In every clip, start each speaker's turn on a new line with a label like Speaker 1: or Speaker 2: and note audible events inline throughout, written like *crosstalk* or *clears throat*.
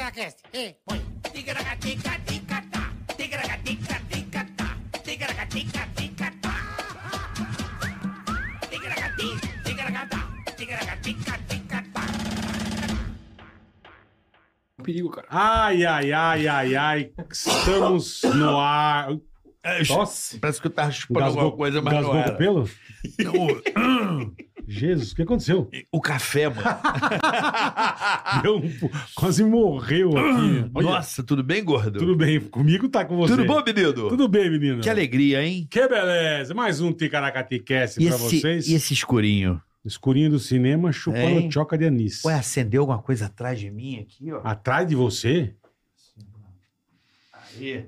Speaker 1: Ticaracast. E põe.
Speaker 2: Ticaracatica-ticatá, ticaracatica-ticatá, ticaracatica-ticatá. Ticaracati, ticaracatá, ticaracatica-ticatá.
Speaker 3: perigo, cara.
Speaker 4: Ai, ai, ai, ai, ai. Estamos no ar. Nossa.
Speaker 5: É, Parece que eu tava chupando alguma coisa, mas não
Speaker 4: gasgou
Speaker 5: era.
Speaker 4: com pelo? *laughs*
Speaker 5: Não,
Speaker 4: Jesus, o que aconteceu?
Speaker 5: O, café, mano.
Speaker 4: *laughs* Deu um pu- quase morreu aqui. Olha,
Speaker 5: Hum. Nossa, tudo bem, gordo?
Speaker 4: Tudo bem, comigo tá com você.
Speaker 5: Tudo bom, menino?
Speaker 4: Tudo bem, menino.
Speaker 5: Que alegria, hein?
Speaker 4: Que beleza. Mais um Ticaracatiquece
Speaker 5: E
Speaker 4: pra
Speaker 5: esse,
Speaker 4: vocês.
Speaker 5: e esse escurinho?
Speaker 4: Escurinho do cinema chupando
Speaker 5: Hein?
Speaker 4: choca de anis.
Speaker 5: Ué, acendeu alguma coisa atrás de mim aqui, ó.
Speaker 4: Atrás de você?
Speaker 5: Aí.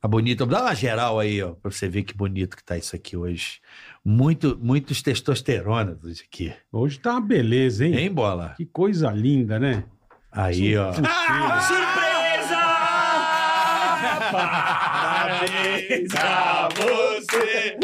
Speaker 5: Tá bonito. Dá uma geral aí, ó, pra você ver que bonito que tá isso aqui hoje. Muito, muitos testosteronas hoje aqui.
Speaker 4: Hoje tá uma beleza, hein?
Speaker 5: Hein, bola?
Speaker 4: Que coisa linda, né?
Speaker 5: Aí, ó. Parabéns a você!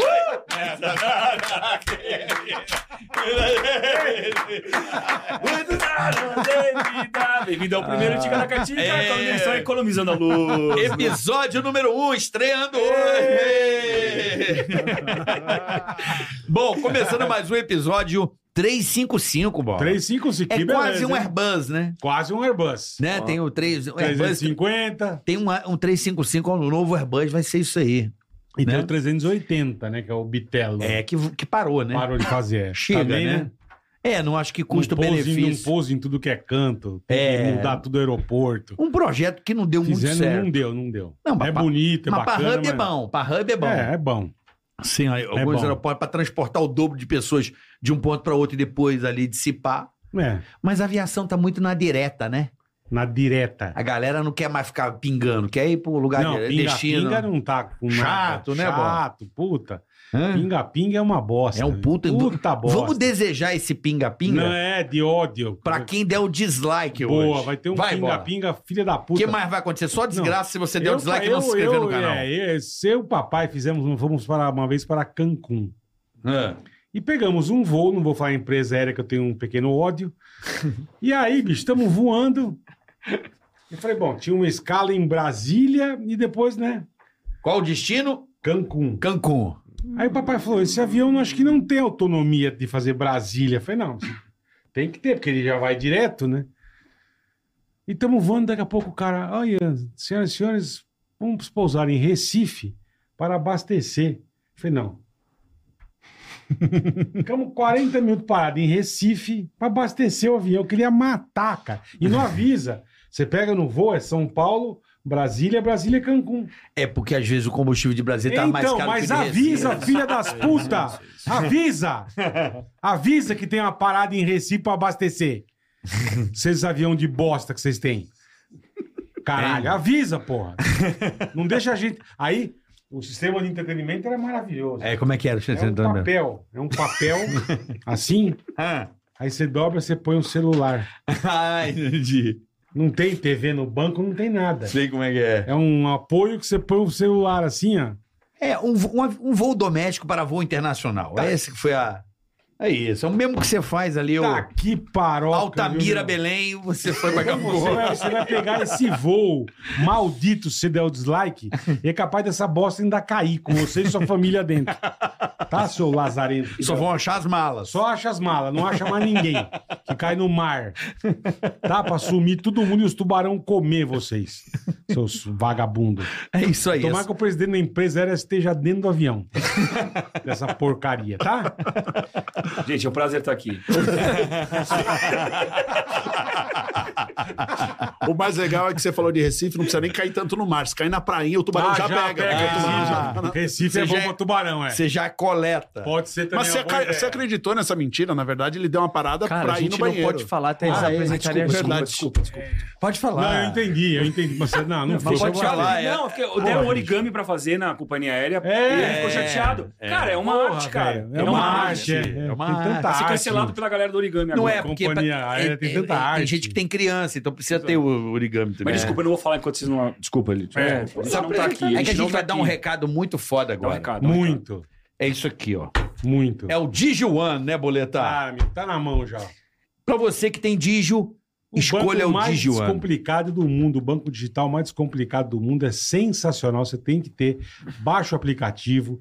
Speaker 3: Bem-vindo ao primeiro Ticaracatica,
Speaker 5: É.
Speaker 3: quando eles estão economizando a luz.
Speaker 5: Episódio número 1, um, estreando hoje! *laughs* Bom, começando mais um episódio 355, bola.
Speaker 4: 355,
Speaker 5: é
Speaker 4: que
Speaker 5: quase
Speaker 4: beleza.
Speaker 5: um
Speaker 4: hein?
Speaker 5: Airbus, né?
Speaker 4: Quase um Airbus.
Speaker 5: né? Tem o 3, o Airbus,
Speaker 4: 350
Speaker 5: tem um, um 355, um novo Airbus, vai ser isso aí.
Speaker 4: e tem
Speaker 5: Né?
Speaker 4: o 380, né? Que é o Bitelo.
Speaker 5: É, que, que parou, né?
Speaker 4: Parou de fazer.
Speaker 5: *laughs* Chega, né? É, não acho que
Speaker 4: Um
Speaker 5: custo-benefício.
Speaker 4: pouso em tudo que é canto. Tem
Speaker 5: É.
Speaker 4: que mudar tudo o aeroporto.
Speaker 5: Um projeto que não deu muito
Speaker 4: Fizeram,
Speaker 5: certo.
Speaker 4: não deu, não deu.
Speaker 5: Não, mas
Speaker 4: é
Speaker 5: pra-
Speaker 4: bonito, um é
Speaker 5: mas
Speaker 4: bacana.
Speaker 5: pra hub é
Speaker 4: mas-
Speaker 5: bom, pra hub é bom.
Speaker 4: É, é bom.
Speaker 5: Sim, aí, alguns
Speaker 4: bom.
Speaker 5: aeroportos para transportar o dobro de pessoas de um ponto para outro e depois ali dissipar.
Speaker 4: É,
Speaker 5: Mas a aviação tá muito na direta, né?
Speaker 4: na direta.
Speaker 5: A galera não quer mais ficar pingando, quer ir pro lugar
Speaker 4: não,
Speaker 5: de é destino.
Speaker 4: pinga-pinga não tá com nada.
Speaker 5: Chato, né, Bola?
Speaker 4: Chato, puta.
Speaker 5: Hã?
Speaker 4: Pinga-pinga é uma bosta.
Speaker 5: É um puta-
Speaker 4: puta bosta.
Speaker 5: Vamos desejar esse
Speaker 4: Não
Speaker 5: pinga-pinga
Speaker 4: é de ódio.
Speaker 5: pra quem der o dislike
Speaker 4: Boa,
Speaker 5: hoje.
Speaker 4: vai ter um
Speaker 5: Vai, bola.
Speaker 4: pinga-pinga, filha da
Speaker 5: O
Speaker 4: puta.
Speaker 5: que mais vai acontecer? Só desgraça se você der o
Speaker 4: Eu-
Speaker 5: dislike e não se inscrever
Speaker 4: eu-
Speaker 5: no canal.
Speaker 4: É, eu, seu papai fizemos, um- fomos para uma vez para Cancún.
Speaker 5: Hã?
Speaker 4: E pegamos um voo, não vou falar a empresa aérea que eu tenho um pequeno
Speaker 5: *laughs*
Speaker 4: ódio. e aí, bicho, estamos voando. Eu falei, bom, tinha uma escala em Brasília e depois, né,
Speaker 5: Qual o destino?
Speaker 4: Cancún.
Speaker 5: Cancún.
Speaker 4: Aí o papai falou, esse avião eu acho que não tem autonomia de fazer Brasília. Eu falei, não, tem que ter, porque ele já vai direto, né? E estamos voando, daqui a pouco o cara, olha, senhoras e senhores, vamos pousar em Recife para abastecer. Eu falei, não. *laughs* Ficamos 40 minutos parados em Recife para abastecer o avião. Eu queria matar, cara. E não avisa. Você pega no voo, é São Paulo, Brasília, Brasília, Cancún.
Speaker 5: É porque às vezes o combustível de Brasília tá mais
Speaker 4: Então,
Speaker 5: caro
Speaker 4: mas
Speaker 5: que o de Recife. né?
Speaker 4: avisa,
Speaker 5: *laughs*
Speaker 4: filha das puta! Avisa! Avisa que tem uma parada em Recife pra abastecer. Vocês avião de bosta que vocês têm. Caralho,
Speaker 5: É.
Speaker 4: avisa, porra. Não deixa a gente... Aí, o sistema de entretenimento era maravilhoso. É,
Speaker 5: É, como é que era? Deixa eu
Speaker 4: um
Speaker 5: tentar lembrar.
Speaker 4: papel. É um papel assim.
Speaker 5: Hã?
Speaker 4: Aí você dobra, você põe um celular.
Speaker 5: *laughs* Ah, entendi.
Speaker 4: Não tem TV no banco, não tem nada.
Speaker 5: Sei como é que é.
Speaker 4: É um apoio que você põe o celular assim, ó.
Speaker 5: É, um, vo- um av- um voo doméstico para voo internacional. É Esse que foi a. É isso. É o mesmo que você faz ali,
Speaker 4: Tá
Speaker 5: o
Speaker 4: que paroca.
Speaker 5: Altamira,
Speaker 4: viu, meu?
Speaker 5: Belém, você foi pra
Speaker 4: Você
Speaker 5: Cancún.
Speaker 4: vai, você vai pegar esse voo maldito se der o dislike e é capaz dessa bosta ainda cair com você e sua família dentro. Tá, seu lazarento?
Speaker 5: Só vão achar as malas.
Speaker 4: Só acha as malas, não acha mais ninguém que cai no mar. Tá? Pra sumir todo mundo e os tubarão comer vocês, seus vagabundos.
Speaker 5: É isso aí.
Speaker 4: Tomara que o presidente da empresa era esteja dentro do avião. Dessa porcaria, tá?
Speaker 3: Gente, é um prazer
Speaker 5: *laughs*
Speaker 3: estar aqui.
Speaker 6: O mais legal é que você falou de Recife, não precisa nem cair tanto no mar. Se cair na prainha, o
Speaker 4: Tá,
Speaker 6: tubarão
Speaker 4: Ah,
Speaker 6: já, pega. porque o
Speaker 4: é,
Speaker 6: tubarão já-
Speaker 4: Recife, Recife é
Speaker 5: Você
Speaker 4: bom
Speaker 5: já-
Speaker 4: pra tubarão, é.
Speaker 5: *laughs* Você já coleta.
Speaker 4: Pode ser também.
Speaker 6: Mas você,
Speaker 4: é uma boa
Speaker 6: acai- você
Speaker 4: ideia.
Speaker 6: acreditou nessa mentira? Na verdade, ele deu uma parada
Speaker 7: Cara,
Speaker 6: pra
Speaker 7: a
Speaker 6: ir no
Speaker 7: gente não
Speaker 6: banheiro.
Speaker 7: pode falar até eles
Speaker 6: Ah, é,
Speaker 7: apresentarem a
Speaker 6: desculpa,
Speaker 7: desculpa,
Speaker 6: desculpa,
Speaker 7: desculpa,
Speaker 5: Pode
Speaker 4: Não, eu
Speaker 5: falar.
Speaker 4: entendi, eu entendi. Mas, você- não, não
Speaker 7: Não,
Speaker 4: foi.
Speaker 7: mas
Speaker 5: pode
Speaker 7: Deixa eu
Speaker 5: falar. é.
Speaker 3: Não, porque eu dei um origami pra fazer na companhia aérea
Speaker 4: É.
Speaker 3: e ele ficou chateado. Cara, é uma
Speaker 4: Porra,
Speaker 3: arte, cara.
Speaker 4: velho, É, uma, arte. É,
Speaker 5: é uma
Speaker 4: tem tanta
Speaker 5: arte.
Speaker 3: Vai
Speaker 4: arte.
Speaker 3: ser cancelado pela galera do origami
Speaker 5: Não
Speaker 3: agora.
Speaker 5: é, porque.
Speaker 4: companhia aérea tem tanta arte.
Speaker 5: gente que tem criança, então precisa ter o origami também.
Speaker 3: Mas desculpa, eu não vou falar enquanto vocês não. Desculpa, ele.
Speaker 4: É,
Speaker 3: Ele
Speaker 5: Só
Speaker 3: não
Speaker 5: pra-
Speaker 3: tá aqui.
Speaker 5: É que a
Speaker 3: não
Speaker 5: gente
Speaker 3: tá
Speaker 5: vai dar um
Speaker 3: aqui.
Speaker 5: recado muito foda
Speaker 3: Dá um
Speaker 5: agora.
Speaker 3: recado, dá um recado.
Speaker 4: Muito,
Speaker 5: É isso aqui, ó.
Speaker 4: muito.
Speaker 5: É o Digione, né, Boleta?
Speaker 4: Tá, amigo, tá na mão já.
Speaker 5: Pra você que tem Digio, Escolha
Speaker 4: banco
Speaker 5: o
Speaker 4: mais
Speaker 5: Digioano.
Speaker 4: descomplicado do mundo, o banco digital mais descomplicado do mundo é sensacional. Você tem que ter. Baixa o aplicativo,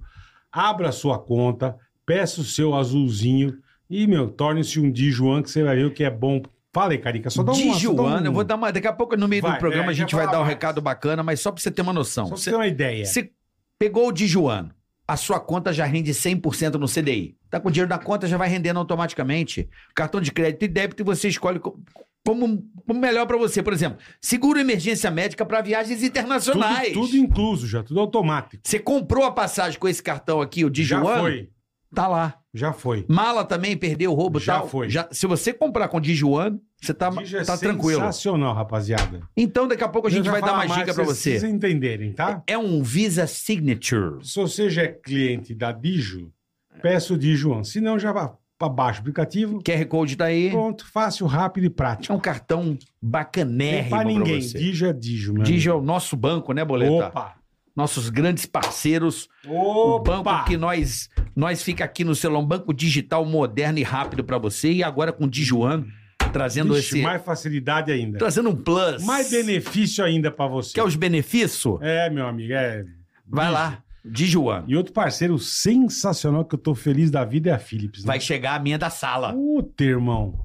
Speaker 4: abra a sua conta, peça o seu azulzinho e, meu, torne-se um Dijuan que você vai ver o que é bom. Fala aí, Carica, só dá um
Speaker 5: Digioano, eu vou dar uma. Daqui a pouco, no meio
Speaker 4: Vai,
Speaker 5: do programa,
Speaker 4: é,
Speaker 5: a gente
Speaker 4: já
Speaker 5: vai
Speaker 4: fala
Speaker 5: dar um
Speaker 4: mais.
Speaker 5: recado bacana, mas só pra você ter uma noção.
Speaker 4: Só pra você
Speaker 5: Você-
Speaker 4: ter uma ideia.
Speaker 5: Você pegou o Dijuano, a sua conta já rende 100% no CDI. Tá com o dinheiro na conta, já vai rendendo automaticamente. Cartão de crédito e débito, e você escolhe co- como, como melhor pra você. Por exemplo, seguro emergência médica pra viagens
Speaker 4: tudo,
Speaker 5: internacionais.
Speaker 4: tudo incluso já, tudo automático.
Speaker 5: Você comprou a passagem com esse cartão aqui, o Dijuano,
Speaker 4: Já foi,
Speaker 5: tá lá.
Speaker 4: já foi.
Speaker 5: Mala também, perdeu o roubo e
Speaker 4: Já
Speaker 5: tal.
Speaker 4: foi.
Speaker 5: se você comprar com o Dijuano, você tá,
Speaker 4: Digio é
Speaker 5: tá tranquilo.
Speaker 4: Sensacional, rapaziada.
Speaker 5: Então, daqui a pouco a gente
Speaker 4: Eu já
Speaker 5: vai dar
Speaker 4: falar
Speaker 5: mais dica pra
Speaker 4: vocês
Speaker 5: você.
Speaker 4: Vocês entenderem, tá?
Speaker 5: É um Visa Signature.
Speaker 4: Se você já é cliente da Digio, peça o Dijuan. Se não, já vá para baixo o aplicativo.
Speaker 5: QR Code tá aí.
Speaker 4: Pronto, fácil, rápido e
Speaker 5: É
Speaker 4: prático.
Speaker 5: um cartão
Speaker 4: Não
Speaker 5: bacanérrimo
Speaker 4: para
Speaker 5: um pra
Speaker 4: ninguém.
Speaker 5: você.
Speaker 4: Digio é Digio, meu
Speaker 5: Digio é
Speaker 4: amigo.
Speaker 5: o nosso banco, né, Boleta?
Speaker 4: Opa!
Speaker 5: Nossos grandes parceiros. O
Speaker 4: Opa!
Speaker 5: banco que nós, nós fica aqui no celular. Um banco digital moderno e rápido pra você. E agora com o Dijuan, trazendo
Speaker 4: Vixe,
Speaker 5: esse...
Speaker 4: mais facilidade ainda.
Speaker 5: Trazendo um plus.
Speaker 4: Mais benefício ainda para você.
Speaker 5: Quer os benefícios?
Speaker 4: É, meu amigo, é.
Speaker 5: Vai lá. Dijuan.
Speaker 4: E outro parceiro sensacional que eu tô feliz da vida é a Philips. né?
Speaker 5: Vai chegar a minha da sala.
Speaker 4: Puta, irmão.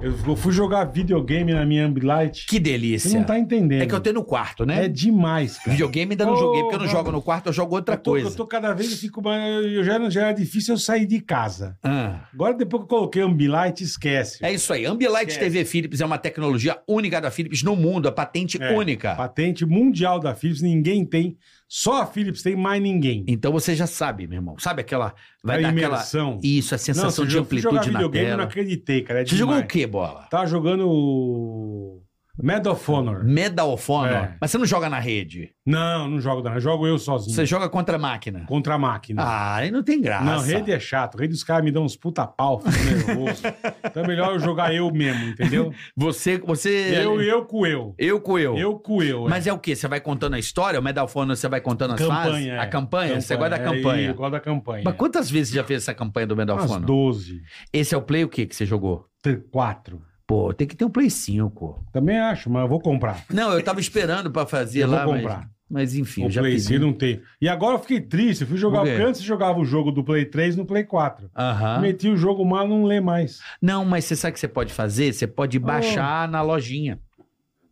Speaker 4: Eu eu fui jogar videogame na minha Ambilight.
Speaker 5: Que
Speaker 4: Você
Speaker 5: delícia.
Speaker 4: não tá entendendo.
Speaker 5: É que eu tenho no quarto, né?
Speaker 4: É demais, cara.
Speaker 5: Videogame ainda não
Speaker 4: Ô,
Speaker 5: joguei, porque eu não
Speaker 4: mano.
Speaker 5: jogo no quarto, eu jogo outra
Speaker 4: eu tô,
Speaker 5: coisa.
Speaker 4: Eu tô cada vez, eu fico mais. Eu já, era- já era difícil eu sair de casa.
Speaker 5: Ah,
Speaker 4: Agora, depois que eu coloquei Ambilight, esquece.
Speaker 5: é isso aí. Ambilight
Speaker 4: Esquece.
Speaker 5: TV Philips é uma tecnologia única da Philips no mundo, a patente
Speaker 4: É.
Speaker 5: única.
Speaker 4: Patente mundial da Philips, ninguém tem. Só a Philips tem, mais ninguém.
Speaker 5: Então você já sabe, meu irmão. Sabe aquela. Vai
Speaker 4: a
Speaker 5: dar aquela.
Speaker 4: imersão.
Speaker 5: Isso, a sensação
Speaker 4: Não,
Speaker 5: de
Speaker 4: eu fui jogar
Speaker 5: amplitude na
Speaker 4: videogame, eu não
Speaker 5: tela.
Speaker 4: acreditei, cara. É
Speaker 5: Você jogou o
Speaker 4: demais.
Speaker 5: quê, bola?
Speaker 4: Tava jogando o Medal of Honor.
Speaker 5: Medal of Honor.
Speaker 4: É.
Speaker 5: Mas você não joga na rede.
Speaker 4: Não, não jogo, não. Jogo eu sozinho.
Speaker 5: Você joga contra a máquina.
Speaker 4: Hum. Contra a máquina.
Speaker 5: Ah, aí não tem graça.
Speaker 4: Não, rede é chato. Rede os caras me dão uns puta pau,
Speaker 5: *laughs*
Speaker 4: fico nervoso. então é melhor eu jogar eu mesmo, entendeu?
Speaker 5: Você. você...
Speaker 4: é- Eu, eu com eu.
Speaker 5: Eu com eu.
Speaker 4: Eu com eu. é.
Speaker 5: É. Mas é o quê? Você vai contando a história? O Medal of Honor, você vai contando as fases?
Speaker 4: campanha.
Speaker 5: A
Speaker 4: é.
Speaker 5: campanha? Você gosta da campanha?
Speaker 4: Eu gosto da campanha.
Speaker 5: Mas quantas vezes você já fez essa campanha do Medal of
Speaker 4: Umas
Speaker 5: Honor?
Speaker 4: 12,
Speaker 5: Esse é o play o quê que você jogou?
Speaker 4: 4.
Speaker 5: Pô, tem que ter um play 5.
Speaker 4: Também acho, mas eu vou comprar.
Speaker 5: Não, eu tava esperando pra fazer
Speaker 4: Eu vou
Speaker 5: lá, mas,
Speaker 4: comprar.
Speaker 5: mas enfim, eu
Speaker 4: o
Speaker 5: já
Speaker 4: Play
Speaker 5: pedi.
Speaker 4: 5 não tem. E agora eu fiquei triste. Eu fui jogar,
Speaker 5: Por quê?
Speaker 4: porque antes eu jogava o jogo do Play 3 no Play 4.
Speaker 5: Aham.
Speaker 4: Meti o jogo mal, não lê mais.
Speaker 5: Não, mas você sabe o que você pode fazer? Você
Speaker 4: Oh.
Speaker 5: pode baixar na lojinha.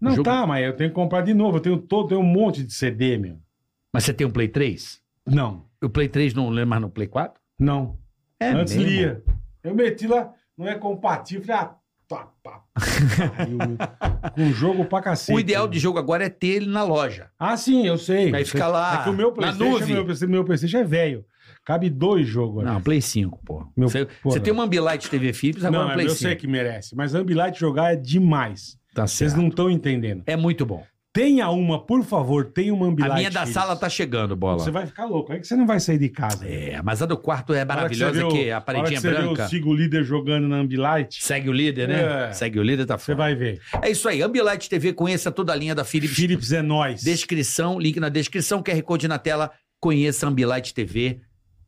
Speaker 4: Não
Speaker 5: Jogo-
Speaker 4: tá, mas eu tenho que comprar de novo. Eu tenho todo, tenho um monte de CD, meu.
Speaker 5: Mas você tem um Play 3?
Speaker 4: Não,
Speaker 5: O Play 3 não lê mais no Play 4?
Speaker 4: não.
Speaker 5: É
Speaker 4: Antes
Speaker 5: mesmo?
Speaker 4: lia. Eu meti lá, não é compatível. Falei, ah, tá, pá, pariu, meu. Com jogo pra cacete.
Speaker 5: O ideal de jogo agora é ter ele na loja.
Speaker 4: Ah, sim, eu sei.
Speaker 5: Aí fica lá,
Speaker 4: É que o meu
Speaker 5: na
Speaker 4: PlayStation,
Speaker 5: nuvem.
Speaker 4: meu, PC meu PlayStation é velho. Cabe dois jogos.
Speaker 5: Não,
Speaker 4: Não,
Speaker 5: Play 5, pô.
Speaker 4: Meu-
Speaker 5: você
Speaker 4: pô,
Speaker 5: você
Speaker 4: velho.
Speaker 5: tem uma Ambilight TV Philips, agora
Speaker 4: não
Speaker 5: um
Speaker 4: é,
Speaker 5: Play
Speaker 4: eu
Speaker 5: 5.
Speaker 4: sei que merece. Mas Ambilight jogar é demais.
Speaker 5: Tá
Speaker 4: Vocês
Speaker 5: certo.
Speaker 4: não estão entendendo.
Speaker 5: É muito bom.
Speaker 4: Tenha uma, por favor, tenha uma Ambilight.
Speaker 5: A minha da
Speaker 4: filhos.
Speaker 5: sala tá chegando, bola.
Speaker 4: Você vai ficar louco. É que você não vai sair de casa.
Speaker 5: É, mas a do quarto é maravilhosa,
Speaker 4: Na hora
Speaker 5: que,
Speaker 4: você vê o-
Speaker 5: a paredinha
Speaker 4: na hora que
Speaker 5: branca.
Speaker 4: Você vê o Sigo Líder jogando na Ambilight,
Speaker 5: Segue o líder, né?
Speaker 4: É.
Speaker 5: Segue o líder, tá
Speaker 4: você
Speaker 5: foda.
Speaker 4: vai ver.
Speaker 5: É isso aí. Ambilight TV, conheça toda a linha da Philips.
Speaker 4: Philips é nós.
Speaker 5: Descrição, link na descrição, QR Code na tela. Conheça a Ambilight TV.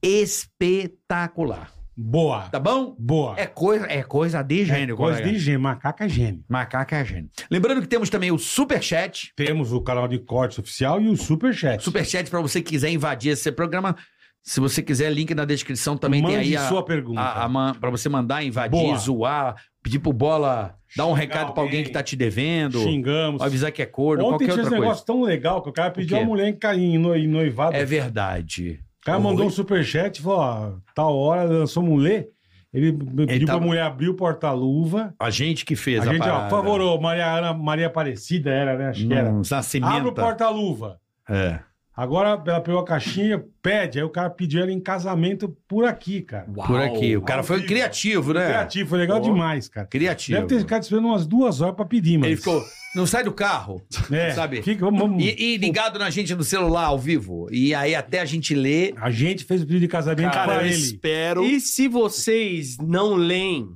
Speaker 5: Espetacular.
Speaker 4: Boa.
Speaker 5: Tá bom?
Speaker 4: Boa.
Speaker 5: É coisa, é coisa de gênio,
Speaker 4: Coisa
Speaker 5: colega.
Speaker 4: de gênio, macaca é gênio.
Speaker 5: Macaca é gênio. Lembrando que temos também o Superchat.
Speaker 4: Temos o canal de cortes oficial e o Superchat.
Speaker 5: Superchat pra você que quiser invadir esse programa. Se você quiser, link na descrição também
Speaker 4: Mande
Speaker 5: tem aí a,
Speaker 4: sua pergunta.
Speaker 5: a, a man- pra você mandar, invadir,
Speaker 4: Boa.
Speaker 5: zoar, pedir pro bola, dar um
Speaker 4: Xingar
Speaker 5: recado pra alguém
Speaker 4: alguém.
Speaker 5: que tá te devendo,
Speaker 4: Xingamos.
Speaker 5: avisar que é corno, qualquer
Speaker 4: Ontem tinha
Speaker 5: outra
Speaker 4: esse
Speaker 5: coisa.
Speaker 4: negócio tão legal que o cara pediu
Speaker 5: quê?
Speaker 4: a mulher em ca- em no- em noivado.
Speaker 5: É verdade.
Speaker 4: O cara mandou um superchat e falou: ó, tal hora lançou mulher. Ele pediu
Speaker 5: tava-
Speaker 4: pra mulher abrir o porta-luva.
Speaker 5: A gente que fez
Speaker 4: A
Speaker 5: a,
Speaker 4: gente, ó,
Speaker 5: parada.
Speaker 4: por favor, ô, Maria, Ana, Maria Aparecida era, né? Acho que era.
Speaker 5: Nos nascimento.
Speaker 4: Abre o porta-luva.
Speaker 5: É.
Speaker 4: Agora ela pegou a caixinha, pede. Aí o cara pediu ela em casamento por aqui, cara.
Speaker 5: Por aqui. O cara
Speaker 4: Ao
Speaker 5: foi
Speaker 4: vivo.
Speaker 5: criativo, né? Criativo.
Speaker 4: Criativo, foi legal
Speaker 5: Pô.
Speaker 4: demais, cara. Deve ter
Speaker 5: criativo.
Speaker 4: ficado esperando umas duas horas pra pedir, mas.
Speaker 5: Ele ficou, não sai do carro.
Speaker 4: É,
Speaker 5: sabe?
Speaker 4: fica- vamos- vamos-
Speaker 5: E, e ligado na gente no celular ao vivo. E aí até a gente lê.
Speaker 4: A gente fez o pedido de casamento
Speaker 6: Cara,
Speaker 4: pra
Speaker 6: eu
Speaker 4: ele.
Speaker 6: espero.
Speaker 1: E se vocês não leem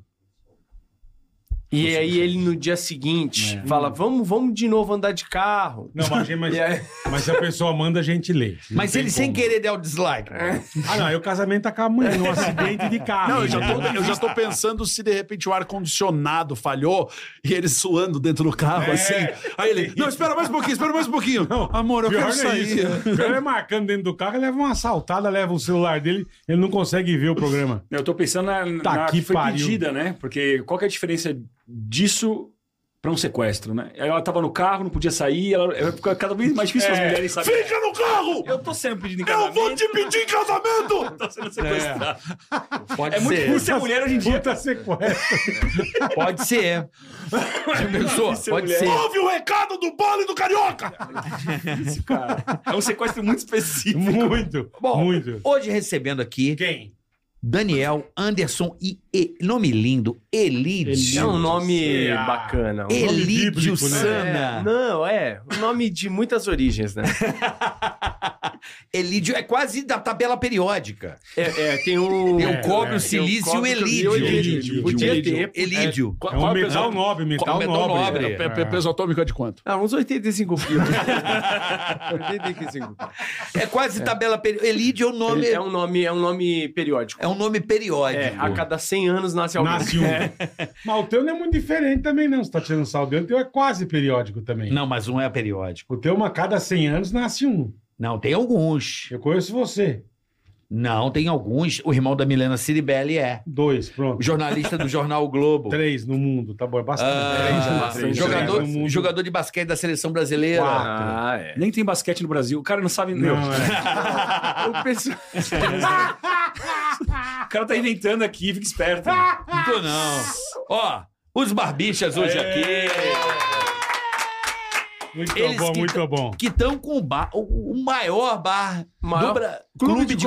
Speaker 1: E aí ele no dia seguinte
Speaker 5: É.
Speaker 1: fala: vamos, vamos de novo andar de carro.
Speaker 4: Não, mas, mas,
Speaker 1: E aí-
Speaker 4: mas se a pessoa manda, a gente lê. Não
Speaker 5: Mas
Speaker 4: tem
Speaker 5: ele sem
Speaker 4: como.
Speaker 5: querer der o dislike.
Speaker 4: Ah, não, aí o casamento acaba amanhã, um acidente de carro.
Speaker 7: Não, eu já, tô,
Speaker 4: né?
Speaker 7: eu já tô pensando se de repente o ar-condicionado falhou e ele suando dentro do carro, assim. Aí ele, não, espera mais um pouquinho, espera mais um pouquinho. Amor, eu
Speaker 4: Pior
Speaker 7: quero
Speaker 4: É. não é
Speaker 7: sair.
Speaker 4: isso. O cara é marcando dentro do carro, leva uma assaltada, leva o celular dele, ele não consegue ver o programa.
Speaker 3: Eu tô pensando na,
Speaker 4: Tá
Speaker 3: na
Speaker 4: que
Speaker 3: que foi
Speaker 4: pariu.
Speaker 3: pedida, né? Porque qual que é a diferença disso pra um sequestro, né? Ela tava no carro, não podia sair, ela ela fica cada vez mais
Speaker 5: É.
Speaker 3: difícil as mulheres saberem.
Speaker 7: Fica no carro!
Speaker 3: Eu tô sendo pedido em
Speaker 7: Eu
Speaker 3: casamento.
Speaker 7: vou te pedir em casamento!
Speaker 3: Tô sendo sequestrado.
Speaker 5: Pode
Speaker 3: É, muito
Speaker 5: ser.
Speaker 3: difícil ser mulher hoje em dia.
Speaker 4: Puta sequestro.
Speaker 5: Pode ser. Já pensou?
Speaker 3: Ser
Speaker 5: Pode
Speaker 3: mulher.
Speaker 5: ser.
Speaker 7: Ouve o recado do bolo e do
Speaker 4: Tá
Speaker 7: carioca!
Speaker 3: Isso, cara. É um sequestro muito específico.
Speaker 4: Muito.
Speaker 5: Bom,
Speaker 4: muito.
Speaker 5: hoje recebendo aqui
Speaker 4: Quem?
Speaker 5: Daniel, Anderson e, e- nome lindo, Elidio.
Speaker 1: É um nome
Speaker 4: Ah.
Speaker 1: bacana. um
Speaker 5: Elidio
Speaker 1: nome-
Speaker 4: bíblico, né?
Speaker 5: Sana.
Speaker 1: É, não, é. Um nome de muitas origens, né?
Speaker 5: Elídio é quase da tabela periódica.
Speaker 1: É, é, tem o.
Speaker 5: *laughs* Tem o
Speaker 1: é,
Speaker 5: cobre,
Speaker 1: é,
Speaker 5: o silício
Speaker 1: tem o
Speaker 5: e o
Speaker 1: cobre,
Speaker 5: Elídio.
Speaker 1: o Elídio. Podia
Speaker 7: Elídio.
Speaker 1: ter.
Speaker 5: Elídio.
Speaker 4: É um metal nobre, metal,
Speaker 5: metal
Speaker 4: nobre.
Speaker 5: nobre.
Speaker 4: É.
Speaker 7: Pe- pe- Peso atômico é de quanto?
Speaker 1: Ah, uns 85 quilos. *laughs* 85 quilos.
Speaker 5: É quase tabela periódica. Elídio é um nome,
Speaker 1: É um nome, é um nome periódico.
Speaker 5: é um nome periódico.
Speaker 1: É, a cada 100 anos nasce alguém.
Speaker 4: Nasce um. *laughs* Mas o teu não é muito diferente também, não. Você tá tirando sal dentro, o teu é quase periódico também.
Speaker 5: Não, mas um é periódico.
Speaker 4: O teu, uma cada 100 anos, nasce um.
Speaker 5: Não, tem alguns.
Speaker 4: Eu conheço você.
Speaker 5: Não, tem alguns. O irmão da Milena Ciribelli é.
Speaker 4: Dois, pronto.
Speaker 5: Jornalista do Jornal O Globo.
Speaker 4: Três no mundo, tá bom? É bastante. Três,
Speaker 5: Ah,
Speaker 4: né? Três
Speaker 5: jogador,
Speaker 4: no mundo.
Speaker 5: jogador de basquete da seleção brasileira.
Speaker 4: Quatro.
Speaker 1: Ah, é.
Speaker 3: Nem tem basquete no Brasil. O cara não sabe. meu,
Speaker 4: Não, é.
Speaker 3: *laughs*
Speaker 1: O pessoal-
Speaker 3: O cara tá inventando aqui, fica esperto.
Speaker 4: Ah!
Speaker 5: Não tô, Então, não. Ó, os barbichas hoje aqui.
Speaker 4: Muito
Speaker 5: Eles
Speaker 4: bom,
Speaker 5: que-
Speaker 4: muito bom.
Speaker 5: Que estão com o, bar, o o maior bar
Speaker 1: Maior
Speaker 5: do Bra-
Speaker 1: clube
Speaker 5: clube,
Speaker 1: de
Speaker 5: de,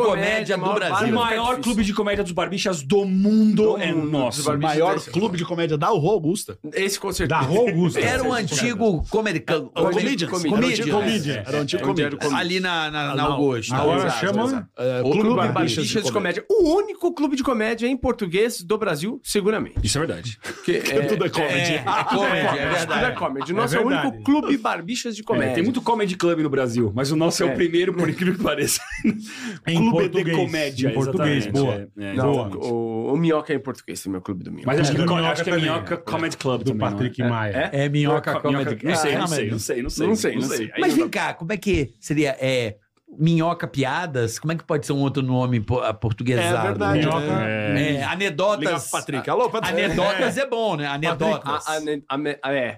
Speaker 5: comédia,
Speaker 1: comédia, maior
Speaker 5: do
Speaker 3: O
Speaker 1: bar
Speaker 5: Brasil.
Speaker 1: do
Speaker 3: maior
Speaker 1: difícil.
Speaker 3: clube de comédia dos barbichas do mundo
Speaker 1: Do
Speaker 3: é
Speaker 1: mundo, dos
Speaker 3: nosso.
Speaker 1: barbichas.
Speaker 7: Maior
Speaker 4: é
Speaker 1: desse.
Speaker 7: clube de comédia da Rua Augusta.
Speaker 1: Esse com certeza.
Speaker 4: Da Rua Augusta.
Speaker 5: Era o um antigo comericano.
Speaker 7: Era o Comedians.
Speaker 1: Comedians.
Speaker 7: Era o antigo Comedians. Era o antigo
Speaker 1: É, onde era
Speaker 7: Comedians.
Speaker 1: o Comedians.
Speaker 5: Ali na, na, na
Speaker 7: Não,
Speaker 5: Augusta.
Speaker 4: Agora
Speaker 5: Exato,
Speaker 4: chama
Speaker 5: exato.
Speaker 7: É,
Speaker 5: O Clube
Speaker 1: Barbichas
Speaker 7: Barbichas
Speaker 1: de comédia. O único clube de comédia em português do Brasil, seguramente.
Speaker 3: Isso é verdade.
Speaker 1: Porque é,
Speaker 7: Tudo é comedy.
Speaker 5: É, comédia, é
Speaker 1: tudo é
Speaker 5: verdade.
Speaker 1: comedy. O nosso é, o
Speaker 4: verdade.
Speaker 1: único clube Barbichas de comédia.
Speaker 3: É, tem muito comedy club no Brasil, mas o nosso é,
Speaker 1: É.
Speaker 3: o primeiro, por incrível que pareça.
Speaker 4: *laughs* Em português,
Speaker 3: de comédia.
Speaker 4: em português,
Speaker 3: exatamente,
Speaker 4: boa.
Speaker 3: é, é,
Speaker 1: Não,
Speaker 3: exatamente.
Speaker 1: o, o Minhoca é em português, também é o clube do Minhoca.
Speaker 3: Mas acho que,
Speaker 4: Do Minhoca
Speaker 3: acho que é
Speaker 4: também,
Speaker 3: Minhoca
Speaker 4: é.
Speaker 3: Comedy Club
Speaker 4: Do
Speaker 3: também. não é?
Speaker 4: Patrick Maia.
Speaker 1: É?
Speaker 5: É minhoca
Speaker 3: Minhoca-
Speaker 5: comedy.
Speaker 3: Não sei,
Speaker 5: Ah,
Speaker 3: não sei,
Speaker 5: mas-
Speaker 3: não sei, não sei.
Speaker 1: Não sei, não sei.
Speaker 5: Mas vem cá, como é que seria é, minhoca piadas? Como é que pode ser um outro nome po- portuguesado?
Speaker 7: É verdade.
Speaker 4: Minhoca.
Speaker 5: É,
Speaker 7: Liga
Speaker 5: anedotas.
Speaker 7: pro Patrick. Alô, Patrick.
Speaker 5: Anedotas é. bom, né? Anedotas.
Speaker 1: A- a- ane- ame- a- é.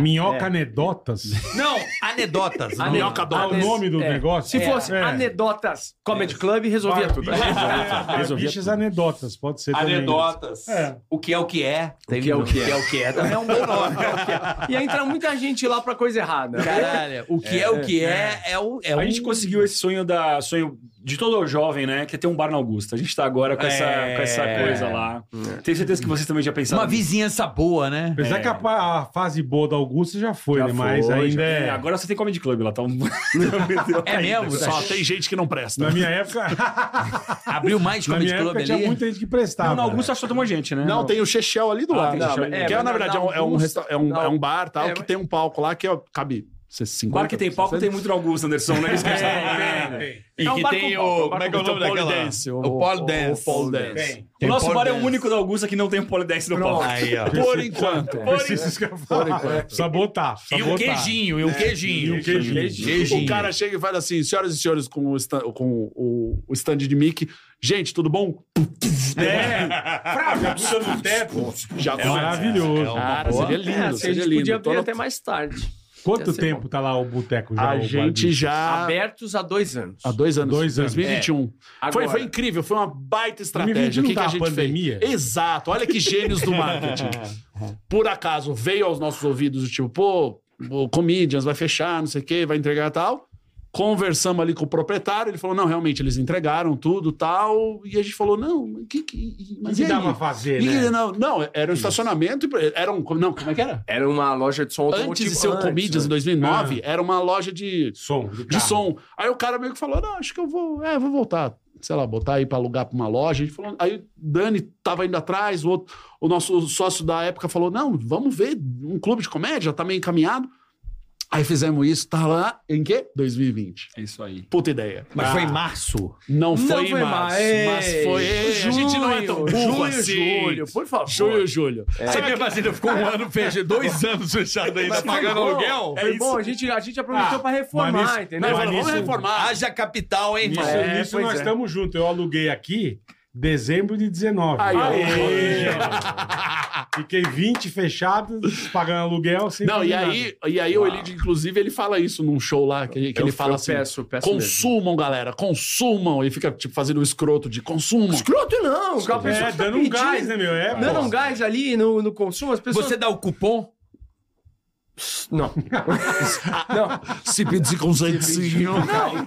Speaker 4: Minhoca anedotas.
Speaker 5: Não, anedotas. não.
Speaker 1: Minhoca
Speaker 4: Ah, o nome do negócio?
Speaker 1: Se fosse
Speaker 4: É.
Speaker 1: Anedotas Comedy Club, resolvia tudo. *laughs*
Speaker 4: É, Bichas anedotas, pode ser também.
Speaker 5: Anedotas.
Speaker 4: É.
Speaker 5: O que é o que é? O
Speaker 1: que é o que é.
Speaker 5: é o que é também é um bom nome.
Speaker 1: Ia entrar muita gente lá pra coisa errada. né?
Speaker 5: Caralho, o que é, o que é é, o, é
Speaker 3: A
Speaker 5: um-
Speaker 3: gente conseguiu esse sonho da sonho de todo jovem, né? Que é ter um bar na Augusta. A gente tá agora com, essa,
Speaker 5: É.
Speaker 3: com essa coisa lá. Tenho certeza que vocês também já pensaram.
Speaker 5: uma vizinhança boa, né?
Speaker 4: Apesar que a, pa- a fase boa da Augusta já foi,
Speaker 3: Já
Speaker 4: né?
Speaker 3: foi,
Speaker 4: Mas
Speaker 3: já-
Speaker 4: ainda é.
Speaker 3: Agora só tem comedy club lá, tá um.
Speaker 5: É mesmo?
Speaker 7: Só tem gente que não
Speaker 4: *laughs*
Speaker 7: presta.
Speaker 4: Na minha época,
Speaker 5: Abriu mais
Speaker 4: na
Speaker 5: comedy
Speaker 4: minha
Speaker 5: club
Speaker 4: época tinha
Speaker 5: ali.
Speaker 4: muita gente que prestava.
Speaker 3: Não, na Augusta achou uma gente, né?
Speaker 7: Não, tem o Chechel ali do
Speaker 3: Ah,
Speaker 7: lado.
Speaker 3: tem o
Speaker 7: Não,
Speaker 3: Chechel ali.
Speaker 7: que é, na verdade, é um, é um resta- é um-
Speaker 1: Não.
Speaker 7: é um bar tal,
Speaker 1: É,
Speaker 7: que
Speaker 1: mas-
Speaker 7: tem um palco lá que ó, cabe 50.
Speaker 3: Um Bar que tem palco um
Speaker 7: 60.
Speaker 3: tem muito na Augusta, Anderson, né? É Isso que a gente tá falando.
Speaker 4: é.
Speaker 5: E que tem o. Como é que é o nome daquela? O Paul Dance.
Speaker 7: O Paul Dance.
Speaker 4: Tem.
Speaker 3: O nosso
Speaker 5: Tem
Speaker 3: bar é o
Speaker 5: pole
Speaker 3: único da Augusta que não tem um pole dance no palco.
Speaker 5: Aí, ó.
Speaker 7: Por enquanto.
Speaker 4: Precisa é
Speaker 7: *laughs*
Speaker 4: escapar.
Speaker 7: É.
Speaker 4: Precisa botar.
Speaker 5: E
Speaker 4: precisa
Speaker 5: o
Speaker 4: botar.
Speaker 5: queijinho, e o queijinho.
Speaker 4: E o queijinho.
Speaker 5: Queijinho.
Speaker 7: O cara chega e fala assim, senhoras e senhores, com o stand, com o, o stand de Mickey. Gente, tudo bom? Né?
Speaker 4: Frau, É. já puta no teto.
Speaker 7: Já
Speaker 4: É
Speaker 7: começa.
Speaker 4: maravilhoso.
Speaker 7: Cara,
Speaker 5: boa.
Speaker 7: Ah, seria lindo,
Speaker 1: É, assim, a
Speaker 7: seria
Speaker 1: gente
Speaker 7: lindo.
Speaker 1: podia abrir
Speaker 7: Toda-
Speaker 1: até mais tarde.
Speaker 4: Quanto
Speaker 1: Ia ser
Speaker 4: tempo
Speaker 1: bom.
Speaker 4: tá lá o boteco já?
Speaker 7: A
Speaker 4: o
Speaker 7: gente
Speaker 4: barbicho?
Speaker 7: já...
Speaker 1: Abertos há dois anos.
Speaker 7: Há dois anos.
Speaker 4: Tá Dois anos. É.
Speaker 7: 2021. Foi,
Speaker 1: Agora.
Speaker 7: foi incrível, foi uma baita
Speaker 4: 2020
Speaker 7: estratégia. O
Speaker 4: não
Speaker 7: que, que
Speaker 4: tá
Speaker 7: a
Speaker 4: a
Speaker 7: gente
Speaker 4: pandemia?
Speaker 7: fez? Exato, olha que gênios do marketing.
Speaker 4: É.
Speaker 7: Por acaso veio aos nossos ouvidos do tipo, pô, o Comedians vai fechar, não sei o quê, vai entregar tal. Conversamos ali com o proprietário, ele falou: não, realmente, eles entregaram tudo tal. E a gente falou: não, o que, que,
Speaker 4: O que
Speaker 7: mas
Speaker 4: que
Speaker 7: e
Speaker 4: dá
Speaker 7: aí?
Speaker 4: pra fazer,
Speaker 7: E que-
Speaker 4: né?
Speaker 7: não, não, era um estacionamento, e era um. Não, como é que era?
Speaker 1: Era uma loja de som automotivo.
Speaker 7: Antes de ser um o
Speaker 1: antes,
Speaker 7: Comedians, em
Speaker 1: né?
Speaker 7: 2009, era uma loja de
Speaker 4: Som.
Speaker 7: de som. Aí o cara meio que falou: não, acho que eu vou. É, vou voltar. sei lá, botar aí pra alugar pra uma loja. A gente falou, aí o Dani tava indo atrás, o, outro, o nosso sócio da época falou: não, vamos ver um clube de comédia, tá meio encaminhado. Aí fizemos isso, tá lá em quê? 2020.
Speaker 3: É isso aí.
Speaker 7: Puta ideia.
Speaker 5: Mas foi em março.
Speaker 7: Não foi,
Speaker 1: foi
Speaker 7: em
Speaker 1: em
Speaker 7: março,
Speaker 1: março.
Speaker 7: mas foi.
Speaker 1: Ei,
Speaker 7: a gente não é tão
Speaker 1: junho,
Speaker 7: burro
Speaker 1: junho,
Speaker 7: assim.
Speaker 1: julho, por favor.
Speaker 7: Junho, julho.
Speaker 8: É. Sabe que a Brasília ficou um ano fechado, dois anos fechado ainda,
Speaker 5: Tá
Speaker 8: pagando
Speaker 1: bom, É
Speaker 8: aluguel?
Speaker 1: Foi bom, a gente, a gente aproveitou é pra reformar,
Speaker 4: Ah, mas isso-
Speaker 1: entendeu?
Speaker 7: Não,
Speaker 4: mas
Speaker 7: vamos
Speaker 4: nisso-
Speaker 7: reformar.
Speaker 8: Haja capital, hein,
Speaker 4: Isso,
Speaker 8: irmão?
Speaker 1: É,
Speaker 4: isso
Speaker 1: pois
Speaker 4: nós
Speaker 1: é.
Speaker 4: estamos juntos. Eu aluguei aqui dezembro de 19.
Speaker 7: Aí, ó.
Speaker 4: Fiquei 20 fechados, pagando aluguel sem
Speaker 7: Não,
Speaker 4: fazer
Speaker 7: e
Speaker 4: nada.
Speaker 7: aí, e aí o Elid, inclusive, ele fala isso num show lá, que, que
Speaker 1: Eu-
Speaker 7: ele fala
Speaker 1: eu
Speaker 7: assim:
Speaker 1: peço, peço mesmo.
Speaker 7: consumam, galera, consumam. E fica, tipo, fazendo um escroto de consumo.
Speaker 1: Escroto não, a pessoa
Speaker 4: É,
Speaker 1: tá
Speaker 4: dando um
Speaker 1: pedindo,
Speaker 4: gás, né, meu? É,
Speaker 1: Dando
Speaker 4: pô.
Speaker 1: um gás ali no, no consumo, as pessoas...
Speaker 8: Você dá o cupom?
Speaker 1: Não. não.
Speaker 7: Se pedir consentinho.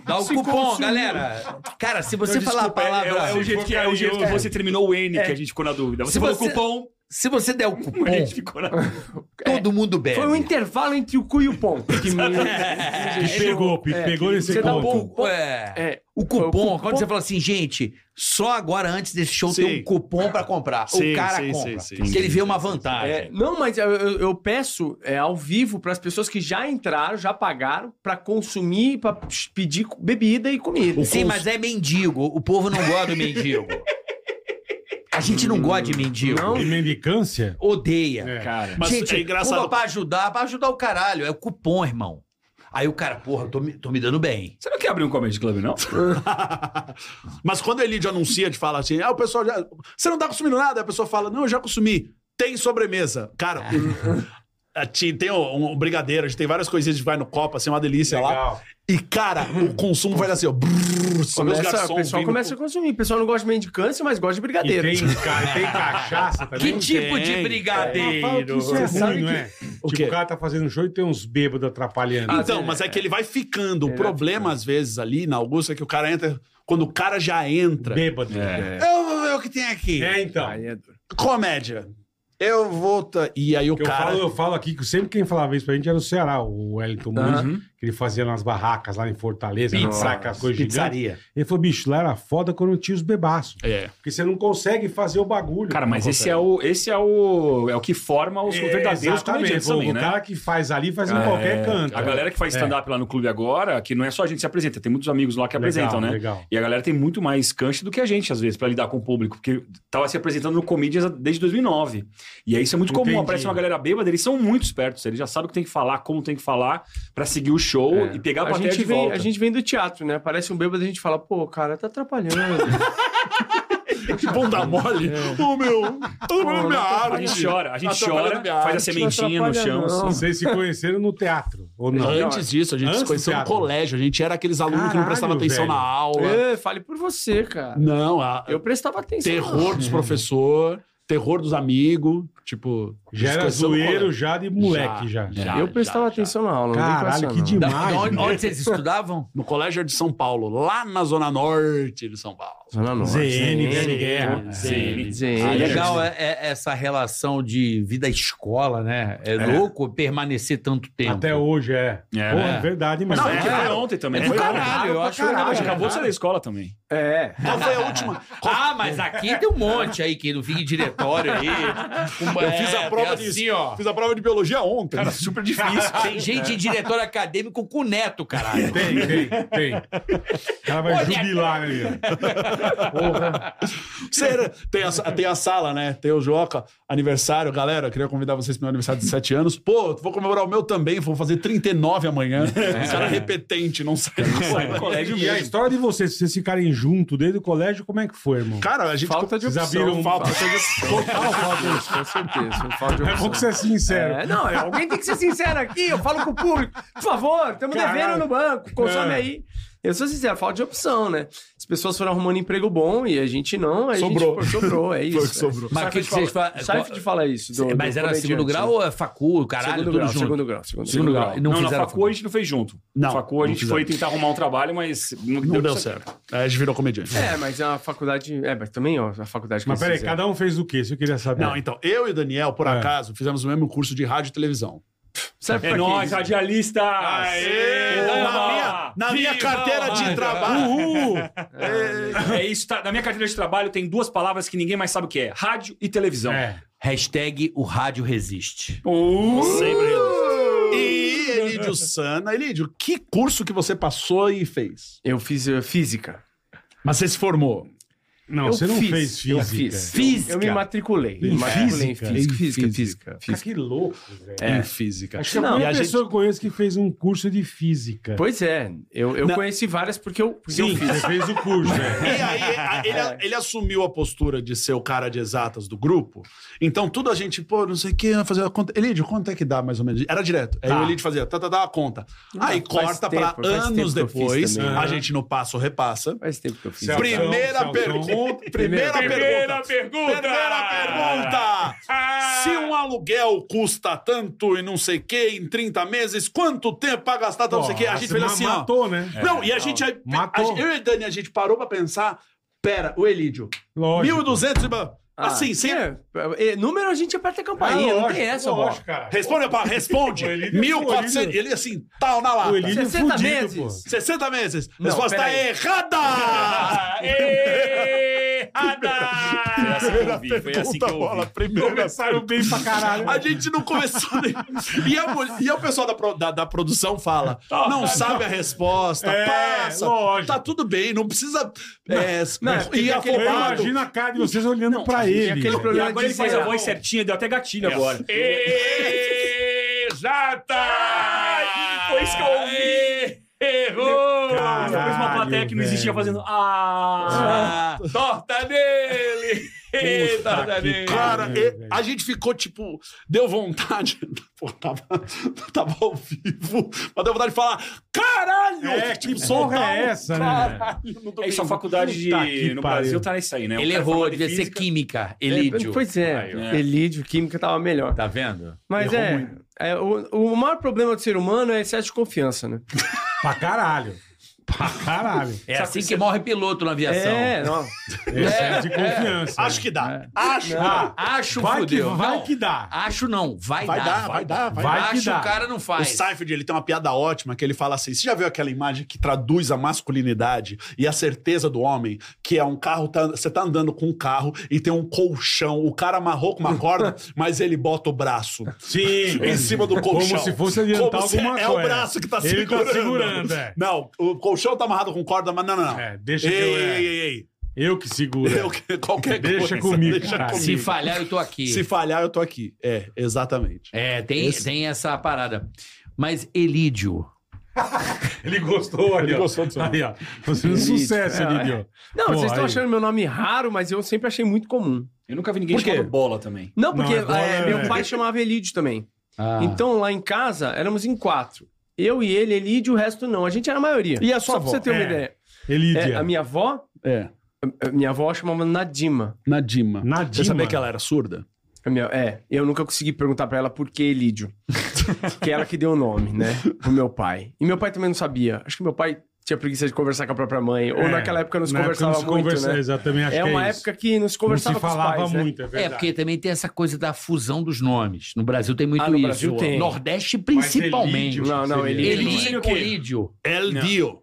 Speaker 8: Dá o
Speaker 1: Se
Speaker 8: cupom,
Speaker 1: consumiu.
Speaker 8: galera. Cara, se você falar a
Speaker 3: É,
Speaker 8: palavra.
Speaker 3: é o jeito que, é o jeito que você terminou o N que a gente ficou na dúvida. Você
Speaker 8: Se
Speaker 3: falou
Speaker 8: você-
Speaker 3: cupom,
Speaker 8: Se você der o cupom.
Speaker 3: a gente ficou na dúvida.
Speaker 5: Todo mundo bebe.
Speaker 1: *laughs* Foi um intervalo entre o cu e o pão. Que me...
Speaker 4: É, Que pegou, Pipe, pegou nesse
Speaker 1: você dá
Speaker 4: ponto.
Speaker 1: bom-
Speaker 8: É.
Speaker 1: É.
Speaker 5: O cupom,
Speaker 1: Foi o cupom.
Speaker 5: quando você fala assim, gente, só agora antes desse show
Speaker 8: Sim.
Speaker 5: tem um cupom pra comprar.
Speaker 8: Sim,
Speaker 5: o cara
Speaker 8: sim, sim,
Speaker 5: compra.
Speaker 8: sim,
Speaker 5: porque
Speaker 8: sim,
Speaker 5: ele vê
Speaker 8: sim,
Speaker 5: uma
Speaker 1: É,
Speaker 5: vantagem.
Speaker 1: não, mas eu, eu- eu peço é, ao vivo para as pessoas que já entraram, já pagaram, para consumir, para pedir bebida e comida.
Speaker 5: Sim, mas é mendigo. O povo não gosta do mendigo. A gente não gosta de mendigo.
Speaker 1: Não.
Speaker 4: E mendicância?
Speaker 5: Odeia.
Speaker 4: É.
Speaker 3: Cara.
Speaker 7: Mas
Speaker 5: gente,
Speaker 7: é engraçado.
Speaker 5: Pula pra ajudar, pra ajudar o caralho. É o cupom, irmão. Aí o cara, porra, eu tô me, tô me dando bem.
Speaker 3: Você não quer abrir um comedy club, não?
Speaker 7: *laughs* Mas quando o Elid anuncia, de fala assim: ah, o pessoal já. Você não tá consumindo nada? A pessoa fala: não, eu já consumi. Tem sobremesa. Cara. a ti- Tem um, um brigadeiro, a gente tem várias coisinhas que vai no copo, assim, uma delícia lá.
Speaker 4: Legal.
Speaker 7: E, cara, o consumo vai assim, ó. Brrr, sobe os
Speaker 1: Começa, o
Speaker 7: garçons
Speaker 1: pessoal
Speaker 7: vindo
Speaker 1: começa a consumir. O pessoal não gosta de mendicância, mas gosta de
Speaker 4: E
Speaker 1: brigadeiro.
Speaker 4: tem, cara, tem cachaça também.
Speaker 8: Que tipo de
Speaker 4: Mas fala que
Speaker 8: brigadeiro?
Speaker 4: isso é ruim,
Speaker 1: Você sabe
Speaker 4: não
Speaker 1: que-
Speaker 4: é?
Speaker 7: O
Speaker 4: tipo,
Speaker 7: quê?
Speaker 4: o cara tá fazendo um show e tem uns bêbados atrapalhando.
Speaker 7: Então, mas é que ele vai ficando. O problema, às vezes, ali na Augusta, é que o cara entra. Quando o cara já entra.
Speaker 4: Bêbado.
Speaker 3: É.
Speaker 7: Eu vou ver o que tem aqui.
Speaker 4: É, então.
Speaker 1: Aí é duro.
Speaker 7: Comédia. Eu vou. ta- E aí o
Speaker 4: Que eu,
Speaker 7: cara. *laughs*
Speaker 4: falo, eu falo aqui que sempre quem falava isso pra gente era o Ceará, o Wellington Muniz,
Speaker 3: Uhum.
Speaker 4: que ele fazia nas barracas lá em Fortaleza, na
Speaker 1: Pizza.
Speaker 4: praca, coisa é, gigante.
Speaker 5: Pizzaria.
Speaker 4: Ele falou, bicho, lá era foda quando tinha os bebaços.
Speaker 7: É.
Speaker 4: Porque você não consegue fazer o bagulho.
Speaker 3: Cara, mas
Speaker 4: Não
Speaker 3: esse
Speaker 4: consegue.
Speaker 3: é o, esse é o, é o que forma os
Speaker 4: É,
Speaker 3: verdadeiros
Speaker 4: exatamente,
Speaker 3: comediantes
Speaker 4: o-
Speaker 3: também,
Speaker 4: O
Speaker 3: né?
Speaker 4: cara que faz ali faz em
Speaker 3: É,
Speaker 4: qualquer canto. né? É.
Speaker 3: A galera que faz stand-up lá no clube agora, que não é só a gente que se apresenta, tem muitos amigos lá que
Speaker 4: Legal,
Speaker 3: apresentam, né?
Speaker 4: legal.
Speaker 3: E a galera tem muito mais cancha do que a gente, às vezes, pra lidar com o público, porque tava se apresentando no Comedians desde 2009. E aí isso é muito comum,
Speaker 4: Entendi.
Speaker 3: aparece uma galera bêbada, eles são muito espertos, eles já sabem o que tem que falar, como tem que falar, pra seguir o show
Speaker 4: É.
Speaker 3: e pegar a
Speaker 1: A
Speaker 3: plateia
Speaker 1: gente,
Speaker 3: de
Speaker 1: vem,
Speaker 3: volta.
Speaker 1: a gente vem do teatro, né? Parece um bêbado, a gente fala, pô, cara, tá atrapalhando.
Speaker 7: Que bunda mole. Ô, meu. Ô, meu, minha
Speaker 3: A
Speaker 7: arte.
Speaker 3: gente chora, a gente
Speaker 7: Atrapalhando
Speaker 3: chora,
Speaker 7: minha
Speaker 3: faz a
Speaker 7: arte,
Speaker 3: sementinha no
Speaker 1: atrapalha
Speaker 3: chão.
Speaker 1: não.
Speaker 3: assim.
Speaker 4: Vocês se conheceram no teatro, ou não?
Speaker 7: Antes disso, a gente
Speaker 4: Antes
Speaker 7: se conheceu
Speaker 4: do
Speaker 7: no
Speaker 4: teatro.
Speaker 7: colégio. A gente era aqueles alunos que não
Speaker 4: Caralho,
Speaker 7: prestavam atenção
Speaker 4: velho.
Speaker 7: na aula.
Speaker 1: Ê, fale por você, cara.
Speaker 7: Não, a-
Speaker 1: É. Eu prestava atenção.
Speaker 7: terror dos professor, terror dos amigos. Tipo.
Speaker 4: Já era
Speaker 7: conheceu no
Speaker 4: zoeiro,
Speaker 7: colégio.
Speaker 4: já de moleque, já.
Speaker 1: Eu prestava
Speaker 7: já, já.
Speaker 1: atenção na aula. não vem com
Speaker 4: Caralho,
Speaker 1: essa,
Speaker 4: que
Speaker 1: não.
Speaker 4: demais.
Speaker 5: Da- da onde,
Speaker 4: né?
Speaker 5: onde vocês estudavam?
Speaker 7: No colégio de São Paulo, lá na zona norte de São Paulo.
Speaker 1: Zona Norte.
Speaker 4: ZN, ZN Guerra.
Speaker 7: Sim.
Speaker 5: É
Speaker 1: ZN.
Speaker 5: legal é, é essa relação de vida escola, né? É, louco permanecer tanto tempo.
Speaker 4: Até hoje é.
Speaker 3: É,
Speaker 4: Porra,
Speaker 3: né?
Speaker 4: verdade, mas.
Speaker 3: Mas não,
Speaker 4: é,
Speaker 3: é que foi ontem também.
Speaker 5: É
Speaker 3: não
Speaker 5: do
Speaker 3: foi ontem.
Speaker 5: caralho, eu acho
Speaker 4: caralho.
Speaker 3: Ah, mas acabou de sair da escola também.
Speaker 1: É.
Speaker 7: Qual Então foi a última?
Speaker 5: Ah, mas aqui tem um monte aí que não fica em diretório aí. é,
Speaker 7: Eu fiz a prova
Speaker 5: de
Speaker 7: de Fiz a prova de biologia ontem.
Speaker 3: Cara, super difícil.
Speaker 5: assim, Tem gente em diretório acadêmico com neto, caralho.
Speaker 4: Tem, tem, tem. O cara
Speaker 3: é
Speaker 4: vai jubilar, né? meu?
Speaker 7: *laughs* Cera- tem, a, tem a sala, né? Tem o Joca, aniversário. Galera, eu queria convidar vocês pro meu aniversário de 7 anos. Pô, vou comemorar o meu também, vou fazer 39 amanhã. Esse cara é repetente, não sai é do colégio.
Speaker 3: colégio
Speaker 4: E a
Speaker 3: mesmo.
Speaker 4: história de vocês, vocês ficarem junto desde o colégio, como é que foi, irmão?
Speaker 7: Cara, a gente.
Speaker 1: Falta de
Speaker 4: Vocês
Speaker 1: opção.
Speaker 4: abriram um
Speaker 1: falta de opção. Total falta de opção, com certeza. Falta de
Speaker 4: É bom
Speaker 1: opção.
Speaker 4: que você é sincero.
Speaker 1: É, não, eu- alguém tem que ser sincero aqui. Eu falo com o público. Por favor, estamos
Speaker 4: Caralho.
Speaker 1: devendo no banco. Consome
Speaker 4: É.
Speaker 1: aí. Eu sou sincero, falta de opção, né? As pessoas foram arrumando emprego bom e a gente não. aí a gente-
Speaker 7: Sobrou.
Speaker 1: pô, sobrou,
Speaker 4: *laughs*
Speaker 1: é isso.
Speaker 7: Foi o que sobrou.
Speaker 5: Mas o que, que vocês
Speaker 1: O
Speaker 5: falam?
Speaker 1: Saif fala isso. do-
Speaker 5: Mas
Speaker 1: do
Speaker 5: era segundo
Speaker 1: comediante,
Speaker 5: grau
Speaker 1: né?
Speaker 5: ou é facu, caralho?
Speaker 1: Segundo
Speaker 5: tudo
Speaker 1: grau,
Speaker 5: junto?
Speaker 1: segundo grau, segundo,
Speaker 5: Segundo grau. E
Speaker 1: grau.
Speaker 5: Não,
Speaker 3: Não,
Speaker 5: fizeram
Speaker 3: na facu a gente não fez junto.
Speaker 7: Não,
Speaker 3: Na facu a
Speaker 7: não
Speaker 3: gente
Speaker 7: fizeram.
Speaker 3: foi tentar arrumar um trabalho, mas não,
Speaker 7: Não deu certo. Aí a gente virou comediante.
Speaker 1: É, mas a faculdade. É, mas também, ó, a faculdade que
Speaker 4: Mas
Speaker 1: vocês
Speaker 4: peraí,
Speaker 1: fizeram.
Speaker 4: cada um fez o quê? Isso eu queria saber.
Speaker 7: Não, então, eu e o Daniel, por
Speaker 4: É.
Speaker 7: acaso, fizemos o mesmo curso de rádio e televisão.
Speaker 1: Serve
Speaker 3: É
Speaker 1: pra
Speaker 3: nóis,
Speaker 1: quê?
Speaker 3: radialistas!
Speaker 7: Aê!
Speaker 3: Oba!
Speaker 7: Na minha, na minha carteira de trabalho.
Speaker 3: Uhul! É isso, tá? Na minha carteira de trabalho tem duas palavras que ninguém mais sabe o que é: rádio e
Speaker 7: então,
Speaker 3: televisão.
Speaker 4: É.
Speaker 5: Hashtag o rádio resiste.
Speaker 3: Uh!
Speaker 6: Sempre. E Elídio Sana. Elídio, que curso que você passou e fez?
Speaker 1: Eu fiz eh, física.
Speaker 6: Mas você se formou.
Speaker 4: Não,
Speaker 1: Eu
Speaker 4: você não
Speaker 1: fiz,
Speaker 4: fez
Speaker 1: eu
Speaker 4: física.
Speaker 1: fiz.
Speaker 5: Física.
Speaker 1: Eu me matriculei. Me
Speaker 4: Em
Speaker 1: matriculei em
Speaker 4: física?
Speaker 1: física.
Speaker 6: Em
Speaker 1: Física,
Speaker 6: física.
Speaker 1: física.
Speaker 4: Cara,
Speaker 1: física.
Speaker 4: que louco, velho.
Speaker 1: É.
Speaker 6: Em física.
Speaker 4: Acho que a
Speaker 1: Não,
Speaker 4: primeira
Speaker 6: e a
Speaker 4: pessoa que eu conheço que fez um curso de física.
Speaker 1: Pois é, eu, eu conheci várias porque eu, porque eu fiz.
Speaker 4: Você fez o
Speaker 7: *laughs*
Speaker 4: curso, né?
Speaker 7: E aí, a- ele,
Speaker 1: É.
Speaker 7: ele assumiu a postura de ser o cara de exatas do grupo. Então, tudo a gente, pô, não sei o que, fazer a conta. Elidio, quanto é que dá mais ou menos? Era direto. Aí
Speaker 4: Tá.
Speaker 7: o Elidio fazia, tá, tá, tá, a conta.
Speaker 1: Ah,
Speaker 7: aí
Speaker 1: faz
Speaker 7: corta
Speaker 1: tempo,
Speaker 7: pra
Speaker 1: faz
Speaker 7: anos
Speaker 1: tempo que eu fiz
Speaker 7: depois,
Speaker 1: também,
Speaker 7: a
Speaker 1: né?
Speaker 7: gente no passo repassa.
Speaker 1: Faz tempo que eu fiz.
Speaker 4: Celso.
Speaker 7: Primeira
Speaker 4: Celso.
Speaker 7: pergunta. Primeira, pergunta.
Speaker 3: pergunta! Ah,
Speaker 7: Primeira pergunta! Se um aluguel custa tanto e não sei o que, em 30 meses, quanto tempo pra gastar, tal, não sei o que? A gente fez
Speaker 4: ma-
Speaker 7: assim, ó.
Speaker 4: matou, né?
Speaker 7: Não, e a gente aí.
Speaker 4: Matou.
Speaker 7: a- eu e o Dani, a gente parou pra pensar. Pera, o Elídio.
Speaker 4: Lógico.
Speaker 7: 1.200 e. ba-
Speaker 1: Ah,
Speaker 7: assim, sem.
Speaker 1: é, é, número a gente aperta a
Speaker 5: Ah,
Speaker 1: campainha, não tem essa, ó.
Speaker 4: Ah, lógico, cara.
Speaker 7: Responde, pá, responde.
Speaker 4: *laughs* O Elídio- é
Speaker 7: 1.400. Ele assim, tal na
Speaker 4: O
Speaker 7: lata.
Speaker 4: Elídio
Speaker 1: 60
Speaker 4: fudido,
Speaker 1: meses.
Speaker 7: 60 meses.
Speaker 1: Não,
Speaker 7: Resposta
Speaker 1: peraí.
Speaker 4: *laughs*
Speaker 7: errada! *laughs*
Speaker 3: Errada!
Speaker 9: Foi assim que eu vi, foi assim que eu
Speaker 7: bola,
Speaker 9: vi.
Speaker 4: pô.
Speaker 7: primeiro.
Speaker 4: Começaram bem pra caralho.
Speaker 7: A gente não começou nem. E, a mulher- e o pessoal da, pro- da, da produção fala: não sabe a resposta,
Speaker 4: Tá. É,
Speaker 7: passa.
Speaker 4: lógico.
Speaker 7: Tá tudo bem, não precisa. é,
Speaker 1: porque
Speaker 7: ir
Speaker 1: aquele-
Speaker 4: Eu
Speaker 7: afobado.
Speaker 4: imagino é, a cara de vocês olhando pra
Speaker 1: E
Speaker 4: ele. é
Speaker 1: aquele
Speaker 3: E
Speaker 1: problema
Speaker 3: agora ele
Speaker 1: de
Speaker 3: faz a
Speaker 1: dizer,
Speaker 3: voz certinha, deu até gatilho agora. Exata! Foi isso que eu ouvi! Errou!
Speaker 4: Caralho,
Speaker 3: Depois uma plateia que não existia
Speaker 4: velho.
Speaker 3: fazendo. Ah! Torta nele! Torta
Speaker 4: que
Speaker 3: nele!
Speaker 7: Cara,
Speaker 4: Caralho,
Speaker 7: e-
Speaker 4: velho.
Speaker 7: a gente ficou tipo, deu vontade. *laughs* Pô, tava, tava ao vivo, mas deu vontade de falar: caralho!
Speaker 4: É, que
Speaker 7: tipo,
Speaker 4: porra
Speaker 7: soltar
Speaker 4: é
Speaker 7: um
Speaker 4: essa, né,
Speaker 7: *laughs* caralho no
Speaker 3: É
Speaker 7: domingo.
Speaker 3: isso, a faculdade de-
Speaker 4: Puta que
Speaker 3: no
Speaker 4: pariu.
Speaker 3: Brasil tá nisso aí, né? O
Speaker 5: Ele
Speaker 3: cara
Speaker 5: errou,
Speaker 3: formado em
Speaker 5: devia ser
Speaker 3: física.
Speaker 5: química.
Speaker 1: É,
Speaker 5: Elídio.
Speaker 1: pois é,
Speaker 3: Aí, ó.
Speaker 1: Elídio, Química tava melhor.
Speaker 5: Tá vendo?
Speaker 1: Mas é, é, o, o maior problema do ser humano é excesso de confiança, né?
Speaker 4: Pra caralho. Pra caralho.
Speaker 5: É assim que morre piloto na
Speaker 4: Então.
Speaker 5: aviação.
Speaker 1: É, não.
Speaker 4: Excesso é de confiança.
Speaker 7: Acho que dá. Acho.
Speaker 4: Ah,
Speaker 5: Acho
Speaker 4: vai que,
Speaker 5: fudeu.
Speaker 4: vai
Speaker 5: Não,
Speaker 4: que dá.
Speaker 5: Acho não, vai,
Speaker 7: Vai
Speaker 5: dar.
Speaker 7: dar, vai dar, vai
Speaker 4: Vai que
Speaker 5: Acho
Speaker 4: dá.
Speaker 5: o cara não
Speaker 7: O
Speaker 5: faz.
Speaker 7: Seinfeld, ele tem uma piada ótima que ele fala assim: você já viu aquela imagem que traduz a masculinidade e a certeza do homem? Que é um carro, tá- você tá andando com um carro e tem um colchão, o cara amarrou com uma corda,
Speaker 4: *laughs*
Speaker 7: mas ele bota o braço
Speaker 4: Sim.
Speaker 7: em cima do colchão.
Speaker 4: Como se fosse adiantar
Speaker 7: Como se
Speaker 4: alguma
Speaker 7: é
Speaker 4: coisa.
Speaker 7: o braço que tá
Speaker 4: Ele tá
Speaker 7: segurando.
Speaker 4: segurando, é.
Speaker 7: Não, o colchão tá amarrado com corda, mas não, não, não.
Speaker 4: É, deixa
Speaker 7: ei,
Speaker 4: que eu- é.
Speaker 7: ei, ei,
Speaker 4: Eu que seguro. é.
Speaker 7: ei. Eu que- qualquer
Speaker 4: Deixa
Speaker 7: coisa.
Speaker 4: comigo, cara.
Speaker 5: Se falhar, eu tô aqui.
Speaker 7: é Se falhar, eu tô aqui. É, exatamente.
Speaker 5: É, tem, tem essa parada. Mas Elídio,
Speaker 4: Ele gostou, ali, ó.
Speaker 7: gostou do seu
Speaker 4: Aí, ó. Você é um sucesso,
Speaker 1: É,
Speaker 4: Elidio.
Speaker 1: Não,
Speaker 4: Pô,
Speaker 1: vocês estão
Speaker 4: aí.
Speaker 1: achando meu nome raro, mas eu sempre achei muito comum.
Speaker 3: Eu nunca vi ninguém
Speaker 1: Por quê?
Speaker 3: chamando bola também.
Speaker 1: Não, porque
Speaker 4: Não, é bom,
Speaker 1: é,
Speaker 4: né,
Speaker 1: meu
Speaker 4: velho? Ah.
Speaker 1: pai chamava Elídio também. Então, lá em casa, éramos em quatro. Eu e ele, Elídio, o resto não. A gente era a maioria.
Speaker 6: E a sua
Speaker 1: Só pra
Speaker 6: avó?
Speaker 1: você ter uma
Speaker 4: É.
Speaker 1: ideia. É,
Speaker 4: Elidia.
Speaker 1: a minha avó,
Speaker 6: É.
Speaker 1: a minha avó chamava Nadima.
Speaker 6: Nadima.
Speaker 4: Nadima.
Speaker 6: Você sabia que ela era surda?
Speaker 1: A minha- é, eu nunca consegui perguntar pra ela por que Elídio. que é ela que deu o nome, né? Pro meu pai. E meu pai também não sabia. Acho que meu pai tinha preguiça de conversar com a própria mãe. Ou
Speaker 4: É,
Speaker 1: naquela época não se
Speaker 4: na época
Speaker 1: conversava
Speaker 4: não se
Speaker 1: muito,
Speaker 4: conversa-
Speaker 1: né?
Speaker 4: Exatamente, acho
Speaker 1: É
Speaker 4: que
Speaker 1: uma
Speaker 4: isso.
Speaker 1: época que não se
Speaker 4: Não
Speaker 1: conversava
Speaker 4: se
Speaker 1: com os
Speaker 4: falava
Speaker 1: pais, né?
Speaker 4: muito, é
Speaker 5: É,
Speaker 4: verdade.
Speaker 5: porque também tem essa coisa da fusão dos nomes. No Brasil tem muito
Speaker 1: Ah, no
Speaker 5: isso.
Speaker 1: Brasil tem.
Speaker 5: Nordeste
Speaker 4: Mas
Speaker 5: principalmente.
Speaker 4: Elidio
Speaker 1: Não, não,
Speaker 4: seria.
Speaker 1: Elidio
Speaker 5: Elídio
Speaker 3: Seria o
Speaker 5: com
Speaker 3: quê?
Speaker 5: Lídio.
Speaker 7: El Dio.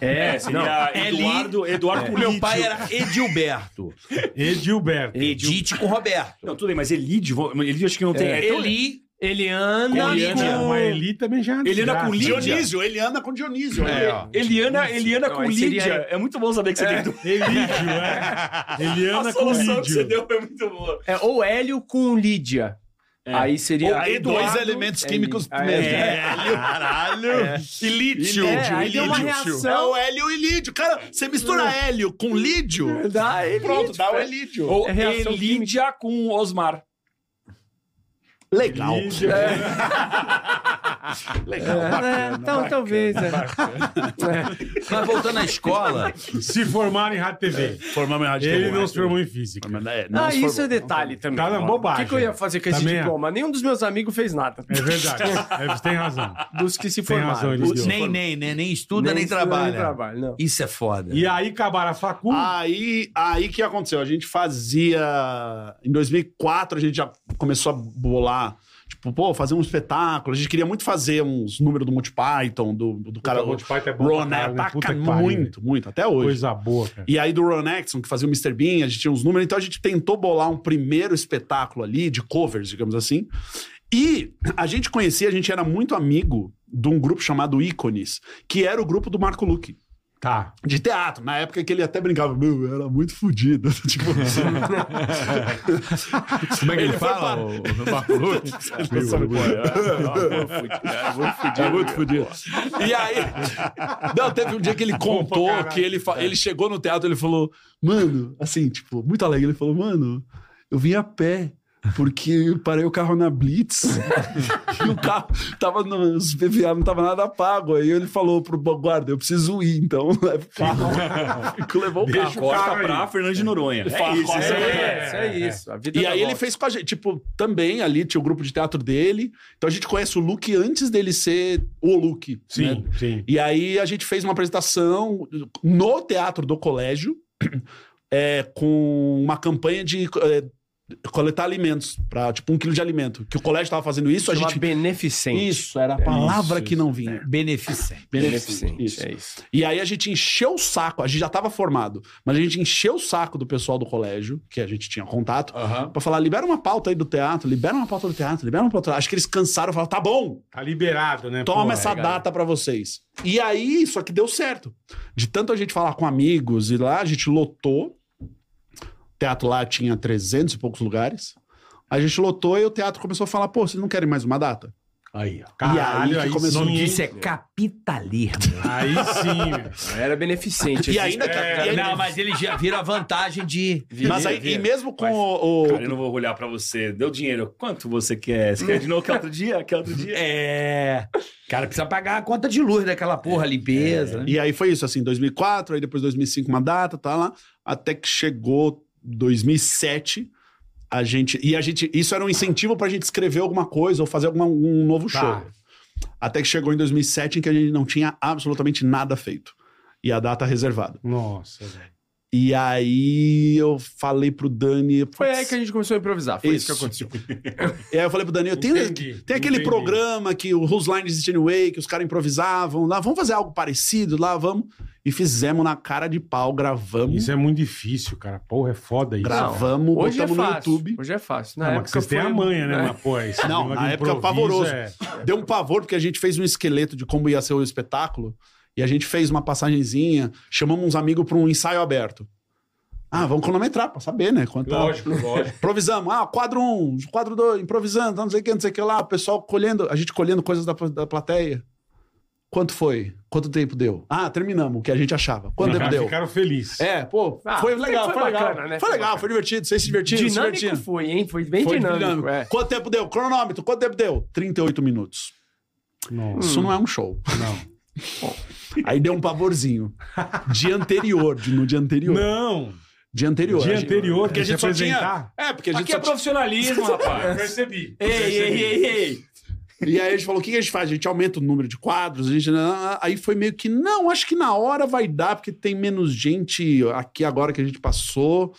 Speaker 1: É,
Speaker 3: É, seria Eduardo, Eduardo com
Speaker 5: Meu
Speaker 3: Lídio.
Speaker 5: pai era Edilberto.
Speaker 4: Edilberto.
Speaker 5: Edite com Roberto.
Speaker 3: *laughs* Não, tudo bem, mas Elídio, vou- Elídio acho que não tem.
Speaker 1: É.
Speaker 3: então-
Speaker 5: Eli,
Speaker 1: Eliana.
Speaker 4: Eliana.
Speaker 1: com-
Speaker 4: Mas Eli também já... é uma
Speaker 3: Eliana com
Speaker 4: desgraça.
Speaker 3: Lídia.
Speaker 7: Ah, Dionísio, ele anda com Dionísio.
Speaker 5: É, ó.
Speaker 3: Eliana, Eliana
Speaker 1: Não,
Speaker 3: com
Speaker 1: aí seria-
Speaker 3: Lídia. É muito bom saber que você tem duas.
Speaker 4: Elídio,
Speaker 3: *laughs*
Speaker 4: é. Eliana
Speaker 3: A
Speaker 4: com
Speaker 3: solução que você
Speaker 4: Lídio.
Speaker 3: deu é muito boa.
Speaker 1: É, ou Hélio com Lídia. Aí seria.
Speaker 7: E dois elementos químicos
Speaker 1: é,
Speaker 7: mesmo.
Speaker 1: É,
Speaker 7: Caralho. E lítio.
Speaker 1: Lítio, é, aí deu uma reação.
Speaker 7: É o hélio e lítio. Cara, você mistura hélio com lídio.
Speaker 1: Dá ele.
Speaker 7: Pronto, dá o helídio.
Speaker 3: Ou
Speaker 1: É reação
Speaker 3: Elídia com Osmar.
Speaker 7: Legal. É.
Speaker 4: Lídia.
Speaker 7: Legal.
Speaker 1: É,
Speaker 7: bacana,
Speaker 1: então,
Speaker 7: bacana.
Speaker 1: talvez. é.
Speaker 5: mas voltando à escola,
Speaker 4: Se formaram em Rádio TV.
Speaker 7: Formamos em rádio
Speaker 4: Ele
Speaker 7: TV.
Speaker 4: não se formou em física.
Speaker 7: é Mas, é, não
Speaker 1: Ah,
Speaker 7: se
Speaker 1: isso
Speaker 7: formou.
Speaker 1: é detalhe também.
Speaker 4: Tá na bobagem.
Speaker 1: O que, que eu ia fazer com esse
Speaker 4: Também é.
Speaker 1: diploma? Nenhum dos meus amigos fez nada.
Speaker 4: É verdade.
Speaker 7: *laughs*
Speaker 4: É, você tem razão.
Speaker 1: *laughs* Dos que se
Speaker 4: Tem razão,
Speaker 1: formaram.
Speaker 4: Eliseu.
Speaker 5: nem, nem, né? Nem estuda, nem,
Speaker 1: estuda,
Speaker 5: trabalha.
Speaker 1: Nem trabalha, não.
Speaker 5: Isso é foda.
Speaker 4: E aí acabaram a facu.
Speaker 7: Ah, Aí, aí que aconteceu? A gente fazia. Em 2004, a gente já começou a bolar. Tipo, pô, fazer um espetáculo. A gente queria muito fazer uns números do Monty Python, do, do cara.
Speaker 4: Puta, o Monty Python é bom pra
Speaker 7: Ron,
Speaker 4: caralho, né?
Speaker 7: ataca
Speaker 4: Puta que pariu, é.
Speaker 7: muito, muito, até hoje.
Speaker 4: Coisa boa, cara.
Speaker 7: E aí do Ron Exxon, que fazia o Mr. Bean, a gente tinha uns números, então a gente tentou bolar um primeiro espetáculo ali, de covers, digamos assim. E a gente conhecia, a gente era muito amigo de um grupo chamado Ícones, que era o grupo do Marco Luque.
Speaker 4: Tá.
Speaker 7: De teatro, na época que ele até brincava, meu, eu era muito fodido. *laughs* tipo,
Speaker 9: *laughs* Como é que ele,
Speaker 7: Ele foi
Speaker 9: fala?
Speaker 7: para-
Speaker 9: O, o Marco
Speaker 7: *laughs*
Speaker 9: Luque?
Speaker 3: né?
Speaker 7: É muito fodido. E aí, não, teve um dia que ele contou que ele, fa-
Speaker 3: É.
Speaker 7: ele chegou no teatro, ele falou, mano, assim, tipo, muito alegre, ele falou, mano, eu vim a pé. Porque eu parei o carro na Blitz *laughs* e o carro tava no os PVA, não tava nada pago. Aí ele falou pro guarda: Eu preciso ir, então *laughs* leva o
Speaker 3: *laughs*
Speaker 7: carro. Fico, levou o carro.
Speaker 3: Deixa o cara pra Fernando de Noronha.
Speaker 7: Fala,
Speaker 1: É,
Speaker 7: "Nossa,
Speaker 1: isso, é isso. A vida
Speaker 7: e
Speaker 1: dá
Speaker 7: aí ele
Speaker 1: volta.
Speaker 7: fez com a gente, tipo, também ali tinha o grupo de teatro dele. Então a gente conhece o Luke antes dele ser o Luke.
Speaker 4: Sim,
Speaker 7: né?
Speaker 4: sim.
Speaker 7: E aí a gente fez uma apresentação no teatro do colégio *clears throat* é, com uma campanha de é, coletar alimentos para tipo um quilo de alimento. Que o colégio estava fazendo isso, a
Speaker 1: Chama
Speaker 7: gente
Speaker 1: beneficente.
Speaker 7: isso era a palavra
Speaker 4: isso,
Speaker 7: que não vinha.
Speaker 5: Beneficente.
Speaker 1: Beneficente.
Speaker 7: Isso.
Speaker 1: É isso.
Speaker 7: E aí a gente encheu o saco, a gente já estava formado, mas a gente encheu o saco do pessoal do colégio, que a gente tinha contato, Pra falar, libera uma pauta aí do teatro, libera uma pauta do teatro, libera uma pauta. Acho que eles cansaram e falaram, tá bom,
Speaker 4: Tá liberado, né?
Speaker 7: toma
Speaker 4: pô?
Speaker 7: essa
Speaker 1: cara.
Speaker 7: data pra vocês. E aí, só que deu certo. De tanto a gente falar com amigos e lá, a gente lotou. O teatro lá tinha 300 e poucos lugares. A gente lotou e o teatro começou a falar, pô, vocês não querem mais uma data?
Speaker 4: Aí, ó.
Speaker 7: E aí
Speaker 4: Caralho,
Speaker 7: que
Speaker 4: aí,
Speaker 7: começou-
Speaker 4: sim, hein?
Speaker 5: Isso é *laughs* capitalismo.
Speaker 4: Aí sim, velho.
Speaker 1: Era beneficente.
Speaker 7: *laughs* E
Speaker 1: Esse-
Speaker 7: ainda... que-
Speaker 4: é,
Speaker 7: e ainda-
Speaker 5: Não, mas ele já vira a vantagem de.
Speaker 7: mas aí, e mesmo com o... o-
Speaker 3: Cara, eu não vou olhar pra você. Deu dinheiro. Quanto você quer? Você quer de novo que outro dia? Que outro dia?
Speaker 5: É. Cara, precisa pagar a conta de luz daquela porra, limpeza. né?
Speaker 7: E aí foi isso, assim, 2004, aí depois 2005 uma data, tá lá, até que chegou 2007, a gente, e a gente, isso era um incentivo pra gente escrever alguma coisa ou fazer alguma, um novo
Speaker 4: Tá.
Speaker 7: show. Até que chegou em 2007 em que a gente não tinha absolutamente nada feito. E a data reservada.
Speaker 4: Nossa, velho.
Speaker 7: E aí eu falei pro Dani.
Speaker 1: Foi
Speaker 7: "Putz,
Speaker 1: aí que a gente começou a improvisar. Foi isso,
Speaker 7: Isso.
Speaker 1: que aconteceu.
Speaker 7: E aí eu falei pro Daniel, tem,
Speaker 4: Entendi,
Speaker 7: tem aquele
Speaker 4: entendi.
Speaker 7: programa que o Whose Line Is It Anyway, que os caras improvisavam lá, vamos fazer algo parecido lá, vamos. E fizemos na cara de pau, gravamos,
Speaker 4: Isso é muito difícil, cara. Porra, é foda isso.
Speaker 1: Grava.
Speaker 7: gravamos,
Speaker 1: Hoje é
Speaker 7: botamos no
Speaker 1: fácil.
Speaker 7: YouTube.
Speaker 1: Hoje é fácil. Na
Speaker 4: Não,
Speaker 1: época
Speaker 4: mas vocês têm
Speaker 1: foi-
Speaker 4: a manha, né?
Speaker 1: É.
Speaker 4: Mas, pô, esse
Speaker 7: Não,
Speaker 4: negócio
Speaker 7: na
Speaker 4: de
Speaker 7: época é
Speaker 4: improviso
Speaker 7: pavoroso.
Speaker 4: é-
Speaker 7: Deu um pavor, porque a gente fez um esqueleto de como ia ser o espetáculo, e a gente fez uma passagenzinha, chamamos uns amigos para um ensaio aberto. Ah, vamos cronometrar pra saber, né? Quanto tá-
Speaker 4: Lógico, lógico.
Speaker 7: Improvisamos. Ah, quadro 1, um, quadro 2, improvisando, não sei o que, não sei o que lá. O pessoal colhendo, a gente colhendo coisas da, da plateia. Quanto foi? Quanto tempo deu? Ah, terminamos, o que a gente achava. Quanto tempo deu?
Speaker 4: Ficaram felizes.
Speaker 7: É, pô,
Speaker 1: Ah,
Speaker 7: foi
Speaker 1: foi-
Speaker 7: legal,
Speaker 1: foi
Speaker 7: foi, legal.
Speaker 1: bacana, né?
Speaker 7: Foi
Speaker 1: Foi
Speaker 7: legal, foi divertido, vocês se divertiram, se
Speaker 1: Dinâmico
Speaker 7: divertiram.
Speaker 1: foi, hein? Foi bem
Speaker 7: Foi
Speaker 1: dinâmico.
Speaker 7: dinâmico.
Speaker 1: é.
Speaker 7: Quanto tempo deu? Cronômetro, quanto tempo deu? 38 minutos.
Speaker 4: Nossa,
Speaker 7: Isso não é um show.
Speaker 4: não.
Speaker 7: Aí deu um pavorzinho. Dia anterior, de- no dia anterior.
Speaker 4: Não.
Speaker 7: Dia anterior.
Speaker 4: Dia
Speaker 7: A gente-
Speaker 4: anterior,
Speaker 7: Porque a gente
Speaker 4: se
Speaker 7: só tinha...
Speaker 4: apresentar?
Speaker 7: É, porque a gente
Speaker 3: Aqui
Speaker 7: só
Speaker 3: é
Speaker 7: tinha...
Speaker 3: profissionalismo, rapaz.
Speaker 4: Ah, Percebi.
Speaker 3: ei, ei, ei, ei.
Speaker 7: E aí a gente falou: o que a gente faz? A gente aumenta o número de quadros, a gente. Aí foi meio que, não, acho que na hora vai dar, porque tem menos gente aqui agora que a gente passou.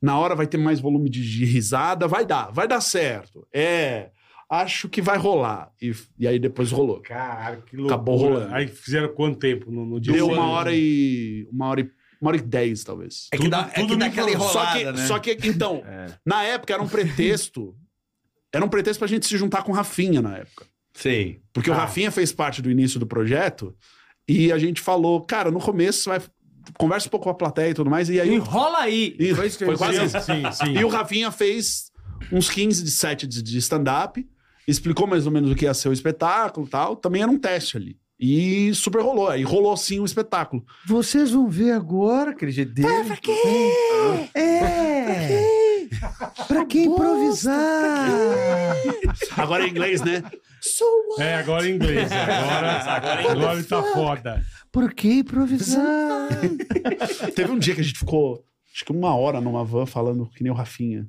Speaker 7: Na hora vai ter mais volume de, de risada, vai dar, vai dar certo. É, acho que vai rolar. E, e aí depois rolou.
Speaker 4: Caralho, que loucura.
Speaker 7: Acabou rolando.
Speaker 4: Aí fizeram quanto tempo no, no dia?
Speaker 7: Deu
Speaker 4: seguinte?
Speaker 7: uma hora e. uma hora e. Uma hora e dez, talvez.
Speaker 5: É que
Speaker 4: Tudo-
Speaker 5: dá, é
Speaker 4: tudo
Speaker 5: que dá
Speaker 4: me
Speaker 5: aquela
Speaker 4: falou.
Speaker 5: enrolada,
Speaker 7: só, que,
Speaker 5: né?
Speaker 7: só que, *laughs* então, na época era um pretexto. Era um pretexto pra gente se juntar com o Rafinha na época.
Speaker 5: Sei.
Speaker 7: Porque
Speaker 4: Ah.
Speaker 7: o Rafinha fez parte do início do projeto e a gente falou, cara, no começo vai conversa um pouco com a plateia e tudo mais e aí
Speaker 1: Enrola aí.
Speaker 7: E-
Speaker 1: Foi isso que eu
Speaker 7: foi
Speaker 1: ia dizer.
Speaker 7: quase isso.
Speaker 4: Sim, sim.
Speaker 7: E o Rafinha fez uns 15 de sete de, de stand up, explicou mais ou menos o que ia ser o espetáculo, e tal, também era um teste ali. E super rolou, aí rolou sim o espetáculo.
Speaker 5: Vocês vão ver agora, aquele jeito dele. Pra quê? É. Pra que improvisar?
Speaker 7: Agora em inglês, né?
Speaker 4: É, agora em inglês. Agora, agora, ele tá foda.
Speaker 5: Por que improvisar?
Speaker 7: Teve um dia que a gente ficou acho que uma hora numa van falando que nem o Rafinha.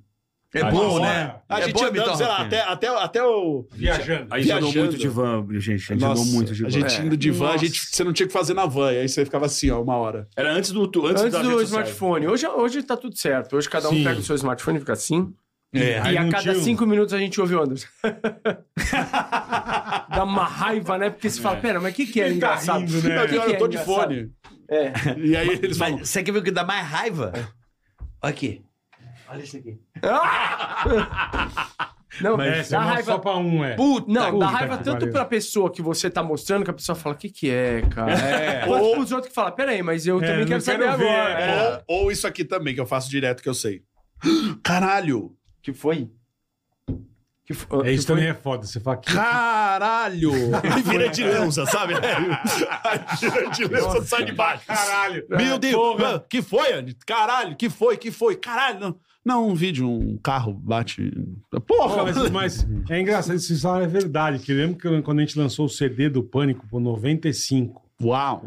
Speaker 5: É
Speaker 3: Uma
Speaker 5: bom,
Speaker 3: hora.
Speaker 5: né?
Speaker 7: A
Speaker 5: É
Speaker 7: gente
Speaker 5: bom
Speaker 7: andando,
Speaker 5: imitar o
Speaker 7: sei lá, até,
Speaker 5: Rafinha.
Speaker 7: até, até o
Speaker 4: Viajando.
Speaker 3: A gente andou
Speaker 7: Viajando.
Speaker 3: muito de van, gente. A gente
Speaker 7: Nossa,
Speaker 3: andou muito de
Speaker 7: a
Speaker 3: van.
Speaker 7: gente
Speaker 1: É.
Speaker 7: indo de van, a
Speaker 1: Nossa.
Speaker 7: gente, você não tinha o que fazer na van, e aí você ficava assim, ó, uma hora.
Speaker 3: Era antes do...
Speaker 1: Antes
Speaker 3: das
Speaker 1: do
Speaker 3: redes sociais.
Speaker 1: smartphone. Hoje, hoje tá tudo certo. Hoje cada um
Speaker 4: Sim.
Speaker 1: pega o seu smartphone e fica assim. e a
Speaker 4: não
Speaker 1: cada
Speaker 4: tinha um.
Speaker 1: cinco minutos a gente ouve
Speaker 4: *laughs*
Speaker 1: o Anderson. Dá uma raiva, né? Porque se fala, pera, mas o que, que é
Speaker 4: Ele tá
Speaker 1: engraçado?
Speaker 4: rindo, né?
Speaker 1: O
Speaker 6: Não,
Speaker 1: que
Speaker 6: pior,
Speaker 1: que
Speaker 6: eu
Speaker 1: é
Speaker 6: tô de
Speaker 1: engraçado?
Speaker 6: fone.
Speaker 1: É.
Speaker 6: E aí eles falam.
Speaker 5: Mas você quer ver o que dá mais raiva?
Speaker 7: É.
Speaker 5: Olha aqui. Olha isso aqui.
Speaker 1: *laughs* Não,
Speaker 4: É, você mostra
Speaker 1: dá raiva.
Speaker 4: só pra um, é.
Speaker 1: Puta, não,
Speaker 4: puta
Speaker 1: dá raiva
Speaker 4: que
Speaker 1: tanto
Speaker 4: pariu.
Speaker 1: pra pessoa que você tá mostrando que a pessoa fala, o que que é, cara? Ou pros outros que falam, peraí, mas eu
Speaker 4: É,
Speaker 1: também
Speaker 4: não
Speaker 1: quero saber
Speaker 4: quero ver,
Speaker 1: agora.
Speaker 4: é.
Speaker 7: Ou, ou isso aqui também, que eu faço direto, que eu sei. *gasps* Caralho!
Speaker 1: Que foi? Que fo-
Speaker 4: É,
Speaker 1: que
Speaker 4: isso
Speaker 1: foi?
Speaker 4: também é foda. Você fala que.
Speaker 7: Caralho! *laughs* Aí vira de lança, sabe? Aí vira de lança, sai de baixo.
Speaker 4: Caralho!
Speaker 7: Meu Deus! mano, que foi, Andy? Caralho, que foi, que foi? Caralho! Não, não um vídeo, um carro bate. Porra!
Speaker 4: Pô, mas, mas é engraçado, isso fala é verdade. Que eu lembro que quando a gente lançou o CD do Pânico por 95.
Speaker 7: Uau!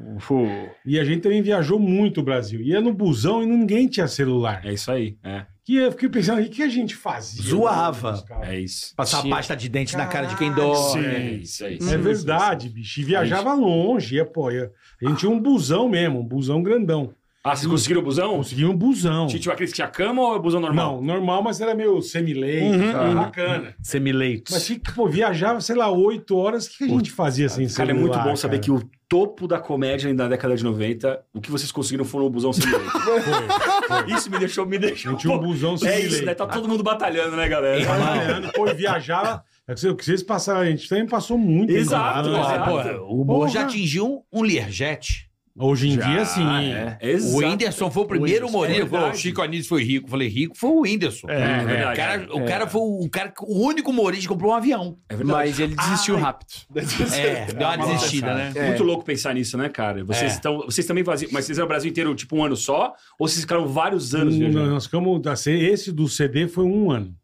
Speaker 4: E a gente também viajou muito o Brasil. Ia no busão e ninguém tinha celular.
Speaker 3: É isso aí. É,
Speaker 4: Que eu fiquei pensando, o que que a gente fazia?
Speaker 5: Zoava.
Speaker 4: Os caras.
Speaker 3: é isso.
Speaker 5: Passar
Speaker 1: Sim.
Speaker 5: pasta de dente na cara de quem
Speaker 4: Caralho.
Speaker 5: dorme.
Speaker 3: É isso, é isso. É
Speaker 4: É verdade, bicho. E viajava longe, ia, pô. ia- A gente tinha um busão mesmo, um busão grandão.
Speaker 3: Ah, vocês conseguiram o busão?
Speaker 4: Conseguia um busão.
Speaker 3: Tite aquele que tinha cama ou é busão normal? Uhum.
Speaker 4: Não, normal, mas era meio semi-leito, tá? bacana.
Speaker 5: Semileitos.
Speaker 4: Mas que, pô, viajava, sei lá, oito horas, o que, que a gente fazia sem
Speaker 3: Cara, é
Speaker 4: celular?
Speaker 3: muito bom saber que o topo da comédia da década de 90, o que vocês conseguiram foi um busão sem leito.
Speaker 4: *laughs*
Speaker 3: Isso me deixou, me deixou.
Speaker 4: Eu
Speaker 3: *laughs*
Speaker 4: tinha um busão É,
Speaker 3: É
Speaker 4: semi-leito.
Speaker 3: isso, né? Tá todo mundo batalhando, né, galera?
Speaker 4: Trabalhando, pô, e viajava. É que vocês- o que vocês passaram, a gente também passou muito. hein, né?
Speaker 3: Exato,
Speaker 4: cara?
Speaker 3: exato.
Speaker 5: é, o humor
Speaker 4: Porra.
Speaker 5: já atingiu um, um Learjet.
Speaker 4: Hoje em dia, assim, sim.
Speaker 3: é.
Speaker 5: O
Speaker 3: Exato.
Speaker 5: Whindersson foi o primeiro humorista.
Speaker 3: é
Speaker 5: falou, o
Speaker 3: verdade.
Speaker 5: Chico Anísio foi rico. Eu falei, rico foi o Whindersson.
Speaker 3: É
Speaker 5: O
Speaker 3: verdade.
Speaker 5: cara, o cara foi o, cara, que- o único humorista que comprou um avião.
Speaker 3: É verdade.
Speaker 1: Mas ele desistiu rápido.
Speaker 5: É, deu uma desistida, né?
Speaker 1: É.
Speaker 3: Muito louco pensar nisso, né, cara?
Speaker 4: É.
Speaker 3: Vocês estão. Vocês também vaziam. Mas vocês eram o Brasil inteiro, tipo, um ano só? Ou vocês ficaram vários anos
Speaker 4: Nós,
Speaker 3: viajando?
Speaker 4: nós ficamos. assim, Esse do CD foi um ano.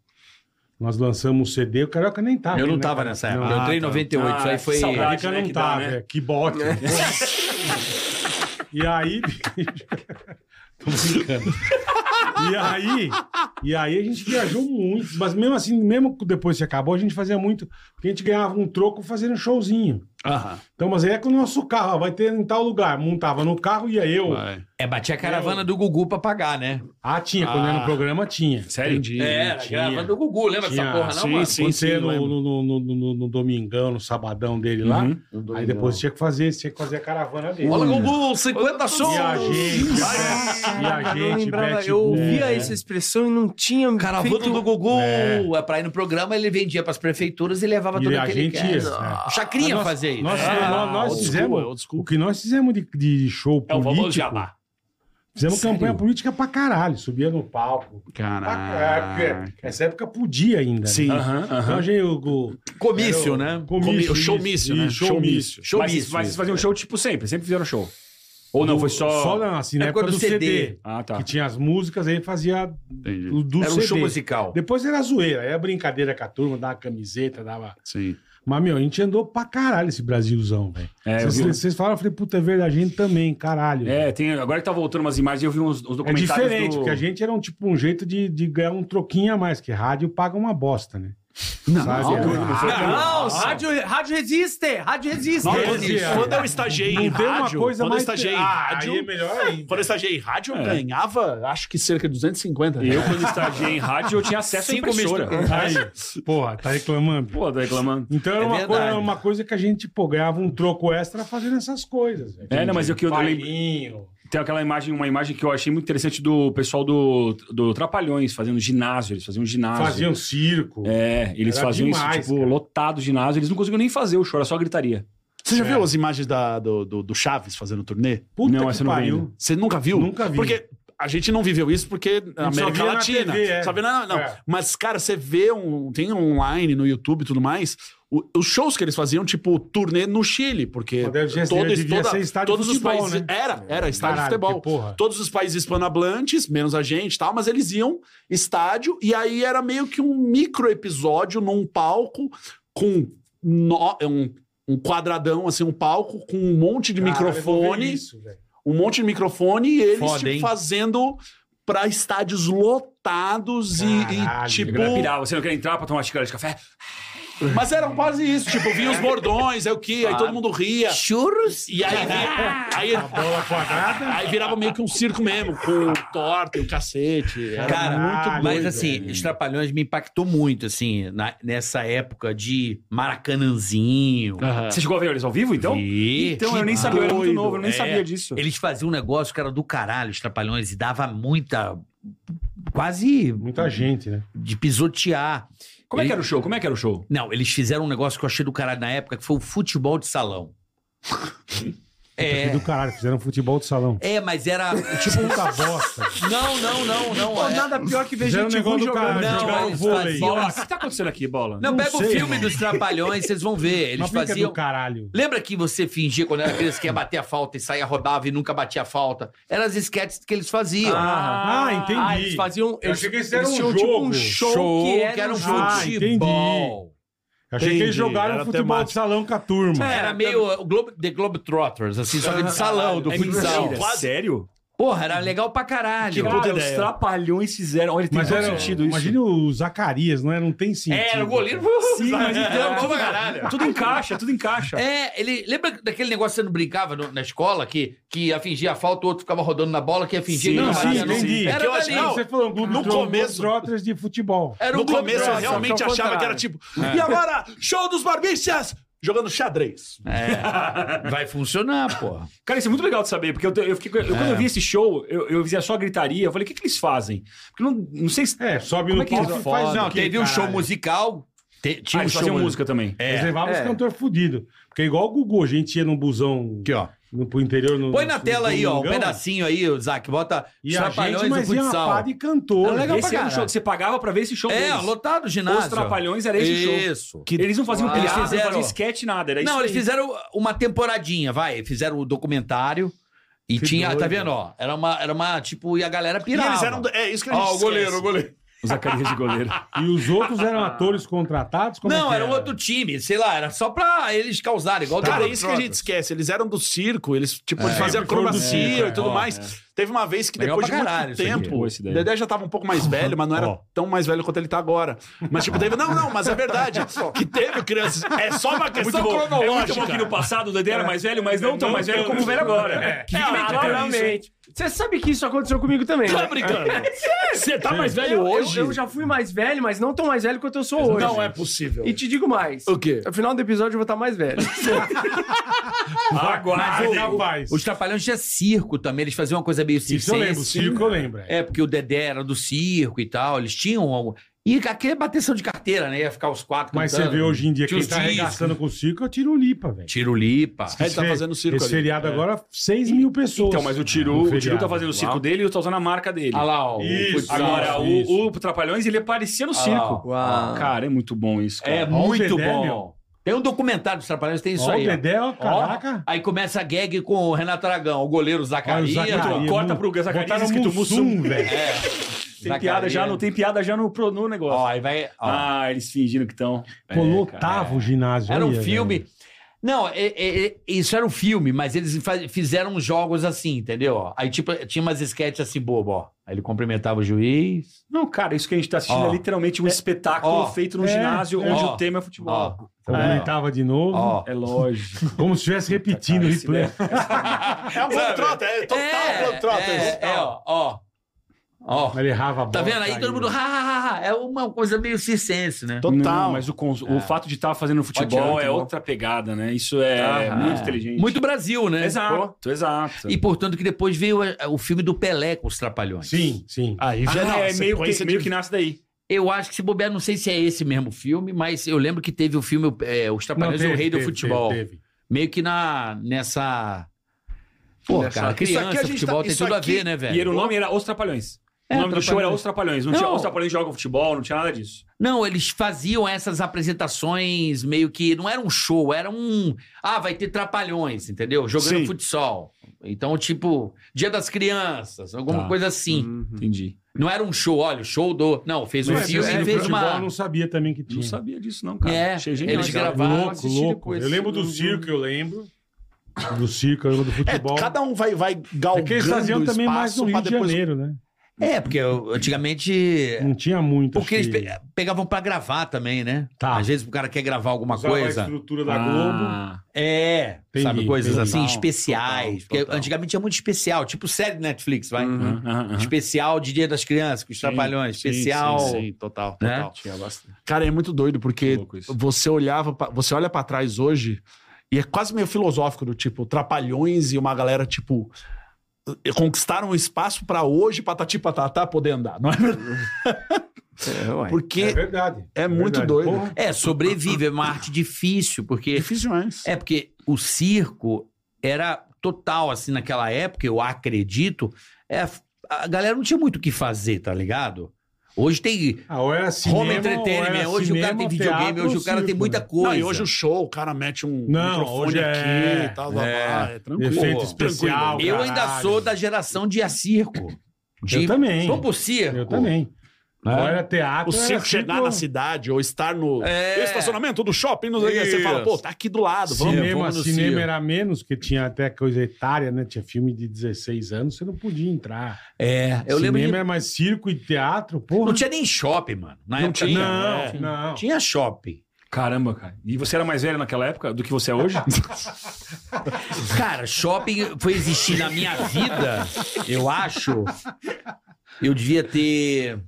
Speaker 4: Nós lançamos o CD, o Carioca nem tava.
Speaker 5: Eu não
Speaker 4: né,
Speaker 5: tava
Speaker 4: cara?
Speaker 5: nessa
Speaker 4: Não,
Speaker 5: época. Eu entrei em 98.
Speaker 3: Ah,
Speaker 5: isso aí
Speaker 3: que
Speaker 5: foi.
Speaker 4: O
Speaker 3: saudade.
Speaker 4: Carioca
Speaker 3: né,
Speaker 4: não
Speaker 3: que dá,
Speaker 4: tava.
Speaker 3: né?
Speaker 4: é, Que bote. *laughs* E aí. *laughs* bicho, Tô brincando. E aí, e aí a gente viajou muito. Mas mesmo assim, mesmo depois que acabou, a gente fazia muito. Porque a gente ganhava um troco fazendo showzinho.
Speaker 7: Aham.
Speaker 4: Então, mas aí é com o nosso carro, ó, vai ter em tal lugar. Montava no carro, ia eu.
Speaker 7: Vai.
Speaker 5: É, batia a caravana do Gugu pra pagar, né?
Speaker 4: Ah, tinha. Quando
Speaker 7: Ah.
Speaker 4: era no programa, tinha.
Speaker 3: Sério? É,
Speaker 7: Entendi.
Speaker 4: tinha.
Speaker 5: do Gugu, lembra
Speaker 4: Tinha,
Speaker 7: sim, sim.
Speaker 4: Quando você ia no,
Speaker 7: lembro.
Speaker 4: no, no- no- no- no domingão, no sabadão dele lá.
Speaker 7: Uhum.
Speaker 4: Aí depois tinha que fazer, tinha que fazer a caravana dele.
Speaker 5: Olha, Gugu, 50
Speaker 4: E a
Speaker 5: shows!
Speaker 4: gente, e
Speaker 1: Caraca,
Speaker 4: a
Speaker 1: eu Ah, não
Speaker 4: gente,
Speaker 1: lembrava.
Speaker 4: Beth é.
Speaker 1: eu ouvia
Speaker 4: Boone,
Speaker 1: essa expressão e não tinha
Speaker 5: Caravana
Speaker 1: feito...
Speaker 5: do Gugu.
Speaker 4: É.
Speaker 5: É. Pra ir no programa, ele vendia pras prefeituras e levava
Speaker 4: E
Speaker 5: todo
Speaker 4: a
Speaker 5: aquele.
Speaker 4: gente ia, né?
Speaker 5: O Chacrinha fazia isso.
Speaker 4: Nós,
Speaker 5: É.
Speaker 4: nós, Ah, nós
Speaker 7: old
Speaker 4: fizemos,
Speaker 7: school, é old school.
Speaker 4: o que nós fizemos de, de show
Speaker 3: É o famoso
Speaker 4: político,
Speaker 3: Jabá.
Speaker 4: fizemos campanha política pra caralho, subia no palco. Ah,
Speaker 7: Caraca.
Speaker 4: porque Essa época podia ainda. né?
Speaker 7: Sim.
Speaker 3: Aham,
Speaker 4: Então a
Speaker 3: aham.
Speaker 4: gente, o, o
Speaker 5: Comício,
Speaker 4: era
Speaker 5: né?
Speaker 4: comício,
Speaker 7: o showmício,
Speaker 4: isso,
Speaker 7: né?
Speaker 4: isso, Showmício.
Speaker 3: Mas, mas
Speaker 5: Showmício.
Speaker 3: vocês faziam show, tipo, sempre. Sempre fizeram show. Ou não, foi só.
Speaker 4: Só na, assim, na
Speaker 5: É
Speaker 4: época
Speaker 5: quando
Speaker 4: do
Speaker 5: CD,
Speaker 4: CD,
Speaker 3: Ah, tá.
Speaker 4: que tinha as músicas, aí fazia
Speaker 7: Entendi.
Speaker 4: do, do
Speaker 5: Era um
Speaker 4: CD.
Speaker 5: show musical.
Speaker 4: Depois era zoeira, era brincadeira com a turma, dava camiseta, dava.
Speaker 7: Sim.
Speaker 4: Mas, meu, a gente andou pra caralho esse Brasilzão, velho.
Speaker 3: É, eu vi-
Speaker 4: Vocês vocês falaram, eu falei, puta, é verdade, a gente também, caralho.
Speaker 3: É, tem, agora que tá voltando umas imagens, eu vi uns, uns
Speaker 4: É
Speaker 3: documentários.
Speaker 4: diferente,
Speaker 3: do-
Speaker 4: porque a gente era um tipo um jeito de, de ganhar um troquinho a mais, que rádio paga uma bosta, né?
Speaker 7: Não.
Speaker 3: Ah,
Speaker 4: Sabe? Não,
Speaker 7: não.
Speaker 1: Não, rádio, rádio resiste, rádio resiste.
Speaker 4: Resiste.
Speaker 7: Quando, quando eu estagiei em
Speaker 4: tem uma
Speaker 7: rádio,
Speaker 4: coisa
Speaker 7: quando
Speaker 4: mais.
Speaker 7: eu estagiei em
Speaker 4: Ah,
Speaker 7: rádio,
Speaker 4: aí é melhor ainda.
Speaker 7: quando eu estagiei em rádio, eu
Speaker 3: É.
Speaker 7: ganhava, acho que cerca de 250
Speaker 3: Eu,
Speaker 7: reais.
Speaker 3: quando estagiei em rádio, eu tinha acesso à
Speaker 5: Cinco
Speaker 3: impressora.
Speaker 4: Aí,
Speaker 3: *laughs*
Speaker 4: porra, tá reclamando.
Speaker 3: Pô, tá reclamando.
Speaker 4: Então era
Speaker 5: É
Speaker 4: uma, coisa,
Speaker 5: verdade.
Speaker 4: era uma coisa que a gente, pô, ganhava um troco extra fazendo essas coisas. velho.
Speaker 3: É, não, mas o que eu lembro.
Speaker 4: Bailinho.
Speaker 3: Tem aquela imagem, uma imagem que eu achei muito interessante do pessoal do, do Trapalhões fazendo ginásio. Eles faziam ginásio.
Speaker 4: Faziam circo.
Speaker 3: É, eles
Speaker 4: Era
Speaker 3: faziam
Speaker 4: demais,
Speaker 3: isso, tipo,
Speaker 4: cara.
Speaker 3: lotado o ginásio. Eles não conseguiam nem fazer o show, era só gritaria.
Speaker 7: Você já viu as imagens da- do, do, do Chaves fazendo turnê?
Speaker 4: Puta
Speaker 3: Não,
Speaker 4: que
Speaker 3: essa eu não vi
Speaker 4: pariu.
Speaker 3: ainda.
Speaker 7: Você nunca viu?
Speaker 4: Nunca vi.
Speaker 7: Porque a gente não viveu isso porque na
Speaker 4: só
Speaker 7: América
Speaker 4: via na
Speaker 7: Latina.
Speaker 4: TV, é.
Speaker 7: Sabe? Não, não, não.
Speaker 4: É.
Speaker 7: Mas, cara, você vê um. Tem online no YouTube e tudo mais. o- os shows que eles faziam, tipo, turnê no Chile, porque
Speaker 4: Mas deve ser- devia ser estádio de
Speaker 7: todos
Speaker 4: futebol,
Speaker 7: os países.
Speaker 4: né?
Speaker 7: Era, era estádio
Speaker 4: Caralho,
Speaker 7: de futebol.
Speaker 4: que porra.
Speaker 7: Todos os países hispanohablantes, menos a gente e tal, mas eles iam estádio e aí era meio que um micro episódio num palco com no- um, um quadradão, assim, um palco com um monte de
Speaker 4: Caralho, eu vou ver
Speaker 7: microfone
Speaker 4: isso, velho.
Speaker 7: um monte de microfone e eles
Speaker 5: Foda,
Speaker 7: tipo,
Speaker 5: hein?
Speaker 7: fazendo pra estádios lotados e- e,
Speaker 4: Caralho,
Speaker 7: tipo.
Speaker 3: Eu pirava, você não quer entrar pra tomar xícara de café?
Speaker 6: Mas era quase isso. Tipo, vinha os bordões, é o quê? Aí todo mundo ria.
Speaker 5: Churros?
Speaker 6: E aí, vinha- aí, aí virava meio que um circo mesmo, com torta e o cacete. Era
Speaker 5: Cara,
Speaker 4: muito
Speaker 5: mas
Speaker 4: doido,
Speaker 5: assim,
Speaker 4: velho.
Speaker 5: os Trapalhões me impactou muito, assim, na- nessa época de Maracanãzinho.
Speaker 6: Aham.
Speaker 3: Você chegou a ver eles ao vivo, então?
Speaker 5: Vi.
Speaker 3: Então
Speaker 5: Que
Speaker 3: eu nem sabia, eu era muito
Speaker 5: doido.
Speaker 3: novo, eu nem
Speaker 5: É.
Speaker 3: sabia disso.
Speaker 5: Eles faziam um negócio que era do caralho, os Trapalhões, e dava muita. quase
Speaker 4: Muita gente, né?
Speaker 5: de pisotear.
Speaker 3: Como é que era o show? Como é que era o show?
Speaker 5: Não, eles fizeram um negócio que eu achei do caralho na época, que foi o futebol de salão.
Speaker 4: É.
Speaker 5: é,
Speaker 4: Do caralho, fizeram futebol de salão.
Speaker 5: é, mas
Speaker 4: *laughs*
Speaker 5: era tipo. um-
Speaker 4: Puta bosta.
Speaker 5: não, não, não, não.
Speaker 1: Pô,
Speaker 5: é-
Speaker 1: nada pior que ver
Speaker 4: Fizeram
Speaker 1: gente
Speaker 4: um
Speaker 1: ruim
Speaker 4: negócio do
Speaker 1: jogando.
Speaker 4: caralho,
Speaker 5: Não,
Speaker 4: jogaram
Speaker 5: mas
Speaker 4: vôlei.
Speaker 5: fazia-
Speaker 3: Bola, o que tá acontecendo aqui, bola?
Speaker 5: Não,
Speaker 4: Não
Speaker 5: pega o
Speaker 4: sei,
Speaker 5: filme
Speaker 4: mano.
Speaker 5: dos Trapalhões, vocês vão ver. Eles
Speaker 4: Mas por que é
Speaker 5: faziam.
Speaker 4: do caralho?
Speaker 5: Lembra que você fingia quando era criança que ia bater a falta e saía, roubava e nunca batia a falta? Eram as esquetes que eles faziam.
Speaker 4: Ah, entendi.
Speaker 1: Ah, eles faziam.
Speaker 4: Eu
Speaker 1: Eles,
Speaker 4: achei que esse
Speaker 1: eles
Speaker 4: era um
Speaker 1: tinham tipo
Speaker 4: jogo.
Speaker 1: um show,
Speaker 3: é,
Speaker 1: que era, um
Speaker 4: jogo. Ah,
Speaker 5: futebol.
Speaker 4: Eu Achei que eles
Speaker 7: Entendi,
Speaker 4: jogaram
Speaker 7: era
Speaker 4: futebol
Speaker 7: temático.
Speaker 4: de salão com a turma.
Speaker 5: Era meio uh, o Globo, The Globetrotters, assim, só que de salão, do
Speaker 3: É
Speaker 5: futsal.
Speaker 3: mentira, Sério?
Speaker 5: Porra, era legal pra caralho.
Speaker 3: Cara,
Speaker 7: puta
Speaker 3: os
Speaker 7: ideia.
Speaker 3: trapalhões fizeram. Olha, tem
Speaker 4: Mas
Speaker 3: todo
Speaker 4: era,
Speaker 3: sentido isso.
Speaker 4: imagina o Zacarias, não era? Não tem sentido.
Speaker 5: É, era o goleiro.
Speaker 3: Sim, mas então,
Speaker 5: Era bom
Speaker 3: tudo,
Speaker 5: pra caralho.
Speaker 3: tudo encaixa, tudo encaixa.
Speaker 5: É, ele. Lembra daquele negócio que você não brincava no- na escola que, que ia fingir a falta, o outro ficava rodando na bola, que ia fingir
Speaker 3: Sim,
Speaker 5: que
Speaker 4: Não,
Speaker 5: não
Speaker 4: sim,
Speaker 5: batia, não.
Speaker 4: entendi.
Speaker 5: Era
Speaker 4: Que eu
Speaker 5: dali.
Speaker 4: achei- não, você falou Globo
Speaker 7: No começo-
Speaker 4: Trotters de futebol.
Speaker 5: Era
Speaker 7: no
Speaker 5: um Globo
Speaker 7: começo eu
Speaker 5: Trotter.
Speaker 7: realmente
Speaker 1: só que ao
Speaker 7: achava que era
Speaker 1: contrário.
Speaker 7: tipo. E agora, show dos barbichas! Jogando xadrez.
Speaker 5: É, vai funcionar, porra.
Speaker 3: Cara, isso é muito legal de saber, porque eu, eu fiquei, eu- quando eu vi esse show, eu, eu via só gritaria. Eu falei, o que, que eles fazem? Porque não, não sei se.
Speaker 4: É, sobe
Speaker 3: Como
Speaker 4: no
Speaker 3: é que
Speaker 4: palco
Speaker 3: eles-
Speaker 4: e faz
Speaker 5: Não,
Speaker 4: aqui,
Speaker 5: teve um
Speaker 4: caralho.
Speaker 5: show musical. te-
Speaker 3: Ah,
Speaker 5: tinha um
Speaker 3: eles
Speaker 5: show
Speaker 3: faziam
Speaker 5: musical.
Speaker 3: música também.
Speaker 4: Eles
Speaker 5: É.
Speaker 4: levavam
Speaker 1: É.
Speaker 4: os cantores fudidos. Porque igual o Gugu, a gente ia num busão
Speaker 5: Aqui, ó.
Speaker 4: no, pro interior. No,
Speaker 5: Põe na
Speaker 4: no
Speaker 5: tela aí, ó, um
Speaker 4: Domingão,
Speaker 5: pedacinho aí, Zac. Bota os
Speaker 4: E a gente,
Speaker 5: trapalhões e o
Speaker 4: mas ia uma
Speaker 5: futsal.
Speaker 4: pá e cantor.
Speaker 5: Era legal
Speaker 3: esse
Speaker 5: pra
Speaker 3: era um
Speaker 5: caralho.
Speaker 3: show que você pagava pra ver esse show
Speaker 5: É,
Speaker 3: deles.
Speaker 5: lotado o ginásio.
Speaker 3: Os trapalhões era esse show.
Speaker 5: Isso.
Speaker 3: Que eles não faziam
Speaker 5: Uau.
Speaker 3: piada,
Speaker 5: Eles
Speaker 3: não
Speaker 5: fizeram-
Speaker 3: faziam sketch, nada. Era
Speaker 5: Não,
Speaker 3: isso
Speaker 5: eles
Speaker 3: aí.
Speaker 5: fizeram uma temporadinha, vai. Fizeram o documentário e tinha, tá
Speaker 4: doido.
Speaker 5: vendo, ó? Era uma, era uma, tipo, e a galera
Speaker 7: E
Speaker 5: pirava.
Speaker 7: eles eram. do- É isso que a gente
Speaker 5: Ó, o goleiro,
Speaker 7: esquece.
Speaker 5: o goleiro.
Speaker 3: O Zacarias de
Speaker 1: *laughs*
Speaker 3: goleiro.
Speaker 4: E os outros eram atores contratados? Como é
Speaker 5: Não,
Speaker 4: que
Speaker 5: era um outro time, sei lá, era só pra eles causarem, igual
Speaker 7: Cara,
Speaker 5: Globo
Speaker 7: é isso que a gente
Speaker 5: Trotters.
Speaker 7: esquece. Eles eram do circo, eles, tipo, eles faziam
Speaker 4: Sempre foi do circo,
Speaker 7: acrobacia
Speaker 4: é.
Speaker 7: e tudo
Speaker 4: Ó,
Speaker 7: mais. Teve uma vez que
Speaker 5: Legal
Speaker 7: depois de
Speaker 5: pra
Speaker 7: muito
Speaker 5: caralho isso aqui.
Speaker 7: tempo.
Speaker 3: Pô, esse daí.
Speaker 7: Dedé já tava um pouco mais velho, mas não era
Speaker 5: Ó.
Speaker 7: tão mais velho quanto ele tá agora. Mas, tipo, teve. Não, não, mas é verdade. que teve crianças. É só uma questão
Speaker 3: É muito bom
Speaker 7: cronológica.
Speaker 3: que no passado o Dedé era mais velho, mas não tão É. Ah, mais velho como o velho agora. Que fica bem claro isso.
Speaker 1: Claramente. Você sabe que isso aconteceu comigo também,
Speaker 7: Tá
Speaker 1: né?
Speaker 7: brincando.
Speaker 3: Você tá mais
Speaker 1: Eu-
Speaker 3: velho
Speaker 1: eu,
Speaker 3: hoje?
Speaker 1: Eu, já fui mais velho, mas não tão mais velho quanto eu sou hoje.
Speaker 7: Não é possível.
Speaker 1: E te digo mais.
Speaker 7: O quê?
Speaker 1: No final do episódio eu vou estar mais velho.
Speaker 3: Aguarde.
Speaker 4: rapaz.
Speaker 5: Os trapalhões tinha circo também, eles faziam uma coisa meio circense.
Speaker 4: Isso eu lembro, o circo eu lembro. é.
Speaker 5: É, porque o Dedé era do circo e tal, eles tinham algo. E aquele é bateção de carteira, né? Ia ficar os quatro
Speaker 4: Mas você
Speaker 5: cantando.
Speaker 4: vê hoje em dia
Speaker 5: Tinha os
Speaker 4: quem tá
Speaker 5: discos.
Speaker 4: arregaçando com o circo é o Tiro Lipa, velho.
Speaker 5: Tiro lipa.
Speaker 7: Ele tá
Speaker 4: Esse fe-
Speaker 7: fazendo circo
Speaker 4: Esse
Speaker 7: ali.
Speaker 4: feriado agora, 6 mil pessoas.
Speaker 3: Então, mas o
Speaker 4: No
Speaker 3: Tiru, o Tiru
Speaker 4: feriado.
Speaker 3: tá fazendo o circo dele e eu tô usando a marca dele.
Speaker 5: Olha lá, ó. o
Speaker 4: Isso. é
Speaker 5: futsal.
Speaker 3: Agora,
Speaker 4: isso.
Speaker 3: o, o Trapalhões, ele aparecia no
Speaker 5: lá,
Speaker 3: circo.
Speaker 1: Uau.
Speaker 3: Cara, é muito bom isso, cara.
Speaker 5: É
Speaker 4: Ó, o
Speaker 5: muito
Speaker 4: Dedé,
Speaker 5: bom.
Speaker 4: meu.
Speaker 5: Tem um documentário dos Trapalhões, tem isso
Speaker 4: Ó,
Speaker 5: aí.
Speaker 4: o
Speaker 5: ó.
Speaker 4: Dedé, ó, caraca.
Speaker 5: Aí começa a gag com o Renato Aragão, o goleiro Zacarias.
Speaker 4: Olha o Zacarias.
Speaker 5: Então,
Speaker 3: Então,
Speaker 4: Aí,
Speaker 3: corta
Speaker 4: mu-
Speaker 3: pro Zacarias
Speaker 4: botaram
Speaker 3: escrito
Speaker 4: Mussum,
Speaker 3: Mussum.
Speaker 4: velho.
Speaker 5: É.
Speaker 3: Tem piada já, não tem piada já no, pro- no negócio.
Speaker 5: Ó, aí vai. ó.
Speaker 3: Ah, eles fingindo que estão.
Speaker 4: Pô, lotava o ginásio.
Speaker 5: era um
Speaker 4: olha,
Speaker 5: filme.
Speaker 4: velho.
Speaker 5: Não, é- é- é- isso era um filme, mas eles fa- fizeram uns jogos assim, entendeu? ó? Aí tipo, tinha umas sketches assim bobo, ó. Aí ele cumprimentava o juiz.
Speaker 3: Não, cara, isso que a gente tá assistindo
Speaker 5: Ó.
Speaker 3: é literalmente um espetáculo
Speaker 5: Ó.
Speaker 3: feito num
Speaker 4: É,
Speaker 3: ginásio
Speaker 4: é.
Speaker 3: onde
Speaker 5: Ó.
Speaker 3: o tema é futebol.
Speaker 5: Ó. Tá Ó.
Speaker 4: Comentava de novo.
Speaker 5: Ó. *laughs*
Speaker 3: É lógico.
Speaker 4: Como se estivesse repetindo o
Speaker 3: Esse
Speaker 4: replay.
Speaker 7: É um Globetrotter, é total
Speaker 5: É,
Speaker 7: Globetrotter.
Speaker 5: é, é, ó, ó. Ó.
Speaker 4: Ele errava a bola.
Speaker 5: Tá vendo aí? Todo mundo. "Ha, ha, ha, ha." É uma coisa meio circense, né?
Speaker 7: Total.
Speaker 3: Não, mas o, cons-
Speaker 5: É.
Speaker 3: o fato de estar fazendo futebol
Speaker 5: Ótimo,
Speaker 3: é
Speaker 5: muito tá bom.
Speaker 3: outra pegada, né? Isso é
Speaker 5: Ah,
Speaker 3: muito inteligente.
Speaker 5: Muito Brasil, né?
Speaker 3: Exato, exato.
Speaker 5: E portanto que depois veio a- o filme do Pelé com os Trapalhões.
Speaker 4: Sim, sim.
Speaker 7: Aí
Speaker 3: Ah,
Speaker 7: já
Speaker 3: não, é meio que,
Speaker 7: sequência de-
Speaker 3: meio que nasce daí.
Speaker 5: Eu acho que se bobear, não sei se é esse mesmo filme, mas eu lembro que teve o filme é, Os
Speaker 4: Não,
Speaker 5: Trapalhões e
Speaker 4: teve,
Speaker 5: o Rei do
Speaker 4: teve,
Speaker 5: Futebol.
Speaker 4: teve, teve.
Speaker 5: Meio que na, nessa. Pô,
Speaker 1: Nessa-
Speaker 5: cara,
Speaker 7: Isso aqui a
Speaker 5: criança,
Speaker 7: gente
Speaker 5: futebol
Speaker 7: tá-
Speaker 5: tem
Speaker 7: isso
Speaker 5: tudo
Speaker 7: aqui-
Speaker 5: a ver, né, velho?
Speaker 3: E era- o nome era Os Trapalhões.
Speaker 5: É,
Speaker 3: o nome do show era
Speaker 5: Trapalhões.
Speaker 3: Os Trapalhões. Não, tinha
Speaker 5: Não.
Speaker 3: Os Trapalhões jogam futebol, não tinha nada disso.
Speaker 5: Não, eles faziam essas apresentações meio que. Não era um show, era um. Ah, vai ter trapalhões, entendeu? Jogando
Speaker 7: Sim.
Speaker 5: futsal. Então, tipo, Dia das Crianças, alguma
Speaker 3: Tá.
Speaker 5: coisa assim.
Speaker 3: Entendi.
Speaker 5: Não era um show, olha, o show do. Não, fez um
Speaker 4: Mas
Speaker 5: filme
Speaker 4: esse
Speaker 5: e
Speaker 4: do
Speaker 5: fez
Speaker 4: é, futebol
Speaker 5: uma.
Speaker 4: eu não sabia também que tinha.
Speaker 3: Não sabia disso, não, cara.
Speaker 5: É,
Speaker 3: Achei genial.
Speaker 5: eles
Speaker 3: Cara.
Speaker 5: gravaram.
Speaker 4: Louco, louco. Eu lembro do circo, eu lembro. Do circo, eu lembro do
Speaker 7: É,
Speaker 4: futebol.
Speaker 7: cada um vai, vai galgando
Speaker 4: É que eles faziam
Speaker 7: o
Speaker 4: também mais
Speaker 7: espaço
Speaker 4: no
Speaker 7: pra
Speaker 4: Rio de
Speaker 7: depois-
Speaker 4: Janeiro, né?
Speaker 5: É, porque eu- antigamente.
Speaker 4: Não tinha muito.
Speaker 5: É. Porque eles
Speaker 4: acho que-
Speaker 5: pe- pegavam pra gravar também, né?
Speaker 3: Tá.
Speaker 5: Às vezes o cara quer gravar alguma
Speaker 4: Usava a
Speaker 5: coisa. Ah.
Speaker 4: estrutura da Globo.
Speaker 3: Ah,
Speaker 5: É,
Speaker 4: Entendi,
Speaker 5: sabe? Coisas
Speaker 4: entendi.
Speaker 5: assim,
Speaker 3: Total,
Speaker 5: especiais.
Speaker 3: total,
Speaker 5: porque
Speaker 3: total.
Speaker 5: antigamente tinha muito especial, tipo série Netflix, vai.
Speaker 1: Uhum.
Speaker 5: Especial de Dia das Crianças, com os Trapalhões.
Speaker 6: Sim,
Speaker 5: Especial.
Speaker 6: Sim, sim, total,
Speaker 5: Né?
Speaker 6: total.
Speaker 3: Tinha bastante.
Speaker 6: Cara, é muito doido, porque
Speaker 3: Louco isso.
Speaker 6: você olhava, pra- você olha pra trás hoje e é quase meio filosófico do tipo, trapalhões e uma galera, tipo, conquistaram um espaço pra hoje, patati patatá, poder andar, não é verdade?
Speaker 1: É, ué.
Speaker 4: É
Speaker 6: Porque
Speaker 4: verdade.
Speaker 6: é muito doido.
Speaker 4: Porra,
Speaker 5: É, sobrevive, é uma arte difícil, porque.
Speaker 6: difícil demais.
Speaker 5: É, porque o circo era total, assim, naquela época, eu acredito. É, a galera não tinha muito o que fazer, tá ligado? Hoje tem
Speaker 4: Ah, ou era cinema,
Speaker 5: home
Speaker 4: ou
Speaker 5: entertainment,
Speaker 4: era
Speaker 5: hoje
Speaker 4: cinema,
Speaker 5: o cara tem videogame,
Speaker 4: teatro,
Speaker 5: hoje o cara tem
Speaker 4: circo,
Speaker 5: muita
Speaker 4: né?
Speaker 5: coisa.
Speaker 6: Não, e hoje o show, o cara mete um
Speaker 4: Não, hoje
Speaker 6: microfone aqui
Speaker 4: é-
Speaker 6: e tal, blá,
Speaker 5: é.
Speaker 6: blá, é tranquilo.
Speaker 4: Efeito
Speaker 5: Pô,
Speaker 4: especial.
Speaker 5: Eu ainda
Speaker 4: caralho.
Speaker 5: sou da geração de a circo. De,
Speaker 4: Eu também.
Speaker 5: Vamos pro circo.
Speaker 4: Eu também.
Speaker 5: É.
Speaker 4: Ou era
Speaker 6: O
Speaker 4: teatro. ou era tipo
Speaker 7: Então
Speaker 6: circo chegar
Speaker 4: circo,
Speaker 7: tipo-
Speaker 6: na cidade ou estar no
Speaker 5: É.
Speaker 6: estacionamento do shopping, não sei o quê, você fala,
Speaker 5: Isso.
Speaker 6: pô, tá aqui do lado, vamos.
Speaker 4: Cinema,
Speaker 5: vamos no
Speaker 4: cinema
Speaker 5: circo.
Speaker 4: era menos, porque tinha até coisa etária, né? Tinha filme de 16 anos, você não podia entrar.
Speaker 5: É, eu lembro
Speaker 4: Cinema
Speaker 5: de...
Speaker 4: era mais circo e teatro, porra.
Speaker 5: Não tinha nem shopping, mano. Na
Speaker 6: Não
Speaker 5: época,
Speaker 6: tinha,
Speaker 4: Não,
Speaker 5: né?
Speaker 4: não.
Speaker 5: Tinha shopping.
Speaker 3: Caramba, cara. E você era mais velho naquela época do que você é
Speaker 5: *laughs*
Speaker 3: hoje?
Speaker 5: Cara, shopping foi existir na minha vida, eu acho. Eu devia ter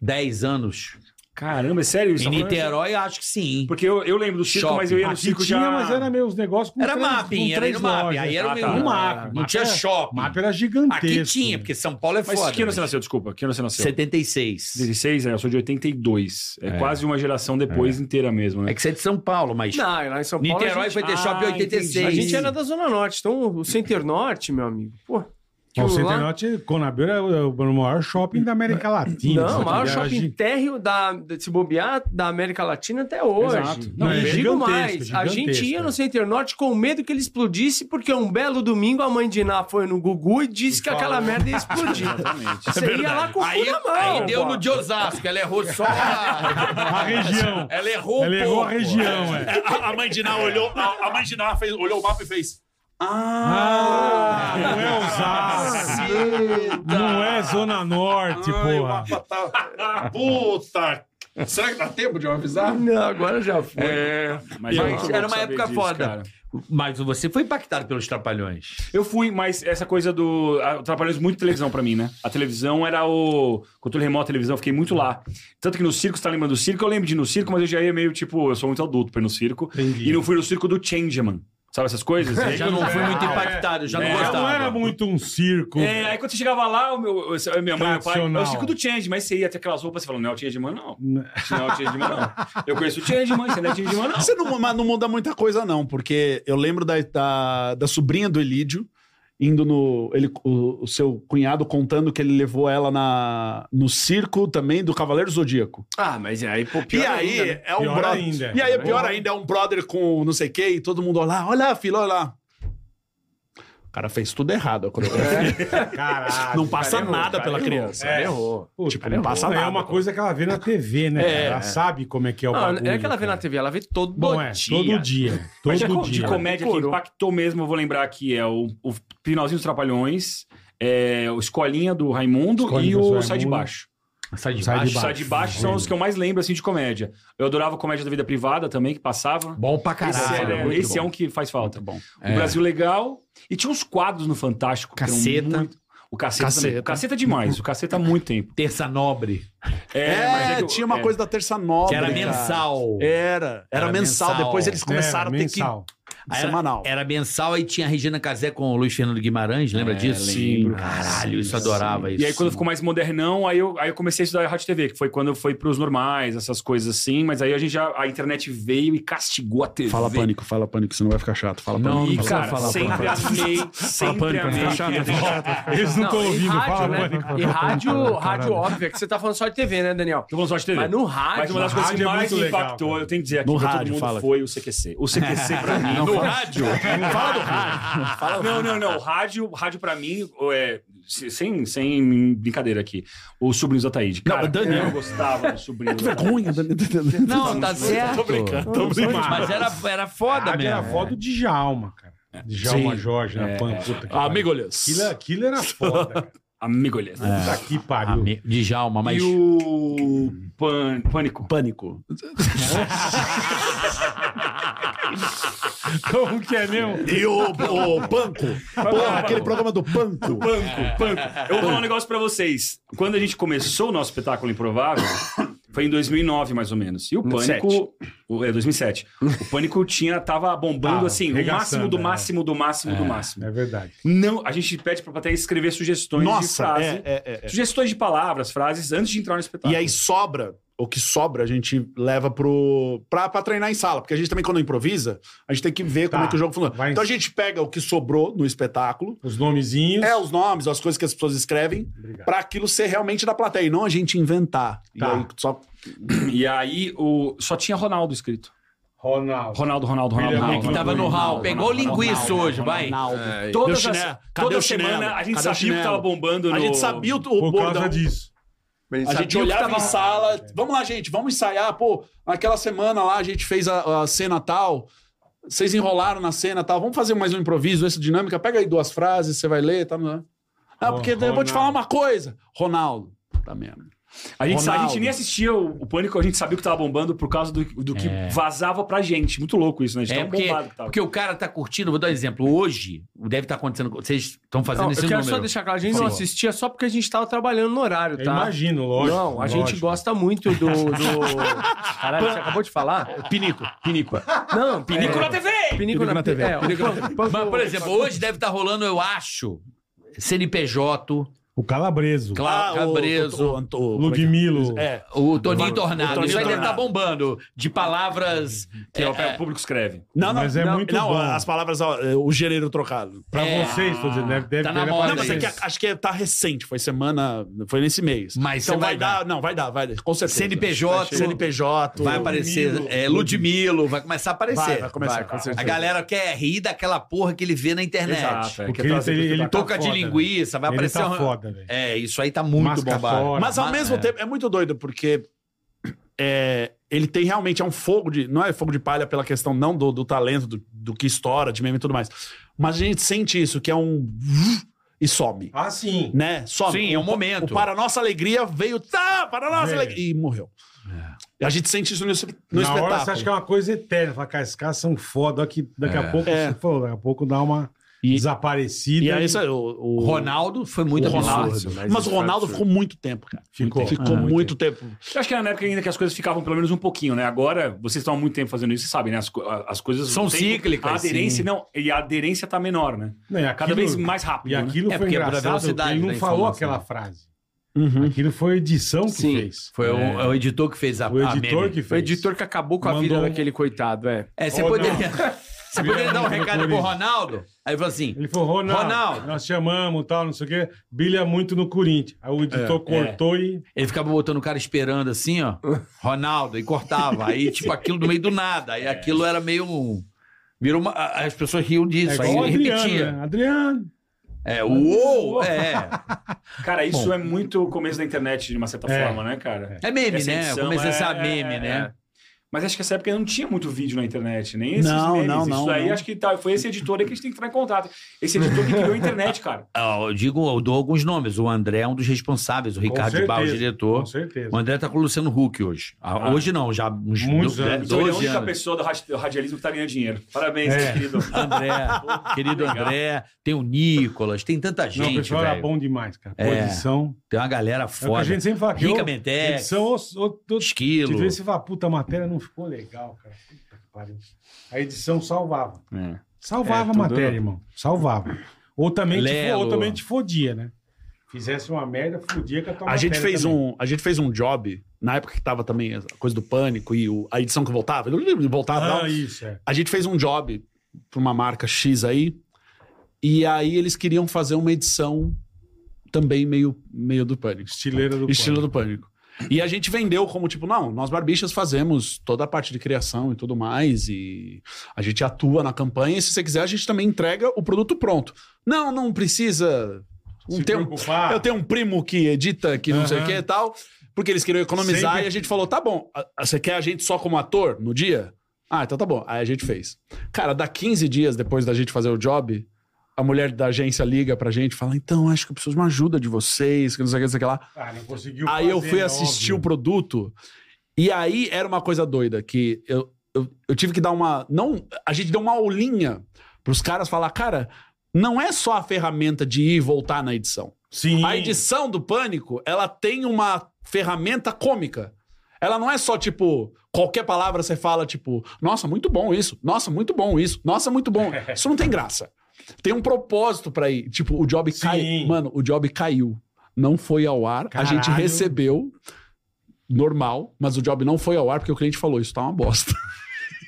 Speaker 5: 10 anos.
Speaker 3: Caramba, é sério isso?
Speaker 5: Em Niterói, eu acho que sim.
Speaker 3: Porque eu, eu lembro do circo,
Speaker 5: Shopping.
Speaker 3: mas eu ia no
Speaker 4: Aqui
Speaker 3: circo
Speaker 4: tinha,
Speaker 3: já...
Speaker 4: mas era meio os negócios com
Speaker 5: Era
Speaker 4: três-
Speaker 5: mapping,
Speaker 4: com
Speaker 5: era
Speaker 4: três
Speaker 5: no mapping.
Speaker 4: lojas.
Speaker 5: Aí era
Speaker 3: Ah,
Speaker 5: meio...
Speaker 3: tá.
Speaker 4: No mapping. É,
Speaker 5: Não tinha
Speaker 4: Mapping era-
Speaker 5: shopping.
Speaker 4: Mapa era gigantesco.
Speaker 5: Aqui tinha, porque São Paulo é
Speaker 3: Mas
Speaker 5: foda.
Speaker 3: que ano você
Speaker 5: né?
Speaker 3: nasceu, desculpa? Que ano você nasceu?
Speaker 5: 76.
Speaker 3: 16, é, eu sou de 82. É, quase uma geração depois inteira mesmo, né?
Speaker 5: É que você é de São Paulo, mas...
Speaker 1: Não, lá em São Paulo.
Speaker 5: Niterói
Speaker 1: a gente-
Speaker 5: foi ter shopping em
Speaker 3: Ah, entendi.
Speaker 5: 86.
Speaker 1: A gente era da Zona Norte, então o Center Norte, meu amigo, pô.
Speaker 4: O é
Speaker 1: aquilo lá-
Speaker 4: Centenote, Conabel era o o maior shopping da América Latina.
Speaker 1: Não, o maior
Speaker 4: Era
Speaker 1: shopping
Speaker 4: gi-
Speaker 1: térreo da, de se bobear da América Latina até hoje.
Speaker 3: Exato.
Speaker 1: Não,
Speaker 4: Não, é
Speaker 1: e digo
Speaker 4: gigantesco,
Speaker 1: mais, a
Speaker 4: gigantesco,
Speaker 1: gente ia
Speaker 4: é.
Speaker 1: no Center Norte com medo que ele explodisse, porque um belo domingo a mãe de Iná foi no Gugu e disse que aquela merda
Speaker 4: *laughs*
Speaker 1: ia explodir.
Speaker 5: *laughs*
Speaker 4: É
Speaker 3: Exatamente.
Speaker 1: Você ia lá com o cu
Speaker 5: Aí,
Speaker 1: na mão.
Speaker 5: aí deu
Speaker 1: pô.
Speaker 5: no de Osasco, ela errou só a...
Speaker 4: A região.
Speaker 5: Ela errou
Speaker 4: Ela
Speaker 5: um
Speaker 4: errou
Speaker 5: pouco.
Speaker 4: a região, é.
Speaker 7: A, a mãe de Ná olhou, a, a mãe de Ná fez, olhou o mapa e fez.
Speaker 4: Ah, não é Osasco. Não é Zona Norte,
Speaker 7: "Ai, o
Speaker 4: porra.
Speaker 7: mapa tá. Puta! Será que dá tempo de eu avisar?
Speaker 1: Não, agora já foi.
Speaker 5: Mas
Speaker 3: Mas eu não
Speaker 5: era uma
Speaker 3: sabia
Speaker 5: época foda. Mas você foi impactado pelos Trapalhões.
Speaker 3: Eu fui, mas essa coisa do. a- o Trapalhões muito televisão pra mim, né? A televisão era o. Controle remoto, televisão, eu fiquei muito lá. Tanto que no circo, você tá lembrando do circo? Eu lembro de ir no circo, mas eu já ia meio tipo. Eu sou muito adulto pra ir no circo.
Speaker 4: Entendi.
Speaker 3: E não fui no circo do Changeman. Sabe essas coisas? E aí
Speaker 5: Já
Speaker 3: quando-
Speaker 5: não fui muito impactado, já não
Speaker 3: É,
Speaker 5: gostava.
Speaker 4: Não era muito um circo.
Speaker 3: É, aí quando você chegava lá, o meu, esse- minha mãe e meu pai. É
Speaker 4: Tradicional.
Speaker 3: o circo do Changeman. Aí você ia ter aquelas roupas, você falou, não é o Changeman, não. Isso não é o Changeman, não. Eu conheço o Changeman, você não é o Changeman, não.
Speaker 7: Você não, mas não muda muita coisa, não, porque eu lembro da, da, da sobrinha do Elídio indo no. Ele, o, o seu cunhado contando que ele levou ela na, no circo também do Cavaleiro Zodíaco.
Speaker 1: *laughs* Ah, mas aí, pô,
Speaker 7: E
Speaker 1: pior
Speaker 7: aí
Speaker 1: ainda, né?
Speaker 7: é um
Speaker 4: Pior
Speaker 7: brother.
Speaker 4: ainda.
Speaker 7: E aí é pior ainda, é um brother com não sei o quê, e todo mundo olha lá, olha lá, filho, olha lá. O cara fez tudo errado a coreografia.
Speaker 4: Caralho.
Speaker 7: Não passa
Speaker 1: Cara, errou,
Speaker 7: nada
Speaker 1: cara,
Speaker 7: pela
Speaker 1: errou,
Speaker 7: criança.
Speaker 1: cara, Errou.
Speaker 4: É. Puta,
Speaker 7: Tipo, não passa
Speaker 4: É
Speaker 7: nada.
Speaker 4: uma coisa que ela vê na TV, né? cara?
Speaker 7: É.
Speaker 4: Ela sabe como é que é o
Speaker 1: Não,
Speaker 4: bagulho.
Speaker 1: é que ela vê na
Speaker 4: cara.
Speaker 1: TV, ela vê todo
Speaker 4: Bom, é.
Speaker 1: dia.
Speaker 4: Todo dia.
Speaker 3: Mas de,
Speaker 4: Todo
Speaker 3: co- de
Speaker 4: dia.
Speaker 3: comédia que
Speaker 1: Decorou.
Speaker 3: impactou mesmo, eu vou lembrar que é o, o Finalzinho dos Trapalhões, é, o Escolinha do Raimundo
Speaker 4: Escolinha
Speaker 3: e
Speaker 4: do
Speaker 3: o
Speaker 4: Raimundo.
Speaker 3: Sai de Baixo.
Speaker 5: Sai de
Speaker 4: Sai de
Speaker 5: baixo.
Speaker 4: baixo.
Speaker 3: Sai de Baixo são os que eu mais lembro, assim, de comédia. Eu adorava comédia da vida privada também, que passava.
Speaker 5: Bom pra
Speaker 3: esse
Speaker 5: caralho.
Speaker 3: era-
Speaker 5: muito
Speaker 3: esse é
Speaker 5: bom.
Speaker 3: um que faz falta.
Speaker 7: bom.
Speaker 3: O Brasil Legal. E tinha uns quadros no Fantástico. que eram
Speaker 5: Caceta.
Speaker 3: muito- O caceta,
Speaker 7: Caceta.
Speaker 3: também. O caceta é demais. O caceta há muito tempo.
Speaker 5: Terça Nobre,
Speaker 3: É, mas
Speaker 7: É,
Speaker 3: é que eu-
Speaker 7: tinha uma
Speaker 3: é.
Speaker 7: coisa da Terça Nobre.
Speaker 5: que era
Speaker 7: cara. É,
Speaker 5: mensal.
Speaker 7: Era. Era,
Speaker 5: Era
Speaker 7: mensal.
Speaker 5: mensal.
Speaker 7: Depois eles começaram a ter
Speaker 4: É, mensal.
Speaker 7: que. Semanal.
Speaker 5: Era mensal e tinha a Regina Casé com o Luiz Fernando Guimarães, lembra disso?
Speaker 3: lembro.
Speaker 5: Caralho,
Speaker 3: Sim,
Speaker 5: isso eu adorava isso.
Speaker 3: E aí, quando ficou mais modernão, aí eu, aí eu comecei a estudar Rádio e TV, que foi quando foi pros normais, essas coisas assim. Mas aí a gente já. A internet veio e castigou a TV.
Speaker 7: Fala pânico, fala pânico, senão vai ficar chato. Fala
Speaker 5: Não,
Speaker 7: pânico.
Speaker 3: E,
Speaker 5: precisa
Speaker 3: cara,
Speaker 5: falar
Speaker 3: *laughs* sempre
Speaker 5: pânico.
Speaker 3: amei, sempre
Speaker 5: pânico,
Speaker 3: amei.
Speaker 5: vai
Speaker 4: Eles não
Speaker 1: Não,
Speaker 4: estão
Speaker 1: e
Speaker 4: ouvindo.
Speaker 1: rádio,
Speaker 4: Fala,
Speaker 1: né?
Speaker 4: mano. *laughs*
Speaker 1: E rádio, rádio
Speaker 4: Caralho.
Speaker 1: óbvio, é que você tá falando só de TV, né, Daniel?
Speaker 3: Tô falando só de TV.
Speaker 1: Mas no rádio.
Speaker 3: Mas uma das
Speaker 4: no
Speaker 3: coisas
Speaker 4: rádio
Speaker 3: que
Speaker 4: é
Speaker 3: mais
Speaker 4: muito
Speaker 3: me
Speaker 4: legal,
Speaker 3: impactou,
Speaker 4: cara.
Speaker 3: eu tenho que dizer aqui
Speaker 7: No
Speaker 3: pra todo
Speaker 7: rádio,
Speaker 3: mundo,
Speaker 7: fala.
Speaker 3: foi o CQC. O
Speaker 7: *laughs*
Speaker 3: CQC pra mim...
Speaker 7: No rádio?
Speaker 3: Fala do rádio. não, não, não. Rádio, rádio pra mim, é, se- sem, sem brincadeira aqui, os Sobrinhos da Taíde. Cara,
Speaker 7: Daniel. É
Speaker 3: eu gostava dos Sobrinhos da Taíde.
Speaker 7: Vergonha.
Speaker 5: *laughs* Não, tá certo.
Speaker 7: Tô brincando.
Speaker 4: Tô brincando. Ah,
Speaker 5: Mas era, era foda
Speaker 4: Rádio
Speaker 5: mesmo.
Speaker 4: era foda de Djalma, cara. Djalma
Speaker 7: Sim.
Speaker 4: Jorge na Pan. Puta que pariu.
Speaker 7: Amigolhas.
Speaker 4: Aquilo, aquilo era foda, cara.
Speaker 3: Amigo, ele é.
Speaker 4: Tá aqui, pariu.
Speaker 5: Ami- Djalma, mas.
Speaker 3: E o Pan- Pânico?
Speaker 7: Pânico.
Speaker 4: Como que é mesmo?
Speaker 7: E o, o Panco. Porra, aquele programa do Panco.
Speaker 3: Panco, panco. Eu vou falar um negócio pra vocês. Quando a gente começou o nosso espetáculo improvável, foi em 2009 mais ou menos. E o Pânico, o, é 2007. O Pânico tinha tava bombando
Speaker 4: Tava,
Speaker 3: assim, o máximo
Speaker 4: regaçando,
Speaker 3: do
Speaker 4: né?
Speaker 3: máximo do máximo do máximo.
Speaker 4: É verdade.
Speaker 3: Não, a gente pede pra plateia escrever sugestões de
Speaker 7: Nossa,
Speaker 3: frase.
Speaker 7: é, é, é, é.
Speaker 3: Sugestões de palavras, frases antes de entrar no espetáculo.
Speaker 4: Tá.
Speaker 7: E aí sobra, o que sobra, a gente leva pro, pra, pra treinar em sala. Porque a gente também, quando improvisa, a gente tem que ver como
Speaker 4: Tá.
Speaker 7: é que o jogo funciona.
Speaker 4: Vai em-
Speaker 7: Então a gente pega o que sobrou no espetáculo,
Speaker 4: Os nomezinhos.
Speaker 7: é os nomes, as coisas que as pessoas escrevem,
Speaker 4: Obrigado.
Speaker 7: pra aquilo ser realmente da plateia, e não a gente inventar. E
Speaker 4: É. Tá.
Speaker 7: aí só
Speaker 3: E aí o só tinha Ronaldo escrito.
Speaker 4: Ronaldo.
Speaker 3: Ronaldo, Ronaldo, Ronaldo.
Speaker 4: William
Speaker 3: Ronaldo,
Speaker 5: que tava no
Speaker 3: Ronaldo,
Speaker 5: hall.
Speaker 3: Ronaldo,
Speaker 5: Pegou o
Speaker 3: Ronaldo,
Speaker 5: linguiça
Speaker 3: Ronaldo,
Speaker 5: hoje, vai.
Speaker 7: Ronaldo.
Speaker 3: Toda,
Speaker 7: Cadê o chinelo? Cadê
Speaker 3: toda
Speaker 7: o chinelo?
Speaker 3: semana a gente
Speaker 7: Cadê o
Speaker 3: sabia o que
Speaker 7: chinelo?
Speaker 3: tava bombando no...
Speaker 7: A gente sabia o, o
Speaker 4: Por
Speaker 7: bordão.
Speaker 4: causa disso.
Speaker 1: Mas
Speaker 7: A
Speaker 1: sabe-
Speaker 7: gente
Speaker 3: o que
Speaker 7: olhava
Speaker 3: tava
Speaker 7: em sala, vamos lá, gente, vamos ensaiar. Pô, naquela semana lá a gente fez a, a cena tal, vocês enrolaram na cena tal, vamos fazer mais um improviso, essa dinâmica, pega aí duas frases, você vai ler, tá? não é? Ah,
Speaker 4: Ro-
Speaker 7: porque eu vou
Speaker 4: Ronaldo.
Speaker 7: te falar uma coisa. Ronaldo, tá mesmo.
Speaker 3: A gente, sa- a gente
Speaker 7: Ronaldo.
Speaker 3: nem assistia o, o Pânico, a gente sabia o que tava bombando por causa do, do que
Speaker 7: É.
Speaker 3: vazava pra gente. Muito louco isso, né? A gente
Speaker 5: É
Speaker 3: tava
Speaker 5: porque,
Speaker 3: bombado que tava.
Speaker 5: porque o cara tá curtindo, vou dar um exemplo. Hoje, deve estar acontecendo. Vocês estão fazendo
Speaker 1: Não, eu
Speaker 5: esse
Speaker 1: quero
Speaker 5: número.
Speaker 1: só deixar claro, a gente não
Speaker 5: Sim.
Speaker 1: assistia só porque a gente tava trabalhando no horário,
Speaker 4: Eu
Speaker 1: tá?
Speaker 4: imagino, lógico.
Speaker 1: não, a gente
Speaker 4: lógico.
Speaker 1: gosta muito do. do- Caralho, você acabou de falar?
Speaker 3: Pinico, pinico.
Speaker 1: Não,
Speaker 3: Pinico
Speaker 1: é,
Speaker 3: na TV!
Speaker 1: Pinico na TV. É, o Pan-
Speaker 5: Mas,
Speaker 1: Pan-
Speaker 5: por exemplo, hoje deve estar rolando, eu acho, CNPJ,
Speaker 4: O Calabreso.
Speaker 5: Cláudio Cabreso,
Speaker 7: Ah, o, o, o,
Speaker 4: Ludmilo.
Speaker 7: É,
Speaker 5: o, Toninho Tornado.
Speaker 7: Toninho
Speaker 5: Isso aí deve estar
Speaker 7: Tornado.
Speaker 5: bombando de palavras.
Speaker 3: Que é, o
Speaker 5: é,
Speaker 3: o público escreve.
Speaker 7: não, não,
Speaker 4: Mas é
Speaker 7: não,
Speaker 4: muito
Speaker 7: não,
Speaker 4: bom.
Speaker 7: as palavras, ó, é, o gênero trocado.
Speaker 4: Pra
Speaker 5: É.
Speaker 4: vocês, tô dizendo. Deve, deve
Speaker 5: Tá na
Speaker 4: deve
Speaker 5: moda
Speaker 7: Não, mas
Speaker 4: aparecer.
Speaker 7: é que acho que tá recente, foi semana, foi nesse mês.
Speaker 5: Mas
Speaker 7: então
Speaker 5: você vai
Speaker 7: vai, dar, não, vai dar, vai dar, com certeza.
Speaker 5: CNPJ.
Speaker 7: CNPJ.
Speaker 5: Vai aparecer é, Ludmilo, vai começar a aparecer.
Speaker 7: Vai, vai começar.
Speaker 1: Vai, com certeza.
Speaker 5: A galera quer rir daquela porra que ele vê na internet.
Speaker 3: Exato. é,
Speaker 4: Porque
Speaker 3: quer
Speaker 4: ele,
Speaker 3: trazer
Speaker 4: ele,
Speaker 3: tudo
Speaker 4: ele
Speaker 3: pra cá.
Speaker 4: tá
Speaker 5: Toca de
Speaker 4: foda,
Speaker 5: linguiça, vai
Speaker 4: velho. Ele
Speaker 5: aparecer
Speaker 4: tá
Speaker 5: um-
Speaker 4: foda, velho.
Speaker 5: É, isso aí tá muito
Speaker 4: Masca
Speaker 5: bombado.
Speaker 4: fora.
Speaker 7: Mas ao
Speaker 5: Mas-
Speaker 7: mesmo
Speaker 5: é.
Speaker 7: tempo, é muito doido, porque é, ele tem realmente, é um fogo de. Não é fogo de palha pela questão não do, do talento, do, do que estoura, de meme e tudo mais. Mas a gente sente isso, que é um. E some.
Speaker 4: Ah, sim.
Speaker 7: Né? Some.
Speaker 5: Sim, é um
Speaker 7: O-
Speaker 5: momento.
Speaker 7: O para nossa alegria veio. Tá, para nossa
Speaker 4: É.
Speaker 7: alegria. E morreu.
Speaker 5: É.
Speaker 7: E A gente sente isso no, es- no
Speaker 4: Na
Speaker 7: espetáculo.
Speaker 4: hora você acha que é uma coisa eterna. Fala, cara, esses caras são foda. Daqui, daqui a pouco,
Speaker 7: É.
Speaker 4: você falou, daqui a pouco dá uma
Speaker 7: E-
Speaker 4: desaparecida.
Speaker 7: E aí, isso, o,
Speaker 5: O
Speaker 7: o-
Speaker 5: Ronaldo foi muito
Speaker 7: o Ronaldo.
Speaker 5: absurdo.
Speaker 1: mas
Speaker 7: Mas
Speaker 1: isso
Speaker 7: o
Speaker 1: é
Speaker 7: Ronaldo
Speaker 1: absurdo.
Speaker 7: ficou muito tempo, cara.
Speaker 4: Ficou.
Speaker 7: Ficou
Speaker 4: Ah,
Speaker 7: muito tempo.
Speaker 3: Eu acho que era na época ainda que as coisas ficavam pelo menos um pouquinho, né? Agora, vocês estão há muito tempo fazendo isso, vocês sabem, né? As, co- a- as coisas...
Speaker 5: São
Speaker 3: o tempo-
Speaker 5: cíclicas,
Speaker 3: A
Speaker 5: sim.
Speaker 3: aderência, não. E a aderência tá menor, né?
Speaker 4: Não, e
Speaker 3: Cada
Speaker 4: aquilo-
Speaker 3: vez mais rápido,
Speaker 4: E
Speaker 3: né?
Speaker 4: aquilo
Speaker 5: É
Speaker 4: foi
Speaker 5: porque é pra
Speaker 4: engraçado. porque
Speaker 5: velocidade
Speaker 4: Ele
Speaker 5: da
Speaker 4: não falou
Speaker 5: informação.
Speaker 4: aquela frase. Aquilo foi a edição que
Speaker 1: Sim.
Speaker 4: fez.
Speaker 5: Foi o, é o editor que fez a,
Speaker 4: O
Speaker 5: a
Speaker 4: editor
Speaker 5: meme.
Speaker 4: que fez.
Speaker 1: O editor que acabou com a
Speaker 4: Mandou
Speaker 1: vida
Speaker 4: um-
Speaker 1: daquele coitado, é.
Speaker 5: É, você
Speaker 4: Ou
Speaker 5: poderia, você poderia dar um
Speaker 4: Vira
Speaker 5: recado pro
Speaker 4: Corinthians.
Speaker 5: Ronaldo? Aí ele falou assim:
Speaker 4: Ele falou, Ronaldo,
Speaker 5: Ronaldo.
Speaker 4: nós chamamos, tal, não sei o quê. Brilha muito no Corinthians. Aí
Speaker 5: É,
Speaker 4: o editor cortou e...
Speaker 5: ele ficava botando o cara esperando assim, ó, Ronaldo, e cortava. Aí, tipo, aquilo no meio do nada. Aí aquilo era meio um. Virou uma. a- As pessoas riam
Speaker 4: É
Speaker 5: disso, aí
Speaker 4: igual o
Speaker 5: ele
Speaker 4: Adriano,
Speaker 5: repetia.
Speaker 4: né? Adriano.
Speaker 5: É, uou! É,
Speaker 3: Cara, isso é muito começo da internet, de uma certa
Speaker 4: É.
Speaker 3: forma, né, cara?
Speaker 5: é meme,
Speaker 3: Essa
Speaker 5: né?
Speaker 3: edição
Speaker 5: Comecei a ser a
Speaker 3: é-
Speaker 5: meme, né?
Speaker 3: Mas acho que essa época não tinha muito vídeo na internet, nem esses
Speaker 7: Não,
Speaker 3: memes.
Speaker 7: não,
Speaker 3: Isso
Speaker 7: não,
Speaker 3: aí
Speaker 7: não.
Speaker 3: acho que tá- foi esse editor aí que a gente tem que entrar em contato. Esse editor que criou a internet, cara.
Speaker 5: Ah, eu digo, eu dou alguns nomes. O André é um dos responsáveis, o Ricardo de Barros,
Speaker 4: certeza.
Speaker 5: diretor.
Speaker 4: Com certeza.
Speaker 5: O André tá com o Luciano Huck hoje. Ah,
Speaker 3: Ah.
Speaker 5: Hoje não, já há uns
Speaker 4: Muitos
Speaker 5: do-
Speaker 4: anos. tá
Speaker 3: Então ele é a
Speaker 5: 12
Speaker 3: única
Speaker 5: anos.
Speaker 3: pessoa do radi- radialismo que tá ganhando dinheiro. Parabéns,
Speaker 4: É.
Speaker 3: meu querido.
Speaker 5: André,
Speaker 4: *laughs*
Speaker 5: querido
Speaker 3: Legal.
Speaker 5: André, tem o Nicolas, tem tanta gente,
Speaker 4: não, o pessoal era
Speaker 5: velho.
Speaker 4: bom demais, cara. Com
Speaker 5: É.
Speaker 4: edição.
Speaker 5: Tem uma galera
Speaker 4: É o que
Speaker 5: foda.
Speaker 4: a gente sempre fala. que
Speaker 5: Rica
Speaker 4: ô,
Speaker 5: Mentex,
Speaker 4: Edição, ou, ou, ou,
Speaker 5: Esquilo.
Speaker 4: Te vê se fala, puta, a matéria não ficou legal, cara. Puta que pariu. A edição salvava.
Speaker 5: né.
Speaker 4: Salvava a matéria, irmão. Salvava. Ou também, te, fo-
Speaker 5: Lelo.
Speaker 4: ou também te fodia, né? Fizesse uma merda, fodia com a tua
Speaker 7: A gente,
Speaker 4: matéria
Speaker 7: fez
Speaker 4: também.
Speaker 7: um, a gente fez um job, na época que tava também a coisa do pânico e o- a edição que voltava, ele voltava e
Speaker 4: Ah,
Speaker 7: tal.
Speaker 4: isso, é.
Speaker 7: A gente fez um job pra uma marca X aí, e aí eles queriam fazer uma edição também meio, meio do pânico.
Speaker 4: Estileira do
Speaker 7: estilo
Speaker 4: pano.
Speaker 7: do pânico. E a gente vendeu como tipo, não, nós barbichas fazemos toda a parte de criação e tudo mais, e a gente atua na campanha, e se você quiser, a gente também entrega o produto pronto. Não, não precisa. Não
Speaker 4: Se
Speaker 7: tem um
Speaker 4: preocupar.
Speaker 7: eu tenho um primo que edita, que não sei o
Speaker 4: Ah. Aham.
Speaker 7: que e tal, porque eles queriam economizar
Speaker 4: Sempre-
Speaker 7: e a gente falou: tá bom, a- a- você quer a gente só como ator no dia? Ah, então tá bom. Aí a gente fez. Cara, dá 15 dias depois da gente fazer o job, a mulher da agência liga pra gente e fala: então, acho que eu preciso de uma ajuda de vocês, que não sei o que, não sei o que lá.
Speaker 4: Ah, não conseguiu
Speaker 7: Aí eu
Speaker 4: fazer,
Speaker 7: fui
Speaker 4: é
Speaker 7: assistir o
Speaker 4: óbvio.
Speaker 7: produto e aí era uma coisa doida que eu, eu, eu tive que dar uma não a gente deu uma aulinha pros caras falar cara não é só a ferramenta de ir e voltar na edição.
Speaker 4: Sim.
Speaker 7: A edição do Pânico ela tem uma ferramenta cômica. Ela não é só tipo qualquer palavra você fala tipo nossa muito bom isso nossa muito bom isso nossa muito *laughs* bom isso não tem graça. Tem um propósito pra ir tipo o job caiu
Speaker 4: Sim.
Speaker 7: mano o job caiu não foi ao ar a gente
Speaker 4: Caralho.
Speaker 7: recebeu normal, mas o job não foi ao ar porque o cliente falou: Isso tá uma bosta.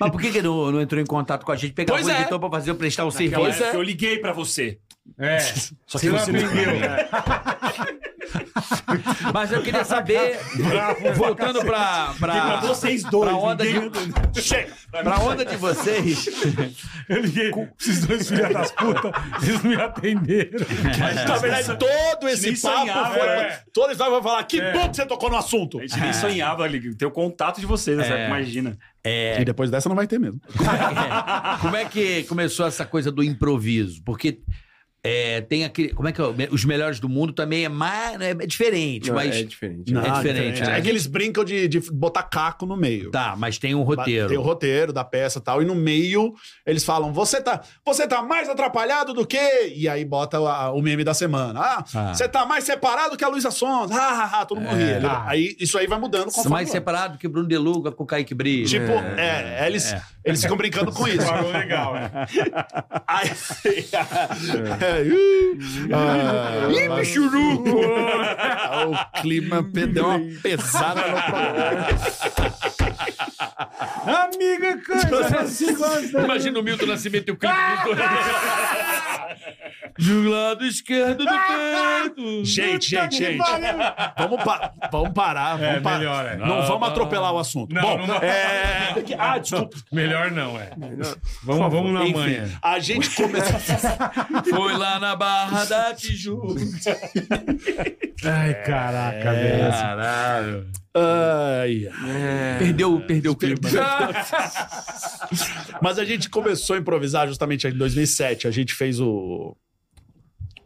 Speaker 5: Mas por que, que não, não entrou em contato com a gente? Pegava
Speaker 7: Pois
Speaker 5: o
Speaker 7: é.
Speaker 5: editor pra fazer, prestar o
Speaker 3: Aquela
Speaker 5: serviço.
Speaker 7: é.
Speaker 3: época Eu liguei pra você.
Speaker 4: É.
Speaker 3: Só que
Speaker 4: Você não
Speaker 3: você não-
Speaker 4: aprendeu.
Speaker 5: Mas eu queria
Speaker 4: *laughs*
Speaker 5: saber, voltando pra, pra,
Speaker 3: vocês dois.
Speaker 5: pra onda
Speaker 3: ninguém- *laughs* Chega.
Speaker 5: pra onda de vocês,
Speaker 4: Eu liguei. Esses dois filhos das putas, eles não me atenderam.
Speaker 7: Mas, na verdade, todo esse
Speaker 3: nem
Speaker 7: papo
Speaker 3: sonhava,
Speaker 7: foi.
Speaker 3: é.
Speaker 7: Todo esse papo vai falar: *laughs* Que
Speaker 4: É.
Speaker 7: bom que você tocou no assunto.
Speaker 3: A gente nem sonhava ali, ter o contato de vocês
Speaker 5: É.
Speaker 3: nessa época, imagina.
Speaker 7: E depois dessa não vai ter mesmo.
Speaker 5: como é que começou essa coisa do improviso? Porque é, tem aquele. Como é que é? o me- Os melhores do mundo também é mais. É diferente,
Speaker 1: Não,
Speaker 5: mas.
Speaker 1: É diferente.
Speaker 5: Não, é diferente, né?
Speaker 7: É
Speaker 5: É
Speaker 7: que eles brincam de, de botar caco no meio.
Speaker 5: Tá, mas tem um
Speaker 7: Tem o
Speaker 5: roteiro.
Speaker 7: roteiro da peça e tal. E no meio, eles falam: você tá, você tá mais atrapalhado do que. E aí bota a- o meme da semana. Ah,
Speaker 5: Ah.
Speaker 7: você tá mais separado que a Luísa Sons. Ah, ah, ah, todo mundo ri. Ele- Aí isso aí vai mudando conforme.
Speaker 5: Mais
Speaker 7: vai.
Speaker 5: separado que Bruno Deluga com o Kaique Brito.
Speaker 7: Tipo, é, eles, eles ficam brincando com *laughs* isso.
Speaker 4: Parou legal, é.
Speaker 7: Aí, é, ih, ah, *laughs* o clima pe- deu uma pesada no *laughs* programa.
Speaker 4: Amiga, cara, se gosta.
Speaker 5: Imagina o Milton Nascimento e o Kaique *laughs* Brito. Do um lado esquerdo do canto.
Speaker 7: Gente, gente, gente. Vamos, pa- vamos parar. Vamos
Speaker 4: É,
Speaker 7: parar.
Speaker 4: melhor, é.
Speaker 7: Não vamos atropelar o assunto.
Speaker 4: Não,
Speaker 7: Bom,
Speaker 4: não dá.
Speaker 7: é, Ah, desculpa.
Speaker 4: Melhor não, é. Vamos, vamos na
Speaker 5: Enfim.
Speaker 4: manhã.
Speaker 7: A gente começou.
Speaker 5: Foi lá na Barra da Tijuca.
Speaker 4: Ai, caraca, velho.
Speaker 5: Caralho.
Speaker 7: Ai, É.
Speaker 5: Perdeu, perdeu o clima.
Speaker 7: Mas a gente começou a improvisar justamente em 2007. A gente fez o,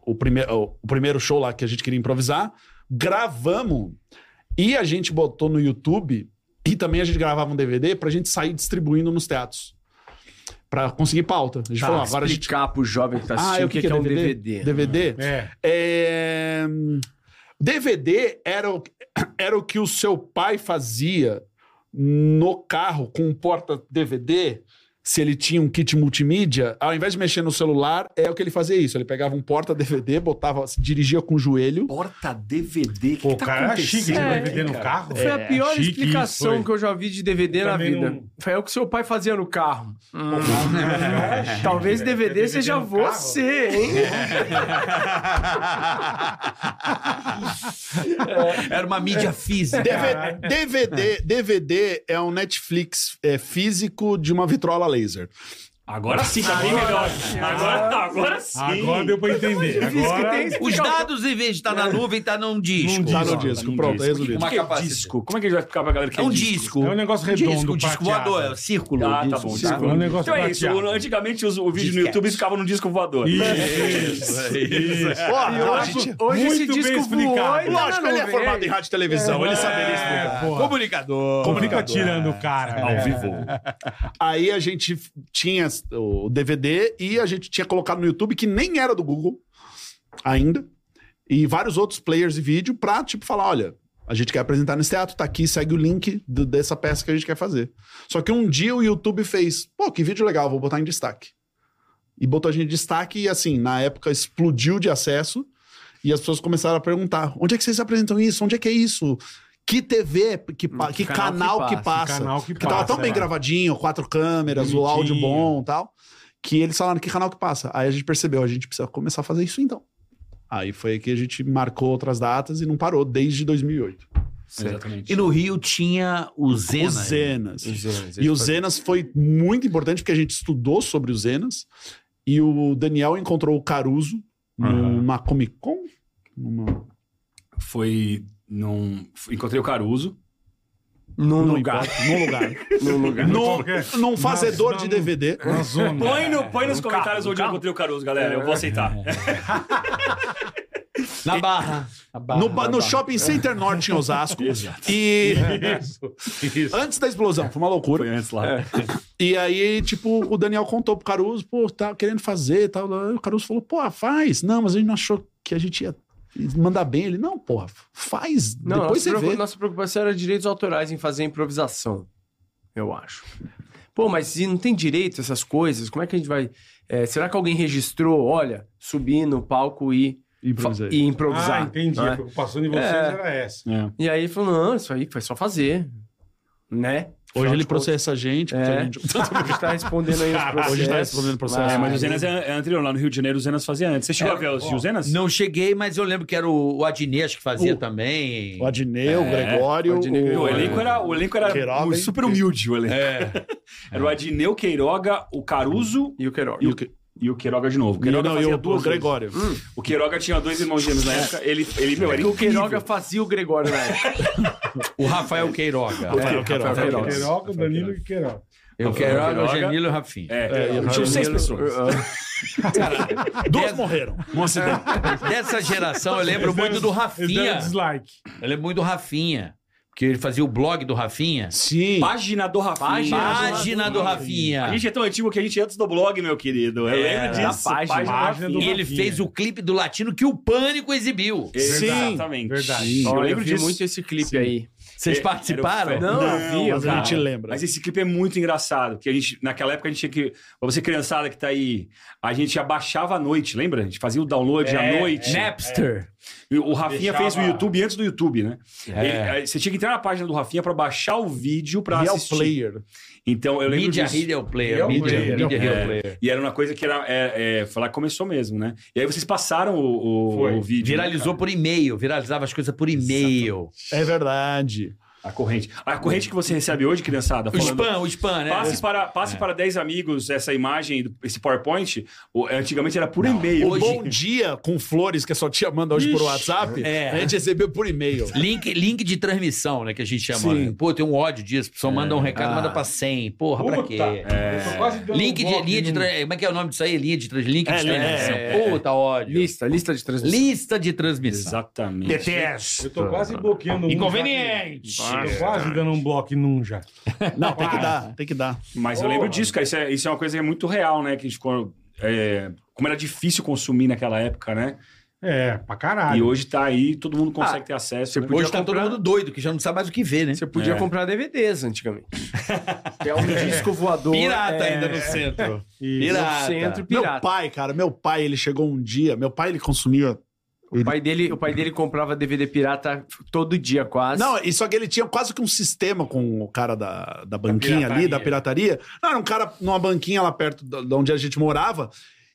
Speaker 7: o, primeiro, o primeiro show lá que a gente queria improvisar. Gravamos e a gente botou no YouTube. E também a gente gravava um DVD pra gente sair distribuindo nos teatros. Pra conseguir pauta. A gente
Speaker 1: Tá,
Speaker 7: falou, agora a gente... Ah,
Speaker 1: explicar pro jovem que tá assistindo o que, que é, um DVD.
Speaker 7: DVD?
Speaker 4: É.
Speaker 7: É, DVD era o, *coughs* era o que o seu pai fazia no carro com um porta-DVD. Se ele tinha um kit multimídia, ao invés de mexer no celular, é o que ele fazia isso. Ele pegava um porta-DVD, botava, dirigia com o *laughs* joelho.
Speaker 3: Porta DVD, que
Speaker 4: Pô,
Speaker 3: que tá
Speaker 4: cara, é chique
Speaker 3: acontecendo?
Speaker 4: de DVD no carro.
Speaker 1: Foi a pior
Speaker 4: É, chique
Speaker 1: explicação
Speaker 4: isso, foi.
Speaker 1: que eu já vi de DVD na
Speaker 4: Também
Speaker 1: vida.
Speaker 4: não-
Speaker 1: Foi o que seu pai fazia no carro.
Speaker 4: É, chique,
Speaker 1: *laughs* Talvez
Speaker 4: velho.
Speaker 1: DVD,
Speaker 4: É
Speaker 1: seja
Speaker 4: no carro?
Speaker 1: você, hein?
Speaker 5: É. Era uma mídia física.
Speaker 7: DV- DVD, DVD é um Netflix é, físico de uma vitrola laser.
Speaker 3: Agora sim, tá bem melhor. Agora tá, agora sim.
Speaker 4: Agora deu pra entender.
Speaker 1: Difícil que
Speaker 4: Agora...
Speaker 1: tem explicar
Speaker 5: Os
Speaker 1: o-
Speaker 5: dados, em vez de estar na nuvem, tá num disco.
Speaker 7: Tá
Speaker 4: Disco.
Speaker 7: no disco,
Speaker 3: Tá
Speaker 7: pronto,
Speaker 3: no disco.
Speaker 7: é resolvido.
Speaker 5: Uma
Speaker 3: Que é
Speaker 5: capacidade.
Speaker 3: disco? Como é que a gente vai explicar pra galera que
Speaker 5: É um disco.
Speaker 4: É um negócio redondo,
Speaker 5: Disco, um disco
Speaker 4: prateado.
Speaker 5: voador, é um círculo.
Speaker 3: Ah, tá
Speaker 5: Disco,
Speaker 3: bom.
Speaker 5: círculo.
Speaker 3: Tá.
Speaker 4: É um negócio
Speaker 3: então é isso.
Speaker 4: prateado.
Speaker 3: o- Antigamente os- o vídeo no
Speaker 5: Disquete.
Speaker 3: YouTube ficava num disco voador.
Speaker 5: É
Speaker 4: Isso, isso.
Speaker 7: Porra,
Speaker 1: Eu
Speaker 7: a
Speaker 1: acho-
Speaker 7: gente-
Speaker 1: Hoje esse
Speaker 4: muito bem
Speaker 1: disco voou e
Speaker 4: explicado.
Speaker 1: tá na
Speaker 7: Lógico, ele é
Speaker 1: nuvem,
Speaker 7: formado
Speaker 1: hein?
Speaker 7: em rádio e televisão, ele saberia explicar.
Speaker 4: É, porra.
Speaker 5: Comunicador.
Speaker 4: Comunica tirando o cara. né?
Speaker 3: Ao
Speaker 4: velho.
Speaker 3: vivo.
Speaker 7: Aí a gente f- tinha o DVD e a gente tinha colocado no YouTube, que nem era do Google ainda, e vários outros players de vídeo pra, tipo, falar, olha, a gente quer apresentar nesse teatro, tá aqui, segue o link do- dessa peça que a gente quer fazer. Só que um dia o YouTube fez, pô, que vídeo legal, vou botar em destaque. E botou a gente em destaque e, assim, na época explodiu de acesso e as pessoas começaram a perguntar, onde é que vocês apresentam isso? Onde é que é isso? Que TV, que, pa- Hum, que
Speaker 1: Que canal que
Speaker 7: canal, que
Speaker 1: passa?
Speaker 7: passa?
Speaker 4: Canal que
Speaker 7: Porque
Speaker 4: passa.
Speaker 7: tava tão bem
Speaker 4: é.
Speaker 7: gravadinho, quatro câmeras, o áudio
Speaker 4: Bonitinho.
Speaker 7: bom e tal, que eles falaram que canal que passa. Aí a gente percebeu, a gente precisa começar a fazer isso então. Aí foi que a gente marcou outras datas e não parou desde 2008.
Speaker 3: Exatamente.
Speaker 5: E no Rio tinha o Zena.
Speaker 7: Os Zenas.
Speaker 1: Os Zenas,
Speaker 7: E o
Speaker 1: eles fazem-
Speaker 7: Zenas foi muito importante porque a gente estudou sobre o Zenas e o Daniel encontrou o Caruso numa Comic Con. Numa-
Speaker 3: Foi num... Encontrei o Caruso.
Speaker 1: Num lugar.
Speaker 7: *laughs* Num lugar.
Speaker 1: Num
Speaker 4: É
Speaker 1: lugar.
Speaker 7: num,
Speaker 4: qualquer-
Speaker 7: num fazedor
Speaker 4: Mas
Speaker 7: de
Speaker 4: não-
Speaker 7: DVD.
Speaker 4: Na zona.
Speaker 3: Põe, no, põe nos comentários onde eu encontrei o Caruso, galera. Eu vou aceitar.
Speaker 5: Na barra. Na barra,
Speaker 7: No,
Speaker 5: na
Speaker 7: ba- no
Speaker 5: barra.
Speaker 7: Shopping Center Norte em Osasco.
Speaker 4: *laughs*
Speaker 7: e
Speaker 4: É. Isso, isso.
Speaker 7: antes da explosão, foi uma loucura. É.
Speaker 3: Foi antes lá.
Speaker 7: E aí, tipo, o Daniel contou pro Caruso, pô, tá querendo fazer e tal. Aí o Caruso falou, pô, faz. Não, mas a gente não achou que a gente ia mandar bem. Ele, não, porra, faz.
Speaker 1: Não,
Speaker 7: Depois
Speaker 1: nossa,
Speaker 7: você
Speaker 1: preocu-
Speaker 7: vê.
Speaker 1: nossa preocupação era direitos autorais em fazer improvisação, eu acho. Pô, mas se não tem direito essas coisas, como é que a gente vai. eh, será que alguém registrou, olha, subir no palco e, fa- e improvisar?
Speaker 4: Ah, entendi.
Speaker 1: né?
Speaker 4: A preocupação de vocês
Speaker 1: É.
Speaker 4: era essa.
Speaker 1: E aí ele falou: não, isso aí foi só fazer. Né?
Speaker 7: Hoje ele
Speaker 1: de contas-
Speaker 7: processa a gente. porque
Speaker 1: É.
Speaker 7: a
Speaker 1: *laughs*
Speaker 7: gente-
Speaker 1: A gente tá respondendo aí os processos.
Speaker 7: hoje tá respondendo processo.
Speaker 3: É, mas o Zenas é é anterior. Lá no Rio de Janeiro, o Zenas fazia antes. Você chegou a ver os o Zenas?
Speaker 5: Não cheguei, mas eu lembro que era o, o Adnê, acho que fazia também.
Speaker 7: O Adneu, o Gregório.
Speaker 1: o Adneu
Speaker 3: O
Speaker 1: e Gregório.
Speaker 3: elenco era, o elenco era
Speaker 7: Queiroga, hein?
Speaker 3: super humilde, o elenco. *laughs* Era o Adneu, Queiroga, o Caruso
Speaker 1: E o Queiroga.
Speaker 3: e o, Que- e o Queiroga de novo. O
Speaker 7: E o-
Speaker 3: Queiroga
Speaker 7: não, e
Speaker 3: fazia
Speaker 7: o, o
Speaker 3: duas vezes.
Speaker 7: Gregório.
Speaker 1: Hum.
Speaker 3: O Queiroga tinha dois irmãos gêmeos na época. Ele, ele meu, era
Speaker 1: o Queiroga
Speaker 3: Queiroga.
Speaker 1: fazia o Gregório na época.
Speaker 5: O Rafael Queiroga.
Speaker 7: É, Rafael Queiroz.
Speaker 1: É, Rafael Queiroz.
Speaker 4: Queiroca, Danilo e Queiroca.
Speaker 5: O Queiroga, o Genilo e o Rafinha.
Speaker 3: É, tinha seis pessoas.
Speaker 7: Duas morreram.
Speaker 5: Dessa geração eu lembro muito do
Speaker 4: Eles deram
Speaker 5: Rafinha.
Speaker 4: dislike.
Speaker 5: Eu lembro é muito do Rafinha. Porque ele fazia o blog do Rafinha.
Speaker 7: Sim.
Speaker 3: Página é do Rafinha.
Speaker 5: Página do
Speaker 3: A
Speaker 5: Rafinha.
Speaker 3: gente é tão antigo que a gente é antes do blog, meu querido. Eu lembro
Speaker 1: da
Speaker 3: disso.
Speaker 1: página.
Speaker 4: Página do
Speaker 5: E ele
Speaker 4: Rafinha.
Speaker 5: fez o clipe do Latino que o Pânico exibiu.
Speaker 7: Sim.
Speaker 3: Exatamente.
Speaker 4: Verdade.
Speaker 3: Eu
Speaker 1: Olha, eu
Speaker 3: lembro
Speaker 1: vi
Speaker 3: disso.
Speaker 1: muito esse clipe aí.
Speaker 5: Vocês
Speaker 3: É,
Speaker 5: participaram?
Speaker 3: era o
Speaker 1: Não, eu vi, eu
Speaker 7: mas
Speaker 1: vi.
Speaker 7: a gente lembra.
Speaker 3: Mas esse clipe é muito engraçado, porque a gente, naquela época a gente tinha que. Pra você, criançada que tá aí, a gente abaixava à noite, lembra? A gente fazia o download à noite.
Speaker 5: Napster.
Speaker 3: E O Rafinha
Speaker 4: Deixava-
Speaker 3: fez o YouTube antes do YouTube, né?
Speaker 5: É.
Speaker 3: Ele- aí você tinha que entrar na página do Rafinha pra baixar o vídeo pra
Speaker 7: Real
Speaker 3: assistir.
Speaker 7: player.
Speaker 3: Então eu lembro
Speaker 5: Media
Speaker 3: disso.
Speaker 5: Hero Player.
Speaker 4: Real
Speaker 5: Media
Speaker 4: Player,
Speaker 5: Media
Speaker 3: Real
Speaker 5: Hero
Speaker 3: Player.
Speaker 5: Player.
Speaker 3: E era uma coisa que era. É, é, falar que começou mesmo, né? E aí vocês passaram o, o,
Speaker 4: Foi.
Speaker 3: o vídeo. né,
Speaker 5: Viralizou por e-mail. Viralizava as coisas por e-mail.
Speaker 7: É verdade.
Speaker 3: cara? A corrente. A corrente que você recebe hoje, criançada,
Speaker 5: O
Speaker 3: Tá falando.
Speaker 5: spam, o spam, né?
Speaker 1: É.
Speaker 3: Passe para, passe para 10 amigos essa imagem, esse PowerPoint. O- é, Antigamente era por e-mail.
Speaker 5: Hoje-
Speaker 7: Um Bom dia com flores que a sua tia manda hoje por WhatsApp.
Speaker 5: É.
Speaker 7: A gente recebeu por e-mail.
Speaker 5: Link, link de transmissão, né? Que a gente chama.
Speaker 7: Sim.
Speaker 5: né? Pô, tem um ódio disso. A pessoa manda
Speaker 3: É.
Speaker 5: um recado, manda pra 100. Porra, pra quê?
Speaker 4: Eu tô quase dando
Speaker 5: Link
Speaker 4: um
Speaker 5: de
Speaker 4: golpe
Speaker 5: linha de
Speaker 4: num-
Speaker 5: transmissão. Como é que é o nome disso aí? Linha de transmissão. Link
Speaker 7: É,
Speaker 5: de transmissão.
Speaker 1: é, é.
Speaker 5: Puta ódio.
Speaker 1: Lista, lista de transmissão.
Speaker 5: Lista de transmissão.
Speaker 3: Exatamente.
Speaker 4: Eu tô quase bloqueando um.
Speaker 5: Inconveniente.
Speaker 4: já que- Tô quase dando um bloco num já.
Speaker 7: Não, tem que dar, tem que dar.
Speaker 3: Mas eu lembro disso, cara. Isso é, isso é uma coisa que é muito real, né? Que a gente ficou. é, como era difícil consumir naquela época, né?
Speaker 4: É, pra
Speaker 3: E
Speaker 4: caralho.
Speaker 3: hoje tá aí, todo mundo consegue
Speaker 1: Ah,
Speaker 3: ter acesso. né?
Speaker 5: Hoje tá
Speaker 1: comprar-
Speaker 5: todo mundo doido, que já não sabe mais o que ver, né?
Speaker 1: Você podia
Speaker 3: É.
Speaker 1: comprar
Speaker 3: *laughs*
Speaker 1: DVDs antigamente. que é um disco voador.
Speaker 5: Pirata
Speaker 1: é,
Speaker 5: ainda no centro.
Speaker 4: E...
Speaker 1: No
Speaker 5: Pirata.
Speaker 1: centro
Speaker 7: Meu
Speaker 1: pirata.
Speaker 7: pai, cara, meu pai, ele chegou um dia, meu pai ele consumia.
Speaker 1: O pai, dele, o pai dele comprava DVD pirata todo dia, quase. Um
Speaker 7: Não, e só que ele tinha quase que um sistema com o cara da, da banquinha ali, da pirataria. né? Não, era um cara numa banquinha lá perto da- de onde a gente morava.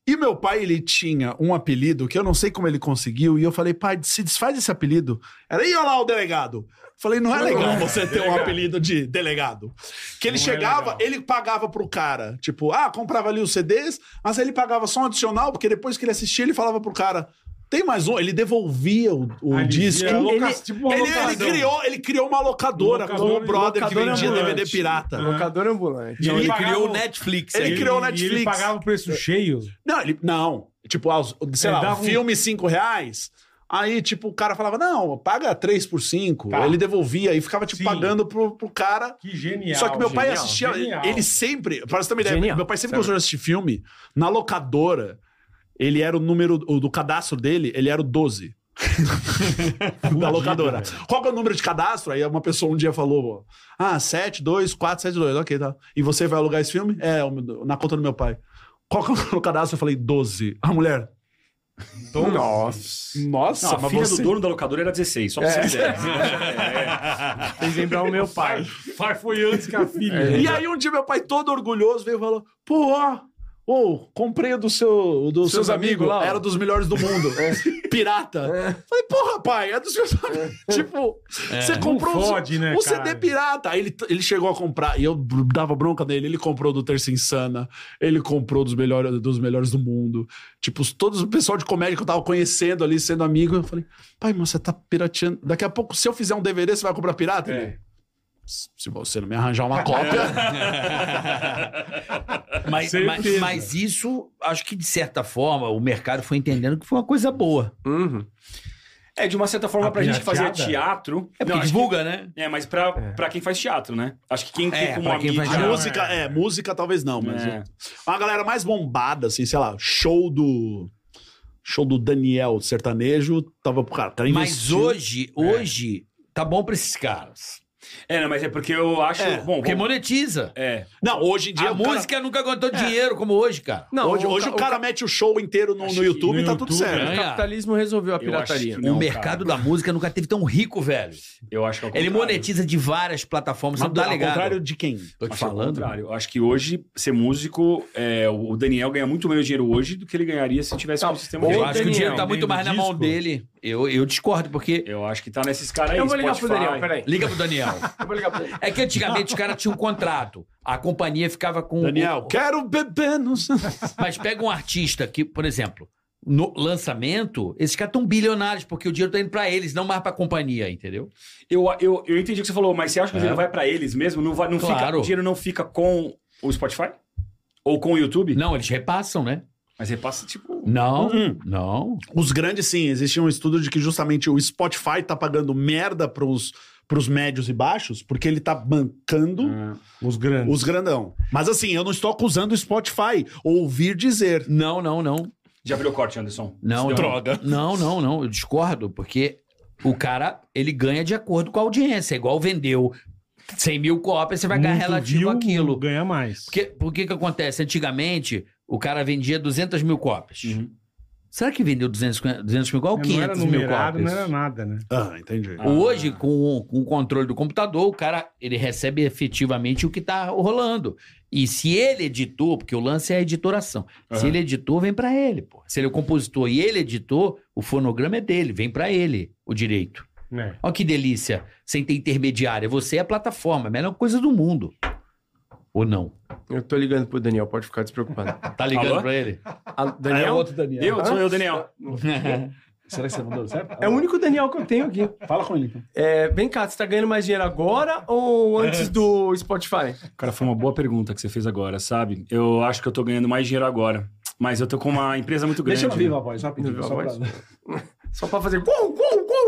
Speaker 7: E meu pai, ele tinha um apelido que eu não sei como ele conseguiu. E eu falei, pai, se desfaz esse apelido. Era, e olha lá o delegado. Falei, não é legal é você ter um apelido de delegado. Que ele chegava, ele pagava pro cara. Tipo, ah, comprava ali os CDs, mas ele pagava só um adicional, porque depois que ele assistia, ele falava pro cara, tem mais um. Ele devolvia o, o
Speaker 4: Ah, ele
Speaker 7: disco.
Speaker 4: vira loca-
Speaker 7: Ele-
Speaker 4: tipo uma
Speaker 7: ele, ele
Speaker 4: locação.
Speaker 7: criou, ele criou uma locadora
Speaker 4: Locadora-
Speaker 7: com o brother que
Speaker 1: locadora
Speaker 7: vendia
Speaker 1: ambulante.
Speaker 7: DVD
Speaker 3: é.
Speaker 7: pirata.
Speaker 1: Locador ambulante.
Speaker 4: E
Speaker 5: Então, ele
Speaker 4: pagava
Speaker 5: criou
Speaker 4: o-
Speaker 5: o Netflix.
Speaker 7: Ele
Speaker 5: aí.
Speaker 4: e-
Speaker 7: criou o
Speaker 4: e Ele
Speaker 7: Netflix.
Speaker 4: pagava o É. preço cheio.
Speaker 7: Não, ele. Não. Tipo, ah, os- sei
Speaker 4: É,
Speaker 7: lá,
Speaker 4: dava
Speaker 7: um
Speaker 4: um-
Speaker 7: filme 5 reais. Aí, tipo, o cara falava, não, paga 3 por 5. Ele devolvia e ficava, tipo,
Speaker 4: Sim.
Speaker 7: pagando pro, pro cara.
Speaker 4: Que genial.
Speaker 7: Só que meu pai
Speaker 4: genial,
Speaker 7: assistia.
Speaker 4: genial.
Speaker 7: Ele sempre. Pra você ter uma ideia,
Speaker 1: Genial.
Speaker 7: meu pai sempre gostou de assistir filme. Na locadora, ele era o número. O do cadastro dele, ele era o *laughs* 12. da locadora. Qual que é o número de cadastro? Aí uma pessoa um dia falou: Ah, 7, 2, 4, 7, 2. Ok, tá. E você vai alugar esse filme? É, o meu- na conta do meu pai. Qual que é o *laughs* número do cadastro? Eu falei: 12. A mulher.
Speaker 1: Nossa.
Speaker 7: Nossa,
Speaker 3: Não, a filha do dono da locadora era 16, só pra você ter
Speaker 1: *laughs*
Speaker 3: É.
Speaker 1: Fez lembrar o meu pai.
Speaker 4: Pai foi antes que a filha.
Speaker 7: E aí um dia meu pai todo orgulhoso veio e falou: Pô, ó, ô, comprei o do seu, o dos seus,
Speaker 1: Seus
Speaker 7: amigos,
Speaker 1: amigos lá, ó.
Speaker 7: era dos melhores do mundo. *laughs* Pirata. Falei, porra, pai, é dos seus amigos. *laughs* Tipo, você comprou
Speaker 4: É, Não
Speaker 7: um-
Speaker 4: fode, né,
Speaker 7: um CD
Speaker 4: cara?
Speaker 7: pirata. Aí ele, ele chegou a comprar, e eu br- dava bronca nele, ele comprou do Terça Insana, ele comprou dos melhores, dos melhores do mundo. Tipo, os- todos o pessoal de comédia que eu tava conhecendo ali, sendo amigo, eu falei, pai, mas você tá pirateando. Daqui a pouco, se eu fizer um DVD, você vai comprar pirata? Ele,
Speaker 6: se você não me arranjar uma cópia,
Speaker 5: Mas, mas-
Speaker 4: Certeza.
Speaker 5: mas isso, acho que de certa forma, o mercado foi entendendo que foi uma coisa boa.
Speaker 1: Uhum.
Speaker 3: É, de uma certa forma,
Speaker 4: A
Speaker 3: pra gente fazer
Speaker 4: pirateada?
Speaker 3: teatro.
Speaker 5: É porque
Speaker 3: Não, acho
Speaker 5: divulga, né?
Speaker 3: que- É, mas pra, pra quem faz teatro, né? Acho que quem
Speaker 5: É,
Speaker 3: tem como
Speaker 5: pra
Speaker 3: uma
Speaker 5: quem
Speaker 4: *laughs*
Speaker 3: mídia.
Speaker 5: faz
Speaker 7: A
Speaker 5: Não,
Speaker 7: música, é. música talvez não, mas.
Speaker 3: É.
Speaker 7: Uma galera mais bombada, assim, sei lá, show do. Show do Daniel sertanejo, tava pro cara. Tá
Speaker 5: Mas hoje, hoje, tá bom pra esses caras.
Speaker 3: É, não, mas é porque eu acho.
Speaker 7: É,
Speaker 3: bom,
Speaker 5: Porque
Speaker 3: bom,
Speaker 5: monetiza.
Speaker 3: é.
Speaker 7: Não, hoje em Um dia.
Speaker 4: Ah,
Speaker 5: A
Speaker 7: o cara-
Speaker 5: música nunca aguentou dinheiro como hoje, cara.
Speaker 1: Não,
Speaker 7: hoje hoje
Speaker 1: ca-
Speaker 7: o cara mete o show inteiro no, no YouTube e tá tudo
Speaker 4: YouTube,
Speaker 7: certo.
Speaker 1: ca-
Speaker 5: né?
Speaker 1: o capitalismo resolveu
Speaker 3: Eu
Speaker 1: a
Speaker 3: acho
Speaker 1: pirataria.
Speaker 3: que
Speaker 5: o
Speaker 3: Não,
Speaker 5: mercado da música nunca teve tão rico, velho.
Speaker 3: Eu acho que é o
Speaker 5: Ele
Speaker 3: contrário.
Speaker 5: monetiza de várias plataformas, você
Speaker 7: Mas
Speaker 5: não tá
Speaker 7: ao
Speaker 5: ligado?
Speaker 7: contrário de quem?
Speaker 5: Tô te
Speaker 3: Acho que é o
Speaker 5: falando.
Speaker 3: contrário. Eu acho que hoje, ser músico, é, o Daniel ganha muito menos dinheiro hoje do que ele ganharia se tivesse um sistema
Speaker 1: ou
Speaker 5: Eu
Speaker 3: de
Speaker 1: Ô,
Speaker 5: acho que o
Speaker 1: Daniel,
Speaker 5: dinheiro tá muito
Speaker 4: tem
Speaker 5: mais na
Speaker 4: disco?
Speaker 5: mão dele. Eu, eu discordo, porque.
Speaker 3: Eu acho que tá nesses caras aí.
Speaker 1: Eu vou ligar pro
Speaker 3: Spotify.
Speaker 1: Daniel, peraí.
Speaker 5: Liga pro Daniel.
Speaker 1: *laughs* Eu vou ligar pro Daniel.
Speaker 5: É que antigamente os caras tinham um contrato. A companhia ficava com.
Speaker 7: Daniel, quero beber no.
Speaker 5: Mas pega um artista que, por exemplo, no lançamento, esses caras estão bilionários, porque o dinheiro tá indo pra eles, não mais pra companhia, entendeu?
Speaker 3: Eu, eu, eu entendi o que você falou, mas você acha que o dinheiro vai pra eles mesmo? Não vai, não fica,
Speaker 5: É. Claro.
Speaker 3: o dinheiro não fica com o Spotify? Ou com o YouTube?
Speaker 5: Não, eles repassam, né?
Speaker 3: Mas repassa, tipo.
Speaker 5: Não,
Speaker 7: Uhum.
Speaker 5: não.
Speaker 7: Os grandes, sim. Existe um estudo de que justamente o Spotify tá pagando merda pros, pros médios e baixos, porque ele tá bancando
Speaker 4: Os grandes.
Speaker 7: os grandão. Mas assim, eu não estou acusando o Spotify. Ouvir dizer.
Speaker 5: Não, não, não.
Speaker 3: Já virou corte, Anderson.
Speaker 5: Não, não.
Speaker 7: Droga.
Speaker 5: Não, não, não. Eu discordo, porque o cara, ele ganha de acordo com a audiência. É Igual vendeu 100 mil cópias, você vai ganhar
Speaker 4: Muito
Speaker 5: relativo
Speaker 4: view,
Speaker 5: àquilo.
Speaker 4: Ganha mais.
Speaker 5: Porque, por que que acontece? Antigamente, o cara vendia 200 mil cópias.
Speaker 3: Uhum.
Speaker 5: Será que vendeu 200, 200 mil
Speaker 4: É,
Speaker 5: cópias?
Speaker 4: não era
Speaker 5: 500 mil
Speaker 4: numerado,
Speaker 5: cópias.
Speaker 4: não era nada, né?
Speaker 7: Ah, entendi.
Speaker 3: Ah.
Speaker 5: Hoje, com, com o controle do computador, o cara ele recebe efetivamente o que está rolando. E se ele editou, porque o lance é a editoração. Se
Speaker 3: Aham.
Speaker 5: ele editou, vem para ele. Pô. Se ele é o compositor e ele editou, o fonograma é dele, vem para ele o direito.
Speaker 4: É.
Speaker 5: Olha que delícia, sem ter intermediária. Você é a plataforma, a melhor coisa do mundo. Ou não?
Speaker 1: Eu tô ligando pro Daniel, pode
Speaker 3: *laughs*
Speaker 1: ficar despreocupado.
Speaker 5: Tá ligando
Speaker 3: Alô?
Speaker 5: para ele?
Speaker 1: A- Daniel,
Speaker 3: É
Speaker 5: outro Daniel.
Speaker 3: Eu, sou eu, Daniel.
Speaker 7: Será que você mandou certo?
Speaker 1: É o único Daniel que eu tenho aqui.
Speaker 7: Fala com ele. então.
Speaker 1: É, vem cá, você tá ganhando mais dinheiro agora ou antes do Spotify?
Speaker 3: Cara, foi uma boa pergunta que você fez agora, sabe? Eu acho que eu tô ganhando mais dinheiro agora. Mas eu tô com uma empresa muito grande.
Speaker 7: Deixa eu ouvir a voz rapidinho.
Speaker 1: Viva
Speaker 7: Só *laughs* pra...
Speaker 1: voz. Só pra fazer. gol, gol, gol, gol.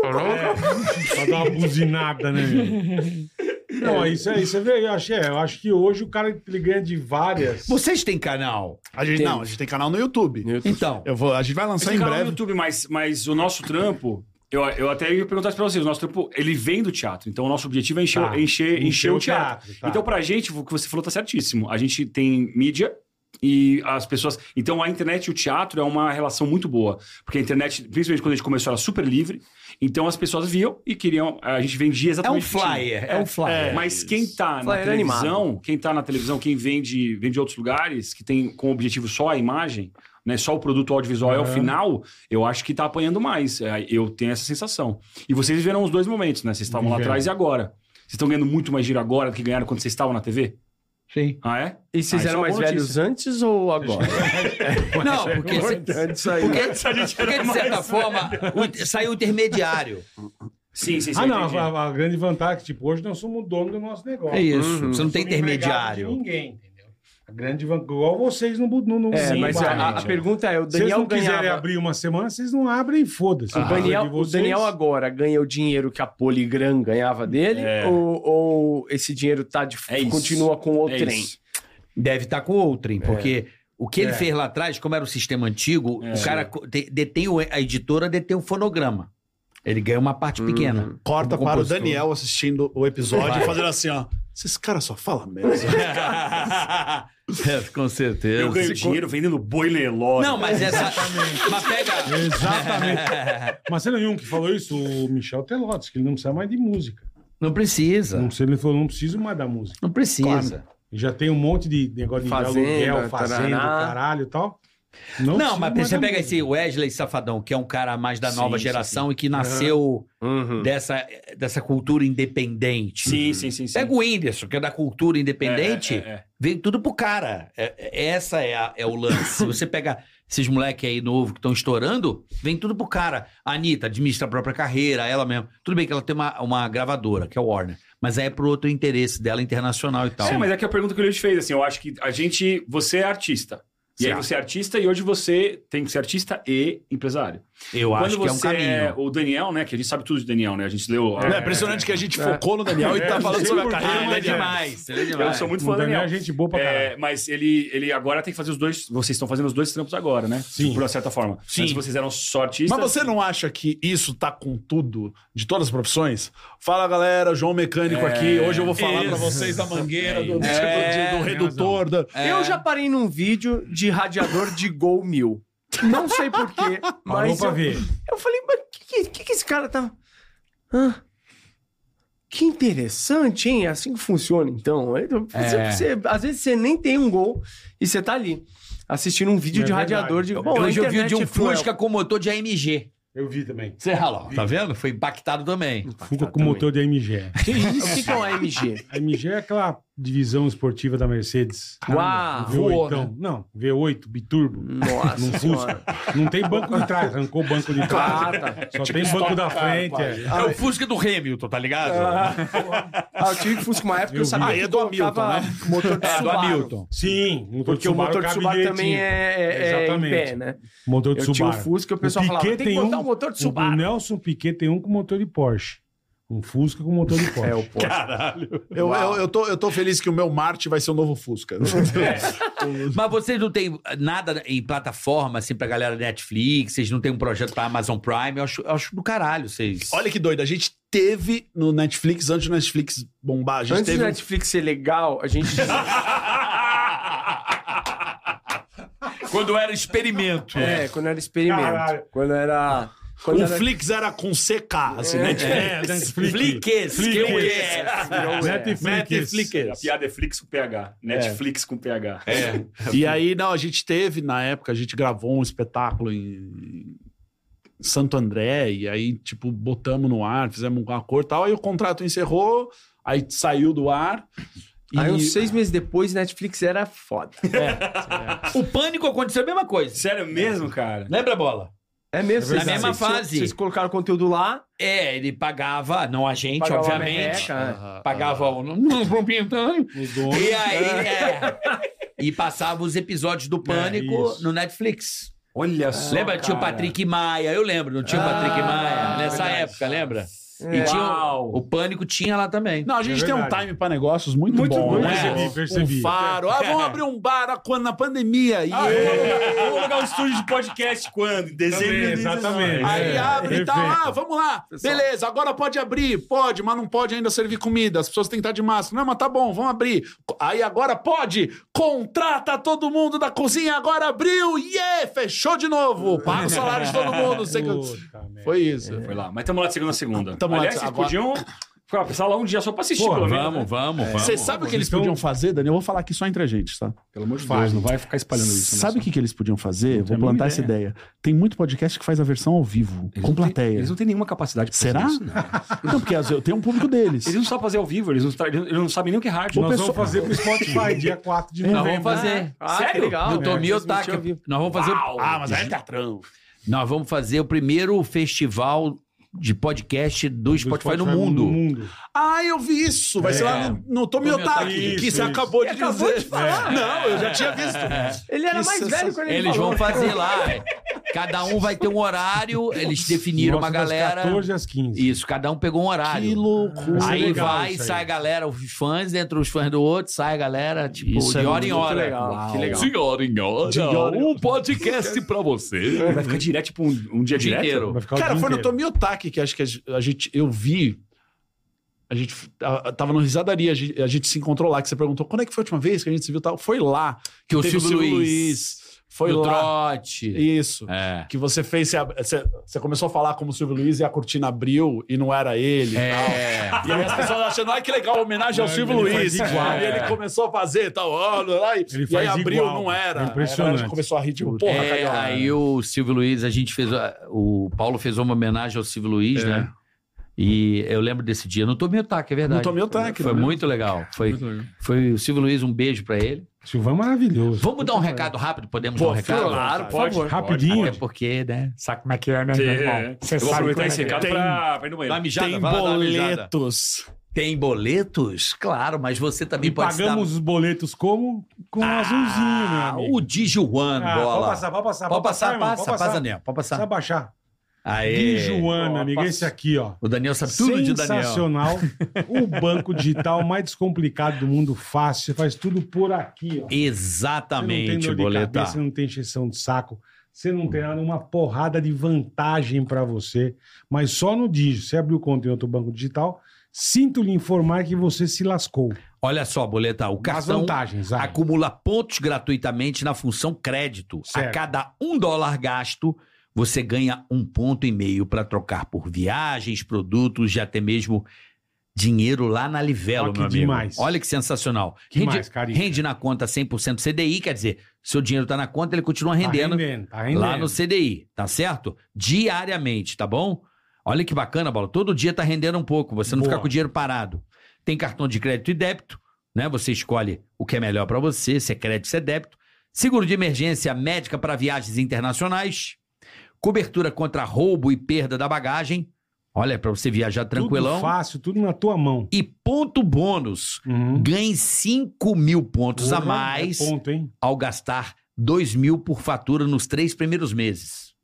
Speaker 4: Pra dar uma buzinada, né? meu? Não, isso aí, você vê, eu, achei, eu acho que hoje o cara ele ganha de várias.
Speaker 5: Vocês têm canal?
Speaker 7: A gente, não, a gente tem canal no YouTube.
Speaker 5: Então,
Speaker 7: Eu vou, a gente vai lançar
Speaker 3: Tem
Speaker 7: em
Speaker 3: canal no
Speaker 7: breve.
Speaker 3: YouTube, mas, mas o nosso trampo. Eu, eu até ia perguntar isso pra vocês. O nosso trampo, ele vem do teatro. Então, o nosso objetivo é encher,
Speaker 4: Tá.
Speaker 3: encher, encher, o teatro.
Speaker 4: tá.
Speaker 3: Então, pra gente, o que você falou tá certíssimo. A gente tem mídia e as pessoas. Então, a internet e o teatro é uma relação muito boa. Porque a internet, principalmente quando a gente começou, era super livre. Então, as pessoas viam e queriam. A gente vendia
Speaker 5: é um
Speaker 3: exatamente. o que tinha.
Speaker 5: flyer, é um flyer.
Speaker 3: Mas quem tá na
Speaker 1: Flyer
Speaker 3: televisão,
Speaker 1: animado.
Speaker 3: quem tá na televisão, quem vende, vende de outros lugares, que tem como objetivo só a imagem, né, só o produto audiovisual é o final, eu acho que tá apanhando mais. É, Eu tenho essa sensação. E vocês viram os dois momentos, né? Vocês estavam lá
Speaker 4: Viveram.
Speaker 3: atrás e agora. Vocês estão ganhando muito mais dinheiro agora do que ganharam quando vocês estavam na TV?
Speaker 5: Sim.
Speaker 3: Ah, é?
Speaker 1: E vocês
Speaker 3: Ah, isso é
Speaker 1: eram
Speaker 3: uma
Speaker 1: mais
Speaker 3: boa
Speaker 1: velhos antes ou agora?
Speaker 5: Não, porque se-
Speaker 1: É, Antes isso aí.
Speaker 5: Porque,
Speaker 3: a gente era
Speaker 5: porque, de certa forma, o- saiu o intermediário.
Speaker 3: Sim, sim, sim.
Speaker 4: Ah,
Speaker 3: eu
Speaker 4: não,
Speaker 3: entendi.
Speaker 4: a, a grande vantagem, tipo, hoje nós somos o dono do nosso negócio.
Speaker 5: É isso.
Speaker 1: Uhum.
Speaker 5: Você não tem
Speaker 4: Somos empregados de
Speaker 5: intermediário.
Speaker 4: ninguém, entendeu? A grande vantagem, igual vocês no... no, no
Speaker 1: É,
Speaker 4: no
Speaker 1: mas a- a, a
Speaker 4: bar.
Speaker 1: pergunta é: o
Speaker 4: Se vocês
Speaker 1: Daniel
Speaker 4: não quiserem
Speaker 1: ganhava.
Speaker 4: abrir uma semana, vocês não abrem e foda-se.
Speaker 1: O Daniel,
Speaker 4: De
Speaker 1: o
Speaker 4: vocês-
Speaker 1: Daniel agora ganha o dinheiro que a Poligram ganhava dele?
Speaker 3: É.
Speaker 1: Ou, ou esse dinheiro tá de,
Speaker 3: É isso.
Speaker 1: continua com o
Speaker 3: É
Speaker 1: trem?
Speaker 3: isso.
Speaker 5: Deve estar com outrem, porque o que ele
Speaker 4: É.
Speaker 5: fez lá atrás, como era o sistema antigo,
Speaker 3: É.
Speaker 5: o cara co- te- detém o- a editora detém o fonograma. Ele ganha uma parte
Speaker 7: *laughs*
Speaker 5: pequena.
Speaker 7: Corta
Speaker 5: Como
Speaker 7: para o
Speaker 5: compositor.
Speaker 7: Daniel assistindo o episódio e fazendo assim, ó. Esses caras só falam merda.
Speaker 5: *laughs* É, com certeza.
Speaker 3: Eu ganho dinheiro vendendo boi leló.
Speaker 5: Não, mas essa. mas pega.
Speaker 4: Exatamente. Mas você não é um que falou isso? O Michel Telotes, que ele não precisa mais de música.
Speaker 5: Não
Speaker 1: É.
Speaker 5: precisa.
Speaker 4: Não, sei, ele falou, não preciso mais da música.
Speaker 5: Não precisa.
Speaker 4: Já tem um monte de negócio de
Speaker 1: Fazenda,
Speaker 4: aluguel, fazenda,
Speaker 1: tarará.
Speaker 4: caralho e tal.
Speaker 5: Não, mas
Speaker 4: precisa
Speaker 5: você
Speaker 4: mais
Speaker 5: pega esse Wesley Safadão, que é um cara mais da
Speaker 3: é Sim,
Speaker 5: nova
Speaker 3: sim, Hum.
Speaker 5: geração e que nasceu
Speaker 1: Uhum.
Speaker 5: dessa, dessa cultura independente.
Speaker 3: Sim, sim, sim. sim.
Speaker 5: Pega o Whindersson, que é da cultura independente,
Speaker 3: É, é, é, é.
Speaker 5: veio tudo pro cara. É- é- essa é, a- é o lance. Se você pega esses moleque aí novo que estão estourando, vem tudo pro cara. A Anitta administra a própria carreira, ela mesma. Tudo bem que ela tem uma, uma gravadora, que é o Warner, mas aí é pro outro interesse dela internacional e tal.
Speaker 3: É, mas é que a pergunta que o Luiz fez, assim, eu acho que a gente. Você é artista. E aí
Speaker 5: Certo.
Speaker 3: você é artista e hoje você tem que ser artista e empresário.
Speaker 5: Eu acho que é um
Speaker 3: você
Speaker 5: caminho.
Speaker 3: O Daniel, né? Que a gente sabe tudo de Daniel, né? A gente leu.
Speaker 7: É, impressionante que a gente focou no Daniel e tá falando sobre a carreira
Speaker 5: Ele é
Speaker 7: dele.
Speaker 5: demais, ele é
Speaker 3: Eu
Speaker 5: demais.
Speaker 3: sou muito
Speaker 4: O
Speaker 3: fã do
Speaker 4: Daniel
Speaker 3: Daniel.
Speaker 4: é gente boa pra caralho.
Speaker 3: É, mas ele, ele agora tem que fazer os dois. Vocês estão fazendo os dois trampos agora, né? Sim. Por uma certa forma. Sim. Antes vocês eram só artistas.
Speaker 7: Mas você não acha que isso tá com tudo, de todas as profissões? Fala, galera, João Mecânico aqui. Hoje eu vou falar pra vocês da mangueira,
Speaker 5: É.
Speaker 7: do, do- do- do redutor. Da...
Speaker 1: Eu já parei num vídeo de radiador de Gol 1000. Não sei porquê,
Speaker 4: Parou
Speaker 1: mas
Speaker 4: pra
Speaker 1: eu,
Speaker 4: ver.
Speaker 1: eu falei, mas o que, que- que que esse cara tá... Hã? Que interessante, hein? É assim que funciona, então. Aí tu- Você, você- às vezes você nem tem um gol e você tá ali assistindo um vídeo
Speaker 4: É
Speaker 1: de
Speaker 4: verdade.
Speaker 1: radiador de... Bom,
Speaker 5: Hoje
Speaker 1: a
Speaker 5: eu vi o de
Speaker 1: internet
Speaker 5: um
Speaker 1: é cruel.
Speaker 5: Fusca com motor de AMG.
Speaker 4: Eu vi também.
Speaker 5: Você rala, ó, tá vendo? Foi impactado também.
Speaker 1: Tá,
Speaker 4: Fuga com motor de AMG.
Speaker 1: Que isso? O que que é um
Speaker 4: *laughs*
Speaker 1: AMG?
Speaker 4: A AMG é aquela divisão esportiva da Mercedes.
Speaker 1: Uau!
Speaker 4: V8.
Speaker 5: né?
Speaker 4: Não, V8, biturbo.
Speaker 1: Nossa
Speaker 4: Não
Speaker 1: senhora.
Speaker 4: Fusca. Não tem banco de trás, arrancou o banco de *laughs* trás.
Speaker 1: Ah, tá.
Speaker 4: Só tem banco da frente. é.
Speaker 5: É o Fusca do Hamilton, tá
Speaker 1: É.
Speaker 5: ligado?
Speaker 1: Ah, eu tive Fusca uma época, eu,
Speaker 4: Eu
Speaker 1: sabia
Speaker 4: vi.
Speaker 1: que
Speaker 7: Ah, é do
Speaker 1: colocava
Speaker 7: Hamilton,
Speaker 1: motor de
Speaker 5: É, do
Speaker 1: Subaru.
Speaker 5: Hamilton.
Speaker 4: Sim,
Speaker 1: Porque o motor de Subaru também é, é em
Speaker 4: Exatamente.
Speaker 1: pé, né?
Speaker 4: Motor de
Speaker 1: Eu tinha o
Speaker 4: Subaru.
Speaker 1: Fusca e o pessoal
Speaker 4: Piquet
Speaker 1: falava, tem que botar um motor de
Speaker 4: O
Speaker 1: Subaru.
Speaker 4: Nelson Piquet tem um com motor de Porsche. Um Fusca com motor de Porsche.
Speaker 1: *laughs* É, o Porsche.
Speaker 7: Eu, eu, eu tô, eu tô feliz que o meu Marte vai ser o novo Fusca. É.
Speaker 5: Mas vocês não têm nada em plataforma, assim, pra galera Netflix? Vocês não têm um projeto pra Amazon Prime? Eu acho, eu acho do caralho vocês.
Speaker 7: *laughs* Olha que doido, a gente teve no Netflix, antes do Netflix bombar, a gente
Speaker 1: Antes
Speaker 7: teve. um-
Speaker 1: do Netflix ser legal, a gente...
Speaker 5: Quando era
Speaker 1: *laughs*
Speaker 5: experimento.
Speaker 1: é, quando era experimento.
Speaker 4: Caralho.
Speaker 1: Quando era... Quando
Speaker 7: *laughs* O
Speaker 1: era...
Speaker 7: Flix era com CK, assim, né?
Speaker 4: É, Netflix.
Speaker 5: Fliques, que eu
Speaker 4: *laughs*
Speaker 1: é.
Speaker 4: Netflix.
Speaker 3: A piada é Flix com PH. Netflix com PH.
Speaker 7: E aí, não, a gente teve, na época, a gente gravou um espetáculo em Santo André, e aí, tipo, botamos no ar, fizemos um acordo e tal, aí o contrato encerrou, aí saiu do ar. E
Speaker 1: Aí uns seis meses depois, Netflix era foda.
Speaker 5: O pânico aconteceu a mesma coisa.
Speaker 3: Sério mesmo, cara?
Speaker 5: Lembra, Bola?
Speaker 1: É mesmo?
Speaker 4: É
Speaker 1: vocês-
Speaker 4: verdade. Na
Speaker 5: mesma
Speaker 1: vocês-
Speaker 5: fase.
Speaker 1: Vocês colocaram conteúdo lá,
Speaker 5: É, ele pagava, não a gente,
Speaker 1: Pagava a
Speaker 5: obviamente.
Speaker 1: merreca, né?
Speaker 5: pagava um- o o proprietário. E aí, Ah, tá. é. E passava os episódios do Pânico
Speaker 4: isso.
Speaker 5: no Netflix.
Speaker 3: Olha só.
Speaker 5: lembra? Tinha o
Speaker 3: cara.
Speaker 5: Patrick Maia, eu lembro, não tinha o Patrick Maia nessa
Speaker 1: verdade.
Speaker 5: época, lembra?
Speaker 1: É.
Speaker 5: E tinha
Speaker 3: Uau.
Speaker 5: o, o Pânico tinha lá também.
Speaker 7: Não, a gente
Speaker 4: É
Speaker 7: tem um
Speaker 4: verdade.
Speaker 7: time pra negócios muito,
Speaker 3: Muito
Speaker 7: bom,
Speaker 3: bom,
Speaker 7: né?
Speaker 4: percebi, percebi.
Speaker 7: Um faro. Ah, vamos abrir um bar a- quando- na pandemia. E
Speaker 3: Vamos colocar um estúdio de podcast quando? Em dezembro
Speaker 4: Também,
Speaker 3: de
Speaker 4: exatamente.
Speaker 7: Aí
Speaker 4: É,
Speaker 7: abre e tal,
Speaker 4: perfeito.
Speaker 7: ah, vamos lá. Beleza, agora pode abrir, pode, mas não pode ainda servir comida. As pessoas têm que estar de máscara. Não, mas tá bom, vamos abrir. Aí agora pode, contrata todo mundo da cozinha, agora abriu, yeah, fechou de novo. Paga o salário de todo mundo. não sei o que-
Speaker 4: Puta merda.
Speaker 7: Foi isso.
Speaker 3: Foi lá. Mas estamos lá de segunda a segunda.
Speaker 7: Tamo lá
Speaker 3: Aliás,
Speaker 7: de-
Speaker 3: vocês
Speaker 7: agora-
Speaker 3: podiam ficar pensar lá um dia só pra assistir,
Speaker 4: Pô,
Speaker 3: pelo menos.
Speaker 5: Vamos, vamos, vamos.
Speaker 7: Você sabe o que eles
Speaker 4: Então-
Speaker 7: podiam fazer, Dani? Eu vou falar aqui só entre a gente, tá?
Speaker 3: Pelo amor de Deus, não vai ficar espalhando isso. né?
Speaker 7: Sabe o que, que eles podiam fazer? Vou
Speaker 3: tenho a mínima
Speaker 7: plantar essa ideia. Tem muito podcast que faz a versão ao vivo,
Speaker 3: Eles
Speaker 7: com
Speaker 3: não têm-
Speaker 7: plateia.
Speaker 3: eles não têm nenhuma capacidade pra
Speaker 7: Será?
Speaker 3: fazer isso, não.
Speaker 7: Não, porque às vezes, tem um público deles.
Speaker 3: Eles não sabem fazer ao vivo, eles não, tra- eles não sabem nem o que é rádio.
Speaker 4: Nós
Speaker 7: pessoal-
Speaker 4: vamos fazer pro
Speaker 5: *laughs*
Speaker 4: Spotify dia 4 de
Speaker 5: Nós
Speaker 4: novembro.
Speaker 5: vamos fazer.
Speaker 1: Ah, que
Speaker 3: Sério?
Speaker 1: legal.
Speaker 5: No Tomi
Speaker 1: Vocês me
Speaker 5: Otaki.
Speaker 1: tinham ouvido.
Speaker 5: tá Nós vamos fazer.
Speaker 7: Ah, mas aí é teatrão.
Speaker 5: Nós vamos fazer o primeiro festival de podcast do,
Speaker 4: Do
Speaker 5: Spotify, no mundo.
Speaker 7: Ah, eu vi isso. Vai ser lá no, no Tomiotaki,
Speaker 4: Tomiotaki,
Speaker 7: que
Speaker 4: É. isso,
Speaker 7: você
Speaker 4: isso.
Speaker 7: acabou de
Speaker 1: acabou
Speaker 7: dizer.
Speaker 1: de falar.
Speaker 7: Não, eu já tinha visto.
Speaker 4: É.
Speaker 1: Ele era
Speaker 7: Que
Speaker 1: mais velho quando ele
Speaker 5: Eles
Speaker 1: falou.
Speaker 5: vão fazer lá. é. Cada um vai ter um horário, eles definiram
Speaker 4: Nossa,
Speaker 5: uma
Speaker 4: das
Speaker 5: galera.
Speaker 4: 14 às 15.
Speaker 5: Isso, cada um pegou um horário.
Speaker 7: Que loucura.
Speaker 4: Isso é
Speaker 5: Aí
Speaker 4: legal,
Speaker 5: vai,
Speaker 4: isso aí.
Speaker 5: sai a galera, os fãs dentro os fãs do outro, sai a galera, tipo,
Speaker 7: Isso
Speaker 5: de
Speaker 7: é
Speaker 5: hora em
Speaker 1: muito
Speaker 5: hora.
Speaker 1: legal, que legal.
Speaker 5: De hora em hora, um podcast pra *laughs* você.
Speaker 3: Vai ficar direto, tipo, um, um dia
Speaker 5: O dia
Speaker 3: direto.
Speaker 5: inteiro.
Speaker 4: Vai ficar o
Speaker 7: Cara,
Speaker 4: dia
Speaker 7: foi no
Speaker 4: inteiro.
Speaker 7: Tomiotaki que acho que a gente, eu vi. A gente a- a- tava no Risadaria, a gente, a gente se encontrou lá, que você perguntou quando é que foi a última vez que a gente se viu e tal. Foi lá.
Speaker 5: Que o
Speaker 7: Teve
Speaker 5: Silvio, Luiz,
Speaker 7: Foi
Speaker 5: do
Speaker 7: lá.
Speaker 5: trote.
Speaker 7: Isso.
Speaker 5: É.
Speaker 7: Que você fez, você, você- você começou a falar como o Silvio Luiz e a cortina abriu e não era ele.
Speaker 5: É.
Speaker 7: E aí as pessoas achando, ah, que legal, homenagem ao
Speaker 4: Não,
Speaker 7: Silvio
Speaker 4: ele
Speaker 7: Luiz.
Speaker 4: faz igual. é.
Speaker 7: e ele começou a fazer tal, olha lá, e,
Speaker 4: Ele
Speaker 7: e aí
Speaker 4: faz
Speaker 7: abriu,
Speaker 4: igual.
Speaker 7: não era.
Speaker 4: É impressionante.
Speaker 7: Aí a gente começou a rir, tipo, porra,
Speaker 5: É,
Speaker 7: carioca.
Speaker 5: aí o Silvio Luiz, a gente fez. a- O Paulo fez uma homenagem ao Silvio Luiz, né? E eu lembro desse dia, não tomei o taque, é verdade.
Speaker 7: Não tomei o taque,
Speaker 5: Foi
Speaker 7: né?
Speaker 5: muito legal. Foi,
Speaker 6: Muito legal.
Speaker 5: foi o Silvio Luiz, um beijo pra ele.
Speaker 4: Silvão é maravilhoso.
Speaker 5: Vamos dar um recado rápido? Podemos
Speaker 7: Pô,
Speaker 5: dar um recado?
Speaker 7: claro,
Speaker 1: por favor.
Speaker 4: Rapidinho.
Speaker 5: Até porque, né?
Speaker 9: Sabe como é que é, né,
Speaker 3: Cê-
Speaker 9: meu irmão? Você
Speaker 3: eu vou
Speaker 9: sabe como
Speaker 3: aproveitar
Speaker 9: é que
Speaker 3: esse
Speaker 9: é.
Speaker 3: recado
Speaker 7: Tem-
Speaker 3: pra, pra ir no banheiro.
Speaker 5: mijada,
Speaker 7: Tem
Speaker 5: vai lá dar uma mijada.
Speaker 7: boletos.
Speaker 5: Tem boletos? Claro, mas você também
Speaker 4: E
Speaker 5: pode
Speaker 4: pagamos os boletos como? Com um azulzinho, meu
Speaker 5: Ah,
Speaker 4: amigo.
Speaker 5: o Dijuan,
Speaker 4: Ah,
Speaker 5: bola.
Speaker 4: Pode passar, pode passar.
Speaker 5: Pode passar,
Speaker 4: irmão,
Speaker 5: passa, passa, Daniel. Pode
Speaker 4: Precisa
Speaker 5: passar.
Speaker 4: baixar.
Speaker 5: Aê.
Speaker 4: De Joana,
Speaker 3: Ó,
Speaker 4: amigo,
Speaker 3: passa.
Speaker 4: esse aqui, ó.
Speaker 5: O Daniel sabe tudo de Daniel. *laughs*
Speaker 4: Sensacional. o banco digital mais descomplicado do mundo, fácil. Você faz tudo por aqui, ó. Você não tem
Speaker 5: Exatamente,
Speaker 4: dor de
Speaker 5: boleta.
Speaker 4: cabeça, você não tem encheção de saco, você não tem nada, uma porrada de vantagem pra você, mas só no Digio. Você abriu conta em outro banco digital, sinto lhe informar que você se lascou.
Speaker 5: Olha só, boleta, o
Speaker 4: As
Speaker 5: cartão tá
Speaker 4: vantagens, ah,
Speaker 5: acumula pontos gratuitamente na função crédito. A
Speaker 4: Certo.
Speaker 5: cada um dólar gasto, você ganha um ponto e meio para trocar por viagens, produtos e até mesmo dinheiro lá na Livelo,
Speaker 4: Olha que
Speaker 5: meu amigo.
Speaker 4: demais.
Speaker 5: Olha que sensacional.
Speaker 4: Que
Speaker 5: rende,
Speaker 4: mais, Carica?
Speaker 5: rende na conta 100% CDI, quer dizer, seu dinheiro está na conta, ele continua
Speaker 4: tá
Speaker 5: rendendo,
Speaker 4: tá rendendo.
Speaker 5: lá no CDI, tá certo? Diariamente, tá bom? Olha que bacana, Bola. Todo dia tá rendendo um pouco, você não
Speaker 4: Boa.
Speaker 5: fica com o dinheiro parado. Tem cartão de crédito e débito, né? Você escolhe o que é melhor pra você, se é crédito, se é débito. Seguro de emergência médica para viagens internacionais. Cobertura contra roubo e perda da bagagem. Olha, pra você viajar tranquilão.
Speaker 4: Tudo fácil, tudo na tua mão.
Speaker 5: E ponto bônus.
Speaker 4: Uhum.
Speaker 5: Ganhe 5 mil pontos a
Speaker 4: Porra,
Speaker 5: mais
Speaker 4: é ponto, hein?
Speaker 5: ao gastar 2 mil por fatura nos três primeiros meses.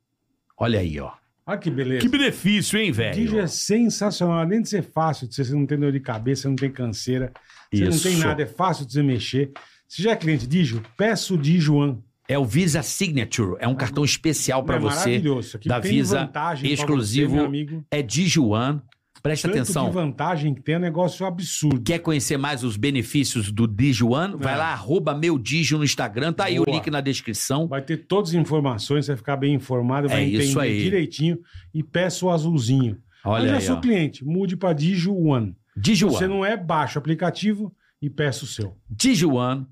Speaker 5: Olha aí, ó.
Speaker 4: Olha que beleza.
Speaker 5: Que benefício, hein,
Speaker 4: Digio é
Speaker 5: velho?
Speaker 4: sensacional, além de ser fácil de ser, você não tem dor de cabeça, você não tem canseira, você
Speaker 5: Isso.
Speaker 4: não tem nada, é fácil de você mexer. Se já é cliente Digio, peça o Digioan.
Speaker 5: É o Visa Signature, é um cartão especial pra
Speaker 4: é
Speaker 5: você.
Speaker 4: maravilhoso. Isso aqui
Speaker 5: da
Speaker 4: tem
Speaker 5: Visa
Speaker 4: vantagem pra
Speaker 5: exclusivo.
Speaker 4: Você, meu amigo.
Speaker 5: É Dijuan. Presta
Speaker 4: Tanto de
Speaker 5: atenção.
Speaker 4: vantagem que tem é um negócio absurdo.
Speaker 5: Quer conhecer mais os benefícios do Dijuan? Vai
Speaker 4: É.
Speaker 5: lá, arroba meu Digio no Instagram, tá aí o
Speaker 4: Boa.
Speaker 5: link na descrição.
Speaker 4: Vai ter todas as informações, você vai ficar bem informado, vai
Speaker 5: É
Speaker 4: entender
Speaker 5: isso aí.
Speaker 4: direitinho e peça o azulzinho.
Speaker 5: Olha
Speaker 4: eu
Speaker 5: aí,
Speaker 4: já sou
Speaker 5: ó.
Speaker 4: cliente, mude para Digio One. Você
Speaker 5: Dijuan.
Speaker 4: não é, baixa o aplicativo e peça o seu.
Speaker 5: Dijuan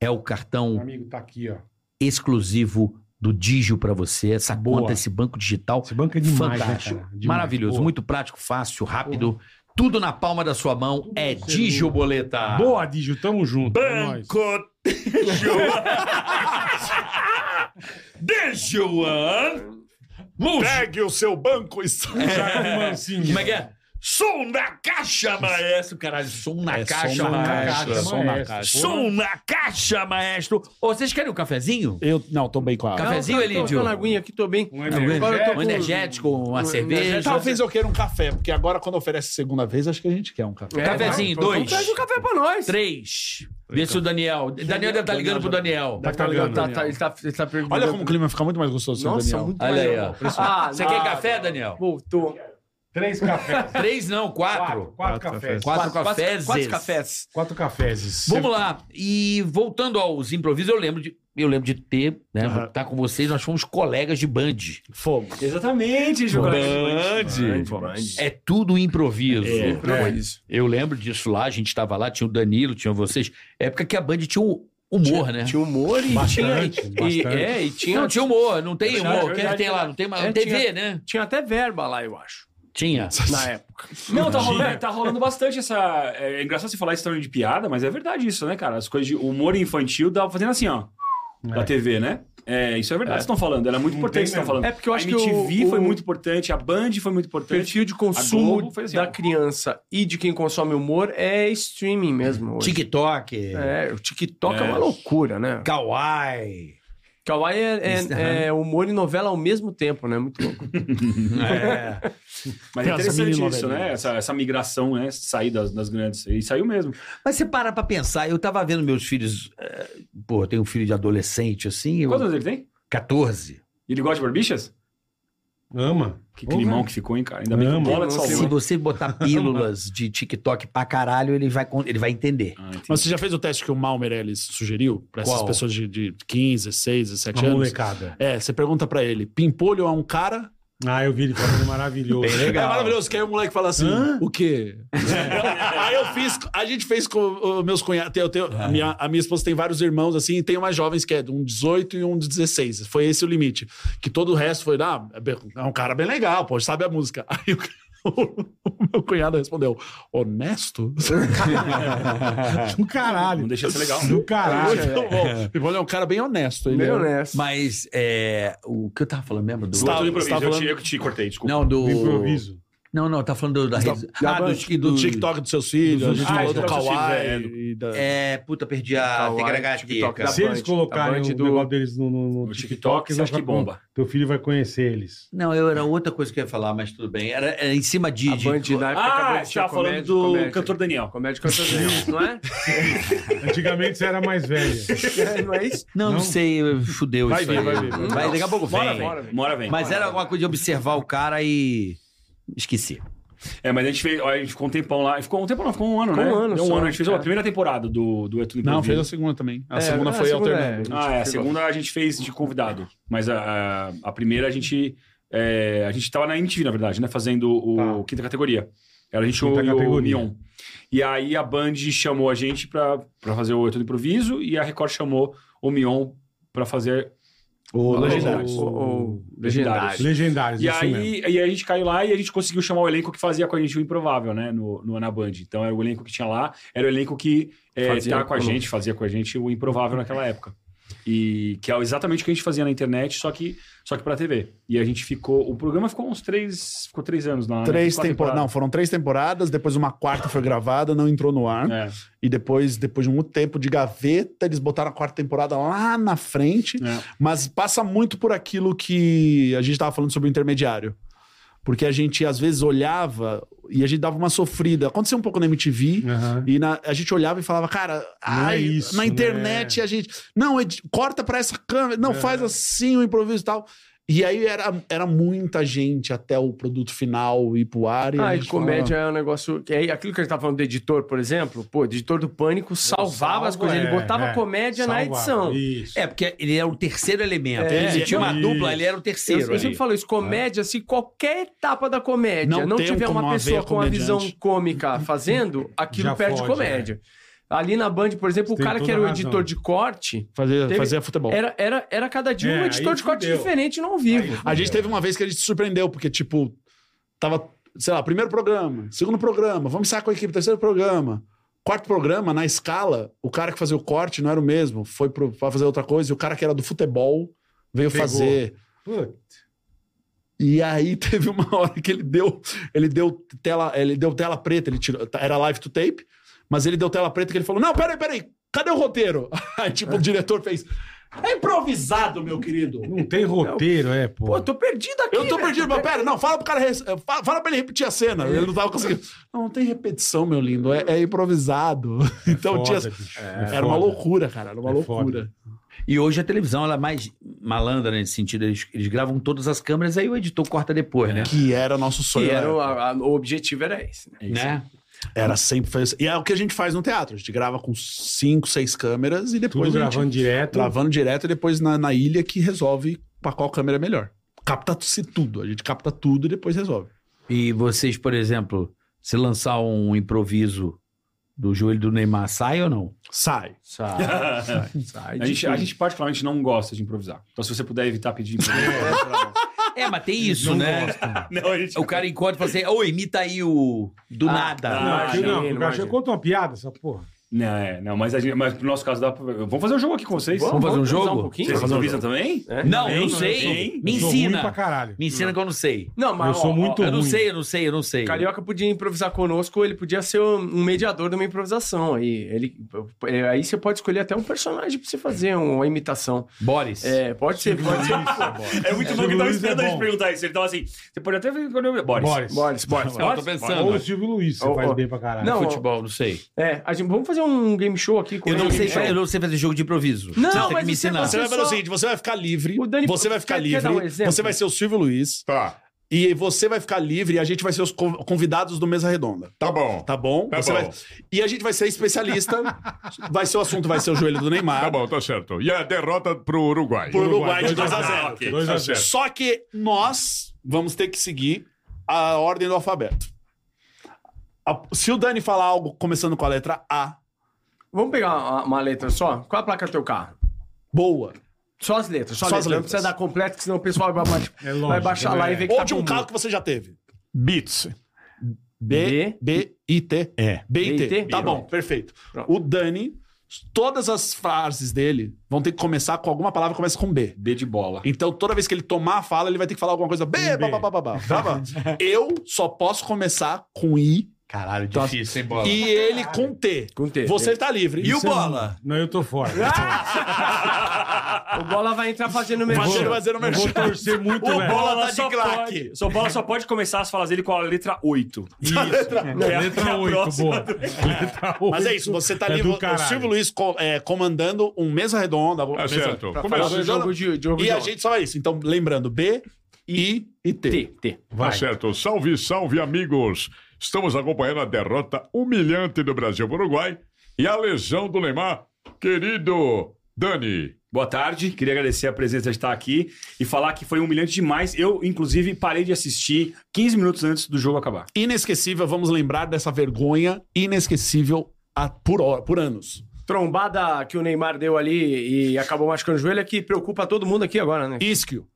Speaker 5: é o cartão
Speaker 4: Meu amigo tá aqui, ó.
Speaker 5: exclusivo do Digio pra você, essa
Speaker 4: Boa.
Speaker 5: conta, esse banco digital.
Speaker 4: Esse banco é demais,
Speaker 5: Fantástico.
Speaker 4: né, cara? Demais.
Speaker 5: Maravilhoso,
Speaker 4: Boa.
Speaker 5: muito prático, fácil, rápido. Tudo na palma da sua mão é Digio Boleta.
Speaker 4: Boa, Digio, tamo junto. É nóis.
Speaker 3: Banco de Joan.
Speaker 7: Pegue o seu banco e saia.
Speaker 4: Thiago Mancini.
Speaker 5: Como é que é? Som na caixa, maestro. Caralho, som na
Speaker 7: É,
Speaker 5: caixa,
Speaker 7: som na
Speaker 4: Tá um
Speaker 5: maestro.
Speaker 7: caixa,
Speaker 5: som,
Speaker 7: som na
Speaker 4: maestro.
Speaker 7: caixa.
Speaker 5: na caixa, maestro. Ô, vocês querem um cafezinho?
Speaker 9: Eu, não, tô bem com a...
Speaker 5: Cara, Cafezinho,
Speaker 1: Não, tô- tô-
Speaker 5: Elidio?
Speaker 1: Tô na aguinha aqui, tô bem.
Speaker 4: Um
Speaker 1: Agora eu tô
Speaker 5: Um
Speaker 1: com-
Speaker 5: energético, uma
Speaker 1: um
Speaker 5: cerveja.
Speaker 1: energético.
Speaker 7: Talvez eu queira um café, porque agora quando oferece segunda vez, acho que a gente quer um café.
Speaker 1: É,
Speaker 5: Cafezinho,
Speaker 1: vai. Então
Speaker 5: dois.
Speaker 1: Traz um café pra nós.
Speaker 5: Três. Vê se o Daniel. Daniel deve estar ligando pro Daniel.
Speaker 1: Tá, tá, ligado, tá, tá, ele tá, ele tá perguntando.
Speaker 7: Olha como o clima fica muito mais gostoso sem o
Speaker 1: Nossa,
Speaker 7: Daniel.
Speaker 1: muito
Speaker 5: Olha aí,
Speaker 1: legal.
Speaker 5: ó.
Speaker 1: Ah,
Speaker 5: Você
Speaker 1: lá.
Speaker 5: quer café, Daniel?
Speaker 1: Voltou.
Speaker 4: Três cafés.
Speaker 5: Três não, quatro.
Speaker 4: Quatro, quatro cafés.
Speaker 5: Quatro cafés.
Speaker 1: cafés. Quatro cafés.
Speaker 4: Quatro cafés.
Speaker 5: Vamos lá. E voltando aos improvisos, eu lembro de, eu lembro de ter, né?
Speaker 7: Aham.
Speaker 5: Tá com vocês, nós fomos colegas de band.
Speaker 7: Fomos.
Speaker 3: Exatamente, Joan. Band.
Speaker 5: É tudo improviso.
Speaker 1: Não, é isso.
Speaker 5: Eu lembro disso lá, a gente tava lá, tinha o Danilo, tinha vocês. Época que a band tinha um humor, né?
Speaker 1: Tinha humor e
Speaker 4: Bastante,
Speaker 1: tinha. E,
Speaker 4: bastante.
Speaker 1: é, e tinha, É
Speaker 5: Não, tinha humor, não tem
Speaker 1: Verdade,
Speaker 5: humor. Quem
Speaker 1: verdade,
Speaker 5: tem lá? Não tem mais.
Speaker 1: É,
Speaker 5: não TV, né?
Speaker 1: tinha até verba lá, eu acho.
Speaker 5: Tinha.
Speaker 1: Na época.
Speaker 3: Não, tá rolando, tá rolando bastante essa. É engraçado você falar isso também de piada, mas é verdade isso, né, cara? As coisas de humor infantil dá fazendo assim, ó. Da TV, né? É, isso é verdade, vocês estão falando. Ela é muito
Speaker 4: Não
Speaker 3: importante,
Speaker 4: tem
Speaker 3: vocês estão
Speaker 4: mesmo.
Speaker 3: falando.
Speaker 1: É porque eu acho
Speaker 3: a
Speaker 1: que o-
Speaker 3: MTV foi
Speaker 1: o-
Speaker 3: muito importante, a Band foi muito
Speaker 1: O
Speaker 3: importante.
Speaker 1: perfil de
Speaker 3: A
Speaker 1: consumo
Speaker 3: Globo foi assim,
Speaker 1: da
Speaker 3: ó.
Speaker 1: criança e de quem consome humor é streaming mesmo. Hoje.
Speaker 5: TikTok,
Speaker 1: É, o TikTok é.
Speaker 3: É.
Speaker 1: uma loucura, né?
Speaker 5: Kawaii.
Speaker 1: Kawaii é,
Speaker 5: Isso,
Speaker 1: é- é humor e novela ao mesmo tempo, né? Muito louco. Uhum.
Speaker 5: É.
Speaker 3: Mas é
Speaker 9: Essa
Speaker 3: interessante isso,
Speaker 9: mini-novelinha.
Speaker 3: né? Essa, essa migração, né? Sair das, das grandes. E saiu mesmo.
Speaker 5: Mas você para pra pensar, eu tava vendo meus filhos. eh, pô, eu tenho um filho de adolescente, assim. Eu,
Speaker 3: Quantos anos ele tem?
Speaker 5: 14.
Speaker 3: Ele gosta de barbichas?
Speaker 4: Ama.
Speaker 3: Que climão
Speaker 4: Porra.
Speaker 3: que ficou, hein, cara? Ainda bem que
Speaker 4: Não,
Speaker 3: bola
Speaker 1: mano, é
Speaker 3: de
Speaker 1: não sei
Speaker 5: Se
Speaker 3: salvou.
Speaker 5: você botar pílulas de TikTok pra caralho, ele vai, con- ele vai entender.
Speaker 3: Ah, entendi.
Speaker 6: Mas você já fez o teste que o Mal Meirelles sugeriu pra essas
Speaker 5: Qual?
Speaker 6: pessoas de, de 15, 16, 17
Speaker 4: Uma
Speaker 6: anos?
Speaker 4: molecada.
Speaker 6: É, você pergunta pra ele, pimpolho é um cara?
Speaker 4: Ah, eu vi ele falando maravilhoso.
Speaker 5: Bem legal.
Speaker 6: É maravilhoso, que aí o moleque fala assim,
Speaker 4: Hã?
Speaker 6: o quê? aí eu fiz, a gente fez com os meus cunhados, eu tenho, a, minha, a minha esposa tem vários irmãos, assim, e tem umas jovens que é de um 18 e um de 16, é foi esse o limite. Que todo o resto foi, ah, é um cara bem legal, pô, sabe a música. *laughs* Aí o o meu cunhado respondeu: honesto?
Speaker 4: *laughs* Do caralho.
Speaker 3: Não deixa de ser legal.
Speaker 4: Do caralho.
Speaker 6: Muito bom. E Bom é um cara bem honesto. Ele
Speaker 1: Bem
Speaker 6: é-
Speaker 1: honesto.
Speaker 5: Mas é, o que eu tava falando, lembra? Do...
Speaker 3: Do outro improviso,
Speaker 6: você tá
Speaker 3: eu, te,
Speaker 6: falando-
Speaker 3: eu que te cortei, desculpa.
Speaker 5: Não, do...
Speaker 4: Do improviso.
Speaker 5: Não, não, tá falando do, da... rede-
Speaker 1: da
Speaker 5: ah,
Speaker 1: ban-
Speaker 5: do,
Speaker 7: Do TikTok dos seus filhos, a gente
Speaker 3: Ah,
Speaker 7: falou do
Speaker 3: TikTok dos seus
Speaker 7: Kawaii.
Speaker 3: filhos, é,
Speaker 7: e da-
Speaker 5: É, puta, perdi a
Speaker 1: Kawaii, TikTok,
Speaker 5: tegragadinha.
Speaker 1: da
Speaker 4: Se
Speaker 1: Band,
Speaker 4: eles
Speaker 1: da
Speaker 4: colocarem
Speaker 1: Band
Speaker 4: o
Speaker 1: do-
Speaker 4: negócio deles no, no- no
Speaker 3: No
Speaker 4: TikTok,
Speaker 3: TikTok,
Speaker 4: eles
Speaker 3: você
Speaker 4: vão
Speaker 3: acha que
Speaker 4: ficar,
Speaker 3: bomba.
Speaker 4: "Pô, Teu filho vai conhecer eles.
Speaker 5: Não, eu era outra coisa que eu ia falar, mas tudo bem. Era, era em cima de...
Speaker 1: Tá A
Speaker 5: de-
Speaker 1: Band
Speaker 7: tipo,
Speaker 1: na época acabou
Speaker 3: Ah,
Speaker 1: de
Speaker 3: você
Speaker 1: ser
Speaker 3: tava
Speaker 1: comédia,
Speaker 3: falando do
Speaker 1: comédia.
Speaker 3: cantor Daniel.
Speaker 1: Comédia cantor Daniel, não *laughs* é?
Speaker 4: Antigamente você era mais velho.
Speaker 1: É, Não é isso?
Speaker 5: Não, não,
Speaker 4: Não?
Speaker 5: sei, fudeu
Speaker 3: Vai
Speaker 5: isso
Speaker 3: vir,
Speaker 5: aí.
Speaker 3: vai vir, vai vir.
Speaker 5: daqui a pouco
Speaker 1: Bora,
Speaker 5: vem.
Speaker 1: bora.
Speaker 3: Mora vem.
Speaker 5: Mas é- era alguma coisa de observar o cara e... Esqueci.
Speaker 3: É, mas a gente fez. A gente ficou um tempão lá. Ficou um tempão, não, ficou um ano,
Speaker 1: Ficou
Speaker 3: né?
Speaker 1: um ano
Speaker 3: Deu um
Speaker 1: só,
Speaker 3: ano. A gente fez
Speaker 1: é.
Speaker 3: a primeira temporada do, do Etudo
Speaker 6: Não, fez a
Speaker 3: Improviso.
Speaker 6: segunda também. A
Speaker 1: É,
Speaker 6: segunda
Speaker 1: a
Speaker 6: foi
Speaker 1: segunda é-
Speaker 6: alternando.
Speaker 1: a-
Speaker 3: Ah, é. A
Speaker 1: Ficou.
Speaker 3: segunda a gente fez de convidado. Mas a, a, a primeira a gente. é, a gente tava na MTV, na verdade, né? Fazendo o
Speaker 1: Tá.
Speaker 3: quinta categoria. Era a gente
Speaker 4: Quinta
Speaker 3: e o
Speaker 4: categoria.
Speaker 3: Mion. E aí a Band chamou a gente pra, pra fazer o Etudo Improviso e a Record chamou o Mion pra fazer
Speaker 4: O
Speaker 3: Legendários.
Speaker 1: O- o-
Speaker 3: Legendários.
Speaker 4: Legendários,
Speaker 3: E
Speaker 4: isso mesmo.
Speaker 3: aí, e aí a gente caiu lá e a gente conseguiu chamar o elenco que fazia com a gente o Improvável, né? No, no Ana Band. Então era o elenco que tinha lá, era o elenco que é,
Speaker 1: Fazia
Speaker 3: tá com a
Speaker 1: com-
Speaker 3: gente, fazia com a gente o Improvável naquela época. E que é exatamente o que a gente fazia na internet, só que, só que pra TV. E a gente ficou. O programa ficou uns três. Ficou três anos lá. né?
Speaker 7: Três
Speaker 3: Quatro
Speaker 7: temporadas. Não, foram três temporadas, depois uma quarta foi gravada, não entrou no ar.
Speaker 3: É,
Speaker 7: E depois, depois de muito tempo de gaveta, eles botaram a quarta temporada lá na frente.
Speaker 3: é.
Speaker 7: Mas passa muito por aquilo que a gente estava falando sobre o intermediário. Porque a gente, às vezes, olhava e a gente dava uma sofrida. Aconteceu um pouco na MTV.
Speaker 4: Aham.
Speaker 7: E na- a gente olhava e falava, cara,
Speaker 4: Não é
Speaker 7: ai,
Speaker 4: isso,
Speaker 7: na internet
Speaker 4: né?
Speaker 7: a gente. Não, edi- corta pra essa câmera, não,
Speaker 4: É.
Speaker 7: faz assim o improviso e tal. E aí era, era muita gente até o produto final ir pro ar. E a
Speaker 1: Ah, e
Speaker 7: gente falava,
Speaker 1: comédia é um negócio. Que é aquilo que a gente tava falando do editor, por exemplo, pô, o editor do pânico salvava as
Speaker 4: salvo,
Speaker 1: coisas. Ele
Speaker 4: é,
Speaker 1: botava
Speaker 4: é.
Speaker 1: comédia na
Speaker 4: Salvava.
Speaker 1: edição.
Speaker 4: Isso.
Speaker 5: É, porque ele era o terceiro elemento.
Speaker 1: É,
Speaker 5: ele tinha uma
Speaker 4: isso.
Speaker 5: dupla, ele era o
Speaker 1: Eu,
Speaker 5: terceiro.
Speaker 1: eu
Speaker 5: ali.
Speaker 1: sempre falo isso, comédia, se qualquer etapa da comédia não,
Speaker 7: Não tem
Speaker 1: tiver
Speaker 7: como
Speaker 1: uma
Speaker 7: haver
Speaker 1: pessoa com uma
Speaker 7: comediante.
Speaker 1: visão cômica fazendo, aquilo
Speaker 4: Já
Speaker 1: perde
Speaker 4: fode,
Speaker 1: comédia. Ali na Band, por exemplo,
Speaker 4: Você
Speaker 1: o
Speaker 4: tem
Speaker 1: cara que
Speaker 4: toda
Speaker 1: era o
Speaker 4: a razão.
Speaker 1: editor de corte,
Speaker 7: Fazer,
Speaker 1: Teve-
Speaker 7: fazer futebol.
Speaker 1: era, era, era cada dia
Speaker 4: É,
Speaker 1: um
Speaker 4: aí
Speaker 1: editor de corte
Speaker 4: fudeu.
Speaker 1: diferente no ao vivo.
Speaker 7: A gente teve uma vez que a gente se surpreendeu, porque, tipo, tava, sei lá, primeiro programa, segundo programa, vamos sair com a equipe, terceiro programa. Quarto programa, na escala, o cara que fazia o corte não era o mesmo, foi pro, pra fazer outra coisa, e o cara que era do futebol veio
Speaker 4: Pegou.
Speaker 7: fazer.
Speaker 4: Pô,
Speaker 7: E aí *laughs* teve uma hora que ele deu, ele deu tela, ele deu tela preta, ele tirou, tá, era live to tape, mas ele deu tela preta que ele falou: "Não, peraí, peraí, cadê o roteiro?" *laughs* Aí tipo o diretor fez: "É improvisado, meu querido."
Speaker 4: Não tem roteiro, é, pô.
Speaker 1: Pô, eu tô perdido aqui.
Speaker 7: Eu tô
Speaker 1: velho.
Speaker 7: perdido, mas pera, não, fala pro cara, res- eh, fa- fala pra ele repetir a cena. Ele não tava conseguindo. Não, não tem repetição, meu lindo, é, é improvisado. *laughs* Então tinha, era uma loucura, cara, era uma
Speaker 4: É
Speaker 7: loucura.
Speaker 5: E hoje a televisão ela é mais malandra nesse sentido. Eles, eles gravam todas as câmeras, aí o editor corta depois, né?
Speaker 7: Que era nosso sonho.
Speaker 1: E era, o-
Speaker 7: né?
Speaker 1: a- a- o objetivo era esse. né?
Speaker 5: Né?
Speaker 7: Era sempre. fez- E é o que a gente faz no teatro. A gente grava com cinco, seis câmeras
Speaker 4: Tudo
Speaker 7: e depois. a gente-
Speaker 4: gravando direto.
Speaker 7: Gravando direto e depois na, na ilha que resolve pra qual câmera é melhor. Capta-se tudo. A gente capta tudo e depois resolve.
Speaker 5: E vocês, por exemplo, se lançar um improviso do joelho do Neymar, sai ou não?
Speaker 7: Sai.
Speaker 5: Sai.
Speaker 1: *laughs* Sai
Speaker 3: É. A
Speaker 1: de
Speaker 3: gente, a
Speaker 1: tudo.
Speaker 3: gente particularmente não gosta de improvisar. Então, se você puder evitar pedir improviso,
Speaker 5: É, mas tem isso,
Speaker 4: Não
Speaker 5: né?
Speaker 3: *laughs* não, a gente.
Speaker 5: O cara encontra e fala assim, ô, imita aí o... Do
Speaker 3: Ah,
Speaker 5: nada.
Speaker 4: Não,
Speaker 3: Ah,
Speaker 4: aqui não, o
Speaker 1: imagina,
Speaker 4: cara chega,
Speaker 1: imagina.
Speaker 4: conta uma piada, essa porra.
Speaker 3: Não, é, não, mas, a gente, mas pro nosso caso dá pra. Vamos fazer um jogo aqui com vocês.
Speaker 5: Vamos fazer um
Speaker 1: improvisar
Speaker 5: jogo?
Speaker 1: pouquinho?
Speaker 3: Vocês improvisam também?
Speaker 1: É?
Speaker 5: Não, eu
Speaker 3: Hein?
Speaker 5: não sei.
Speaker 3: Hein?
Speaker 5: Me
Speaker 4: Sou ruim pra
Speaker 5: ensina.
Speaker 4: caralho.
Speaker 5: Me ensina que eu não sei.
Speaker 1: Não, mas
Speaker 4: Eu sou
Speaker 1: ó, é
Speaker 4: muito
Speaker 1: ó,
Speaker 5: Eu não
Speaker 4: ruim.
Speaker 5: sei, eu não sei, eu não sei.
Speaker 1: Carioca podia improvisar conosco, ele podia ser um um mediador de uma improvisação. Aí, ele, é, aí você pode escolher até um personagem pra você fazer uma imitação.
Speaker 5: Boris.
Speaker 1: É, pode ser, pode ser.
Speaker 3: É muito
Speaker 4: Esse
Speaker 3: bom que tava
Speaker 4: Luiz
Speaker 3: esperando
Speaker 4: é
Speaker 3: a
Speaker 4: bom.
Speaker 3: gente perguntar isso. Ele tava assim, você pode até ver quando eu... Boris.
Speaker 5: *laughs*
Speaker 4: Boris.
Speaker 1: Boris, Boris.
Speaker 5: Não, eu tô pensando.
Speaker 4: Ou o Silvio Luiz, você
Speaker 1: Ou-
Speaker 4: faz
Speaker 1: ou-
Speaker 4: bem pra caralho.
Speaker 1: Não,
Speaker 5: Futebol, não sei.
Speaker 1: É, a gente, vamos fazer um game show aqui com
Speaker 5: Eu não
Speaker 1: ele.
Speaker 5: sei,
Speaker 1: É.
Speaker 5: eu não sei fazer jogo de improviso.
Speaker 1: Não,
Speaker 5: você tem que
Speaker 1: mas
Speaker 5: me
Speaker 1: isso é
Speaker 5: ensinar.
Speaker 1: você-
Speaker 7: Você vai fazer
Speaker 1: só-
Speaker 7: o seguinte: você vai ficar livre.
Speaker 1: O Dani-
Speaker 7: Você vai ficar
Speaker 1: quer- quer
Speaker 7: livre.
Speaker 1: dar um exemplo?
Speaker 7: você vai ser o Silvio Luiz.
Speaker 9: Tá,
Speaker 7: E você vai ficar livre e a gente vai ser os co- convidados do Mesa Redonda.
Speaker 9: tá bom.
Speaker 7: Tá bom?
Speaker 9: Tá
Speaker 7: Você
Speaker 9: bom.
Speaker 7: vai- E a gente vai ser
Speaker 9: *laughs*
Speaker 7: especialista. vai ser o assunto, vai ser o joelho do Neymar.
Speaker 9: Tá bom, tá certo. E a derrota pro Uruguai.
Speaker 7: Pro Uruguai de 2 a 0.
Speaker 4: 2x0. 2
Speaker 9: Tá
Speaker 4: a 0
Speaker 9: certo.
Speaker 7: Só que nós vamos ter que seguir a ordem do alfabeto. A- se o Dani falar algo começando com a letra A,
Speaker 1: Vamos pegar uma, uma letra só? Qual a placa do teu carro?
Speaker 7: boa.
Speaker 1: Só as letras, só,
Speaker 7: Só
Speaker 1: as letras.
Speaker 7: as
Speaker 1: Não precisa
Speaker 7: letras.
Speaker 1: dar completo, que senão o pessoal vai, baixar-
Speaker 4: É lógico,
Speaker 1: vai baixar lá
Speaker 4: é.
Speaker 1: e ver que
Speaker 7: Ou
Speaker 1: tá
Speaker 7: de um
Speaker 1: com
Speaker 7: carro que você já teve.
Speaker 9: Beats.
Speaker 6: B, B, I, T.
Speaker 7: É.
Speaker 6: B, I, T.
Speaker 1: B-I-T?
Speaker 6: Tá bom, perfeito. O Dani, todas as frases dele vão ter que começar com alguma palavra que começa com B.
Speaker 3: B de bola.
Speaker 6: Então, toda vez que ele tomar a fala, ele vai ter que falar alguma coisa. B,
Speaker 4: B.
Speaker 6: babá, babá, babá. Tá bom? Eu só posso começar com I
Speaker 7: Caralho,
Speaker 6: Tá.
Speaker 7: difícil, hein, bola?
Speaker 6: e ele com T.
Speaker 1: Com T.
Speaker 6: Você tá livre.
Speaker 7: E o
Speaker 4: é
Speaker 7: bola?
Speaker 4: um- Não, eu tô fora.
Speaker 1: O Bola vai entrar fazendo merchan.
Speaker 6: Fazendo, fazendo
Speaker 4: Eu vou
Speaker 6: um merchan.
Speaker 4: torcer muito,
Speaker 7: O
Speaker 4: velho.
Speaker 7: bola tá de
Speaker 3: só
Speaker 7: claque.
Speaker 3: pode, só bola só pode começar as falas dele com a letra 8.
Speaker 4: Isso.
Speaker 3: É a- é
Speaker 4: Letra
Speaker 3: a
Speaker 4: 8,
Speaker 3: próxima
Speaker 4: boa. Letra 8.
Speaker 6: Mas é isso, você tá
Speaker 4: é
Speaker 6: livre.
Speaker 4: do
Speaker 6: O
Speaker 4: caralho.
Speaker 6: Silvio Luiz co- é, comandando um mesa redonda.
Speaker 9: Tá
Speaker 6: mesa-
Speaker 9: certo.
Speaker 1: Pra
Speaker 9: Começa.
Speaker 1: falar do jogo de, jogo
Speaker 6: E
Speaker 1: de
Speaker 6: a
Speaker 1: ontem.
Speaker 6: gente só é isso. Então, lembrando, B, I e T.
Speaker 1: T, T.
Speaker 9: Tá
Speaker 4: Vai.
Speaker 9: certo. Salve, salve, amigos. Estamos acompanhando a derrota humilhante do Brasil para o Uruguai e a lesão do Neymar. Querido Dani,
Speaker 3: Boa tarde, queria agradecer a presença de estar aqui e falar que foi humilhante demais. Eu, inclusive, parei de assistir 15 minutos antes do jogo acabar.
Speaker 6: Inesquecível, vamos lembrar dessa vergonha inesquecível a- por, hora- por anos.
Speaker 1: Trombada que o Neymar deu ali e acabou machucando o joelho é que preocupa todo mundo aqui agora, né?
Speaker 6: Isquio.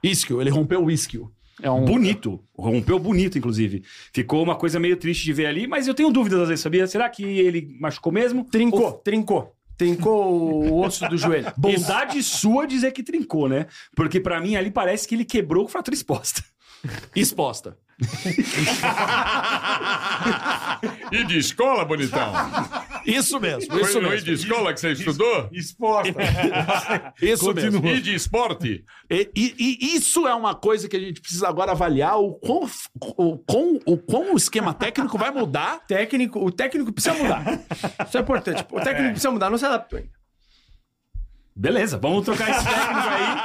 Speaker 6: Isquio, ele rompeu o isquio. É um...
Speaker 3: Bonito, rompeu bonito, inclusive. Ficou uma coisa meio triste de ver ali, mas eu tenho dúvidas às vezes, sabia? Será que ele machucou mesmo?
Speaker 1: Trincou,
Speaker 3: Ou-
Speaker 1: trincou. Trincou o osso do joelho.
Speaker 3: *laughs* Bondade sua dizer que trincou, né? Porque pra mim ali parece que ele quebrou com fratura exposta.
Speaker 6: Exposta.
Speaker 9: e de escola, bonitão?
Speaker 6: Isso mesmo,
Speaker 9: *laughs* Foi
Speaker 6: isso
Speaker 9: no I
Speaker 6: mesmo.
Speaker 9: de escola que você estudou?
Speaker 4: *laughs* Exposta.
Speaker 6: Isso mesmo.
Speaker 9: E de esporte?
Speaker 6: E, e- e isso é uma coisa que a gente precisa agora avaliar o quão, f- o, quão, o, quão o esquema técnico vai mudar.
Speaker 1: Técnico, o técnico precisa mudar. Isso é importante. O técnico precisa mudar, não se adapta ainda.
Speaker 3: Beleza, vamos trocar esse técnico aí,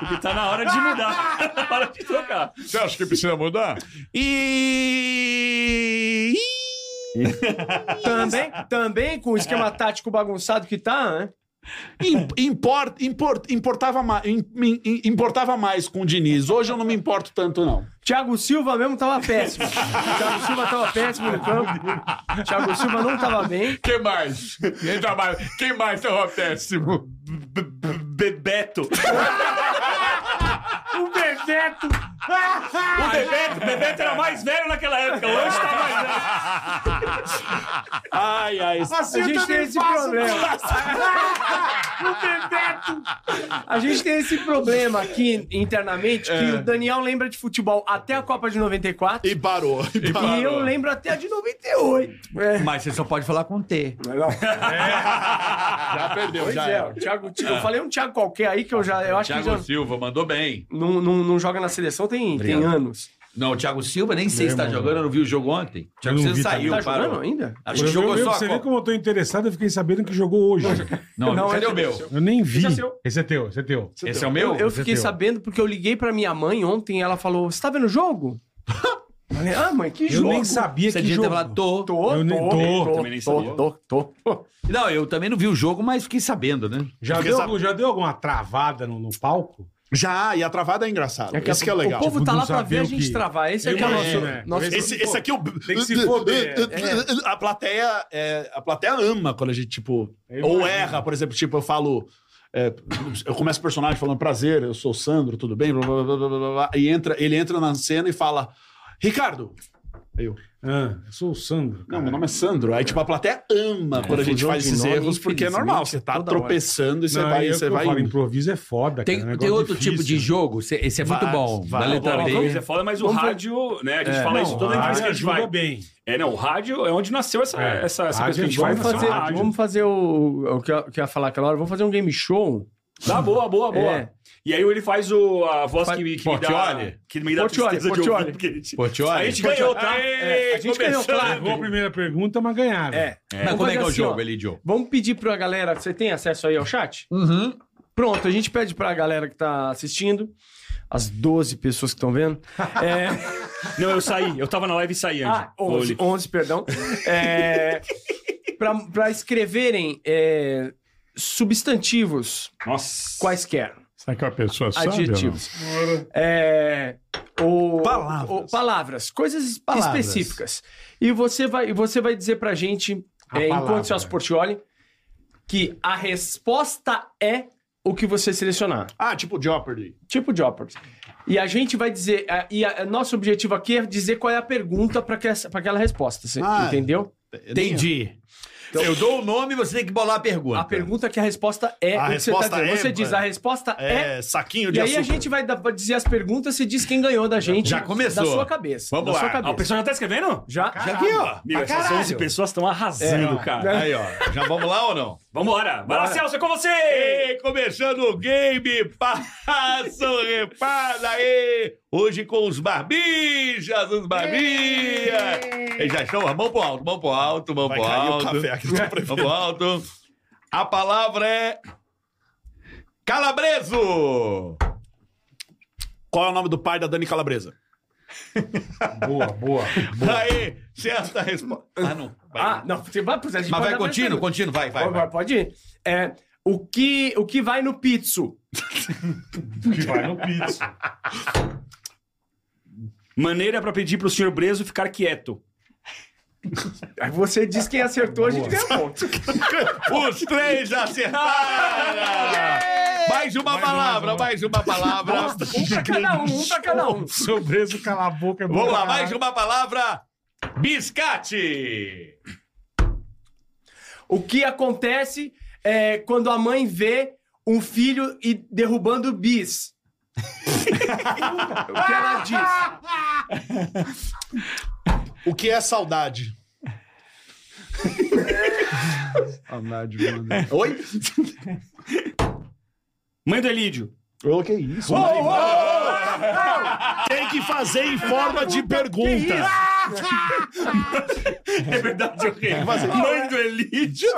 Speaker 3: porque tá na hora de mudar. *laughs* Tá na hora de trocar.
Speaker 9: Você acha que precisa mudar?
Speaker 6: E.
Speaker 1: Também, também com o esquema tático bagunçado que tá, né?
Speaker 6: Im- import- import- importava, ma- im- im- importava mais com o Diniz. Hoje eu não me importo tanto, não.
Speaker 1: Thiago Silva mesmo tava péssimo. Thiago Silva tava péssimo no campo. Thiago Silva não tava bem.
Speaker 9: Quem mais? Quem tá mais? Quem mais tava péssimo?
Speaker 3: Bebeto.
Speaker 1: O Bebeto
Speaker 3: O Bebeto, o Bebeto era mais velho naquela época, o Lanche tá mais velho.
Speaker 6: Ai, ai.
Speaker 1: a gente tem esse problema. *laughs* A gente tem esse problema aqui internamente que o Daniel lembra de futebol até a Copa de 94 e,
Speaker 7: E parou. E parou.
Speaker 1: eu lembro até a de 98. É.
Speaker 5: Mas você só pode falar com T. É.
Speaker 1: *laughs*
Speaker 7: Já perdeu,
Speaker 1: Pois
Speaker 7: já
Speaker 1: é,
Speaker 7: era.
Speaker 1: o Thiago, eu falei um Thiago qualquer aí que eu já, eu acho
Speaker 5: Thiago
Speaker 1: que já
Speaker 5: Silva mandou bem.
Speaker 1: não, não, não joga na seleção tem, tem
Speaker 5: Obrigado.
Speaker 1: anos.
Speaker 5: Não, o Thiago Silva, nem sei se tá jogando, eu não vi o jogo ontem. O Thiago
Speaker 4: Eu não
Speaker 5: Silva
Speaker 4: vi
Speaker 5: saiu,
Speaker 1: Tá
Speaker 5: parou.
Speaker 1: jogando ainda?
Speaker 5: Acho
Speaker 4: Eu,
Speaker 5: que
Speaker 4: eu,
Speaker 5: jogou
Speaker 4: eu-
Speaker 5: só a
Speaker 4: você vê
Speaker 5: Copa.
Speaker 4: como eu tô interessado, eu fiquei sabendo que jogou hoje.
Speaker 5: Não,
Speaker 1: Não,
Speaker 5: cadê
Speaker 1: esse
Speaker 5: o meu?
Speaker 4: Eu nem vi.
Speaker 3: é seu.
Speaker 4: Esse é teu, esse é teu.
Speaker 5: Esse é o meu?
Speaker 1: Eu, eu fiquei
Speaker 4: teu.
Speaker 1: sabendo porque eu liguei pra minha mãe ontem e ela falou: Você tá vendo o jogo? Eu falei, ah, mãe, que
Speaker 4: Eu
Speaker 1: jogo?
Speaker 4: nem sabia
Speaker 5: Você
Speaker 4: que
Speaker 5: devia ter
Speaker 4: jogo.
Speaker 5: falado tô.
Speaker 1: Tô,
Speaker 4: Eu nem-
Speaker 1: tô,
Speaker 4: tô,
Speaker 1: tô,
Speaker 3: também nem
Speaker 1: tô,
Speaker 3: sabia.
Speaker 1: tô, tô, tô.
Speaker 5: Não, eu também não vi o jogo, mas fiquei sabendo, né?
Speaker 4: Já, deu, algum- já deu alguma travada no, no palco?
Speaker 7: Já, e a travada é engraçada.
Speaker 1: É que
Speaker 7: Esse que é legal.
Speaker 1: O povo tá
Speaker 4: Tipo,
Speaker 1: lá
Speaker 4: não
Speaker 1: pra ver
Speaker 4: saber
Speaker 1: a
Speaker 4: o
Speaker 1: gente
Speaker 4: que-
Speaker 1: travar. Esse aqui é o
Speaker 4: Imagina,
Speaker 1: nosso-
Speaker 4: né?
Speaker 1: nosso.
Speaker 7: Esse, esse aqui é o.
Speaker 4: Tem que se foder.
Speaker 7: A plateia, é, a plateia ama quando a gente, tipo.
Speaker 4: Eu
Speaker 7: Ou
Speaker 4: imagino.
Speaker 7: erra, por exemplo, tipo, eu falo. é, eu começo o personagem falando prazer, eu sou o Sandro, tudo bem? Blá, blá, blá, blá, blá, blá, e entra, ele entra na cena e fala: Ricardo! Aí eu,
Speaker 4: Ah, eu sou o Sandro.
Speaker 7: não,
Speaker 4: cara.
Speaker 7: meu nome é Sandro. Aí, tipo, a plateia ama quando a gente
Speaker 1: confusão
Speaker 7: faz
Speaker 1: de
Speaker 7: esses
Speaker 1: nome,
Speaker 7: erros, porque é normal. Você tá
Speaker 1: infelizmente, toda hora.
Speaker 7: tropeçando e você
Speaker 4: Não,
Speaker 7: vai.
Speaker 4: é o
Speaker 7: você
Speaker 4: que eu
Speaker 7: vai
Speaker 4: falo, improviso é foda,
Speaker 5: Tem,
Speaker 4: cara. é um
Speaker 5: tem
Speaker 4: negócio
Speaker 5: outro tipo de
Speaker 4: difícil.
Speaker 5: jogo, cê- esse é muito
Speaker 7: Vários,
Speaker 5: bom, da
Speaker 7: vários.
Speaker 5: letra
Speaker 3: Bom,
Speaker 5: D.
Speaker 3: vamos, é foda, mas o
Speaker 1: Vamos ver. É.
Speaker 3: rádio, né? A gente fala isso
Speaker 4: Não,
Speaker 3: toda vez
Speaker 4: rádio
Speaker 3: que a gente
Speaker 4: ajuda
Speaker 3: vai.
Speaker 4: bem.
Speaker 3: É, não, o rádio é onde nasceu essa,
Speaker 4: É.
Speaker 3: essa, essa
Speaker 4: Rádio
Speaker 3: coisa que a gente
Speaker 4: é
Speaker 3: faz.
Speaker 1: Vamos
Speaker 4: bom
Speaker 3: nasceu no
Speaker 1: fazer,
Speaker 3: rádio.
Speaker 1: vamos fazer o, o que eu, que eu ia falar aquela hora, vamos fazer um game show.
Speaker 3: Tá, boa, boa, boa.
Speaker 1: É.
Speaker 3: E aí ele faz o, a voz
Speaker 1: Faz-
Speaker 3: que, me- que me dá...
Speaker 7: Portioli?
Speaker 3: Que me dá
Speaker 1: Portioli,
Speaker 3: tristeza de
Speaker 1: Portioli.
Speaker 3: ouvir. porque a gente-
Speaker 5: Portioli?
Speaker 3: A gente ganhou, tá?
Speaker 1: É, a gente ganhou, claro.
Speaker 4: Errou a primeira pergunta, mas ganharam. *laughs*
Speaker 5: Mas
Speaker 1: Vamos
Speaker 5: como é
Speaker 1: fazer
Speaker 5: que é o
Speaker 1: assim,
Speaker 5: jogo,
Speaker 1: ó.
Speaker 5: Elidio?
Speaker 1: Vamos pedir pra galera. Você tem acesso aí ao chat?
Speaker 5: Uhum.
Speaker 1: Pronto, a gente pede pra galera que tá assistindo, as 12 pessoas que estão vendo. É,
Speaker 3: Não, eu saí. Eu tava na live e saí, Andy.
Speaker 1: ah, 11, 11, perdão. É, pra, pra escreverem é, substantivos
Speaker 3: Nossa.
Speaker 1: quaisquer.
Speaker 9: Será que uma pessoa sabe?
Speaker 1: adjetivos. É, o-
Speaker 7: Palavras.
Speaker 1: o- palavras, coisas
Speaker 5: Palavras.
Speaker 1: específicas. E você vai, e você vai dizer pra gente,
Speaker 4: A
Speaker 1: é, enquanto
Speaker 4: palavra.
Speaker 1: Celso Portioli, que a resposta é o que você selecionar.
Speaker 7: Ah, tipo Jeopardy.
Speaker 1: Tipo Joppers. E a gente vai dizer. a- E a- nosso objetivo aqui é dizer qual é a pergunta para aquela resposta. Você
Speaker 7: Ah,
Speaker 1: entendeu?
Speaker 5: Entendi. eu dou o nome e você tem que bolar a pergunta.
Speaker 1: A pergunta que a resposta é
Speaker 7: A
Speaker 1: o que você tá
Speaker 7: resposta
Speaker 1: dizendo.
Speaker 7: é,
Speaker 1: você diz,
Speaker 7: é.
Speaker 1: a resposta é.
Speaker 7: É, saquinho de
Speaker 1: E aí a
Speaker 7: açúcar.
Speaker 1: gente vai, dar- vai dizer as perguntas e diz quem ganhou da gente.
Speaker 5: Já começou.
Speaker 1: Da sua cabeça.
Speaker 9: Vamos
Speaker 1: da
Speaker 9: lá.
Speaker 1: Sua
Speaker 9: Ah,
Speaker 3: Ah, o
Speaker 1: cabeça.
Speaker 3: pessoal já tá escrevendo?
Speaker 1: Já?
Speaker 5: Já aqui, ó.
Speaker 3: Meu, essas 11 pessoas estão arrasando,
Speaker 1: É.
Speaker 3: cara.
Speaker 5: Aí, ó. Já vamos lá ou não?
Speaker 3: Vambora! Vai lá, Celso, é com você!
Speaker 9: Ei, começando o game, passa *laughs* o reparo aí! Hoje com os barbichas, os barbichas! Eles já estão, mão pro alto, mão pro alto, mão
Speaker 7: Vai
Speaker 9: pro
Speaker 7: cair o
Speaker 9: alto.
Speaker 7: café aqui. tá
Speaker 9: Mão pro alto. A palavra é. Calabreso!
Speaker 7: Qual é o nome do pai da Dani Calabresa?
Speaker 4: Boa, boa.
Speaker 9: Aí, certa resposta. Ah, não.
Speaker 1: Ah, não. Você vai, a gente
Speaker 5: Mas vai,
Speaker 1: dar mais
Speaker 5: contínuo,
Speaker 1: perguntas.
Speaker 5: contínuo, vai, vai.
Speaker 1: Pode,
Speaker 5: vai.
Speaker 1: pode ir. É, o, que, o que vai no pizzo?
Speaker 4: Que vai no pizza.
Speaker 3: Maneira pra pedir pro senhor Brezo ficar quieto.
Speaker 1: Aí você diz quem acertou, a gente ganha ponto.
Speaker 9: Os três acertaram! Mais uma palavra, mais uma palavra.
Speaker 1: Um pra cada um, um pra cada um.
Speaker 4: Sobreso, cala a boca. É bom
Speaker 9: Vamos
Speaker 4: pra
Speaker 9: lá, mais
Speaker 4: caralho.
Speaker 9: uma palavra. Biscate!
Speaker 1: O que acontece é quando a mãe vê um filho e derrubando bis? *laughs* o que ela diz?
Speaker 7: O que é saudade? *laughs* Oi?
Speaker 3: Mãe do Elídio.
Speaker 7: Ô, que isso? Tem que fazer em forma de pergunta.
Speaker 3: É verdade, eu rei. Mãe do Elídio.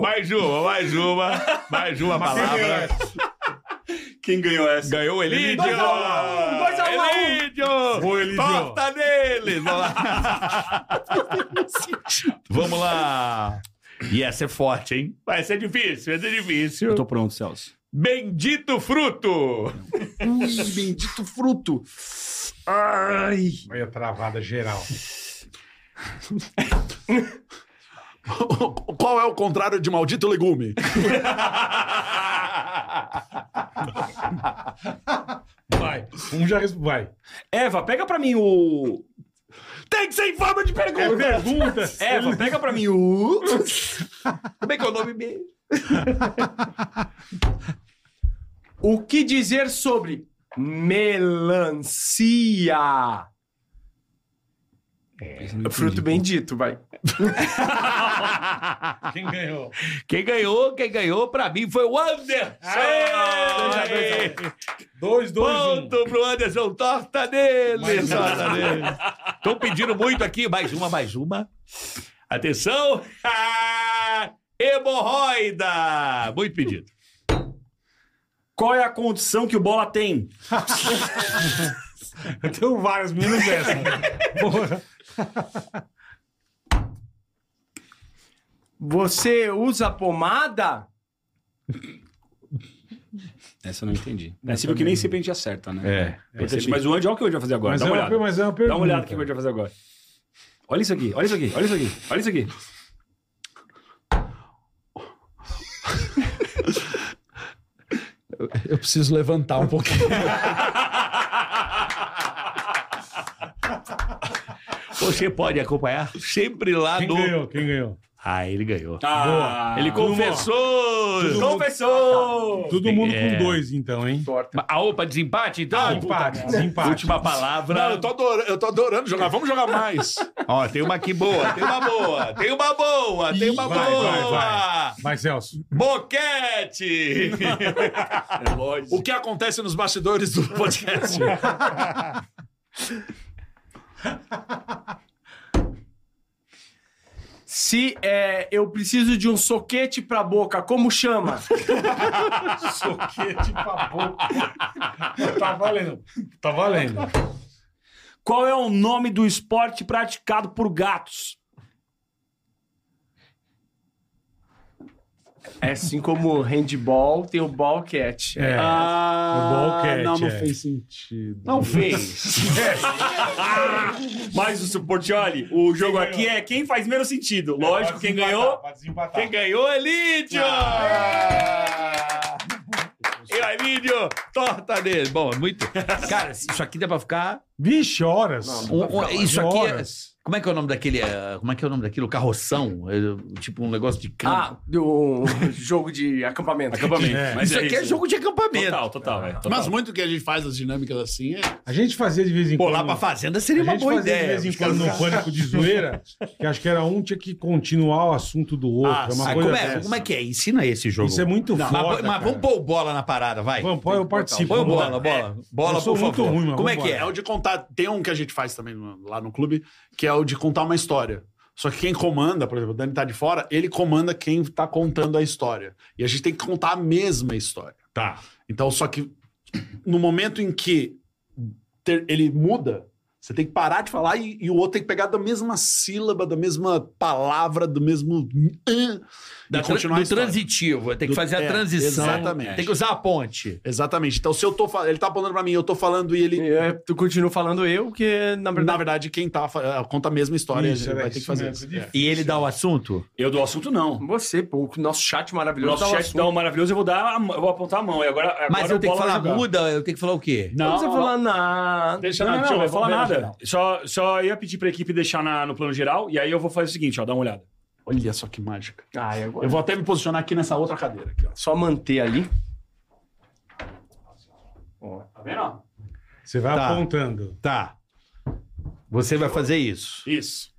Speaker 9: Mais uma, mais uma, mais uma palavra.
Speaker 3: Quem ganhou essa?
Speaker 9: Ganhou o Elidio!
Speaker 1: Dois a um, dois a um a um.
Speaker 9: Elidio!
Speaker 3: Boa, Elidio.
Speaker 9: Torta neles! Vamos lá. Vamos lá. E essa é forte, hein? Vai ser difícil, vai ser difícil.
Speaker 3: Eu tô pronto, Celso.
Speaker 9: Bendito fruto!
Speaker 3: Bendito fruto. Ai.
Speaker 4: Olha a travada geral.
Speaker 7: Qual é o contrário de maldito legume?
Speaker 4: Vai. Um já responde. Vai.
Speaker 3: Eva, pega pra mim o... Tem que ser em forma de pergunta.
Speaker 4: Pergunta.
Speaker 3: Eva, pega pra mim o...
Speaker 5: Como é que é o nome mesmo?
Speaker 1: O que dizer sobre melancia? É, Fruto bendito, vai.
Speaker 4: Quem ganhou?
Speaker 5: Quem ganhou, quem ganhou pra mim foi o Anderson!
Speaker 4: Aê! Dois, dois, um.
Speaker 5: Ponto pro Anderson, torta neles!
Speaker 4: Mais uma. né?
Speaker 5: Torta neles! Estão pedindo muito aqui, mais uma, mais uma. *laughs*
Speaker 9: Atenção! Ah, Hemorroida! Muito pedido.
Speaker 3: Qual é a condição que o Bola tem?
Speaker 4: Eu tenho várias, menos essa. Porra.
Speaker 1: Você usa pomada?
Speaker 3: Essa eu não entendi. É possível que nem sempre a gente acerta, né?
Speaker 9: É.
Speaker 3: Esse- Mas o Andy, olha o que o Andy vai fazer agora.
Speaker 4: Mas
Speaker 3: Dá
Speaker 4: é,
Speaker 3: uma
Speaker 4: uma,
Speaker 3: olhada.
Speaker 4: per- mas é uma pergunta.
Speaker 3: Dá uma olhada aqui o que o Andy vai fazer agora. Olha isso aqui, olha isso aqui, olha isso aqui, olha isso aqui.
Speaker 6: Eu preciso levantar um pouquinho.
Speaker 5: *laughs* Você pode acompanhar sempre lá
Speaker 4: Quem
Speaker 5: no.
Speaker 4: ganhou? Quem ganhou?
Speaker 5: Ah, ele ganhou.
Speaker 3: Ah,
Speaker 5: ele confessou!
Speaker 3: confessou!
Speaker 4: Todo mundo
Speaker 5: É.
Speaker 4: com dois, então, hein?
Speaker 5: A Ah, opa, desempate, então?
Speaker 4: Empate, desempate.
Speaker 5: Última palavra.
Speaker 7: Não, eu tô, adora- eu tô adorando jogar. Vamos jogar mais.
Speaker 5: Ó, tem uma aqui boa, tem uma boa, tem uma boa, tem uma
Speaker 4: Vai,
Speaker 5: boa!
Speaker 4: vai, vai. Vai, Celso.
Speaker 5: Boquete!
Speaker 7: o que acontece nos bastidores do podcast?
Speaker 1: Se é, eu preciso de um soquete pra boca, como chama?
Speaker 4: Soquete pra boca. Tá valendo. Tá valendo.
Speaker 3: Qual é o nome do esporte praticado por gatos?
Speaker 1: É assim como handball, tem o ball cat.
Speaker 4: É.
Speaker 3: Ah,
Speaker 4: o ballcat,
Speaker 3: não, não
Speaker 4: é.
Speaker 3: fez sentido. Não fez. Mas o Suportioli, o jogo
Speaker 4: Quem É, assim,
Speaker 3: aqui é quem faz menos sentido. Lógico, quem ganhou,
Speaker 4: Pode desempatar.
Speaker 5: Ah!
Speaker 9: Quem ganhou, Elidio!
Speaker 7: E aí, vídeo, torta dele. Bom, é muito.
Speaker 5: Cara, isso aqui dá pra ficar.
Speaker 4: Vixe, horas.
Speaker 5: um- um- isso aqui. é-
Speaker 4: horas.
Speaker 5: Como é que é o nome daquele. eh, Como é que é o nome daquilo? Carroção? É, tipo um negócio de campo.
Speaker 1: Ah, do jogo de acampamento.
Speaker 3: Acampamento.
Speaker 4: É.
Speaker 3: Mas
Speaker 5: isso aqui é, jogo de acampamento.
Speaker 3: Total, total, é, total.
Speaker 10: Mas muito que a gente faz as dinâmicas assim é.
Speaker 4: A gente fazia de vez em
Speaker 7: Pô,
Speaker 4: quando.
Speaker 7: lá pra fazenda seria
Speaker 4: a
Speaker 7: uma
Speaker 4: gente
Speaker 7: boa
Speaker 4: fazia
Speaker 7: ideia.
Speaker 4: de vez em
Speaker 7: Os
Speaker 4: quando
Speaker 7: caras-
Speaker 4: no
Speaker 7: *laughs*
Speaker 4: pânico de zoeira, que acho que era um tinha que continuar o assunto do outro.
Speaker 7: Ah,
Speaker 4: é uma
Speaker 5: Ah,
Speaker 4: coisa
Speaker 5: como, é,
Speaker 4: dessa.
Speaker 5: como é que é? Ensina esse jogo.
Speaker 4: Isso é muito
Speaker 7: Não,
Speaker 4: não,
Speaker 7: mas-
Speaker 4: foda,
Speaker 5: Mas, mas vamos pôr o bola na parada, vai.
Speaker 4: Vamos, põe, eu participo.
Speaker 5: Põe o
Speaker 4: vamos
Speaker 5: bola,
Speaker 4: lá.
Speaker 5: bola. Bola,
Speaker 4: Eu sou
Speaker 5: por
Speaker 4: muito
Speaker 5: favor.
Speaker 4: ruim, mas
Speaker 5: como é
Speaker 4: vambora.
Speaker 5: que
Speaker 7: É
Speaker 5: é?
Speaker 7: o de contar. Tem um que a gente faz também no- lá no clube, que é o de contar uma história. Só que quem comanda, por exemplo, o Dani tá de fora, ele comanda quem tá contando a história. E a gente tem que contar a mesma história.
Speaker 4: Tá.
Speaker 7: Então, só que no momento em que ter- ele muda, você tem que parar de falar e, e o outro tem que pegar da mesma sílaba, da mesma palavra, do mesmo.
Speaker 5: Da
Speaker 7: e
Speaker 5: tran-
Speaker 7: continuar a
Speaker 5: do
Speaker 7: história.
Speaker 5: transitivo. Tem que
Speaker 7: Do-
Speaker 5: fazer
Speaker 7: é,
Speaker 5: a transição.
Speaker 7: exatamente.
Speaker 5: Tem que usar a ponte.
Speaker 7: Exatamente. Então, se eu tô falando. Ele tá apontando pra mim, eu tô falando e ele.
Speaker 1: E, é, tu continua falando eu, porque na verdade.
Speaker 7: Na verdade, quem tá fa- conta a mesma história, a
Speaker 4: Isso,
Speaker 7: gente
Speaker 4: era
Speaker 7: vai ter que
Speaker 4: isso
Speaker 7: fazer
Speaker 4: mesmo,
Speaker 7: isso.
Speaker 4: difícil.
Speaker 5: E ele dá o assunto?
Speaker 3: Eu do assunto, não.
Speaker 1: Você, pô, o nosso chat
Speaker 3: O
Speaker 1: maravilhoso.
Speaker 3: nosso
Speaker 1: dá o
Speaker 3: chat
Speaker 1: assunto.
Speaker 3: dá um maravilhoso, eu vou dar a mão, eu vou apontar a mão. E agora, agora
Speaker 5: Mas eu
Speaker 3: o
Speaker 5: tenho que
Speaker 3: Bola vai
Speaker 5: falar
Speaker 3: jogar.
Speaker 5: muda, eu tenho que falar o quê?
Speaker 1: Não
Speaker 3: Não,
Speaker 1: precisa
Speaker 3: não,
Speaker 1: falar nada.
Speaker 3: Deixa
Speaker 4: Não,
Speaker 3: na,
Speaker 4: não,
Speaker 3: não, não,
Speaker 4: não,
Speaker 3: vai falar
Speaker 4: vamos ver no
Speaker 3: nada. Só, só ia pedir pra equipe deixar na- no plano geral, e aí eu vou fazer o seguinte, ó, dá uma olhada.
Speaker 7: Olha só que mágica.
Speaker 1: Ai, agora.
Speaker 7: Eu vou até me posicionar aqui nessa outra cadeira. Aqui, ó.
Speaker 1: Só manter ali.
Speaker 3: Tá vendo? ó?
Speaker 4: Você vai
Speaker 5: Tá.
Speaker 4: apontando.
Speaker 5: Tá. Você vai fazer isso.
Speaker 7: Isso.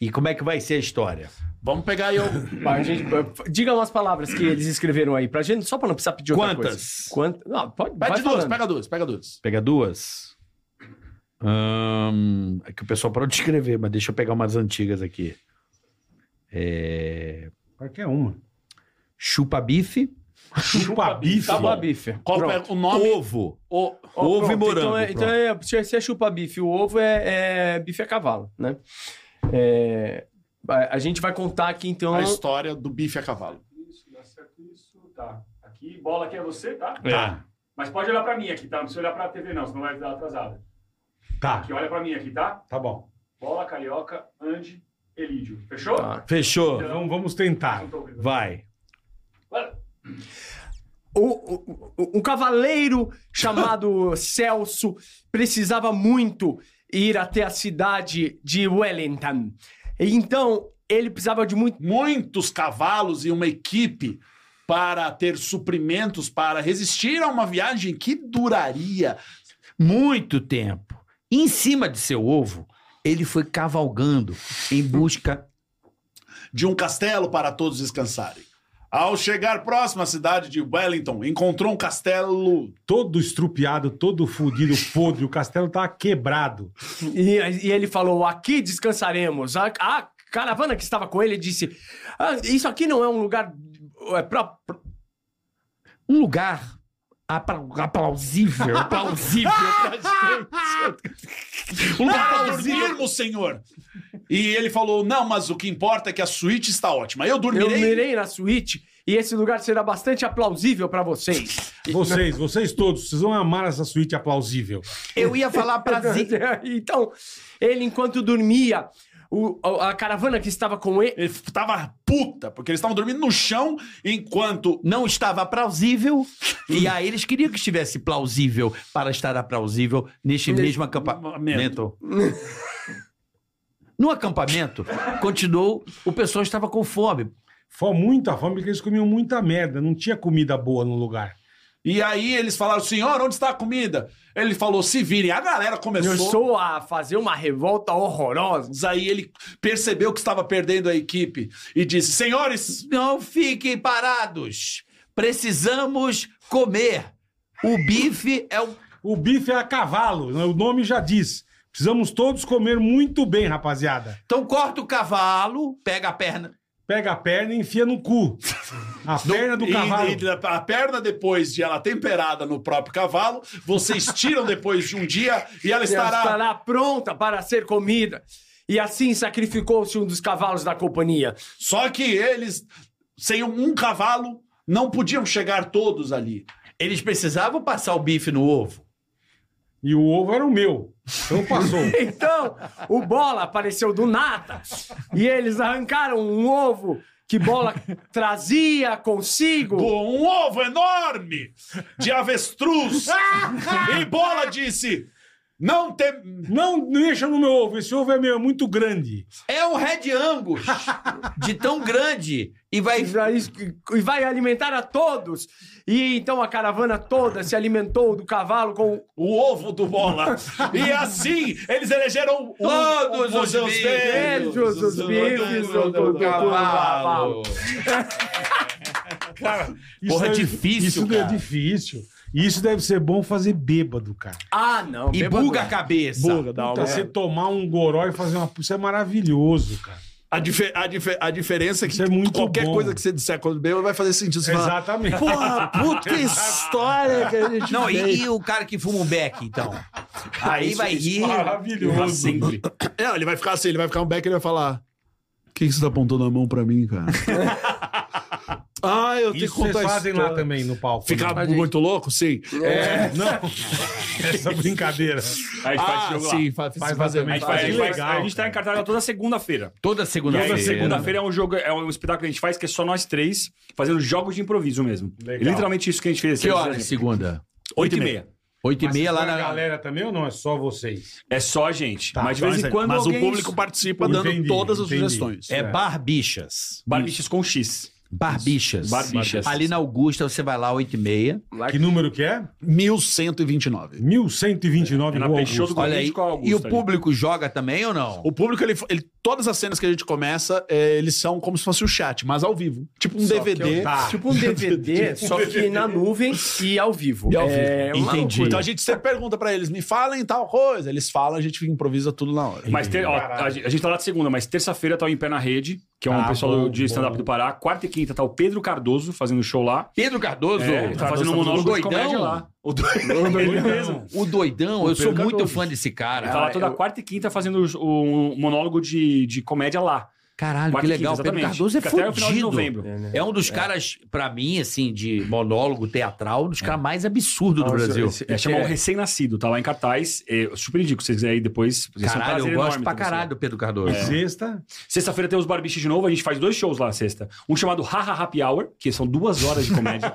Speaker 5: E como é que vai ser a história?
Speaker 7: Vamos pegar aí o.
Speaker 1: Vai, gente, vai- diga umas palavras que eles escreveram aí pra gente, só pra não precisar pedir outra
Speaker 5: Quantas?
Speaker 1: coisa. Quantas? Não, pode, vai
Speaker 7: Pede duas,
Speaker 1: falando.
Speaker 7: pega duas, pega duas.
Speaker 5: Pega duas? Ahn, é que o pessoal parou de escrever, mas deixa eu pegar umas antigas aqui. É...
Speaker 4: Qualquer uma.
Speaker 5: Chupa bife, Tá
Speaker 4: Chupa bife.
Speaker 1: Chupa bife.
Speaker 7: Qual
Speaker 1: Pronto.
Speaker 7: é o nome?
Speaker 5: ovo,
Speaker 7: O...
Speaker 1: Ó,
Speaker 5: ovo e
Speaker 1: pronto.
Speaker 5: morango.
Speaker 1: Então, é, então
Speaker 5: pronto.
Speaker 1: é, se se é chupa bife, o ovo é, é bife a cavalo, né? É, a a gente vai contar aqui então.
Speaker 7: A história do bife a cavalo.
Speaker 3: *coughs* Isso, dá certo isso, tá. Aqui, bola aqui é você, tá?
Speaker 4: Tá.
Speaker 3: Mas pode olhar pra mim aqui, tá? Não precisa olhar pra TV não, senão vai dar atrasada.
Speaker 4: Tá,
Speaker 3: Aqui, olha pra mim aqui, tá?
Speaker 4: tá bom.
Speaker 3: Bola, Carioca, Andy, Elídio. Fechou?
Speaker 1: Tá.
Speaker 5: Fechou.
Speaker 4: Então vamos tentar.
Speaker 3: Não tô ouvindo.
Speaker 5: Vai.
Speaker 1: O, o- o- um cavaleiro *laughs* chamado Celso precisava muito ir até a cidade de Wellington. Então, ele precisava de muito.
Speaker 7: Muitos cavalos e uma equipe para ter suprimentos para resistir a uma viagem que duraria.
Speaker 5: Muito tempo. Em cima de seu ovo, ele foi cavalgando em busca.
Speaker 7: de um castelo para todos descansarem. Ao chegar próximo à cidade de Wellington, encontrou um castelo.
Speaker 4: Todo estrupiado, todo fudido, podre. O castelo tava quebrado.
Speaker 1: E, e ele falou: aqui descansaremos. A, a caravana que estava com ele disse: "Ah, Isso aqui não é um lugar. É pra,
Speaker 5: Um lugar apla- aplausível. *laughs* Plausível. um lugar
Speaker 7: Para
Speaker 5: plausível.
Speaker 7: dormirmos, senhor! E ele falou: Não, mas o que importa é que a suíte está ótima. Eu
Speaker 1: eu
Speaker 7: dormirei.
Speaker 1: mirei na suíte e esse lugar será bastante aplausível para *laughs* vocês.
Speaker 4: Vocês, vocês todos, vocês vão amar essa suíte aplausível.
Speaker 5: Eu ia falar prazer.
Speaker 1: *laughs* Então, ele, enquanto dormia, o- a caravana que estava com ele.
Speaker 7: Ele tava puta, porque eles estavam dormindo no chão enquanto.
Speaker 5: não estava plausível, e aí eles queriam que estivesse plausível para estar plausível neste mesmo acampamento. No acampamento, continuou, o pessoal estava com fome.
Speaker 4: Foi muita fome, porque eles comiam muita merda. Não tinha comida boa no lugar.
Speaker 7: E aí eles falaram: Senhor, onde está a comida? Ele falou: Se virem. A galera começou.
Speaker 1: Eu sou a fazer uma revolta horrorosa.
Speaker 7: Aí ele percebeu que estava perdendo a equipe e disse: Senhores,
Speaker 5: Não fiquem parados, precisamos comer. O bife é o...
Speaker 4: O bife é a cavalo, né? o nome já diz. Precisamos todos comer muito bem, rapaziada.
Speaker 5: Então corta o cavalo, pega a perna.
Speaker 4: Pega a perna e enfia no cu. A perna do
Speaker 7: E-
Speaker 4: cavalo.
Speaker 7: e a perna, depois de ela temperada no próprio cavalo, vocês tiram depois de um dia e ela
Speaker 1: Estará...
Speaker 7: estará.
Speaker 1: pronta para ser comida. E assim sacrificou-se um dos cavalos da companhia.
Speaker 7: Só que eles, sem um cavalo, não podiam chegar todos ali.
Speaker 5: Eles precisavam passar o bife no ovo.
Speaker 4: E o ovo era o meu. Então
Speaker 7: *laughs*
Speaker 4: passou.
Speaker 1: Então, o Bola apareceu do nada e eles arrancaram um ovo que bola trazia consigo.
Speaker 7: Um ovo enorme de
Speaker 3: *laughs*
Speaker 7: avestruz. e Bola disse: Não tem.
Speaker 4: Não não mexa no meu ovo, esse ovo é meu, é muito grande.
Speaker 5: É um Red Angus de tão grande e vai.
Speaker 1: E vai- E vai alimentar a todos. E então a caravana toda se alimentou do cavalo com
Speaker 7: o ovo do Bola. e assim, eles elegeram o-
Speaker 5: Todos
Speaker 7: o-
Speaker 5: os
Speaker 7: seus
Speaker 5: bifes.
Speaker 7: velhos.
Speaker 1: beijos, os bifes do, do- do cavalo.
Speaker 7: Porra, é
Speaker 4: deve-
Speaker 7: difícil,
Speaker 4: Isso
Speaker 7: cara.
Speaker 4: é difícil. E isso deve ser bom fazer bêbado, cara.
Speaker 1: Ah, não.
Speaker 5: E
Speaker 1: bêbado
Speaker 5: buga a
Speaker 1: é.
Speaker 5: cabeça.
Speaker 7: Burra, dá
Speaker 4: Puta,
Speaker 7: uma-
Speaker 4: você tomar um goró e fazer uma... Isso é maravilhoso, cara.
Speaker 7: A, dife- a, dife- a diferença é que
Speaker 4: Isso é muito
Speaker 7: qualquer
Speaker 4: bom.
Speaker 7: coisa que você disser quando bêbado vai fazer sentido. Você fala,
Speaker 4: Exatamente.
Speaker 7: Porra, puta história que a gente
Speaker 5: Não,
Speaker 7: fez."
Speaker 5: e, e o cara que fuma um beck, então? Aí
Speaker 7: isso-
Speaker 5: vai
Speaker 7: isso-
Speaker 5: rir.
Speaker 4: Maravilhoso.
Speaker 7: Assim, Não, ele vai ficar assim, ele vai ficar um back e ele vai falar: O que, que você tá apontando a mão pra
Speaker 4: *laughs*
Speaker 7: mim, cara? ah, eu tenho
Speaker 4: Isso
Speaker 7: que
Speaker 4: vocês
Speaker 7: contar
Speaker 4: fazem lá
Speaker 7: isso.
Speaker 4: também no palco.
Speaker 7: Ficar
Speaker 4: né?
Speaker 7: muito louco? Sim.
Speaker 4: É, não. *laughs* Essa brincadeira.
Speaker 3: A gente faz esse
Speaker 7: Ah,
Speaker 3: jogo lá.
Speaker 7: sim, Ah, faz,
Speaker 4: Faz
Speaker 7: fazer.
Speaker 3: A
Speaker 4: também.
Speaker 3: gente, faz, a, gente faz-
Speaker 4: Legal,
Speaker 3: a gente tá em cartaz toda segunda-feira.
Speaker 5: Toda
Speaker 3: E aí,
Speaker 5: segunda-feira.
Speaker 3: na segunda-feira é um jogo, é um espetáculo que a gente faz que é só nós três, fazendo jogos de improviso mesmo.
Speaker 4: Legal.
Speaker 3: É literalmente isso que a gente fez.
Speaker 5: Que horas de segunda?
Speaker 3: Oito e meia.
Speaker 5: Oito e
Speaker 4: Mas
Speaker 5: meia lá
Speaker 4: vai a
Speaker 5: na.
Speaker 4: galera também ou não? É só vocês?
Speaker 3: É só a gente.
Speaker 4: Tá,
Speaker 3: mas de vez em quando
Speaker 7: Mas
Speaker 3: alguém...
Speaker 7: o público participa dando
Speaker 4: Entendi,
Speaker 7: todas as
Speaker 4: entendi.
Speaker 7: sugestões.
Speaker 5: É Barbichas.
Speaker 3: Barbichas com X.
Speaker 5: Barbichas.
Speaker 3: Barbichas.
Speaker 5: Ali na Augusta você vai lá oito e meia.
Speaker 4: Que número que é?
Speaker 7: 1129.
Speaker 4: 1129
Speaker 3: É na
Speaker 4: Rua
Speaker 3: Peixoto
Speaker 4: Augusta.
Speaker 3: com
Speaker 5: Olha aí.
Speaker 3: Augusta ali.
Speaker 5: E o público joga também ou não?
Speaker 7: O público, ele, ele- todas as cenas que a gente começa, é, eles são como se fosse o chat, mas ao vivo. Tipo um
Speaker 1: Só que
Speaker 7: DVD.
Speaker 1: eu-
Speaker 5: Tá.
Speaker 4: Tá.
Speaker 1: Tipo um DVD, só que na nuvem e ao vivo.
Speaker 7: E ao
Speaker 1: É uma
Speaker 5: Entendi.
Speaker 1: loucura.
Speaker 7: Então a gente sempre pergunta pra eles, me falem tal coisa. Eles falam, a gente improvisa tudo na hora.
Speaker 3: Mas ter- ó, a, gente- a gente tá lá de segunda, mas terça-feira tá o Em Pé na Rede, que é um
Speaker 5: Tá
Speaker 4: Ah,
Speaker 3: pessoal
Speaker 4: bom,
Speaker 3: de stand-up
Speaker 4: bom.
Speaker 3: do Pará. Quarta e quinta tá o Pedro Cardoso fazendo show lá.
Speaker 5: Pedro Cardoso.
Speaker 3: É, ele tá fazendo um
Speaker 5: o
Speaker 3: monólogo de comédia
Speaker 5: doidão.
Speaker 3: lá. *laughs* O doidão. Ele mesmo.
Speaker 5: O doidão, eu sou
Speaker 3: Pedro
Speaker 5: muito
Speaker 3: Cardoso.
Speaker 5: fã desse
Speaker 3: Ele tá
Speaker 5: cara.
Speaker 3: lá toda quarta e quinta fazendo o- o monólogo de, de comédia lá.
Speaker 5: Caralho, que
Speaker 3: Quarta e
Speaker 5: legal.
Speaker 3: quinta,
Speaker 5: Pedro
Speaker 3: exatamente.
Speaker 5: Cardoso é
Speaker 3: Fica até o final de
Speaker 5: fudido.
Speaker 3: novembro.
Speaker 1: né?
Speaker 5: É um dos caras, pra mim, assim, de monólogo teatral, um dos caras mais absurdos do
Speaker 1: Nossa,
Speaker 5: Brasil.
Speaker 1: esse-
Speaker 3: É,
Speaker 1: esse
Speaker 3: chama
Speaker 1: é-
Speaker 3: o Recém-Nascido, tá lá em cartaz. É, eu super indico, se vocês quiserem aí depois. vocês são um
Speaker 5: Caralho,
Speaker 3: prazer
Speaker 5: eu gosto
Speaker 3: enorme
Speaker 5: pra
Speaker 3: ter você.
Speaker 5: caralho do Pedro Cardoso.
Speaker 3: É.
Speaker 4: Sexta.
Speaker 3: Sexta-feira tem os Barbichas de novo, a gente faz dois shows lá na sexta. Um chamado Haha Happy Hour, que são duas horas
Speaker 5: *laughs*
Speaker 3: de comédia.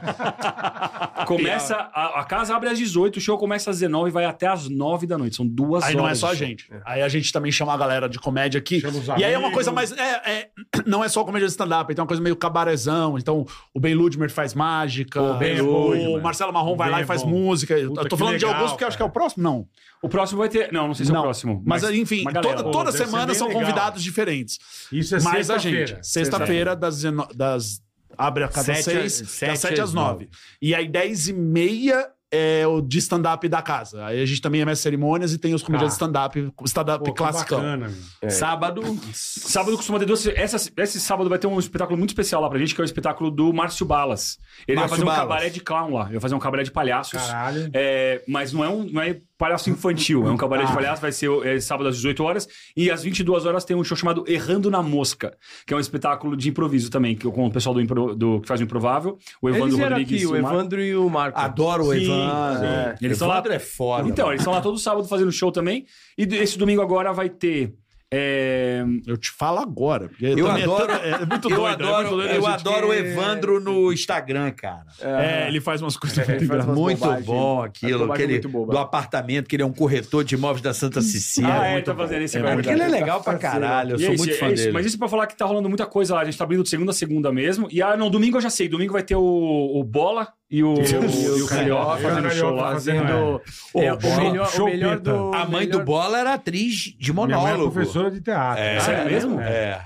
Speaker 3: começa, a, a casa abre às 18, o show começa às 19 e vai até às 9 da noite. São duas
Speaker 7: Aí
Speaker 3: horas.
Speaker 7: não é só a
Speaker 3: de show.
Speaker 7: gente. Aí a gente também chama a galera de comédia aqui.
Speaker 4: Chama os
Speaker 7: E aí é uma
Speaker 4: amigos.
Speaker 7: coisa mais. É, *clears throat* é- não é só comédia de stand-up, então é uma coisa meio cabarezão. Então o Ben Ludmer faz mágica. é, O,
Speaker 4: Ben Ludmer.
Speaker 7: Marcelo Marrom
Speaker 4: O
Speaker 7: vai
Speaker 4: Ben
Speaker 7: lá e
Speaker 4: é
Speaker 7: faz
Speaker 4: bom.
Speaker 7: música. Eu
Speaker 4: Puta,
Speaker 7: tô
Speaker 4: que
Speaker 7: falando de
Speaker 4: legal,
Speaker 7: alguns porque eu acho que é o próximo. Não.
Speaker 3: O próximo vai ter. Não, não sei se é
Speaker 7: Não.
Speaker 3: o próximo.
Speaker 7: Mas, enfim,
Speaker 3: uma
Speaker 7: toda,
Speaker 3: galera.
Speaker 7: toda
Speaker 4: Pô, deve ser
Speaker 7: semana
Speaker 4: bem
Speaker 7: são
Speaker 4: legal.
Speaker 7: convidados diferentes.
Speaker 4: Isso é
Speaker 7: mais a
Speaker 4: sexta-feira.
Speaker 7: gente. Sexta-feira, das, dezeno- das. Abre a cada
Speaker 5: Sete
Speaker 7: seis,
Speaker 5: a-
Speaker 7: das
Speaker 5: sete
Speaker 7: 7 às
Speaker 5: às
Speaker 7: 9. E aí, 10 e meia é o de stand-up da casa. Aí a gente também emite cerimônias e tem os comediantes
Speaker 4: Tá.
Speaker 7: de stand-up, stand-up
Speaker 4: Pô, que
Speaker 7: classicão.
Speaker 4: bacana, meu.
Speaker 5: é Sábado,
Speaker 3: é. Sábado costuma ter duas. Essa, esse sábado vai ter um espetáculo muito especial lá pra gente, que é o espetáculo do Márcio Balas. Ele
Speaker 5: Márcio
Speaker 3: vai fazer um
Speaker 5: Balas.
Speaker 3: cabaré de clown lá. Ele vai fazer um cabaré de palhaços.
Speaker 4: Caralho.
Speaker 3: É, mas não é um não é palhaço infantil, é um cabaré
Speaker 1: Ah.
Speaker 3: de palhaço, vai ser é, sábado às 18 horas. E às 22 horas tem um show chamado Errando na Mosca, que é um espetáculo de improviso também, que, eu- com o pessoal do, impro- do- que faz o Improvável, o Evandro
Speaker 1: Eles vieram
Speaker 3: Rodrigues.
Speaker 1: aqui,
Speaker 3: e
Speaker 1: o
Speaker 3: o Marco.
Speaker 1: Evandro e o Marco.
Speaker 5: adoro o
Speaker 4: Sim,
Speaker 5: Evandro.
Speaker 1: é.
Speaker 3: Eles estão lá-
Speaker 5: Evandro é foda.
Speaker 3: Então, eles estão lá todo sábado fazendo show também. E d- esse domingo agora vai ter. é,
Speaker 7: Eu te falo agora. porque
Speaker 5: Eu
Speaker 7: também é
Speaker 5: adoro-
Speaker 7: tanta- É,
Speaker 5: eu
Speaker 7: muito
Speaker 3: né?
Speaker 7: doido. é, muito
Speaker 5: adoro,
Speaker 7: doido,
Speaker 5: eu
Speaker 7: gente.
Speaker 5: adoro o Evandro no Instagram, cara.
Speaker 7: É, ele faz umas coisas
Speaker 1: Ele
Speaker 7: muito
Speaker 1: faz umas
Speaker 5: muito
Speaker 1: bobagens.
Speaker 5: bom
Speaker 1: Faz
Speaker 5: aquilo,
Speaker 1: bobagem
Speaker 5: aquele
Speaker 1: muito boba.
Speaker 5: do apartamento, que ele é um corretor de imóveis da Santa Cecília.
Speaker 3: Ah, é,
Speaker 5: muito
Speaker 3: tá
Speaker 5: bom.
Speaker 3: fazendo esse
Speaker 5: Cara,
Speaker 3: agora.
Speaker 5: Aquilo é legal pra caralho, eu
Speaker 3: E é
Speaker 5: sou
Speaker 3: isso,
Speaker 5: muito
Speaker 3: é
Speaker 5: fã
Speaker 3: isso.
Speaker 5: dele.
Speaker 3: Mas isso pra falar que tá rolando muita coisa lá. A gente tá abrindo de segunda a segunda mesmo. E ah, não, domingo eu já sei. Domingo vai ter o, o Bola e
Speaker 4: *laughs*
Speaker 3: o, e o
Speaker 4: É,
Speaker 3: Carioca fazendo show lá.
Speaker 1: fazendo. É, o
Speaker 4: Show-
Speaker 1: melhor, o
Speaker 4: show
Speaker 1: melhor
Speaker 4: pita.
Speaker 1: do.
Speaker 5: A mãe
Speaker 1: melhor
Speaker 5: do Bola era atriz de
Speaker 4: Minha mãe é
Speaker 5: monólogo.
Speaker 4: professora de teatro. né?
Speaker 5: É.
Speaker 3: Sério mesmo?
Speaker 5: É.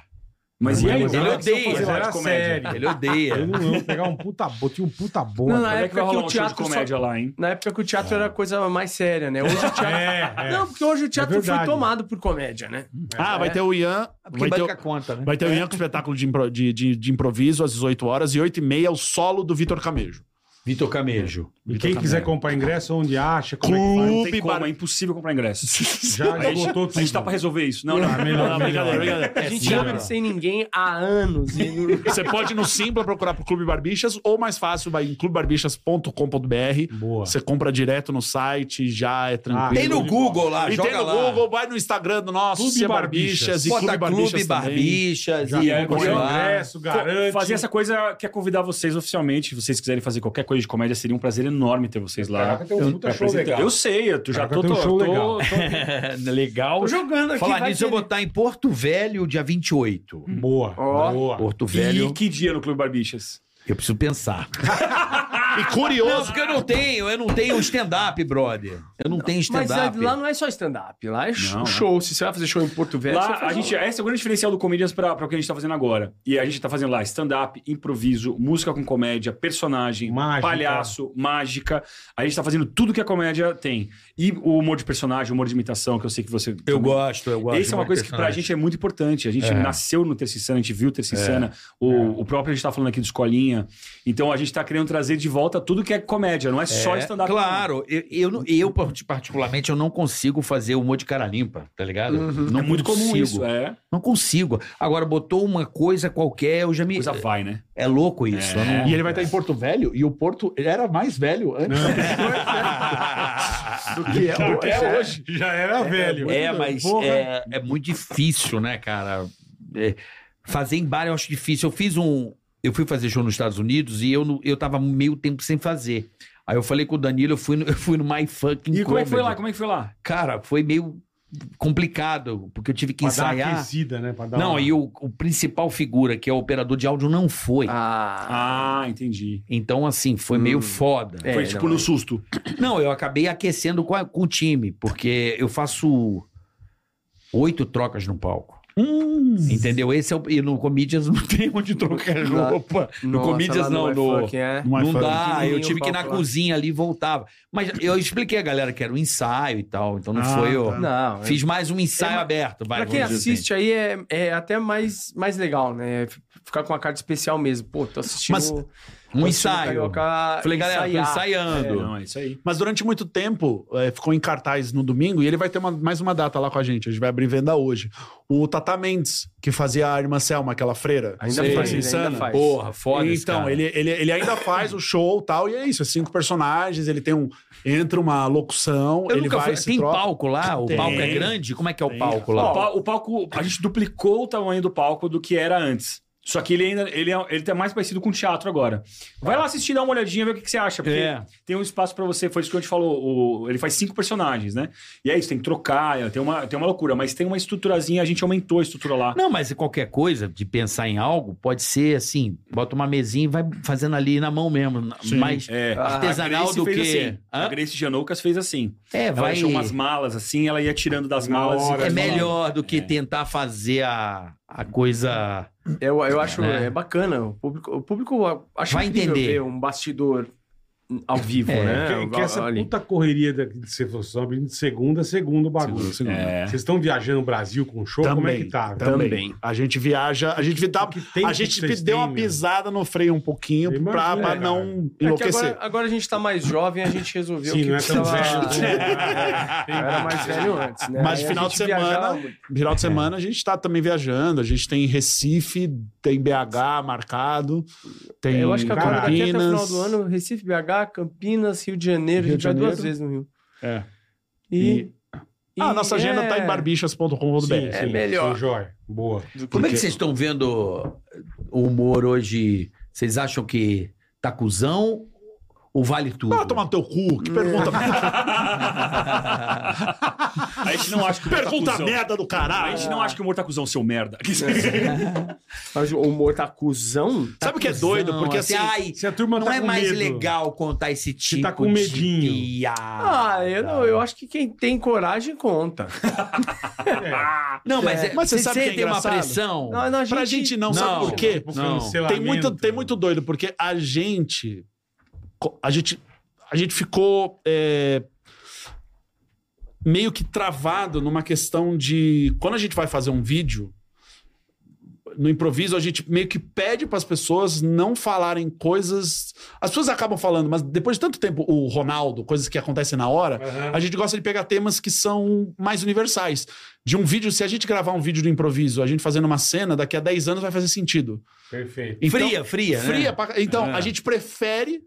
Speaker 3: Mas e aí?
Speaker 4: Ele
Speaker 3: Como é que vocês vão
Speaker 5: odeia,
Speaker 3: fazer lá
Speaker 4: mas
Speaker 3: de
Speaker 4: era
Speaker 3: comédia?
Speaker 4: sério.
Speaker 5: Ele
Speaker 4: Eu
Speaker 5: odeia.
Speaker 4: não eu vou pegar um puta bom. Tinha um puta bom.
Speaker 1: Não, na
Speaker 3: Como é que
Speaker 1: época
Speaker 3: vai
Speaker 1: que
Speaker 3: rolar
Speaker 1: o
Speaker 3: um show de
Speaker 1: teatro. só-
Speaker 3: comédia lá, hein?
Speaker 1: Na época que o teatro era a coisa mais séria, né? Hoje o teatro.
Speaker 4: É, é.
Speaker 1: Não, porque hoje o teatro foi
Speaker 4: verdade.
Speaker 1: tomado por comédia, né?
Speaker 7: Ah, vai ter o Ian.
Speaker 5: É
Speaker 7: Vai ter, o-
Speaker 5: conta, né?
Speaker 7: vai
Speaker 11: é
Speaker 7: ter o Ian com espetáculo de, impro- de, de- de improviso às 18 horas e 8 e meia o solo do Vitor Camejo.
Speaker 5: Vitor Camejo.
Speaker 4: E quem quiser comprar ingresso, onde acha, como
Speaker 3: Não
Speaker 4: é
Speaker 3: tem
Speaker 4: que
Speaker 3: como,
Speaker 4: faz?
Speaker 3: é impossível comprar ingresso.
Speaker 4: *laughs* Já
Speaker 3: A gente,
Speaker 4: esgotou
Speaker 3: a gente tá pra
Speaker 4: tudo. Ah,
Speaker 3: resolver isso. Não, não, não,
Speaker 4: Tá, melhor,
Speaker 3: não, brincadeira,
Speaker 4: melhor.
Speaker 3: brincadeira.
Speaker 1: A gente
Speaker 4: sim,
Speaker 1: anda
Speaker 4: cara.
Speaker 1: sem ninguém há anos. E não-
Speaker 11: Você pode ir no Simpla procurar pro Clube Barbixas ou mais fácil, vai em clubebarbichas.com.br.
Speaker 4: Boa.
Speaker 11: Você compra direto no site, já é tranquilo.
Speaker 4: Ah,
Speaker 5: Tem no Google lá,
Speaker 11: e
Speaker 5: joga
Speaker 11: tem no
Speaker 5: lá.
Speaker 11: Google, vai no Instagram do nosso,
Speaker 4: Clube
Speaker 11: Cia Barbichas,
Speaker 4: Barbichas.
Speaker 11: e
Speaker 5: Bota
Speaker 11: Clube Barbichas.
Speaker 5: Clube
Speaker 11: também.
Speaker 5: Barbichas.
Speaker 4: Já
Speaker 5: e
Speaker 4: é,
Speaker 5: vamos
Speaker 4: comprou
Speaker 5: lá.
Speaker 4: ingresso, garante.
Speaker 3: Fazer essa coisa, quer convidar vocês oficialmente. Se vocês quiserem fazer qualquer coisa de comédia, seria um prazer enorme ter vocês lá.
Speaker 4: Caraca, tem um puta
Speaker 3: Pra
Speaker 4: show
Speaker 3: apresentar.
Speaker 4: legal.
Speaker 3: Eu sei, eu tô- já
Speaker 4: Caraca,
Speaker 3: tô,
Speaker 4: tem um
Speaker 3: tô-
Speaker 4: show
Speaker 3: tô-
Speaker 4: legal. *laughs*
Speaker 3: tô-
Speaker 5: legal.
Speaker 1: Tô jogando aqui.
Speaker 5: Falar
Speaker 1: vai
Speaker 5: nisso,
Speaker 1: que
Speaker 5: eu vou estar em Porto Velho, dia 28.
Speaker 4: Boa,
Speaker 1: Ó.
Speaker 4: boa.
Speaker 5: Porto
Speaker 3: E
Speaker 5: Velho,
Speaker 3: que dia no Clube Barbichas?
Speaker 5: eu preciso pensar.
Speaker 7: E
Speaker 5: Não,
Speaker 7: curioso.
Speaker 5: porque eu não tenho, eu não tenho stand-up, brother. Eu não tenho
Speaker 1: Mas é,
Speaker 5: stand-up.
Speaker 1: lá não é só stand-up, lá é sh-
Speaker 3: Não.
Speaker 1: show. Se você vai fazer show em Porto Velho, você
Speaker 3: Lá, a
Speaker 1: faz um
Speaker 3: gente, esse é o grande diferencial do Comedians para o que a gente tá fazendo agora. E a gente tá fazendo lá stand-up, improviso, música com comédia, personagem,
Speaker 4: Mágica.
Speaker 3: palhaço, mágica. A gente tá fazendo tudo que a comédia tem. E o humor de personagem, o humor de imitação, que eu sei que você.
Speaker 5: Eu
Speaker 3: também-
Speaker 5: gosto, eu gosto.
Speaker 3: Essa é uma
Speaker 5: muito
Speaker 3: coisa
Speaker 5: de
Speaker 3: que pra gente é muito importante. A gente nasceu no Terça Insana, a gente viu o
Speaker 5: É.
Speaker 3: Terça Insana. O, o próprio a gente tá falando aqui do Escolinha. Então a gente tá querendo trazer de volta tudo que é comédia, não é, só
Speaker 5: É,
Speaker 3: stand-up.
Speaker 5: Claro, eu, eu, não- eu, particularmente, eu não consigo fazer humor de cara limpa, tá ligado? Não
Speaker 3: É muito comum
Speaker 5: consigo.
Speaker 3: isso. É.
Speaker 5: Não consigo. Agora, botou uma coisa qualquer, eu já me.
Speaker 3: Coisa vai, né?
Speaker 5: É louco isso.
Speaker 3: *laughs*
Speaker 5: eu não-
Speaker 7: E ele vai estar em Porto Velho, e o Porto ele era mais velho antes do que é, do
Speaker 4: *laughs*
Speaker 7: que é hoje.
Speaker 4: Já era velho.
Speaker 5: É, mas
Speaker 3: né?
Speaker 4: Porra.
Speaker 5: é, é muito difícil, né, cara? É, fazer em bar eu acho difícil. Eu fiz um. Eu fui fazer show nos Estados Unidos e eu, não- eu tava meio tempo sem fazer. Aí eu falei com o Danilo, eu fui no, *laughs* eu fui no My Fucking
Speaker 3: E como é que foi
Speaker 5: Comedy.
Speaker 3: lá? Como é que foi lá?
Speaker 5: Cara, foi meio complicado, porque eu tive que
Speaker 4: Pra dar uma
Speaker 5: ensaiar.
Speaker 4: aquecida, né? Pra dar
Speaker 5: Não,
Speaker 4: uma-
Speaker 5: e o, o principal figura, que é o operador de áudio, não foi.
Speaker 1: Ah,
Speaker 3: Ah, entendi.
Speaker 5: Então, assim, foi meio foda.
Speaker 1: É,
Speaker 3: Foi tipo
Speaker 1: não,
Speaker 3: no
Speaker 1: é.
Speaker 3: susto.
Speaker 5: Não, eu acabei aquecendo com, a- com o time, porque eu faço oito trocas no palco.
Speaker 1: Hum.
Speaker 5: Entendeu? Esse é o, e no Comedians não *laughs* tem onde trocar
Speaker 1: Lá-
Speaker 5: roupa. No
Speaker 1: nossa,
Speaker 5: Comedians
Speaker 1: lá
Speaker 5: não,
Speaker 1: vai
Speaker 5: no,
Speaker 1: fucking, é.
Speaker 5: não dá.
Speaker 1: Pequenininho
Speaker 5: Eu tive
Speaker 1: o
Speaker 5: que ir na
Speaker 1: palco lá.
Speaker 5: cozinha ali e voltava. Mas eu expliquei a galera que era um ensaio e tal, então não foi eu.
Speaker 1: Não, é-
Speaker 5: Fiz mais um ensaio
Speaker 1: É, mas-
Speaker 5: aberto. Vai,
Speaker 1: pra quem
Speaker 5: vamos dizer assim.
Speaker 1: assiste aí é, é até mais, mais legal, né? F- Ficar com uma cara especial mesmo. Pô, tô assistindo.
Speaker 12: Mas-
Speaker 1: tô
Speaker 5: um
Speaker 1: assistindo
Speaker 5: ensaio.
Speaker 1: Carioca
Speaker 5: Falei, galera, um tô
Speaker 1: ensaiar.
Speaker 5: ensaiando.
Speaker 3: Não, é isso aí.
Speaker 7: Mas durante muito tempo eh, ficou em cartaz no domingo e ele vai ter uma- mais uma data lá com a gente. A gente vai abrir venda hoje. O Tata Mendes, que fazia a irmã Selma, aquela freira.
Speaker 1: Ainda
Speaker 7: Sim.
Speaker 1: faz, ainda
Speaker 7: Insana.
Speaker 1: faz.
Speaker 5: Porra, foda
Speaker 7: Então, ele, ele, ele ainda faz o show e tal, e é isso, é cinco personagens, ele tem um. Entra uma locução,
Speaker 5: Eu
Speaker 7: ele
Speaker 5: nunca
Speaker 7: vai
Speaker 5: fui.
Speaker 7: se
Speaker 5: Tem
Speaker 7: troca.
Speaker 5: palco lá? O
Speaker 7: Tem.
Speaker 5: palco é grande? Como é que é o
Speaker 7: Tem.
Speaker 5: palco
Speaker 3: O,
Speaker 5: lá?
Speaker 3: pal- o palco, a gente duplicou o tamanho do palco do que era antes. Só que ele ainda ele é, ele tá mais parecido com teatro agora. Vai lá assistir, dá uma olhadinha, ver o que, que você acha. Porque
Speaker 5: É.
Speaker 3: tem um espaço pra você. Foi isso que a gente falou. o- ele faz cinco personagens, né? E é isso, tem que trocar, tem uma, tem uma loucura. Mas tem uma estruturazinha, a gente aumentou a estrutura lá.
Speaker 5: Não, mas qualquer coisa, de pensar em algo, pode ser assim, bota uma mesinha e vai fazendo ali na mão mesmo. na- mais
Speaker 3: É.
Speaker 5: artesanal
Speaker 3: A Grace
Speaker 5: do
Speaker 3: fez
Speaker 5: que-
Speaker 3: assim.
Speaker 5: Hã?
Speaker 3: A Grace Janoucas fez assim.
Speaker 5: É,
Speaker 3: Ela
Speaker 5: vai.
Speaker 3: achou umas malas assim, ela ia tirando das
Speaker 4: Na
Speaker 3: malas.
Speaker 4: hora,
Speaker 3: e
Speaker 5: É
Speaker 4: malas.
Speaker 5: melhor do que tentar fazer a, a coisa.
Speaker 1: Eu, eu acho
Speaker 5: É.
Speaker 1: é. bacana. O público, o público a- acha
Speaker 5: Vai
Speaker 1: incrível
Speaker 5: entender.
Speaker 1: ver um bastidor ao vivo,
Speaker 5: É.
Speaker 1: né?
Speaker 4: que, que essa
Speaker 1: Ali.
Speaker 4: puta correria da- de você você abrindo de segunda a segunda o bagulho.
Speaker 3: É.
Speaker 4: Vocês estão viajando o Brasil com show? Como é que tá?
Speaker 7: Também. A gente viaja, a gente dá,
Speaker 4: Que tempo
Speaker 7: a gente
Speaker 4: que vocês
Speaker 7: deu uma
Speaker 4: têm, meu?
Speaker 7: pisada no freio um pouquinho
Speaker 4: Eu
Speaker 7: pra,
Speaker 4: imagino,
Speaker 7: pra
Speaker 4: cara.
Speaker 7: não
Speaker 1: É que
Speaker 7: enlouquecer.
Speaker 1: *laughs* agora, agora a gente tá mais jovem, a gente resolveu
Speaker 4: Sim,
Speaker 1: que
Speaker 4: não é tão
Speaker 1: precisava-
Speaker 4: velho.
Speaker 1: *laughs*
Speaker 4: É.
Speaker 1: Eu era mais velho antes, né?
Speaker 7: Mas
Speaker 1: Aí a
Speaker 7: final de
Speaker 1: gente
Speaker 7: semana-
Speaker 1: viajava muito.
Speaker 7: Final de semana a gente tá também viajando, a gente tem Recife, tem BH marcado, tem
Speaker 1: Eu acho que agora, daqui até o final
Speaker 7: Campinas.
Speaker 1: do ano, Recife, BH, Campinas, Rio de Janeiro,
Speaker 7: Rio
Speaker 1: a gente
Speaker 7: de
Speaker 1: vai
Speaker 7: Janeiro.
Speaker 1: duas vezes no Rio.
Speaker 3: É.
Speaker 1: E. e
Speaker 7: Ah, nossa agenda
Speaker 1: é-
Speaker 7: tá em barbichas.com.br.
Speaker 1: É melhor.
Speaker 4: seu Jóia. Boa.
Speaker 5: Como é que vocês estão vendo o humor hoje? Vocês acham que tá cuzão ou vale tudo?
Speaker 3: Ah,
Speaker 5: *laughs*
Speaker 7: Vai tomar no teu cu, que pergunta.
Speaker 1: Hum. *laughs*
Speaker 3: A gente não acha que o humor tá
Speaker 7: pergunta
Speaker 3: cuzão.
Speaker 7: merda do
Speaker 3: A
Speaker 7: caralho.
Speaker 3: gente não acha que o humor tá cuzão, seu merda.
Speaker 1: Mas o humor tá cuzão?
Speaker 7: Sabe o que é doido?
Speaker 5: Não,
Speaker 7: Porque assim,
Speaker 5: ai,
Speaker 4: Se a turma
Speaker 5: não
Speaker 4: tá
Speaker 5: é
Speaker 4: com
Speaker 5: mais
Speaker 4: medo,
Speaker 5: legal contar esse tipo
Speaker 4: tá com medinho.
Speaker 5: de piada.
Speaker 1: Ah, eu não, eu acho que quem tem coragem conta.
Speaker 5: Não, mas,
Speaker 1: É.
Speaker 5: é,
Speaker 7: Mas você
Speaker 5: vocês
Speaker 7: sabe que é
Speaker 5: sentem uma
Speaker 7: engraçado?
Speaker 5: pressão.
Speaker 1: Não, não, a
Speaker 7: pra gente não, sabe
Speaker 5: Não.
Speaker 7: por quê?
Speaker 4: pro
Speaker 5: Não.
Speaker 7: Tem
Speaker 4: cancelamento.
Speaker 7: muito, tem muito doido, porque a gente. A gente, a gente ficou é, meio que travado numa questão de. Quando a gente vai fazer um vídeo, no improviso, a gente meio que pede para as pessoas não falarem coisas. As pessoas acabam falando, mas depois de tanto tempo, o Ronaldo, coisas que acontecem na hora, a gente gosta de pegar temas que são mais universais. De um vídeo, se a gente gravar um vídeo do improviso, a gente fazendo uma cena, daqui a 10 anos vai fazer sentido.
Speaker 4: Perfeito.
Speaker 7: Então-
Speaker 5: fria, fria, né?
Speaker 7: Fria pra ca- Então, a gente prefere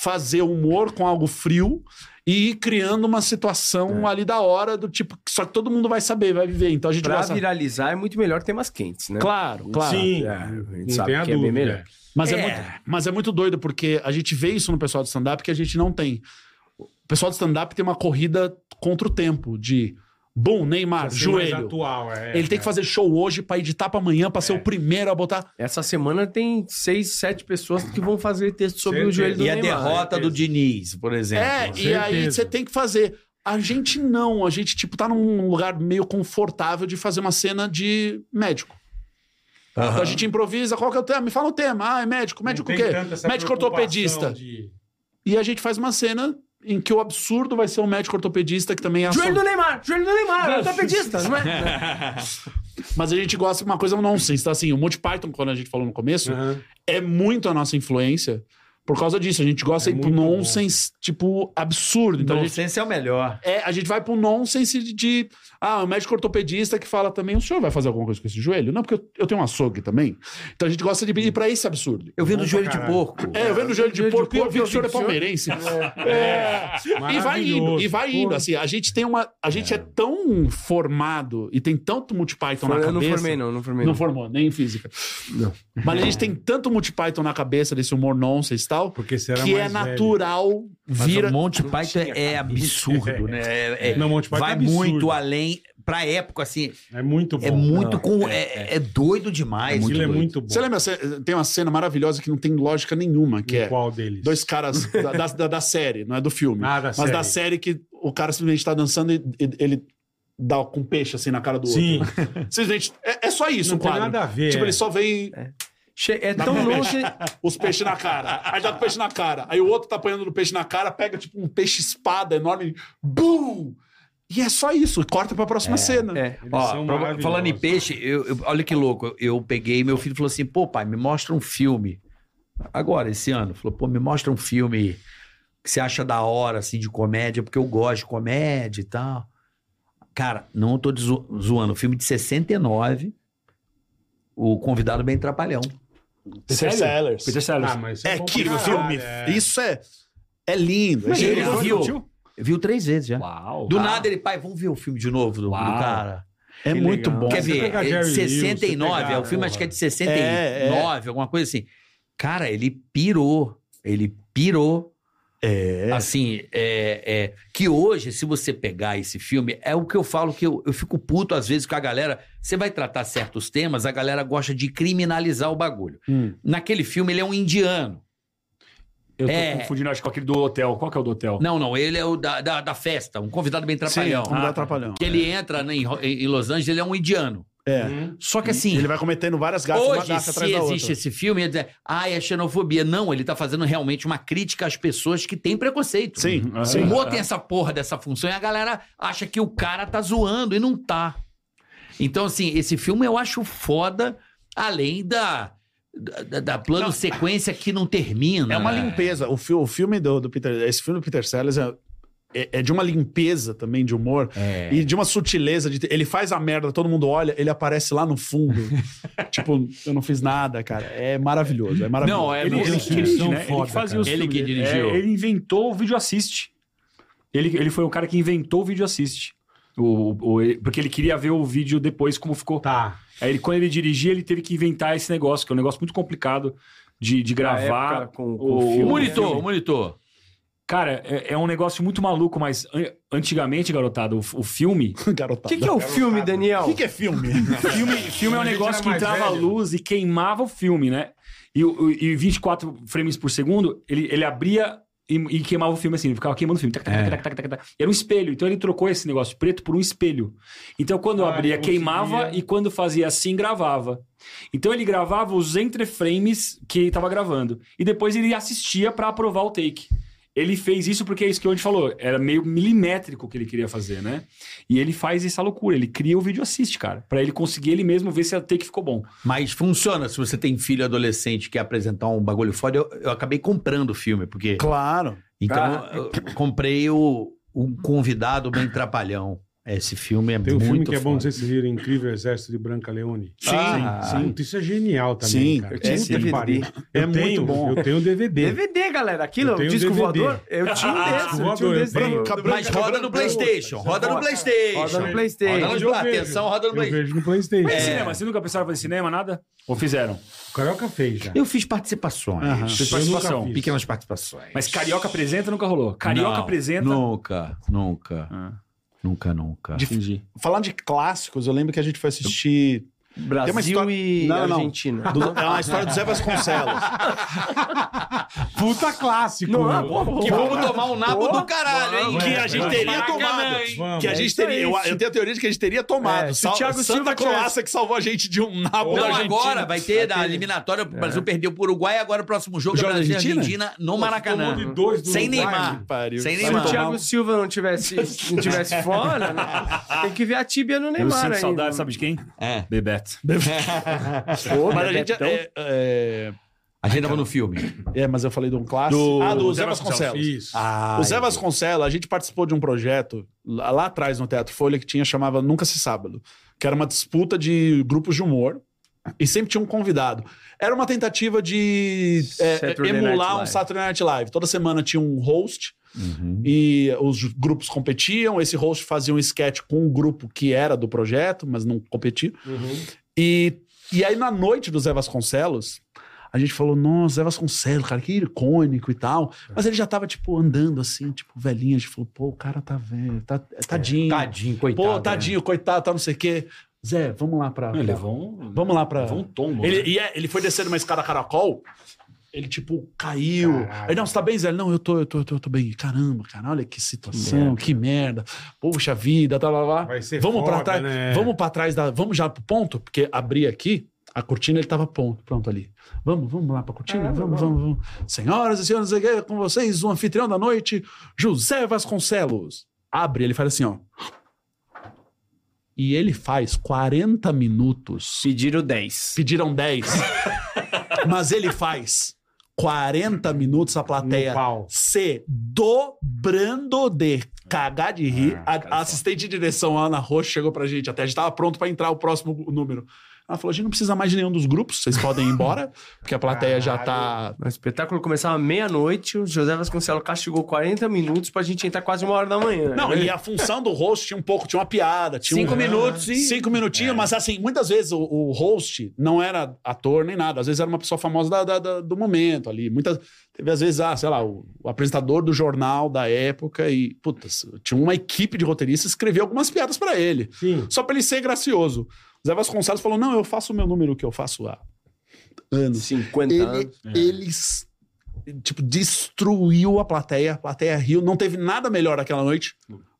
Speaker 7: fazer humor com algo frio e ir criando uma situação ali da hora, do tipo, só que todo mundo vai saber, vai viver. Então a gente
Speaker 1: Pra
Speaker 7: gosta.
Speaker 1: viralizar é muito melhor temas quentes, né?
Speaker 7: Claro, claro.
Speaker 4: Sim,
Speaker 1: É, a gente
Speaker 4: não
Speaker 1: sabe
Speaker 4: tem a
Speaker 1: que é bem
Speaker 4: dúvida.
Speaker 1: melhor.
Speaker 7: Mas é.
Speaker 5: É.
Speaker 7: muito, mas é muito doido, porque a gente vê isso no pessoal de stand-up que a gente não tem. O pessoal de stand-up tem uma corrida contra o tempo de bum, Neymar,
Speaker 4: Assim, mais
Speaker 7: joelho.
Speaker 4: Atual, é,
Speaker 7: Ele tem
Speaker 4: é.
Speaker 7: que fazer show hoje pra editar pra amanhã, pra ser o primeiro a botar.
Speaker 1: Essa semana tem seis, sete pessoas que vão fazer texto sobre o
Speaker 4: Certeza.
Speaker 1: joelho do
Speaker 5: E a
Speaker 1: Neymar.
Speaker 5: derrota do Diniz, por exemplo.
Speaker 7: É, e
Speaker 4: certeza.
Speaker 7: aí você tem que fazer. A gente não, a gente, tipo, tá num lugar meio confortável de fazer uma cena de médico. Então a gente improvisa, qual que é o tema? Me fala o tema. Ah, é médico.
Speaker 4: Não
Speaker 7: Médico o
Speaker 4: tem
Speaker 7: quê?
Speaker 4: tanta essa
Speaker 7: Médico
Speaker 4: preocupação
Speaker 7: ortopedista.
Speaker 4: de-
Speaker 7: E a gente faz uma cena em que o absurdo vai ser um médico ortopedista que também é ação.
Speaker 1: Joelho do Neymar, joelho do Neymar, ortopedista, não é?
Speaker 7: *laughs* Mas a gente gosta de uma coisa nonsense. Então, assim, o Monty Python, quando a gente falou no começo,
Speaker 4: Aham.
Speaker 7: é muito a nossa influência por causa disso. A gente gosta
Speaker 4: É
Speaker 7: de ir pro
Speaker 4: muito bom.
Speaker 7: nonsense, tipo, absurdo. Então, a gente,
Speaker 5: Nonsense é o melhor.
Speaker 7: é, a gente vai pro nonsense de, de- Ah, o médico ortopedista que fala também, o senhor vai fazer alguma coisa com esse joelho? Não, porque eu, eu tenho um açougue também. Então, a gente gosta de ir pra esse absurdo.
Speaker 5: Eu vi
Speaker 4: Bom
Speaker 5: do
Speaker 4: pra
Speaker 5: joelho de
Speaker 4: caralho.
Speaker 5: porco.
Speaker 7: É, eu vendo o joelho de
Speaker 1: Joelho de
Speaker 7: porco, eu
Speaker 1: porco,
Speaker 7: vi que
Speaker 1: eu
Speaker 7: o senhor
Speaker 1: vi
Speaker 7: é
Speaker 1: que o senhor- é.
Speaker 7: palmeirense. É. E vai indo,
Speaker 4: Maravilhoso.
Speaker 7: e vai indo. Assim, a gente tem uma. A gente é, tão formado e tem tanto multi-python na
Speaker 1: Eu
Speaker 7: cabeça.
Speaker 1: não formei, não, não formei.
Speaker 7: Não
Speaker 1: Não.
Speaker 7: formou, nem em física. Mas a gente tem tanto multi-python na cabeça desse humor nonsense e tal,
Speaker 4: Porque será
Speaker 7: que é
Speaker 4: mais velho.
Speaker 7: natural
Speaker 5: Mas
Speaker 7: vira.
Speaker 5: o Monty Python é absurdo, né? *laughs* É- é-
Speaker 4: Não, Monty Python
Speaker 5: vai
Speaker 4: é absurdo.
Speaker 5: muito além. Pra época, assim,
Speaker 4: É muito bom.
Speaker 5: é muito com. É, é doido demais.
Speaker 4: Aquilo é muito bom.
Speaker 7: Você lembra? cê- Tem uma cena maravilhosa que não tem lógica nenhuma, que
Speaker 4: Em
Speaker 7: é
Speaker 4: Qual deles?
Speaker 7: dois caras
Speaker 4: *laughs*
Speaker 7: da, da, da- da série, não é do filme.
Speaker 4: Ah, da
Speaker 7: mas
Speaker 4: série.
Speaker 7: da série que o cara simplesmente tá dançando e, e- ele dá com peixe assim na cara do
Speaker 4: Sim,
Speaker 7: outro. Simplesmente. É, é só isso,
Speaker 4: não
Speaker 7: o
Speaker 4: tem
Speaker 7: quadro.
Speaker 4: nada a ver.
Speaker 7: Tipo,
Speaker 4: é.
Speaker 7: ele só vem
Speaker 1: Che- É tão longe.
Speaker 7: os peixes na cara. Aí dá com o peixe na cara. Aí o outro tá apanhando do peixe na cara, pega tipo um peixe espada enorme. Bum! E é só isso. Corta pra próxima cena.
Speaker 1: É.
Speaker 4: Eles
Speaker 5: Ó,
Speaker 4: são
Speaker 5: prova-
Speaker 4: maravilhosos.
Speaker 5: falando em peixe, eu, eu- olha que louco. eu- Eu peguei, meu filho falou assim: pô, pai, me mostra um filme. Agora, esse ano. Falou, pô, me mostra um filme que você acha da hora, assim, de comédia, porque eu gosto de comédia e tal. Cara, não tô te zo- zoando. Filme de 69, o convidado bem trapalhão.
Speaker 3: Peter
Speaker 7: Sellers.
Speaker 3: Peter Sellers.
Speaker 4: Ah,
Speaker 7: assim,
Speaker 4: mas isso
Speaker 13: É
Speaker 4: bom
Speaker 13: que
Speaker 4: pra caralho,
Speaker 13: filme.
Speaker 4: é.
Speaker 13: Isso é, é lindo. É
Speaker 5: Mas ele
Speaker 13: genial.
Speaker 5: viu. Viu três vezes já.
Speaker 3: Uau.
Speaker 5: Do nada ele, pai, vamos ver o filme de novo do, do
Speaker 3: Uau.
Speaker 5: cara.
Speaker 7: É
Speaker 4: Que
Speaker 7: muito
Speaker 4: legal.
Speaker 7: bom.
Speaker 5: Quer
Speaker 4: você
Speaker 5: ver,
Speaker 4: pega
Speaker 5: é de
Speaker 4: Jerry Lewis, você
Speaker 5: 69,
Speaker 4: pega,
Speaker 5: é o filme acho
Speaker 4: porra.
Speaker 5: que é de 69, alguma coisa assim. Cara, ele pirou. Ele pirou.
Speaker 13: É.
Speaker 5: Assim, é, é, que hoje, se você pegar esse filme, é o que eu falo que eu, eu fico puto às vezes com a galera. Você vai tratar certos temas, a galera gosta de criminalizar o bagulho.
Speaker 7: Hum.
Speaker 5: Naquele filme, ele é um indiano.
Speaker 3: Eu tô
Speaker 5: É.
Speaker 3: confundindo, acho que com aquele do hotel. Qual que é o do hotel?
Speaker 5: Não, não, ele é o da, da, da festa, um convidado bem trapalhão.
Speaker 3: um
Speaker 13: dá atrapalhão.
Speaker 5: que ele entra né, em, Ro- em Los Angeles, ele é um indiano.
Speaker 13: É.
Speaker 5: Só que assim.
Speaker 13: Ele vai cometendo várias gafas, uma
Speaker 5: Hoje,
Speaker 13: gafa
Speaker 5: se
Speaker 13: atrás da
Speaker 5: existe
Speaker 13: outra.
Speaker 5: esse filme, ia dizer, ah, é xenofobia. Não, ele tá fazendo realmente uma crítica às pessoas que têm preconceito. Uhum.
Speaker 13: Sim,
Speaker 3: Ah,
Speaker 5: O
Speaker 13: sim. É.
Speaker 5: humor tem essa porra dessa função e a galera acha que o cara tá zoando e não tá. Então, assim, esse filme eu acho foda, além da, da, da plano sequência que não termina.
Speaker 13: É uma limpeza. O, fi- o filme do, do Peter... Esse filme do Peter Sellers é, é, é de uma limpeza também de humor.
Speaker 5: É.
Speaker 13: E de uma sutileza. De, ele faz a merda, todo mundo olha, ele aparece lá no
Speaker 5: *laughs*
Speaker 13: fundo. tipo, eu não fiz nada, cara. É maravilhoso, é maravilhoso.
Speaker 5: Não, é
Speaker 3: Ele, ele que
Speaker 4: Nossa,
Speaker 3: dirige,
Speaker 4: são
Speaker 3: né? ele
Speaker 4: foda,
Speaker 3: que fazia
Speaker 4: cara.
Speaker 3: os
Speaker 5: Ele
Speaker 3: filmes
Speaker 5: que
Speaker 3: dele.
Speaker 5: dirigiu.
Speaker 3: É, ele inventou o vídeo assist. Ele, ele foi o cara que inventou o vídeo assist. O, o- ele- porque ele queria ver o vídeo depois como ficou.
Speaker 4: Tá.
Speaker 3: Aí ele, quando ele dirigia, ele teve que inventar esse negócio, que é um negócio muito complicado de, de
Speaker 1: Na
Speaker 3: gravar.
Speaker 1: época, com- com
Speaker 3: o,
Speaker 1: filme.
Speaker 5: O
Speaker 3: o
Speaker 9: um
Speaker 5: monitor,
Speaker 3: filme.
Speaker 5: o monitor.
Speaker 3: Cara, é, é um negócio muito maluco, mas an- antigamente, garotada, o, o
Speaker 4: *laughs*
Speaker 3: filme.
Speaker 13: *laughs*
Speaker 1: O
Speaker 13: Garotada.
Speaker 1: que, que é o filme, Daniel?
Speaker 13: O que que é filme?
Speaker 3: filme, filme é um
Speaker 4: A gente
Speaker 3: negócio
Speaker 4: era
Speaker 3: que
Speaker 4: mais
Speaker 3: entrava a
Speaker 4: velho.
Speaker 3: luz e queimava o filme, né? E, o- e 24 frames por segundo, ele, ele abria e, e queimava o filme assim, ele ficava queimando o filme. Tac, tac,
Speaker 5: É.
Speaker 3: tac, tac, tac, tac. Era um espelho, então ele trocou esse negócio preto por um espelho. Então quando
Speaker 4: Ah,
Speaker 3: abria,
Speaker 4: ele conseguia.
Speaker 3: queimava e quando fazia assim, gravava. Então ele gravava os entreframes que ele estava gravando. E depois ele assistia para aprovar o take. Ele fez isso porque é isso que o Andy falou. Era meio milimétrico o que ele queria fazer, né? E ele faz essa loucura. Ele cria o vídeo assist, cara. Pra ele conseguir ele mesmo ver se a take ficou bom.
Speaker 5: Mas funciona. Se você tem filho adolescente que quer apresentar um bagulho foda, eu, eu acabei comprando o filme, porque.
Speaker 7: Claro.
Speaker 5: Então,
Speaker 1: Ah.
Speaker 5: eu eu comprei o, um convidado bem trapalhão. Esse filme é
Speaker 4: Tem um
Speaker 5: muito
Speaker 4: filme que é bom, não
Speaker 5: foda.
Speaker 4: sei se vocês viram, Incrível Exército de Branca Leone.
Speaker 7: Sim,
Speaker 4: sim. Puta, Isso é genial também,
Speaker 7: Sim,
Speaker 4: cara.
Speaker 1: eu tinha
Speaker 4: Puta
Speaker 1: esse
Speaker 4: que pariu.
Speaker 1: DVD.
Speaker 4: Eu
Speaker 7: É muito
Speaker 4: tenho,
Speaker 7: bom.
Speaker 4: Eu tenho o DVD.
Speaker 1: DVD, galera.
Speaker 4: Eu
Speaker 1: Aquilo,
Speaker 7: um
Speaker 4: tenho
Speaker 1: disco
Speaker 4: DVD.
Speaker 1: voador. Eu tinha
Speaker 7: Ah,
Speaker 1: um desse. Eu tinha um
Speaker 4: Voador,
Speaker 1: desse.
Speaker 4: bem.
Speaker 1: do-
Speaker 7: Branca, branca,
Speaker 5: Mas roda no
Speaker 7: branca.
Speaker 5: PlayStation. Roda no PlayStation.
Speaker 1: Roda no
Speaker 5: Roda
Speaker 1: Playstation.
Speaker 5: no-
Speaker 4: Eu
Speaker 5: Atenção, roda no
Speaker 4: eu
Speaker 5: Play.
Speaker 4: vejo no Playstation.
Speaker 3: Mas e
Speaker 7: É.
Speaker 3: cinema? Vocês nunca pensaram em fazer cinema, nada? Ou fizeram?
Speaker 4: O Carioca fez já.
Speaker 5: Eu fiz participações.
Speaker 3: Fez
Speaker 4: Eu nunca
Speaker 3: participação.
Speaker 4: fiz.
Speaker 7: é
Speaker 5: Pequenas é participações.
Speaker 3: Mas Carioca apresenta nunca rolou. Carioca
Speaker 5: Não,
Speaker 3: apresenta.
Speaker 5: Nunca, nunca.
Speaker 3: Ah.
Speaker 5: Nunca, nunca.
Speaker 3: Entendi.
Speaker 7: Falando de clássicos, eu lembro que a gente foi assistir. Tem uma
Speaker 1: Brasil
Speaker 7: história-
Speaker 1: e
Speaker 7: Não, não, não.
Speaker 1: Argentina.
Speaker 7: do- é uma história do Zé Vasconcelos.
Speaker 4: Puta clássico.
Speaker 1: Não, ah,
Speaker 4: meu.
Speaker 1: boa, boa.
Speaker 5: Que vamos tomar um nabo
Speaker 1: Porra.
Speaker 5: do caralho, hein?
Speaker 7: que a gente teria tomado.
Speaker 4: Vamos.
Speaker 7: Que a gente
Speaker 1: isso aí,
Speaker 7: teria. Eu, eu tenho a teoria de que a gente teria tomado.
Speaker 1: É, se
Speaker 7: Sal,
Speaker 1: o Thiago
Speaker 7: Santa
Speaker 1: Silva
Speaker 7: Croácia
Speaker 1: tivesse-
Speaker 7: que salvou a gente de um nabo da
Speaker 5: Não,
Speaker 7: Argentina.
Speaker 5: agora vai ter da eliminatória. O Brasil perdeu pro Uruguai. Agora o próximo jogo é
Speaker 7: Joga
Speaker 5: Brasil e
Speaker 7: Argentina?
Speaker 5: Argentina no Maracanã.
Speaker 4: tomou de dois do
Speaker 5: Sem
Speaker 4: Uruguai,
Speaker 5: Neymar.
Speaker 7: Que pariu.
Speaker 5: Sem
Speaker 1: Se o
Speaker 5: Neymar.
Speaker 1: Thiago Silva não tivesse, não *laughs* tivesse fora, né? tem que ver a tíbia no
Speaker 3: Eu
Speaker 1: Neymar
Speaker 3: sinto
Speaker 1: ainda. né?
Speaker 3: saudade, sabe de quem?
Speaker 5: É.
Speaker 3: Bebeto.
Speaker 1: Pô,
Speaker 7: Mas a gente.
Speaker 1: né, Betão.
Speaker 7: É, é,
Speaker 5: A gente tava no filme.
Speaker 7: é, mas eu falei de um clássico.
Speaker 3: Do-
Speaker 7: ah, do
Speaker 3: Zé
Speaker 7: Zé Vasconcelos.
Speaker 4: Isso.
Speaker 5: Ah,
Speaker 7: O Zé Vasconcelos, a gente participou de um projeto lá, lá atrás no Teatro Folha que tinha chamava Nunca se Sábado, que era uma disputa de grupos de humor e sempre tinha um convidado. Era uma tentativa de é,
Speaker 1: Saturday Night
Speaker 7: emular um
Speaker 1: Live.
Speaker 7: Saturday Night Live. Toda semana tinha um host Uhum. e os grupos competiam. Esse host fazia um sketch com um grupo que era do projeto, mas não competia.
Speaker 1: Uhum.
Speaker 7: E, e aí, na noite do Zé Vasconcelos, a gente falou, nossa, Zé Vasconcelos, cara, que icônico e tal. Mas ele já tava, tipo, andando assim, tipo, velhinho. A gente falou, pô, o cara tá velho, tá, é tadinho. é."
Speaker 5: Tadinho, coitado.
Speaker 7: pô, tadinho, coitado, tá não sei o quê. Zé, vamos lá pra...
Speaker 3: né? Ele levou um...
Speaker 7: Vamos lá pra...
Speaker 3: Levou um tombo. né?
Speaker 7: Ele, e é, ele foi descendo uma escada caracol, ele, tipo, caiu.
Speaker 4: Caralho.
Speaker 7: Aí, não, você tá bem, Zé? Ele, Não, eu tô, eu tô, eu tô, eu tô bem. Caramba, cara, olha que situação, que merda. Poxa vida, tá lá, lá.
Speaker 4: Vai ser
Speaker 7: Vamos pra
Speaker 4: foda,
Speaker 7: trás,
Speaker 4: né?
Speaker 7: vamos para trás da, vamos já pro ponto, porque abri aqui, a cortina ele tava pronto, pronto ali. Vamos, vamos lá pra cortina, vamos, vamos, vamos. Senhoras e senhores, aqui é com vocês o anfitrião da noite, José Vasconcelos. Abre, ele faz assim, ó. E ele faz 40 minutos.
Speaker 1: Pediram 10.
Speaker 7: Pediram 10. mas ele faz 40 minutos a plateia
Speaker 4: No Um pau.
Speaker 7: se dobrando de cagar de rir. A- a, assistente de direção, a Ana Rocha, chegou pra gente até. A gente tava pronto pra entrar o próximo número. Ela falou: a gente não precisa mais de nenhum dos grupos, vocês podem ir embora, *laughs* porque a plateia já tá.
Speaker 1: O espetáculo começava meia-noite, o José Vasconcelos castigou 40 minutos pra gente entrar quase uma hora da manhã.
Speaker 7: Não,
Speaker 1: né?
Speaker 7: e a função do host tinha um pouco, tinha uma piada. Tinha
Speaker 5: Cinco
Speaker 7: um-
Speaker 5: minutos e- É.
Speaker 7: Cinco minutinhos, mas assim, muitas vezes o, o host não era ator nem nada. Às vezes era uma pessoa famosa da- da- da- do momento ali. Muitas, teve às vezes, ah, sei lá, o, o apresentador do jornal da época e, putz, tinha uma equipe de roteiristas que escrevia algumas piadas pra ele.
Speaker 4: Sim.
Speaker 7: Só pra ele ser gracioso. Zé Vasconcelos falou, não, eu faço o meu número que eu faço há anos.
Speaker 1: 50
Speaker 7: Ele,
Speaker 1: é anos.
Speaker 5: É.
Speaker 7: eles, tipo, destruiu a plateia. A plateia riu. Não teve nada melhor aquela noite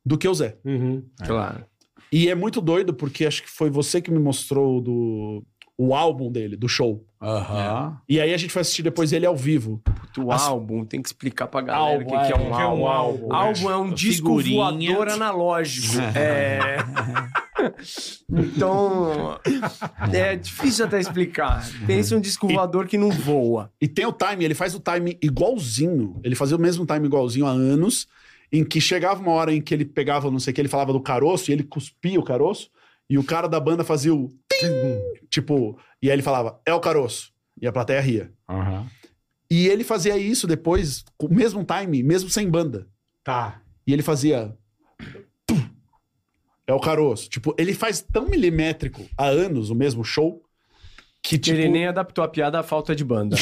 Speaker 7: do que o Zé.
Speaker 4: Uhum.
Speaker 1: Claro.
Speaker 7: E é muito doido, porque acho que foi você que me mostrou do, o álbum dele, do show.
Speaker 5: Aham.
Speaker 7: E aí a gente foi assistir depois ele ao vivo.
Speaker 1: Puta, o
Speaker 7: As-
Speaker 1: álbum, tem que explicar pra galera o que,
Speaker 7: Álbum,
Speaker 1: que é
Speaker 4: é,
Speaker 1: um
Speaker 4: o que é um
Speaker 1: álbum.
Speaker 4: álbum,
Speaker 1: Álbum é um disco
Speaker 5: Figurinha.
Speaker 1: voador analógico. É. *laughs* então, é difícil até explicar. Pensa um disco voador que não voa.
Speaker 7: E tem o time, ele faz o time igualzinho. Ele fazia o mesmo time igualzinho há anos, em que chegava uma hora em que ele pegava não sei o que, ele falava do caroço e ele cuspia o caroço. E o cara da banda fazia o tim, tipo, e aí ele falava, é o caroço. E a plateia ria. E ele fazia isso depois, com o mesmo time, mesmo sem banda.
Speaker 4: Tá.
Speaker 7: E ele fazia. Pum! É o caroço. Tipo, ele faz tão milimétrico há anos o mesmo show que, tipo.
Speaker 1: Ele nem adaptou a piada à falta de banda.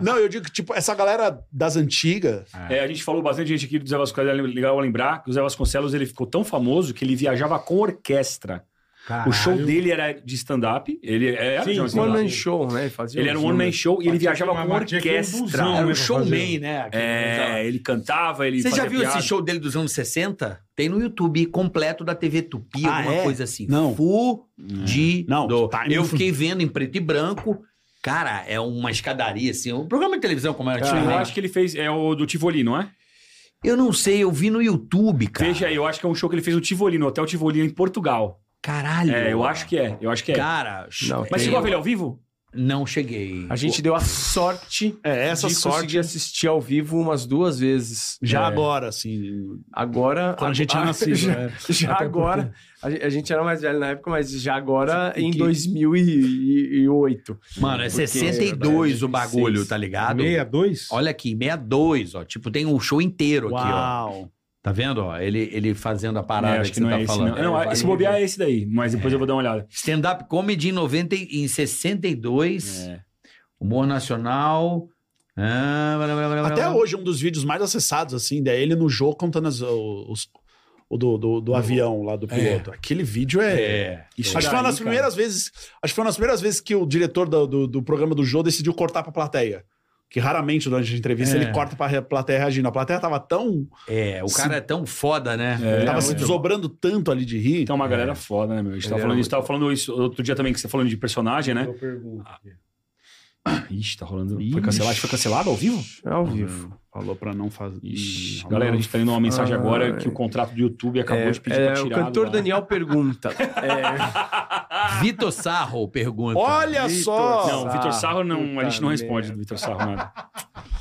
Speaker 7: Não, eu digo que, tipo, essa galera das antigas.
Speaker 3: É, a gente falou bastante gente aqui do Zé Vasconcelos, é legal lembrar que o Zé Vasconcelos ele ficou tão famoso que ele viajava com orquestra.
Speaker 4: Caralho.
Speaker 3: O show dele era de stand-up, ele é, era
Speaker 4: Sim, one
Speaker 3: de
Speaker 1: One
Speaker 3: stand-up.
Speaker 1: man show, né? Fazia
Speaker 3: Ele era um
Speaker 1: show,
Speaker 3: one man
Speaker 1: né?
Speaker 3: show e ele
Speaker 4: Tinha
Speaker 3: viajava
Speaker 4: uma-
Speaker 3: com
Speaker 4: tinha que ir um
Speaker 3: orquestra.
Speaker 4: busão,
Speaker 5: Era
Speaker 4: né,
Speaker 5: um
Speaker 4: pra
Speaker 5: showman, né?
Speaker 3: É, ele cantava, ele
Speaker 5: Você já
Speaker 3: fazia
Speaker 5: viu
Speaker 3: piada.
Speaker 5: esse show dele dos anos 60? Tem no YouTube completo da TV Tupi,
Speaker 7: Ah,
Speaker 5: alguma
Speaker 7: é?
Speaker 5: coisa assim.
Speaker 7: Não.
Speaker 5: Fudido.
Speaker 7: Não, tá
Speaker 5: Eu fiquei vendo em preto e branco. Cara, é uma escadaria, assim. Um programa de televisão como era
Speaker 3: Eu
Speaker 5: antigamente.
Speaker 3: acho que ele fez. É o do Tivoli, não é?
Speaker 5: Eu não sei, eu vi no YouTube, cara.
Speaker 3: Veja aí, eu acho que é um show que ele fez no Tivoli, no Hotel Tivoli em Portugal.
Speaker 5: Caralho.
Speaker 3: É, eu acho que é. Eu acho que é.
Speaker 5: Cara,
Speaker 1: Não,
Speaker 3: Mas
Speaker 1: tem-
Speaker 3: chegou a ver ele ao vivo?
Speaker 5: não cheguei.
Speaker 1: A gente deu a sorte
Speaker 7: É, essa
Speaker 1: de
Speaker 7: sorte.
Speaker 1: conseguir assistir ao vivo umas duas vezes.
Speaker 7: Já
Speaker 1: É,
Speaker 7: agora, assim.
Speaker 1: Agora.
Speaker 7: Quando a
Speaker 1: *laughs*
Speaker 7: gente
Speaker 1: agora-
Speaker 7: tinha nascido,
Speaker 1: Já,
Speaker 7: é.
Speaker 1: já
Speaker 7: Até
Speaker 1: agora. A gente, a gente era mais velho na época, mas já agora em
Speaker 7: que-
Speaker 1: 2008.
Speaker 5: Mano, é
Speaker 1: Porque-
Speaker 5: 62 o bagulho,
Speaker 1: 66.
Speaker 5: tá
Speaker 4: um
Speaker 5: ligado?
Speaker 4: 62?
Speaker 5: Olha aqui, 62, ó. Tipo, tem um show inteiro aqui, ó.
Speaker 7: Uau.
Speaker 5: Tá vendo, ó? Ele, ele fazendo a parada
Speaker 3: É,
Speaker 5: que,
Speaker 3: acho que
Speaker 5: você
Speaker 3: não
Speaker 5: tá
Speaker 3: é esse,
Speaker 5: falando.
Speaker 3: não. Não,
Speaker 1: É,
Speaker 3: esse
Speaker 1: vai-
Speaker 3: bobear é esse daí, mas depois eu vou dar uma olhada.
Speaker 5: Stand-up comedy em, 90, e- em 62.
Speaker 3: É.
Speaker 5: Humor nacional. Ah, blá, blá, blá, blá,
Speaker 7: Até
Speaker 5: blá.
Speaker 7: hoje, um dos vídeos mais acessados, assim, é ele no jogo contando as- os- o do, do- do avião lá do piloto. Aquele vídeo é.
Speaker 5: É.
Speaker 3: Isso
Speaker 7: Acho que foi uma
Speaker 3: daí,
Speaker 7: das
Speaker 3: cara.
Speaker 7: primeiras vezes. Acho que foi uma das primeiras vezes que o diretor do, do- do programa do Jô decidiu cortar pra plateia. Que raramente durante a entrevista
Speaker 5: É.
Speaker 7: ele corta pra re- plateia reagindo. A plateia tava tão.
Speaker 5: É, o cara é tão foda, né?
Speaker 3: É,
Speaker 7: tava se
Speaker 3: muito
Speaker 7: desobrando tanto ali de rir.
Speaker 3: Então, uma galera foda, né, meu? A gente tava
Speaker 1: Ele
Speaker 3: falando
Speaker 1: era
Speaker 3: isso, tava falando isso outro dia também, que você tá falando de personagem, né?
Speaker 4: Eu pergunto aqui.
Speaker 3: Ixi, tá rolando. Foi cancelado, acho que foi cancelado ao vivo?
Speaker 1: É ao vivo.
Speaker 7: Falou pra não fazer.
Speaker 3: Ixi, galera, a gente tá lendo uma mensagem agora que o contrato do YouTube acabou de pedir
Speaker 1: É,
Speaker 3: pra
Speaker 1: o
Speaker 3: tirar.
Speaker 1: cantor
Speaker 3: do ar.
Speaker 1: Daniel pergunta. É,
Speaker 5: Vitor Sarro pergunta.
Speaker 7: Olha
Speaker 1: Vitor,
Speaker 7: só!
Speaker 3: Não, o Vitor Sarro não, a
Speaker 1: Puta
Speaker 3: gente não responde
Speaker 1: merda.
Speaker 3: do Vitor Sarro nada.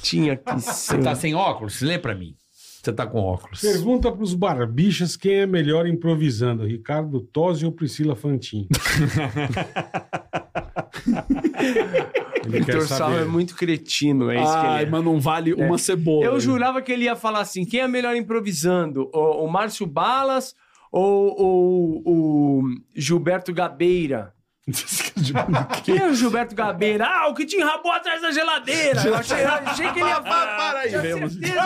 Speaker 1: tinha que ser.
Speaker 5: Você tá sem óculos? Lê pra mim. Você tá com óculos.
Speaker 4: Pergunta pros barbichas quem é melhor improvisando, Ricardo Tosi ou Priscila Fantin? *laughs* Ele quer
Speaker 1: Vitor Sarro
Speaker 4: saber.
Speaker 1: é muito cretino, é isso que ele
Speaker 7: Ai,
Speaker 1: é.
Speaker 7: mas não vale uma cebola.
Speaker 1: Eu jurava que ele ia falar assim: quem é melhor improvisando? O, o Márcio Balas ou ou o Gilberto Gabeira? *laughs* Quem é o Gilberto Gabeira? Ah, o que te enrabou atrás da geladeira! Eu achei, achei que ele ia falar.
Speaker 7: Para aí,
Speaker 1: Tinha
Speaker 7: vemos.
Speaker 1: certeza que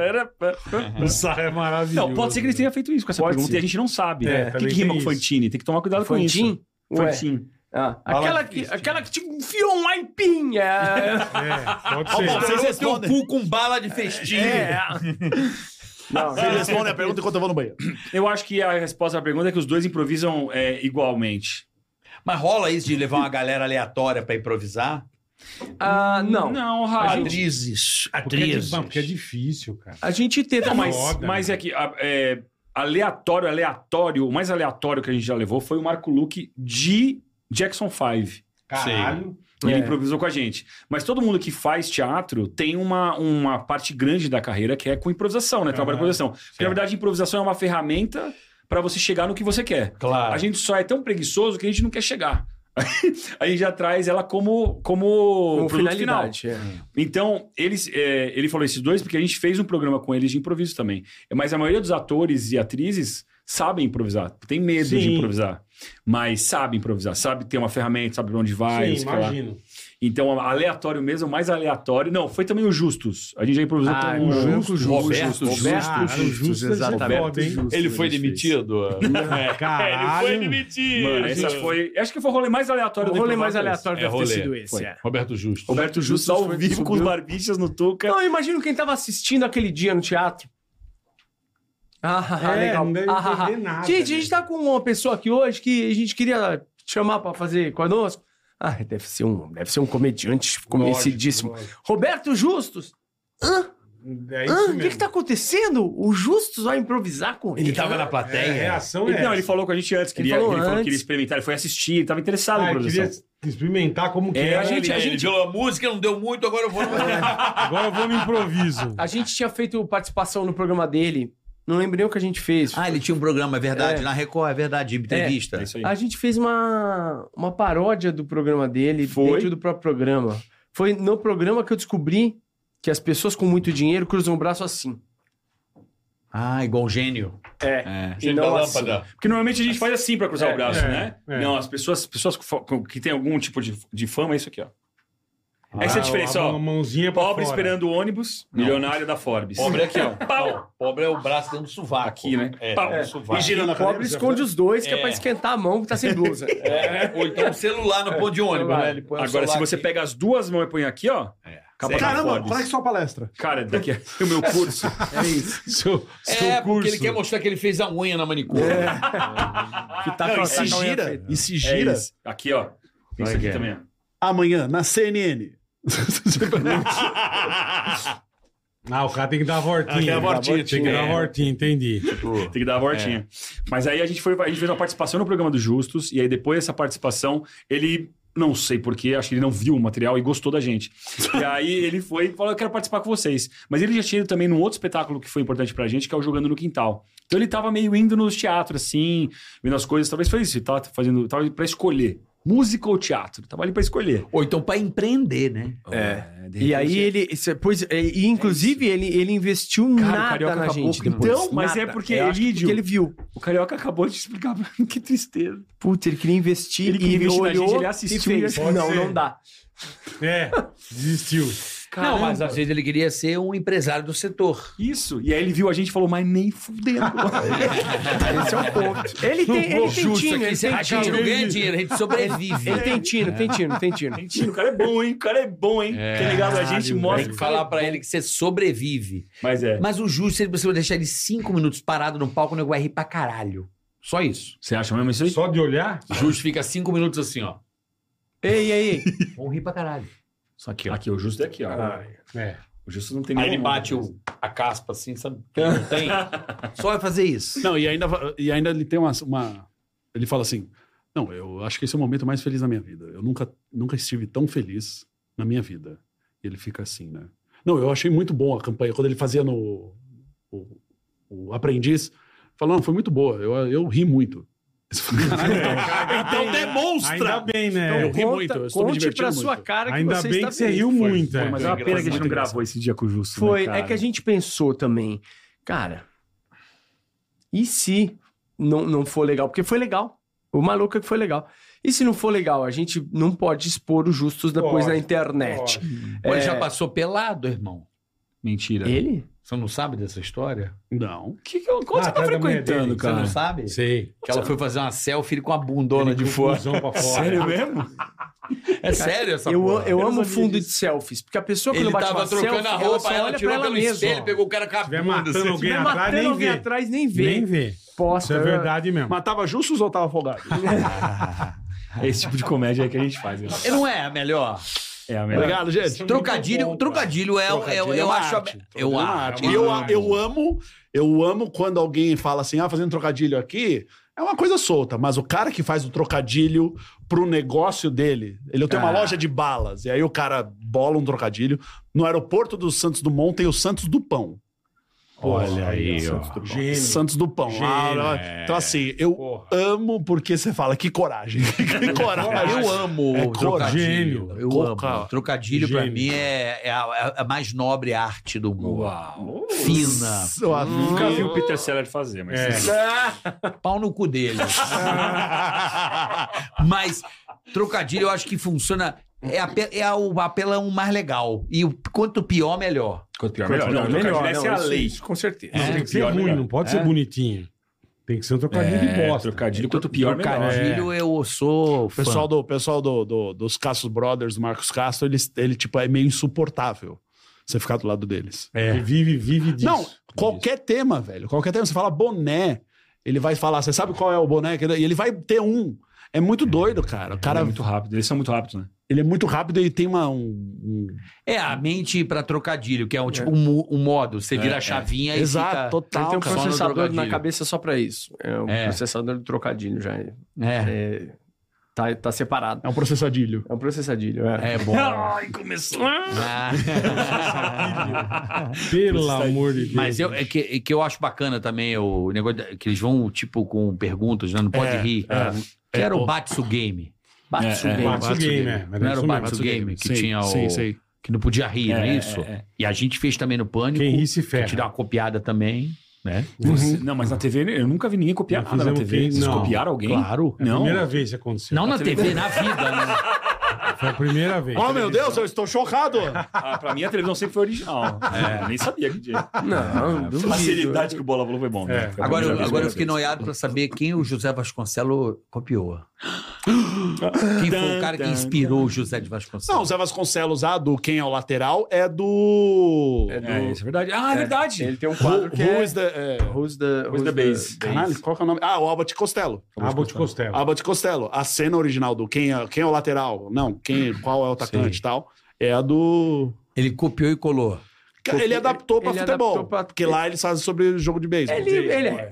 Speaker 1: era uma dessa.
Speaker 4: O Sarro é maravilhoso.
Speaker 1: Então,
Speaker 3: Não, pode um ser que ele tenha feito isso com essa
Speaker 1: Pode
Speaker 3: pergunta
Speaker 1: ser.
Speaker 3: e a gente não sabe.
Speaker 4: É,
Speaker 3: O que,
Speaker 4: também
Speaker 3: que rima
Speaker 4: tem
Speaker 3: com
Speaker 4: isso.
Speaker 3: Fantin? Tem que tomar cuidado com isso.
Speaker 1: Fantin? Ué.
Speaker 3: Fantin.
Speaker 1: Ah,
Speaker 7: Fala
Speaker 1: aquela, que, aquela que te enfiou um aipim. É.
Speaker 4: É, pode
Speaker 7: Ó, bom,
Speaker 4: ser.
Speaker 7: vocês respondem.
Speaker 5: cu com bala de festim.
Speaker 1: é. Não,
Speaker 7: Vocês respondem a pergunta enquanto eu vou no banheiro.
Speaker 3: Eu acho que a resposta à pergunta é que os dois improvisam é, igualmente.
Speaker 5: Mas rola isso de levar uma galera aleatória pra improvisar?
Speaker 1: ah, não.
Speaker 3: Não, raro.
Speaker 5: Atrizes.
Speaker 4: Porque é, di-
Speaker 5: Atrizes.
Speaker 4: não, porque é difícil, cara.
Speaker 1: A gente tenta.
Speaker 3: Não, mas,
Speaker 4: Foda,
Speaker 3: mas
Speaker 4: né?
Speaker 3: é que a- é, aleatório, aleatório, o mais aleatório que a gente já levou foi o Marco Luque de Jackson 5.
Speaker 4: Caralho.
Speaker 3: Ele
Speaker 1: É.
Speaker 3: improvisou com a gente. Mas todo mundo que faz teatro tem uma, uma parte grande da carreira que é com improvisação, né? Trabalho com
Speaker 4: Aham.
Speaker 3: improvisação. Porque, na
Speaker 4: Certo.
Speaker 3: verdade, improvisação é uma ferramenta para você chegar no que você quer.
Speaker 5: Claro.
Speaker 3: A gente só é tão preguiçoso que a gente não quer chegar. *laughs* a gente já traz ela como, como,
Speaker 1: Com
Speaker 3: produto final.
Speaker 1: finalidade. é.
Speaker 3: Então, eles, é, ele falou esses dois porque a gente fez um programa com eles de improviso também. Mas a maioria dos atores e atrizes sabem improvisar. Tem medo de
Speaker 4: Sim.
Speaker 3: improvisar. Mas sabe improvisar. Sabe ter uma ferramenta, sabe pra onde vai.
Speaker 4: Sim,
Speaker 3: sei lá.
Speaker 4: imagino.
Speaker 3: Então, aleatório mesmo, mais aleatório. Não, foi também o Justus. A gente já improvisou
Speaker 1: Ah,
Speaker 3: com o
Speaker 1: Roberto
Speaker 3: Justus.
Speaker 1: Roberto
Speaker 3: Justus.
Speaker 4: Caralho,
Speaker 1: Justus,
Speaker 4: justo,
Speaker 1: exatamente.
Speaker 4: foda, hein?
Speaker 9: Ele foi demitido? É,
Speaker 4: Caralho.
Speaker 7: um-
Speaker 9: Ele foi demitido.
Speaker 3: Mano, essa foi... Acho que foi o rolê mais aleatório
Speaker 1: O
Speaker 3: do
Speaker 1: rolê
Speaker 3: Improvável
Speaker 1: mais
Speaker 3: é esse.
Speaker 1: aleatório
Speaker 9: É,
Speaker 1: deve
Speaker 9: rolê.
Speaker 1: ter sido esse.
Speaker 3: Foi.
Speaker 1: é.
Speaker 9: Roberto Justo.
Speaker 3: Roberto Justus ao
Speaker 1: foi-
Speaker 3: vivo com os
Speaker 1: subiu.
Speaker 3: barbichas no Tuca.
Speaker 1: Não, eu imagino quem tava assistindo aquele dia no teatro. Ah, ah, ah,
Speaker 4: É,
Speaker 1: legal.
Speaker 4: não deve
Speaker 1: Ah, ah, ah.
Speaker 4: entender nada,
Speaker 1: Gente, a gente
Speaker 4: né?
Speaker 1: tá com uma pessoa aqui hoje que a gente queria chamar pra fazer conosco. Ah, deve ser um, deve ser um comediante conhecidíssimo.
Speaker 4: Lógico,
Speaker 1: Roberto Justus?
Speaker 4: lógico. É
Speaker 1: Ah,
Speaker 4: isso
Speaker 1: o que, que
Speaker 4: mesmo.
Speaker 1: tá acontecendo? O Justus vai improvisar com ele.
Speaker 5: Ele tava na
Speaker 4: É, a
Speaker 5: plateia.
Speaker 4: reação é
Speaker 3: Ele, não,
Speaker 4: essa.
Speaker 3: ele falou com a gente antes. Que
Speaker 1: Ele
Speaker 3: ele,
Speaker 1: falou
Speaker 3: ele falou que
Speaker 1: antes.
Speaker 3: queria experimentar. Ele foi assistir, ele estava interessado
Speaker 4: Ah,
Speaker 3: em
Speaker 4: eu
Speaker 3: improvisação.
Speaker 4: queria experimentar como que
Speaker 3: É,
Speaker 4: era.
Speaker 3: a gente-
Speaker 9: Ele, ele jogou a música, não deu muito, agora eu vou...
Speaker 4: *laughs* Agora eu vou no improviso.
Speaker 1: A gente tinha feito participação no programa dele. Não lembro nem o que a gente fez.
Speaker 5: Ah, ele tinha um programa, é verdade, na Record, é verdade, de entrevista.
Speaker 3: É isso aí.
Speaker 1: A gente fez uma, uma paródia do programa dele
Speaker 3: Foi?
Speaker 1: dentro do próprio programa. Foi no programa que eu descobri que as pessoas com muito dinheiro cruzam o braço assim.
Speaker 5: Ah, igual um gênio.
Speaker 9: Gente
Speaker 1: não
Speaker 9: da
Speaker 1: assim.
Speaker 9: lâmpada.
Speaker 3: Porque normalmente a gente faz assim pra cruzar
Speaker 1: É,
Speaker 3: o braço,
Speaker 4: é,
Speaker 3: né?
Speaker 4: é.
Speaker 3: Não, as pessoas, pessoas que fa- que têm algum tipo de, de fama é isso aqui, ó. Essa é a
Speaker 4: Ah,
Speaker 3: diferença,
Speaker 4: uma
Speaker 3: ó.
Speaker 4: mãozinha pra
Speaker 3: Pobre
Speaker 4: fora.
Speaker 3: esperando o ônibus, milionário da Forbes.
Speaker 9: Pobre é
Speaker 1: *laughs*
Speaker 9: aqui, ó.
Speaker 3: Pau.
Speaker 9: Pobre é o braço dentro do sovaco.
Speaker 3: Aqui, né?
Speaker 9: É,
Speaker 3: Pau.
Speaker 9: dentro do sovaco.
Speaker 7: E gira
Speaker 1: O
Speaker 7: na
Speaker 1: pobre
Speaker 7: cabeça.
Speaker 1: esconde os dois, que é
Speaker 9: É.
Speaker 1: pra esquentar a mão, que tá
Speaker 3: *laughs*
Speaker 1: sem blusa.
Speaker 9: É, ou então o celular no ponto de ônibus,
Speaker 1: Celular.
Speaker 9: né? Ele põe o
Speaker 3: Agora, se
Speaker 9: celular
Speaker 3: você
Speaker 9: aqui.
Speaker 3: pega as duas mãos e põe aqui, ó.
Speaker 4: É.
Speaker 3: Capa da
Speaker 7: Caramba,
Speaker 3: Forbes.
Speaker 7: qual é que é a sua palestra? É
Speaker 3: Cara, daqui é *laughs* o meu curso.
Speaker 4: Seu, seu
Speaker 5: é,
Speaker 4: curso.
Speaker 5: porque ele quer mostrar que ele fez a unha na manicure.
Speaker 9: É.
Speaker 1: Que tá
Speaker 7: Não, e
Speaker 1: com a- tá
Speaker 7: se
Speaker 1: com a unha
Speaker 7: gira,
Speaker 1: feita.
Speaker 7: e se
Speaker 3: É
Speaker 7: gira.
Speaker 3: isso. Aqui, ó. Tem Isso aqui também, ó.
Speaker 7: Amanhã, na CNN. *laughs*
Speaker 1: *laughs*
Speaker 4: Ah, o cara tem que dar a voltinha.
Speaker 7: Tem que dar a voltinha,
Speaker 4: Tem que dar a voltinha, entendi.
Speaker 3: Tem que dar a voltinha. Mas aí a gente foi, a gente fez uma participação no programa dos Justos, e aí depois dessa participação, ele. Não sei porquê, acho que ele não viu o material e gostou da gente. E aí ele foi e falou: Eu quero participar com vocês. Mas ele já tinha ido também num outro espetáculo que foi importante pra gente, que é o Jogando no Quintal. Então ele tava meio indo nos teatros, assim, vendo as coisas. Talvez foi isso, ele tava fazendo. Tava pra escolher. Música ou teatro? Tava ali pra escolher.
Speaker 5: Ou então pra empreender, né?
Speaker 1: É. E aí ele. isso é- Pois, é, e inclusive ele, ele investiu
Speaker 3: Cara, o
Speaker 1: nada
Speaker 3: Carioca
Speaker 1: na
Speaker 3: acabou
Speaker 1: gente
Speaker 3: com-
Speaker 1: depois.
Speaker 3: Então, mas
Speaker 1: Nada.
Speaker 3: é porque
Speaker 1: Eu acho que
Speaker 3: Elídio-
Speaker 1: ele viu.
Speaker 3: O Carioca acabou de explicar pra mim, *laughs* que tristeza.
Speaker 1: Putz, ele queria investir
Speaker 3: Ele
Speaker 1: ele
Speaker 3: queria
Speaker 1: e
Speaker 3: investir na
Speaker 1: olhou
Speaker 3: gente, ele assistiu
Speaker 1: e
Speaker 3: e
Speaker 1: fez.
Speaker 3: pode
Speaker 1: Não,
Speaker 4: ser.
Speaker 1: não dá.
Speaker 4: É, desistiu.
Speaker 5: Não, mas
Speaker 3: assim,
Speaker 5: às vezes ele queria ser um empresário do setor.
Speaker 3: Isso. E aí ele viu a gente e falou, mas nem fudendo. *laughs*
Speaker 1: Esse é o ponto. Ele tem, ele tem
Speaker 5: Justo
Speaker 1: tino,
Speaker 5: aqui,
Speaker 1: ele
Speaker 5: se-
Speaker 3: tá
Speaker 1: tem
Speaker 5: a gente não
Speaker 1: tino.
Speaker 5: ganha dinheiro, a gente sobrevive.
Speaker 1: *laughs* Ele tem tino, tem tino,
Speaker 3: *laughs*
Speaker 1: tem tino.
Speaker 3: Mentira, o cara é bom, hein? O cara é bom, hein?
Speaker 6: É.
Speaker 3: Quem ligado a gente
Speaker 4: Caralho,
Speaker 3: mostra.
Speaker 5: Tem que falar pra ele que você sobrevive.
Speaker 3: Mas é.
Speaker 5: Mas o justo, se você vai deixar ele cinco minutos parado no palco, o nego vai rir pra caralho. Só isso.
Speaker 3: Você acha mesmo isso
Speaker 4: Só de olhar?
Speaker 5: O justo fica cinco minutos assim, ó.
Speaker 1: Ei, ei, ei.
Speaker 5: Vão rir pra caralho.
Speaker 3: Só aqui, ó. Aqui, o justo é aqui, ó.
Speaker 4: É.
Speaker 3: O justo não tem
Speaker 6: Aí
Speaker 3: nenhuma
Speaker 6: ele bate
Speaker 3: onda.
Speaker 6: o- a caspa assim,
Speaker 5: *laughs*
Speaker 6: sabe? Não tem.
Speaker 5: Só vai fazer isso.
Speaker 6: Não, e ainda, e ainda ele tem uma, uma- Ele fala assim: Não, eu acho que esse é o momento mais feliz da minha vida. Eu nunca, nunca estive tão feliz na minha vida. E ele fica assim, né? Não, eu achei muito bom a campanha. Quando ele fazia no. O, o Aprendiz, falou: Não, foi muito boa. Eu, eu ri muito. *laughs* Você fala, "Caralho, *laughs* então
Speaker 4: Ainda
Speaker 6: demonstra!
Speaker 4: bem, né?
Speaker 6: Eu ri muito, eu estou me
Speaker 1: conte
Speaker 6: divertindo
Speaker 1: pra
Speaker 6: muito.
Speaker 1: sua Então, cara que
Speaker 4: Ainda
Speaker 1: você
Speaker 4: bem
Speaker 1: está
Speaker 4: que você
Speaker 1: feliz.
Speaker 4: riu muito.
Speaker 3: Pô,
Speaker 4: é.
Speaker 3: mas é uma pena que a gente não
Speaker 6: Muito
Speaker 3: gravou esse dia com o justo.
Speaker 1: Foi,
Speaker 3: né, cara?
Speaker 1: é que a gente pensou também, cara, e se não, não for legal? Porque foi legal. O maluco é que foi legal. E se não for legal? A gente não pode expor os justos depois
Speaker 4: Pode,
Speaker 1: na internet.
Speaker 5: Pô, Ele
Speaker 1: É.
Speaker 5: já passou pelado, irmão.
Speaker 3: Mentira.
Speaker 1: Ele?
Speaker 5: Você não sabe dessa história?
Speaker 6: Não.
Speaker 3: Que que eu... Quanto
Speaker 4: Ah,
Speaker 3: você tá
Speaker 4: atrás da mulher
Speaker 3: frequentando,
Speaker 4: dele.
Speaker 5: Você não
Speaker 3: cara?
Speaker 5: sabe?
Speaker 4: Sei.
Speaker 5: Que ela foi fazer uma selfie com a bundona Tá de fora.
Speaker 4: Cusão pra fora.
Speaker 3: Sério mesmo?
Speaker 5: É sério essa
Speaker 1: Eu,
Speaker 5: porra?
Speaker 1: eu amo fundo de selfies. Porque a pessoa, quando
Speaker 5: Ele
Speaker 1: bate
Speaker 5: tava
Speaker 1: uma
Speaker 5: trocando
Speaker 1: selfie,
Speaker 5: a
Speaker 1: ela
Speaker 5: roupa,
Speaker 1: só
Speaker 5: ela,
Speaker 1: olha pra
Speaker 5: tirou
Speaker 1: ela
Speaker 5: pelo
Speaker 1: mesma.
Speaker 5: espelho, pegou o cara com a
Speaker 4: Se tiver
Speaker 5: bunda.
Speaker 4: matando
Speaker 5: assim.
Speaker 4: alguém
Speaker 1: Vai
Speaker 4: atrás,
Speaker 1: matando
Speaker 4: nem
Speaker 1: alguém
Speaker 4: vê.
Speaker 1: atrás, nem vê.
Speaker 4: Nem vê.
Speaker 1: Posta.
Speaker 4: Isso é verdade mesmo.
Speaker 6: Matava justos ou tava afogado?
Speaker 3: Esse tipo de comédia aí que a gente faz. né?
Speaker 5: E Não é a melhor.
Speaker 3: É a melhor.
Speaker 6: Obrigado, gente.
Speaker 5: Trocadilho, trocadilho é,
Speaker 6: Trocadilho
Speaker 5: eu,
Speaker 6: é
Speaker 5: eu
Speaker 6: uma
Speaker 5: acho. a-
Speaker 6: arte. Trocadilho é
Speaker 5: Eu
Speaker 6: uma
Speaker 5: acho.
Speaker 6: arte.
Speaker 7: E eu, eu amo, eu amo quando alguém fala assim, ah, fazendo trocadilho aqui. É uma coisa solta, mas o cara que faz o trocadilho pro negócio dele, ele tem uma loja de balas, e aí o cara bola um trocadilho. No aeroporto do Santos Dumont tem o Santos do Pão.
Speaker 4: Olha aí, ó. Gênio.
Speaker 7: Santos do Pão.
Speaker 4: Gênio,
Speaker 7: Ah, Então, assim, eu
Speaker 4: Porra.
Speaker 7: amo porque você fala, que coragem. *laughs* que coragem.
Speaker 5: Eu amo
Speaker 7: É
Speaker 5: trocadilho.
Speaker 4: gênio.
Speaker 5: Eu
Speaker 7: Coca-
Speaker 5: amo. Trocadilho, pra
Speaker 4: Gênio.
Speaker 5: mim, é, é a, a mais nobre arte do mundo.
Speaker 3: Uau.
Speaker 5: Fina.
Speaker 7: Eu amo.
Speaker 3: Nunca vi o Peter Seller fazer, mas...
Speaker 4: É.
Speaker 5: Pau no cu dele. Mas trocadilho eu acho que funciona. É, a, pe- é o apelão mais legal. E o quanto pior, melhor.
Speaker 3: Quanto pior,
Speaker 1: Não,
Speaker 3: melhor. Não,
Speaker 1: melhor,
Speaker 3: melhor. Essa é
Speaker 1: não,
Speaker 3: a
Speaker 1: isso-
Speaker 3: lei.
Speaker 1: isso, com certeza.
Speaker 4: Não, tem que ser
Speaker 3: pior,
Speaker 4: ruim,
Speaker 3: melhor.
Speaker 4: não pode
Speaker 3: É.
Speaker 4: ser bonitinho. Tem que ser um trocadilho de bosta.
Speaker 3: Trocadilho, quanto pior, melhor. É,
Speaker 5: Trocadilho eu sou
Speaker 7: é. O
Speaker 5: fã.
Speaker 7: pessoal, do, o pessoal do, do- dos Castro Brothers, do Marcos Castro, eles, ele tipo, é meio insuportável você ficar do lado deles.
Speaker 4: É. Ele Vive, vive disso.
Speaker 7: Não, qualquer tema, velho. Qualquer tema, você fala boné, ele vai falar, você sabe qual é o boné? que- E ele vai ter um. É muito doido, cara.
Speaker 3: Cara,
Speaker 7: O cara,
Speaker 3: é muito rápido. Eles são muito rápidos, né?
Speaker 7: ele é muito rápido e tem uma... Um, um-
Speaker 5: É a mente pra trocadilho, que é um tipo um, mo- um modo. Você vira a chavinha e
Speaker 7: É, Exato,
Speaker 5: fica...
Speaker 1: Ele
Speaker 7: total.
Speaker 1: tem um
Speaker 5: Só no
Speaker 1: processador na
Speaker 5: trocadilho.
Speaker 1: cabeça só pra isso. É um
Speaker 5: É.
Speaker 1: processador do trocadilho já. é-
Speaker 5: É,
Speaker 1: é- tá, tá separado.
Speaker 7: É um processadilho.
Speaker 1: É um processadilho, é.
Speaker 5: é
Speaker 7: *laughs*
Speaker 5: bom.
Speaker 3: Ai, começou.
Speaker 5: Ah.
Speaker 4: *laughs*
Speaker 5: *laughs*
Speaker 4: Pelo amor de Deus.
Speaker 5: Mas eu, é, que, é que eu acho bacana também o negócio da- que eles vão, tipo, com perguntas, né? Não pode rir. que era o Batsu Game.
Speaker 1: Batsu
Speaker 3: É, é.
Speaker 1: bem.
Speaker 4: Batsu Game, né? Mas
Speaker 5: Não era
Speaker 4: isso
Speaker 5: o
Speaker 4: mesmo.
Speaker 5: Batsu Game, que
Speaker 6: Sei,
Speaker 5: tinha o...
Speaker 6: Sei, sei.
Speaker 5: Que não podia rir, não
Speaker 3: É,
Speaker 5: é
Speaker 3: é,
Speaker 5: isso?
Speaker 3: é.
Speaker 5: E a gente fez também no Pânico.
Speaker 4: Quem ri se
Speaker 5: que te dá
Speaker 4: ferra.
Speaker 5: uma copiada também, né?
Speaker 3: Você- não, mas na TV eu um nunca vi ninguém copiar
Speaker 4: Não
Speaker 3: nada na
Speaker 4: fizemos
Speaker 3: TV.
Speaker 4: que-
Speaker 3: Vocês
Speaker 4: não.
Speaker 3: copiaram alguém?
Speaker 5: Claro.
Speaker 4: É a
Speaker 3: Não.
Speaker 4: primeira vez que aconteceu.
Speaker 5: Não na TV, na vida, né?
Speaker 4: Foi a primeira vez.
Speaker 7: Oh, meu Deus, eu estou chocado!
Speaker 3: Ah, pra mim a televisão sempre foi original. Eu nem sabia que tinha. É,
Speaker 1: Não,
Speaker 3: A
Speaker 1: duvido.
Speaker 3: facilidade que o Bola falou foi bom.
Speaker 4: É.
Speaker 3: Né? Foi a
Speaker 5: Agora,
Speaker 3: primeira
Speaker 5: eu,
Speaker 3: vez,
Speaker 5: agora eu
Speaker 3: primeira
Speaker 5: fiquei
Speaker 3: vez.
Speaker 5: noiado pra saber quem o José Vasconcelos copiou. Quem foi o cara que inspirou o José de
Speaker 7: Não, o
Speaker 5: Vasconcelos?
Speaker 7: Zé Vasconcelos, a do Quem é o Lateral, é do...
Speaker 3: É, isso é verdade. Ah, é, verdade.
Speaker 1: Ele tem um
Speaker 7: Who,
Speaker 1: quadro que é...
Speaker 7: who is the... é,
Speaker 1: Who's the,
Speaker 3: Who's the base?
Speaker 7: Caralho, qual que é o nome? Ah, o Albert Costello.
Speaker 4: Abot Costello.
Speaker 7: Albert Costello. A cena original do quem é, quem é o lateral? Não,
Speaker 6: quem,
Speaker 1: Hum.
Speaker 6: qual é o atacante e tal. É a do.
Speaker 5: Ele copiou e colou.
Speaker 6: Cara, Ele adaptou pra
Speaker 1: ele
Speaker 6: futebol.
Speaker 1: adaptou pra-
Speaker 6: Porque lá eles fazem sobre jogo de beisebol.
Speaker 1: Ele, ele, é.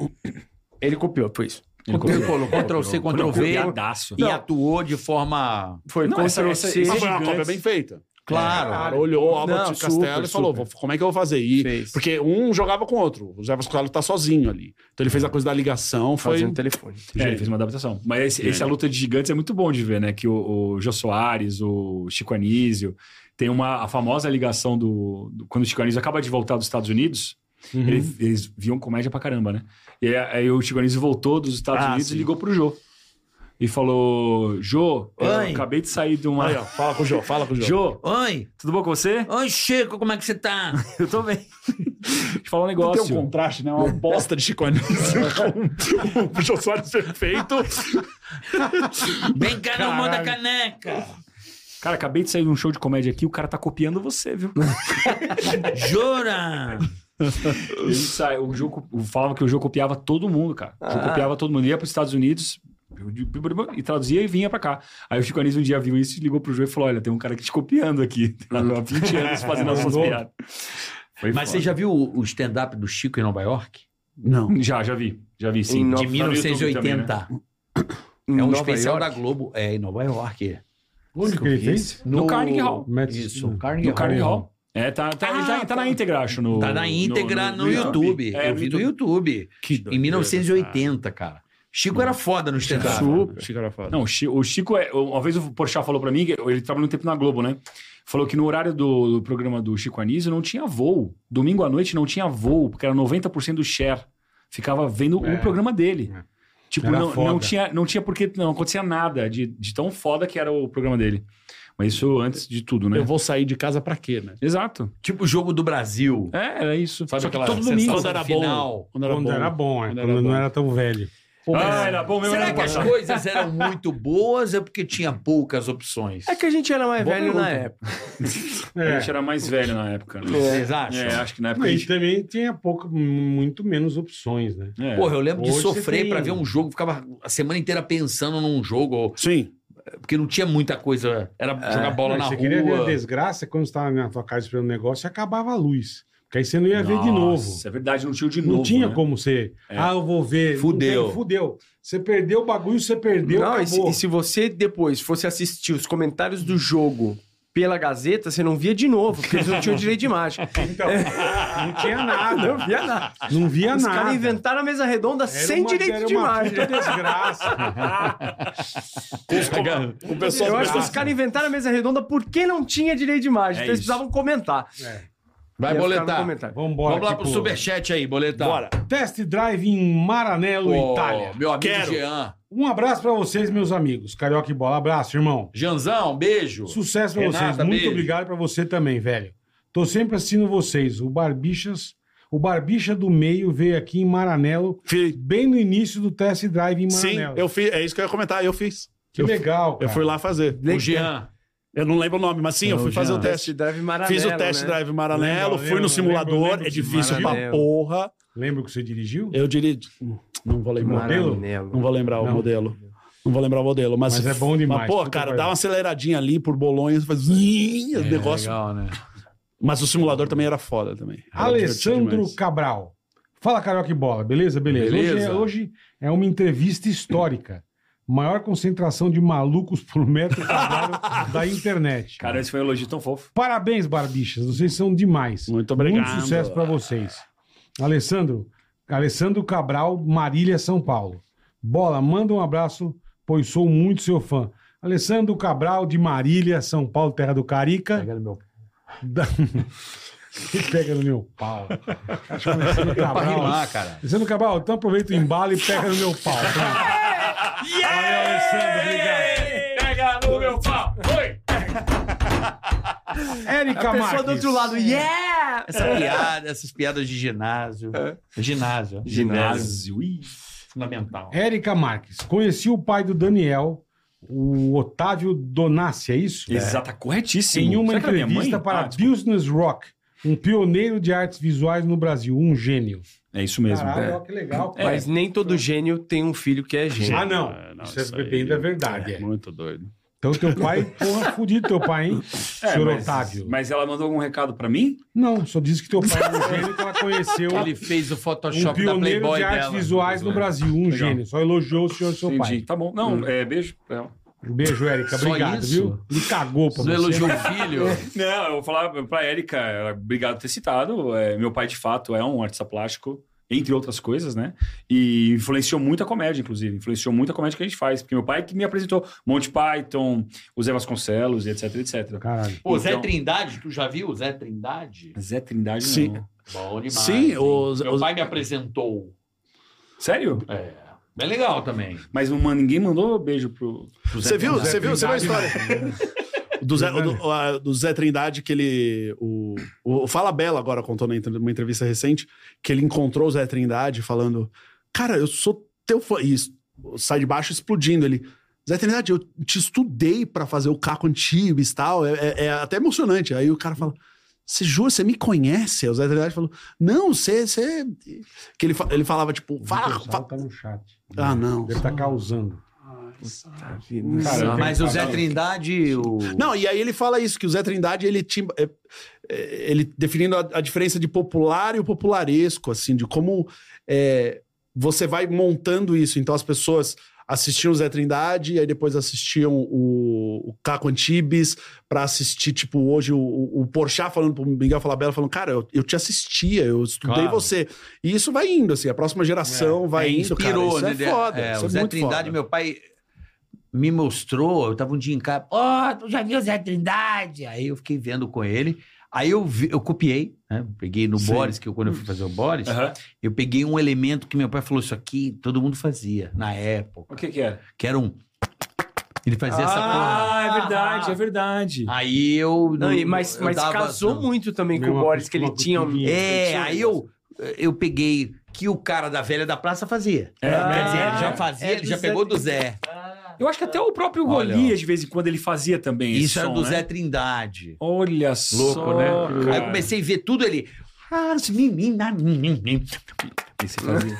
Speaker 1: ele copiou, foi isso.
Speaker 5: Copiou e colou. Ctrl C, Ctrl V.
Speaker 3: Piadaço.
Speaker 5: E atuou de forma. É,
Speaker 1: Foi
Speaker 3: Não, essa-
Speaker 1: Ctrl
Speaker 3: essa-
Speaker 1: C.
Speaker 6: Mas foi uma
Speaker 3: gigantes.
Speaker 6: cópia bem feita.
Speaker 5: Claro.
Speaker 6: Cara, olhou o
Speaker 1: Não,
Speaker 6: Albert
Speaker 1: super,
Speaker 6: Castelo e falou:
Speaker 1: super.
Speaker 6: "Vou- como é que eu vou fazer? E,
Speaker 1: Fez.
Speaker 6: porque um jogava com o outro. O Jefferson Castelo tá sozinho ali. Então ele fez
Speaker 1: É.
Speaker 6: a coisa da ligação, foi.
Speaker 7: um
Speaker 1: Fazendo telefone.
Speaker 3: É, ele fez uma adaptação. Mas esse, essa luta de gigantes é muito bom de ver, né? Que o, o Jô Soares, o Chico Anísio, tem uma a famosa ligação do, do- Quando o Chico Anísio acaba de voltar dos Estados Unidos,
Speaker 6: Uhum.
Speaker 3: eles, eles viam comédia pra caramba, né? E aí, aí o Chico Anísio voltou dos Estados
Speaker 6: Ah,
Speaker 3: Unidos
Speaker 6: sim.
Speaker 3: e ligou pro Jô. E falou: Jô, eu
Speaker 5: Oi.
Speaker 3: acabei de sair de
Speaker 6: *laughs*
Speaker 3: uma.
Speaker 6: Aí, ó, fala com o Jô, fala com o Jô.
Speaker 3: Jô,
Speaker 5: Oi,
Speaker 3: tudo bom com você?
Speaker 5: oi, Chico, como é que você *laughs* tá?
Speaker 3: Eu tô bem. Deixa eu falar um
Speaker 6: Tem
Speaker 3: negócio.
Speaker 6: um contraste, né? Uma bosta de Chico Anísio com o Jô Soares perfeito.
Speaker 5: Vem cá, não manda caneca.
Speaker 3: Cara, acabei de sair de um show de comédia aqui, o cara tá copiando você, viu?
Speaker 5: Jura?
Speaker 3: Ele sai, o jogo falava que o jogo copiava todo mundo, cara. O
Speaker 5: Ah.
Speaker 3: jogo copiava todo mundo. Ia para os Estados Unidos e traduzia e vinha pra cá. Aí o Chico Anísio um dia viu isso, ligou pro jogo e falou: Olha, tem um cara aqui te copiando aqui. tá? Há 20
Speaker 5: *laughs*
Speaker 3: anos fazendo as suas piadas. Foi
Speaker 5: Hum. Mas
Speaker 3: foda.
Speaker 5: você já viu o o stand-up do Chico em Nova York?
Speaker 6: Não.
Speaker 3: Já, já vi. Já vi, sim.
Speaker 1: Em
Speaker 3: De
Speaker 1: Nova-
Speaker 5: De
Speaker 1: Tá no
Speaker 3: mil- 1980.
Speaker 5: 1980.
Speaker 1: Em
Speaker 5: É um
Speaker 1: Nova
Speaker 5: especial da
Speaker 1: York.
Speaker 5: Globo. É, em Nova York.
Speaker 4: Onde que ele fez?
Speaker 3: né? No Carnegie Hall.
Speaker 4: Matt-
Speaker 5: Isso,
Speaker 3: No
Speaker 5: Carnegie
Speaker 3: Carnegie
Speaker 5: Hall.
Speaker 3: Hall. É, tá, tá,
Speaker 5: Ah,
Speaker 3: já, tá na íntegra, acho. No,
Speaker 5: Tá na íntegra no, YouTube.
Speaker 3: É,
Speaker 5: eu vi no YouTube.
Speaker 6: Que
Speaker 5: Em 1980, cara. Chico era foda no stand-up.
Speaker 6: Super. Chico era foda.
Speaker 3: Não, o Chico, o Chico é. Uma vez o Porchat falou pra mim, que ele trabalhou um tempo na Globo, né? Falou que no horário do, do programa do Chico Anísio não tinha voo. Domingo à noite não tinha voo, porque era 90% do share. Ficava vendo
Speaker 4: É.
Speaker 3: o programa dele.
Speaker 4: É.
Speaker 3: Tipo,
Speaker 4: Era
Speaker 3: não,
Speaker 4: foda.
Speaker 3: não tinha, não tinha porque não acontecia nada de, de tão foda que era o programa dele. Mas isso antes de tudo, né?
Speaker 6: Eu vou sair de casa pra quê, né?
Speaker 3: Exato.
Speaker 5: Tipo o jogo do Brasil.
Speaker 3: É, era isso.
Speaker 6: Sabe
Speaker 3: Só que
Speaker 6: aquela
Speaker 3: todo
Speaker 6: sensação
Speaker 3: domingo.
Speaker 6: da- era bom.
Speaker 5: final.
Speaker 6: Quando
Speaker 4: Quando era bom, é.
Speaker 6: Quando
Speaker 4: Quando,
Speaker 6: era
Speaker 4: não
Speaker 6: bom.
Speaker 4: era tão velho.
Speaker 5: Pô,
Speaker 3: Ah,
Speaker 5: mas-
Speaker 3: era bom mesmo.
Speaker 5: Será
Speaker 3: era
Speaker 5: que
Speaker 3: bom.
Speaker 5: as coisas eram muito boas é porque tinha poucas opções?
Speaker 1: É que a gente era mais
Speaker 6: Boa
Speaker 1: velho na
Speaker 6: pergunta.
Speaker 1: época.
Speaker 3: A
Speaker 4: É.
Speaker 3: gente era mais velho na época, né?
Speaker 5: Vocês acham?
Speaker 3: É, acho que na época. a
Speaker 4: E
Speaker 3: gente-
Speaker 4: também tinha pouco, muito menos opções, né?
Speaker 3: É.
Speaker 5: Porra, eu lembro de
Speaker 4: Hoje você
Speaker 5: sofrer
Speaker 4: tem-
Speaker 5: pra ver um jogo, ficava a semana inteira pensando num jogo, ou-
Speaker 6: Sim.
Speaker 5: porque não tinha muita coisa. Era
Speaker 1: É.
Speaker 5: jogar bola
Speaker 4: Não,
Speaker 5: na
Speaker 4: você
Speaker 5: rua.
Speaker 4: queria ver a desgraça, quando você estava na tua casa esperando o negócio, acabava a luz. Porque aí você não ia ver de novo.
Speaker 3: Nossa, É verdade, não tinha o de
Speaker 4: Não
Speaker 3: novo.
Speaker 4: tinha
Speaker 3: né?
Speaker 4: como você.
Speaker 1: É.
Speaker 4: Ah, eu vou ver.
Speaker 5: Fudeu.
Speaker 4: Não tem, fudeu. Você perdeu o bagulho, você perdeu.
Speaker 1: não, e se,
Speaker 4: acabou.
Speaker 1: e se você depois fosse assistir os comentários do jogo pela Gazeta, você não via de novo, porque eles não tinham direito de imagem. *laughs*
Speaker 4: Então, não tinha nada.
Speaker 1: É. Não via nada.
Speaker 4: Não via
Speaker 1: Os
Speaker 4: nada.
Speaker 1: caras inventaram a mesa redonda
Speaker 4: Era
Speaker 1: sem
Speaker 4: uma-
Speaker 1: direito
Speaker 4: era
Speaker 1: de
Speaker 4: uma
Speaker 1: imagem.
Speaker 4: puta desgraça.
Speaker 1: *laughs*
Speaker 6: Com, com pessoas
Speaker 1: Eu acho que os
Speaker 6: graças.
Speaker 1: caras inventaram a mesa redonda porque não tinha direito de imagem.
Speaker 3: É
Speaker 1: então eles
Speaker 3: isso.
Speaker 1: precisavam comentar.
Speaker 5: Vai
Speaker 1: Ia ficar no
Speaker 5: boletar.
Speaker 1: comentário.
Speaker 4: É. Vambora.
Speaker 5: Vamos lá pro
Speaker 4: tipo,
Speaker 5: superchat aí, boletar.
Speaker 6: Bora.
Speaker 4: Test drive em Maranello,
Speaker 5: Ô,
Speaker 4: Itália.
Speaker 5: Meu amigo
Speaker 6: Quero.
Speaker 5: Jean.
Speaker 4: Um abraço pra vocês, meus amigos. Carioca e bola. Abraço, irmão.
Speaker 5: Janzão, beijo.
Speaker 4: Sucesso pra
Speaker 5: Renata,
Speaker 4: vocês. Muito
Speaker 5: beijo.
Speaker 4: obrigado pra você também, velho. Tô sempre assistindo vocês. O Barbixas, o Barbicha do meio veio aqui em Maranello,
Speaker 6: Fi-
Speaker 4: bem no início do test drive em
Speaker 6: Sim,
Speaker 4: Maranello.
Speaker 6: eu fiz. É isso que eu ia comentar. Eu fiz.
Speaker 4: Que
Speaker 6: eu-
Speaker 4: legal,
Speaker 6: Eu
Speaker 4: cara.
Speaker 6: fui lá fazer.
Speaker 5: O Jean.
Speaker 6: Eu não lembro o nome, mas sim, eu fui fazer o teste.
Speaker 1: drive né? maravilha.
Speaker 6: Fiz o test drive
Speaker 4: Lembro,
Speaker 6: Maranello,
Speaker 4: lembro,
Speaker 6: fui no
Speaker 4: né? lembro,
Speaker 6: simulador,
Speaker 4: lembro
Speaker 6: é
Speaker 4: de
Speaker 6: difícil pra
Speaker 1: Maranello.
Speaker 6: porra.
Speaker 4: Lembra que você dirigiu?
Speaker 6: Eu diria. hum, Não vou lembrar. Não vou lembrar o
Speaker 4: Não.
Speaker 6: modelo. Não vou lembrar o modelo, mas.
Speaker 4: Mas é bom demais,
Speaker 6: Mas, pô,
Speaker 4: puta
Speaker 6: cara,
Speaker 4: coisa. É,
Speaker 6: dá uma aceleradinha ali por Bolonha, você faz. O negócio.
Speaker 5: Legal, né?
Speaker 6: Mas o simulador também era foda também. Era divertido
Speaker 4: Alessandro
Speaker 6: demais.
Speaker 4: Cabral. Fala, Carioca e Bola. Beleza? Beleza. Hoje, é,
Speaker 5: Beleza.
Speaker 4: hoje é uma entrevista histórica. Maior concentração de malucos por metro
Speaker 3: *laughs*
Speaker 4: quadrado da internet.
Speaker 3: Cara, esse foi um elogio tão fofo.
Speaker 4: Parabéns, Barbixas. Vocês são demais.
Speaker 6: Muito obrigado.
Speaker 4: Muito sucesso pra vocês. Alessandro, Alessandro Cabral, Marília, São Paulo. Bola, manda um abraço, pois sou muito seu fã. Alessandro Cabral, de Marília, São Paulo, terra do Carica. Pega no meu *laughs* Pega no meu pau. Acho que o Alessandro
Speaker 5: Pra
Speaker 4: Cabral...
Speaker 5: rimar, cara.
Speaker 4: Alessandro Cabral, então aproveita o embalo e pega no meu pau.
Speaker 3: *laughs*
Speaker 4: Pronto. Valeu, Alessandro, obrigado.
Speaker 3: Pega no meu pau! Oi!
Speaker 4: Érica
Speaker 1: A pessoa
Speaker 4: Marques.
Speaker 1: do outro lado, yeah!
Speaker 5: Essa piada, essas piadas de ginásio.
Speaker 1: É.
Speaker 5: Ginásio.
Speaker 3: Ginásio. Ih.
Speaker 5: Fundamental.
Speaker 4: Érica Marques, conheci o pai do Daniel, o Otávio Donassi, é isso?
Speaker 3: Exato, tá corretíssimo.
Speaker 4: Em uma
Speaker 3: Será que era minha
Speaker 4: entrevista
Speaker 3: mãe?
Speaker 4: para
Speaker 3: Ah, desculpa.
Speaker 4: Business Rock, um pioneiro de artes visuais no Brasil, um gênio.
Speaker 3: É isso mesmo.
Speaker 4: Caralho,
Speaker 3: É.
Speaker 4: ó, que legal. cara.
Speaker 1: Mas nem todo gênio tem um filho que é gênio.
Speaker 4: Ah, não.
Speaker 6: É, não,
Speaker 4: isso é
Speaker 6: isso aí-
Speaker 4: bem da verdade. é.
Speaker 6: Muito doido.
Speaker 4: Então teu pai, porra, fudido teu pai, hein?
Speaker 3: É,
Speaker 4: Senhor
Speaker 3: mas,
Speaker 4: Otávio.
Speaker 3: Mas ela mandou algum recado pra mim?
Speaker 4: Não, só disse que teu pai é um gênio que ela conheceu
Speaker 5: Ele fez o
Speaker 4: um
Speaker 5: Photoshop da
Speaker 4: pioneiro
Speaker 5: Playboy
Speaker 4: de artes
Speaker 5: dela. né?
Speaker 4: visuais no Brasil, um gênio. Só elogiou o senhor e seu
Speaker 3: Entendi. Tá bom.
Speaker 4: Hum.
Speaker 3: Não, é, beijo pra ela.
Speaker 4: pai. Um beijo, Érica.
Speaker 5: Só
Speaker 4: Obrigado,
Speaker 5: isso?
Speaker 4: viu? Me cagou pra
Speaker 5: Não
Speaker 4: você.
Speaker 5: elogiou o filho?
Speaker 14: *laughs* É.
Speaker 3: Não, eu vou falar pra Érica, ela- obrigado por ter citado. É, meu pai, de fato, é um artista plástico, entre outras coisas, né? E influenciou muito a comédia, inclusive. Influenciou muito a comédia que a gente faz. Porque meu pai que me apresentou Monty Python, o Zé Vasconcelos, e etc, etc.
Speaker 4: Caralho.
Speaker 14: Pô, Zé
Speaker 3: Então-
Speaker 14: Trindade, tu já viu o Zé Trindade?
Speaker 3: Zé Trindade,
Speaker 15: Sim.
Speaker 3: não.
Speaker 14: Bom demais.
Speaker 15: Sim,
Speaker 14: hein?
Speaker 15: o-
Speaker 14: Meu
Speaker 15: o-
Speaker 14: pai me apresentou.
Speaker 3: Sério?
Speaker 14: É. Bem legal também.
Speaker 3: Mas não, mano, ninguém mandou beijo pro... pro Zé
Speaker 7: Você viu?
Speaker 3: Trindade. né?
Speaker 7: Você viu? Você viu a história? *laughs* Do Zé, do, a- do Zé Trindade, que ele. O, o Fala Bela agora contou na entre- numa entrevista recente que ele encontrou o Zé Trindade falando: Cara, eu sou teu fã. E isso, sai de baixo explodindo. Ele. Zé Trindade, eu te estudei pra fazer o Caco Antibes e tal. É, é- é até emocionante. Aí o cara fala. Você jura, você me conhece? Aí O Zé Trindade falou: Não, você. você... Que ele, fa- ele falava, tipo, fala.
Speaker 4: O
Speaker 7: fa-
Speaker 4: pessoal tá no chat.
Speaker 7: Ah, não.
Speaker 4: Deve estar causando.
Speaker 1: Tá, vida.
Speaker 4: Cara,
Speaker 1: Não,
Speaker 4: eu
Speaker 5: Mas o Zé Trindade, o...
Speaker 7: Não, e aí ele fala isso, que o Zé Trindade, ele tinha... é, é, ele definindo a, a diferença de popular e o popularesco, assim, de como é, você vai montando isso. Então as pessoas assistiam o Zé Trindade, e aí depois assistiam o, o Caco Antibes pra assistir, tipo, hoje o, o, o Porchat falando pro Miguel Falabella, falando, cara, eu, eu te assistia, eu estudei
Speaker 5: Claro.
Speaker 7: você. E isso vai indo, assim, a próxima geração vai
Speaker 5: É,
Speaker 7: indo,
Speaker 5: inspirou,
Speaker 7: cara. Isso
Speaker 5: né?
Speaker 7: é foda,
Speaker 5: É,
Speaker 7: isso
Speaker 5: o
Speaker 7: é
Speaker 5: Zé
Speaker 7: muito
Speaker 5: Trindade,
Speaker 7: foda.
Speaker 5: meu pai me mostrou, eu tava um dia em casa, ó, tu já viu o Zé Trindade? Aí eu fiquei vendo com ele, aí eu, vi- eu copiei, né? Peguei no
Speaker 7: Sim.
Speaker 5: Boris, que eu, quando eu fui fazer o Boris,
Speaker 3: Aham.
Speaker 5: eu peguei um elemento que meu pai falou, isso aqui todo mundo fazia, na época,
Speaker 3: O que que é?
Speaker 5: que era um... Ele fazia essa porra.
Speaker 3: Ah, é verdade, é verdade.
Speaker 5: Aí eu...
Speaker 1: e- mas
Speaker 5: eu
Speaker 1: mas
Speaker 5: dava-
Speaker 1: casou
Speaker 5: não.
Speaker 1: muito também com
Speaker 4: Meu,
Speaker 1: o Boris, que
Speaker 4: uma
Speaker 1: ele tinha. um-
Speaker 4: costurinha.
Speaker 1: ele
Speaker 5: É,
Speaker 1: tinha um
Speaker 5: aí eu, eu peguei que o cara da velha da praça fazia.
Speaker 3: É.
Speaker 5: Quer dizer, ele já fazia,
Speaker 1: é
Speaker 5: ele
Speaker 1: do
Speaker 5: já
Speaker 1: Zé
Speaker 5: pegou do Zé.
Speaker 3: Eu acho que até o próprio
Speaker 5: Olha,
Speaker 3: Golias, de vez em quando, ele fazia também esse
Speaker 5: Isso era
Speaker 3: som,
Speaker 5: do
Speaker 3: né?
Speaker 5: Zé Trindade.
Speaker 3: Olha só.
Speaker 1: Louco, né?
Speaker 5: Aí eu comecei a ver tudo ele. As meninas.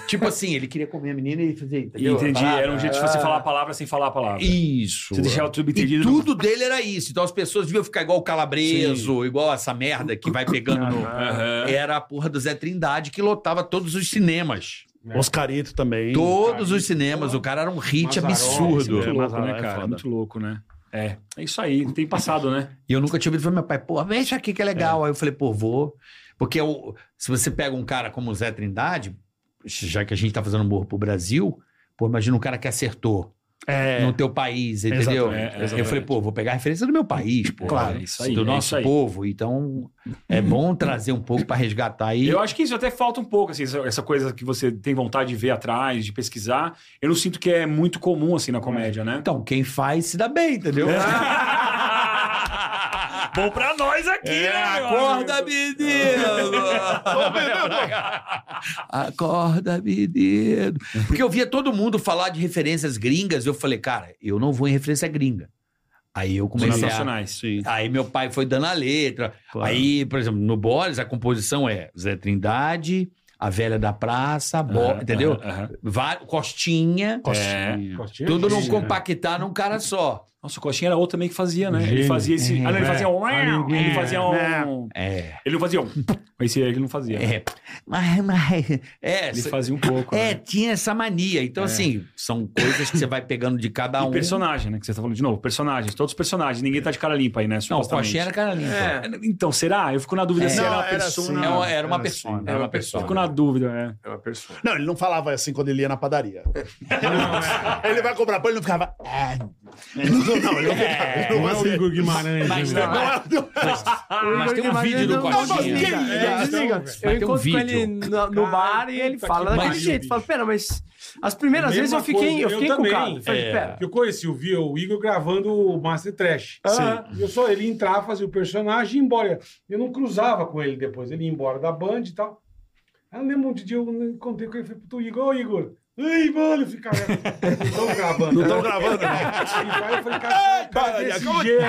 Speaker 5: Tipo assim, ele queria comer a menina e fazer. entendeu?
Speaker 3: Entendi,
Speaker 5: A
Speaker 3: era um jeito de você falar a palavra sem falar a
Speaker 5: parada.
Speaker 3: palavra.
Speaker 5: Isso.
Speaker 3: Você deixava tudo
Speaker 5: E
Speaker 3: entendido.
Speaker 5: tudo dele era isso. Então as pessoas deviam ficar igual o calabreso, igual essa merda que vai pegando no.
Speaker 3: Aham.
Speaker 5: Era a porra do Zé Trindade que lotava todos os cinemas.
Speaker 7: Oscarito também.
Speaker 5: Todos os cinemas. O cara era um hit
Speaker 4: Mazzaropi,
Speaker 3: É
Speaker 5: absurdo.
Speaker 3: muito louco, né,
Speaker 7: é
Speaker 3: cara?
Speaker 7: foda.
Speaker 3: muito louco, né? É, é isso aí. Tem passado, né?
Speaker 5: E eu nunca tinha ouvido falar, meu pai, pô, vem isso aqui que é legal. Aí eu falei, pô, vou. Porque eu- se você pega um cara como o Zé Trindade, já que a gente tá fazendo um burro pro Brasil, pô, imagina um cara que acertou
Speaker 7: É.
Speaker 5: no teu país, entendeu? eu
Speaker 3: Exatamente, é, exatamente.
Speaker 5: falei, pô, vou pegar a referência do meu país, pô.
Speaker 3: Claro,
Speaker 5: né?
Speaker 3: isso aí,
Speaker 5: Do
Speaker 3: é isso
Speaker 5: nosso
Speaker 3: aí.
Speaker 5: povo. Então, é bom trazer um pouco pra resgatar aí.
Speaker 3: Eu acho que isso até falta um pouco, assim, essa, essa coisa que você tem vontade de ver atrás, de pesquisar. Eu não sinto que é muito comum, assim, na comédia, né?
Speaker 5: Então, quem faz se dá bem,
Speaker 3: *laughs*
Speaker 5: entendeu?
Speaker 3: Bom pra nós aqui, né? meu
Speaker 5: É, Acorda,
Speaker 3: amigo?
Speaker 5: menino! Acorda, menino! Porque eu via todo mundo falar de referências gringas, eu falei, cara, eu não vou em referência gringa. Aí eu
Speaker 3: Os
Speaker 5: comecei a...
Speaker 3: nacionais. Sim.
Speaker 5: Aí meu pai foi dando a letra. Aí, por exemplo, no Boris, a composição é Zé Trindade, A Velha da Praça, Bo- entendeu? Va- Costinha,
Speaker 3: ah,
Speaker 5: É.
Speaker 3: Costinha.
Speaker 4: Costinha
Speaker 5: tudo
Speaker 4: gênio,
Speaker 5: não
Speaker 4: né?
Speaker 5: compactar num cara só.
Speaker 3: Nossa, o Coxinha era outro também que fazia, né?
Speaker 4: Um
Speaker 3: Ele
Speaker 4: gênio.
Speaker 3: fazia esse. Ah, não,
Speaker 4: É.
Speaker 3: ele fazia um.
Speaker 4: A linguinha.
Speaker 3: Ele fazia um.
Speaker 5: É.
Speaker 3: Ele não fazia um. Esse aí ele não fazia.
Speaker 5: É. Mas, mas- é,
Speaker 3: Ele
Speaker 5: cê-
Speaker 3: fazia um pouco.
Speaker 5: É,
Speaker 3: né?
Speaker 5: tinha essa mania. Então, assim, são coisas que você vai pegando de cada
Speaker 3: E
Speaker 5: um.
Speaker 3: personagem, né? Que você tá falando de novo. Personagens, todos os personagens. Ninguém tá de cara limpa aí, né?
Speaker 5: Não, o
Speaker 3: supostamente.
Speaker 5: Coxinha era cara limpa.
Speaker 1: É.
Speaker 3: Então, será? Eu fico na dúvida
Speaker 5: É.
Speaker 3: se era
Speaker 7: Não,
Speaker 3: uma
Speaker 7: era
Speaker 3: persona.
Speaker 7: assim.
Speaker 5: É uma- era uma
Speaker 7: Era
Speaker 5: persona.
Speaker 7: assim,
Speaker 5: Era uma
Speaker 3: Eu
Speaker 5: persona.
Speaker 3: fico na dúvida, é.
Speaker 1: É uma pessoa.
Speaker 7: Não, ele não falava assim quando ele ia na padaria.
Speaker 4: É. *laughs*
Speaker 7: ele vai comprar pão, ele não ficava.
Speaker 9: "É".
Speaker 7: "Ah". Não, não, ele não ficava. ele não
Speaker 4: Não é o
Speaker 7: fazia-
Speaker 4: Igor Guimarães.
Speaker 5: Mas
Speaker 4: né?
Speaker 5: não,
Speaker 7: Não era- não era-
Speaker 5: Mas tem um
Speaker 1: Mas
Speaker 5: vídeo do
Speaker 1: não-
Speaker 5: Coxinha.
Speaker 7: não,
Speaker 1: É, desliga. Eu
Speaker 5: tem um
Speaker 1: encontro com
Speaker 5: vídeo.
Speaker 1: ele no, no bar e ele
Speaker 4: Puta
Speaker 1: fala
Speaker 4: que
Speaker 1: daquele
Speaker 4: pariu,
Speaker 1: jeito.
Speaker 4: bicho.
Speaker 1: Fala, pera, mas as primeiras
Speaker 4: Mesma
Speaker 1: vezes eu fiquei,
Speaker 4: coisa,
Speaker 1: eu
Speaker 4: eu
Speaker 1: fiquei
Speaker 4: também.
Speaker 1: encucado. Falei, pera.
Speaker 4: Que eu conheci, eu vi o Igor gravando o Master Trash.
Speaker 1: Ah,
Speaker 4: Eu só, ele entrava, fazia o personagem e ia embora. Eu não cruzava com ele depois. Ele ia embora da Band e tal. Aí eu lembro um dia eu encontrei com ele e falei pro Igor, ô Igor, Ei, mano, fica. Não estão gravando.
Speaker 9: Não
Speaker 7: tá
Speaker 9: estão gravando, né?
Speaker 4: Aí eu falei, cara, cara desse jeito.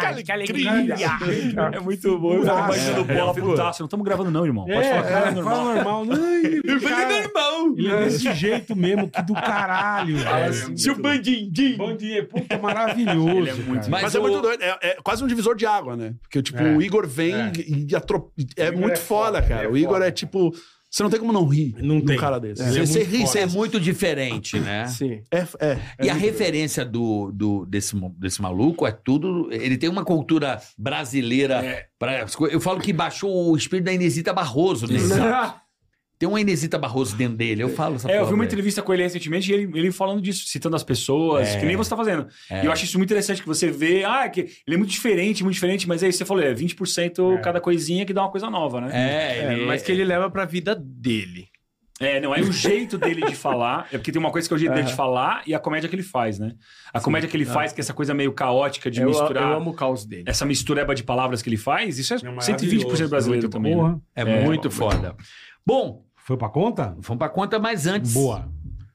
Speaker 9: Cara,
Speaker 3: *laughs*
Speaker 9: que alegria!
Speaker 3: É muito bom. né? Eu fico
Speaker 4: Nossa.
Speaker 3: imaginando bola. eu fico, Tasso, não estamos gravando, não, irmão. Pode
Speaker 4: É,
Speaker 3: falar, cara, é
Speaker 4: cara,
Speaker 3: normal.
Speaker 4: fala normal. Ai,
Speaker 5: *laughs*
Speaker 4: ele, cara,
Speaker 9: irmão!
Speaker 4: ele é desse jeito mesmo, que do caralho.
Speaker 5: É,
Speaker 4: velho.
Speaker 9: Se o bandindinho.
Speaker 4: Bom dia, puta, maravilhoso.
Speaker 3: Ele é
Speaker 4: cara.
Speaker 3: muito
Speaker 9: Mas,
Speaker 3: Mas
Speaker 9: é
Speaker 3: o-
Speaker 9: muito doido. É, é quase um divisor de água, né? Porque, tipo,
Speaker 4: É.
Speaker 9: o Igor vem
Speaker 4: É.
Speaker 9: e atro... É
Speaker 4: Igor
Speaker 9: muito
Speaker 4: é
Speaker 9: foda,
Speaker 4: foda,
Speaker 9: cara.
Speaker 4: ele é
Speaker 9: o Igor
Speaker 4: foda.
Speaker 9: é tipo. Você não tem como não rir
Speaker 4: Não
Speaker 9: num
Speaker 4: tem.
Speaker 9: cara desse.
Speaker 4: É. Ele
Speaker 9: Você,
Speaker 4: é
Speaker 9: você
Speaker 4: muito
Speaker 9: ri,
Speaker 4: foda.
Speaker 9: você.
Speaker 5: É muito diferente, né?
Speaker 1: Sim.
Speaker 9: É, é.
Speaker 5: E a referência do, do- desse, mo- desse maluco é tudo. Ele tem uma cultura brasileira. pra- eu falo que baixou o espírito da Inesita Barroso. Nesse *laughs* tem uma Inesita Barroso dentro dele. Eu falo essa
Speaker 3: É, eu vi
Speaker 5: porra,
Speaker 3: uma
Speaker 5: velho.
Speaker 3: entrevista com ele recentemente e ele, ele falando disso, citando as pessoas,
Speaker 5: É.
Speaker 3: que nem você tá fazendo. E eu acho isso muito interessante, que você vê, ah, que ele é muito diferente, muito diferente, mas aí você falou, é 20% cada coisinha que dá uma coisa nova, né?
Speaker 5: É,
Speaker 1: É,
Speaker 5: ele-
Speaker 1: mas que ele leva pra vida dele.
Speaker 3: É, não, é o jeito dele de falar. É porque tem uma coisa que é o jeito dele de falar e a comédia que ele faz, né? A comédia que ele faz, que é essa coisa meio caótica de
Speaker 1: Eu,
Speaker 3: misturar,
Speaker 1: eu amo o caos dele.
Speaker 3: essa mistureba de palavras que ele faz, isso é,
Speaker 4: É maravilhoso,
Speaker 3: 120% brasileiro
Speaker 4: muito
Speaker 3: também.
Speaker 4: porra.
Speaker 3: né?
Speaker 5: é
Speaker 3: É,
Speaker 5: muito
Speaker 3: bom,
Speaker 5: foda. Bom,
Speaker 4: Foi pra conta?
Speaker 5: vamos pra conta, mas antes,
Speaker 4: Boa.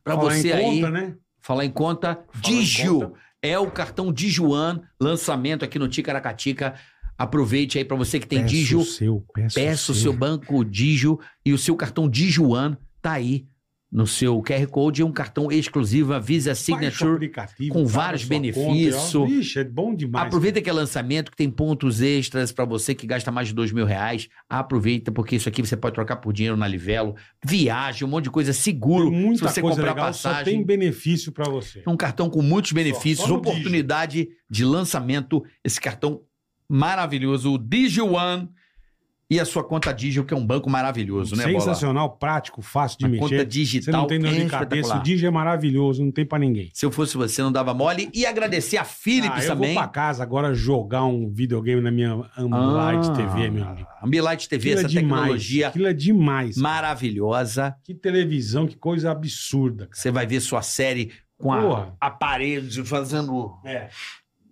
Speaker 5: pra
Speaker 4: Falar em
Speaker 5: você aí,
Speaker 4: Conta, né?
Speaker 5: falar em conta,
Speaker 4: em
Speaker 5: Digio
Speaker 4: conta.
Speaker 5: é o cartão Dijuan, lançamento aqui no Ticaracatica. Aproveite aí pra você que tem
Speaker 4: Peço
Speaker 5: Digio.
Speaker 4: o seu, peço,
Speaker 5: Peça o seu banco Digio e o seu cartão Dijuan tá aí no seu QR Code. É um cartão exclusivo, a Visa
Speaker 4: um Baixa o
Speaker 5: Signature.
Speaker 4: aplicativo,
Speaker 5: com
Speaker 4: tá na
Speaker 5: vários
Speaker 4: sua
Speaker 5: benefícios.
Speaker 4: conta, ó. Ixi, é bom demais.
Speaker 5: Aproveita que é lançamento, que tem pontos extras pra você que gasta mais de dois mil reais. Aproveita, porque isso aqui você pode trocar por dinheiro na Livelo. Viagem, um monte de coisa seguro.
Speaker 4: Tem muita
Speaker 5: se você
Speaker 4: coisa
Speaker 5: comprar
Speaker 4: legal, só
Speaker 5: passagem.
Speaker 4: tem benefício pra você.
Speaker 5: É um cartão com muitos benefícios,
Speaker 4: só no
Speaker 5: oportunidade de lançamento. Esse cartão maravilhoso, o Digio One. E a sua conta Digio, que é um banco maravilhoso, né, Bola?
Speaker 4: Sensacional, prático, fácil de
Speaker 5: A
Speaker 4: mexer.
Speaker 5: conta
Speaker 4: Você
Speaker 5: digital
Speaker 4: não tem dor
Speaker 5: é
Speaker 4: de cabeça, o
Speaker 5: espetacular.
Speaker 4: Digi é maravilhoso, não tem pra ninguém.
Speaker 5: Se eu fosse você, não dava mole. E agradecer a Philips
Speaker 4: ah, eu
Speaker 5: também.
Speaker 4: vou pra casa agora jogar um videogame na minha Ambilight
Speaker 5: Ah,
Speaker 4: TV, meu amigo.
Speaker 5: Ambilight TV,
Speaker 4: Aquilo é
Speaker 5: essa
Speaker 4: demais,
Speaker 5: tecnologia
Speaker 4: Aquilo é demais.
Speaker 5: maravilhosa.
Speaker 4: Que televisão, que coisa absurda. cara.
Speaker 5: Você vai ver sua série com a
Speaker 4: Porra.
Speaker 5: aparelhos fazendo,
Speaker 4: É,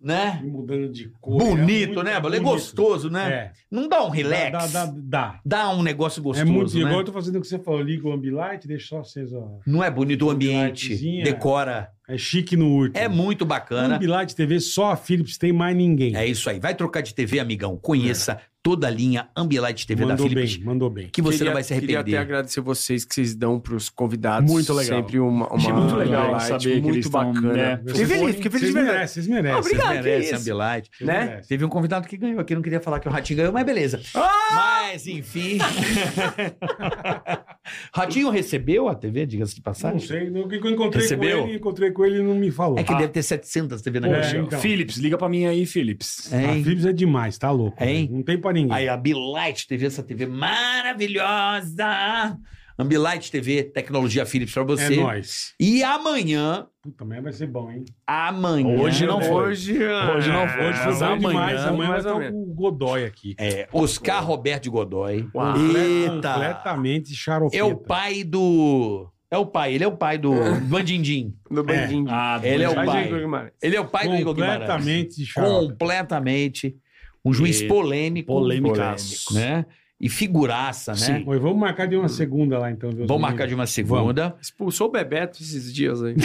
Speaker 5: né?
Speaker 4: e mudando de cor.
Speaker 5: Bonito,
Speaker 4: é
Speaker 5: né,
Speaker 4: muito
Speaker 5: Bola? É
Speaker 4: bonito.
Speaker 5: gostoso, né?
Speaker 4: É.
Speaker 5: Não dá um
Speaker 4: Relax.
Speaker 5: relax.
Speaker 4: Dá,
Speaker 5: Dá,
Speaker 4: dá, dá.
Speaker 5: um negócio
Speaker 4: é muito
Speaker 5: gostoso, né?
Speaker 4: igual eu tô fazendo o que você falou. Liga o Ambilight, deixa só aceso. ó.
Speaker 5: Não é bonito o ambiente,
Speaker 4: Lightzinha.
Speaker 5: decora.
Speaker 4: É chique no último.
Speaker 5: É muito bacana.
Speaker 4: Ambilight TV, só a Philips tem mais ninguém.
Speaker 5: É isso aí. Vai trocar de TV, amigão. Conheça toda a linha Ambilight TV
Speaker 4: mandou
Speaker 5: da Philips,
Speaker 4: bem, mandou bem.
Speaker 5: que você
Speaker 1: Queria-
Speaker 5: não vai se
Speaker 1: Queria até
Speaker 5: arrepender.
Speaker 1: agradecer vocês que vocês dão pros convidados.
Speaker 9: Muito legal.
Speaker 1: Sempre uma, uma
Speaker 3: Achei muito legal
Speaker 1: light,
Speaker 3: saber que
Speaker 1: muito
Speaker 3: eles estão,
Speaker 1: bacana.
Speaker 3: né?
Speaker 1: Fiquei feliz, fiquei feliz de
Speaker 4: Vocês
Speaker 1: verdade.
Speaker 4: merecem, vocês merecem.
Speaker 1: Ah, obrigado.
Speaker 5: Vocês
Speaker 1: Obrigado, que
Speaker 5: merecem
Speaker 1: isso.
Speaker 5: Ambilight.
Speaker 4: Vocês
Speaker 1: né?
Speaker 4: merecem.
Speaker 5: Teve um convidado que ganhou aqui, não queria falar que o Ratinho ganhou, mas beleza.
Speaker 4: Ah!
Speaker 5: Mas, enfim. *laughs* Ratinho recebeu a TV, diga-se de
Speaker 4: Não
Speaker 5: passagem?
Speaker 4: sei, no que eu encontrei
Speaker 5: Recebeu?
Speaker 4: com ele, encontrei com ele e não me falou.
Speaker 5: É que
Speaker 4: Ah,
Speaker 5: deve ter 700 TV na
Speaker 4: É,
Speaker 5: caixinha.
Speaker 4: então.
Speaker 3: Philips, liga pra mim aí, Philips.
Speaker 4: A
Speaker 5: Hein?
Speaker 4: Philips é demais, tá louco.
Speaker 5: Hein?
Speaker 4: velho. Não tem pra ninguém.
Speaker 5: Aí, a Ambilight TV, essa TV maravilhosa. Ambilight TV, tecnologia Philips pra
Speaker 4: é
Speaker 5: você.
Speaker 4: nóis.
Speaker 5: e amanhã,
Speaker 4: Puta, amanhã vai ser bom, hein?
Speaker 5: amanhã...
Speaker 3: Hoje não foi.
Speaker 1: É, Hoje,
Speaker 3: Hoje não foi, foi
Speaker 1: é,
Speaker 4: Amanhã
Speaker 1: amanhã.
Speaker 4: demais, amanhã vai
Speaker 1: mais ou
Speaker 4: estar
Speaker 1: menos.
Speaker 4: o Godoy aqui.
Speaker 5: É, Oscar Roberto de Godoy.
Speaker 1: Uau.
Speaker 5: Eita!
Speaker 4: Completamente xarofeta.
Speaker 5: É o pai do... É o pai, ele é o pai do Bandindim.
Speaker 1: No bandinho.
Speaker 3: Ah,
Speaker 5: Ele é o
Speaker 1: Mas,
Speaker 5: pai.
Speaker 1: Igor Guimarães,
Speaker 5: Ele é o pai do Igor Guimarães.
Speaker 4: Completamente xarope. né?
Speaker 5: completamente um juiz
Speaker 3: E-
Speaker 5: polêmico,
Speaker 3: polêmicaço.
Speaker 5: né? E figuraça, né?
Speaker 3: Sim.
Speaker 4: Oi, vamos marcar de uma segunda lá então. viu,
Speaker 5: Vamos
Speaker 4: os
Speaker 5: marcar de
Speaker 4: meninos?
Speaker 5: uma segunda.
Speaker 1: Expulsou o Bebeto esses dias aí.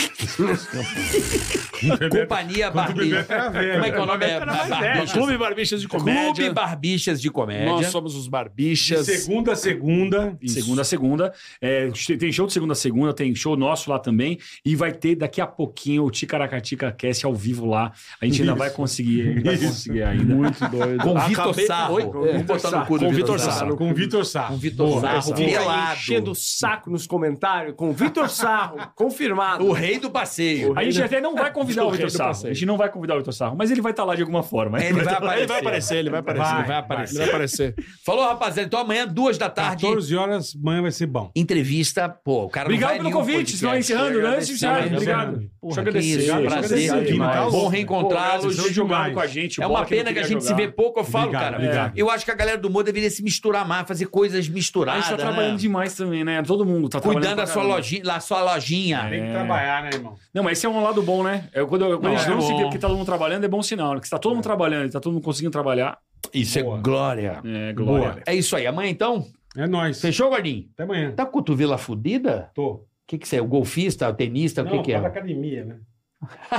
Speaker 5: Companhia
Speaker 4: Quando o
Speaker 5: Barbicha.
Speaker 4: Bebeto era velho.
Speaker 5: Como é que é o nome? É,
Speaker 3: Era mais
Speaker 5: Barbichas.
Speaker 3: velho. Clube Barbixas de
Speaker 5: Clube
Speaker 3: Comédia.
Speaker 5: Barbichas de Comédia.
Speaker 3: Nós somos os
Speaker 5: é
Speaker 4: De
Speaker 3: Barbixas.
Speaker 4: segunda a segunda.
Speaker 3: Isso. Segunda a segunda. É, tem- tem show de segunda a segunda, tem show nosso lá também. E vai ter daqui a pouquinho o Ticaracatica Cast ao vivo lá. A gente ainda
Speaker 4: Isso.
Speaker 3: vai conseguir, ainda vai
Speaker 4: Isso.
Speaker 3: conseguir ainda. Muito doido.
Speaker 5: Com
Speaker 9: Acabei-
Speaker 5: Vitor Sarro.
Speaker 9: Oi?
Speaker 5: Vamos botar no cu do
Speaker 3: É. Com
Speaker 5: Vitor
Speaker 3: Vitor
Speaker 5: Sarro.
Speaker 3: Sarro.
Speaker 4: Com o Vitor Sá.
Speaker 5: Com o Vitor
Speaker 4: Tá.
Speaker 5: Sarro,
Speaker 1: Fica aí
Speaker 5: pelado.
Speaker 1: Enchendo o saco nos comentários com o Vitor
Speaker 3: *laughs*
Speaker 1: Sarro, confirmado.
Speaker 5: O rei do passeio.
Speaker 3: A gente até não vai convidar o
Speaker 5: é
Speaker 3: Vitor
Speaker 9: do
Speaker 3: Sarro.
Speaker 9: passeio.
Speaker 3: A gente não vai convidar o Vitor Sarro, mas ele vai estar lá de alguma forma.
Speaker 5: Ele vai aparecer.
Speaker 9: Ele vai aparecer, ele vai aparecer.
Speaker 4: Vai,
Speaker 9: Ele vai aparecer. Ele vai aparecer.
Speaker 5: Falou, rapaziada. Então amanhã, duas da tarde,
Speaker 4: 14 horas, amanhã vai ser bom.
Speaker 5: entrevista. Pô, o cara
Speaker 3: Obrigado
Speaker 5: não vai
Speaker 3: pelo
Speaker 5: em nenhum
Speaker 3: convite. Senão
Speaker 5: podcast.
Speaker 3: encerrando, né? Antes de encerrar,
Speaker 1: Obrigado.
Speaker 3: Obrigado.
Speaker 5: Porra,
Speaker 3: Deixa eu
Speaker 5: que
Speaker 3: agradecer.
Speaker 5: isso,
Speaker 3: Deixa eu
Speaker 5: prazer.
Speaker 3: agradecer,
Speaker 4: Vini,
Speaker 3: demais.
Speaker 4: tá
Speaker 5: Bom
Speaker 4: louco.
Speaker 5: reencontrá-los.
Speaker 3: Vocês jogaram com a gente.
Speaker 5: É
Speaker 3: bola
Speaker 5: uma
Speaker 3: não
Speaker 5: pena que a
Speaker 3: queria
Speaker 5: gente se
Speaker 3: jogar.
Speaker 5: vê pouco, eu falo,
Speaker 4: Obrigado,
Speaker 5: cara.
Speaker 4: obrigado.
Speaker 5: Eu acho que a galera do humor deveria se misturar mais, fazer coisas
Speaker 3: A
Speaker 5: misturadas.
Speaker 3: gente tá
Speaker 5: né?
Speaker 3: trabalhando demais também, né? Todo mundo tá
Speaker 5: Cuidando
Speaker 3: trabalhando. pra
Speaker 5: da sua
Speaker 3: caramba.
Speaker 5: lojinha, da sua lojinha.
Speaker 4: Tem que trabalhar, né, irmão?
Speaker 3: Não, mas esse é um lado bom, né? É quando, quando a gente
Speaker 5: é
Speaker 3: não se
Speaker 5: bom.
Speaker 3: vê porque tá todo mundo trabalhando, é bom sinal. né? Porque se tá todo mundo trabalhando e tá todo mundo conseguindo trabalhar,
Speaker 5: Isso é glória.
Speaker 3: é glória.
Speaker 5: É isso aí. Amanhã então?
Speaker 4: É nóis.
Speaker 5: Fechou, Gordinho?
Speaker 4: Até amanhã.
Speaker 5: Tá com a cotovela fudida?
Speaker 4: Tô.
Speaker 5: que que você é? O golfista, o tenista, o que que
Speaker 4: da
Speaker 5: é?
Speaker 4: academia, né?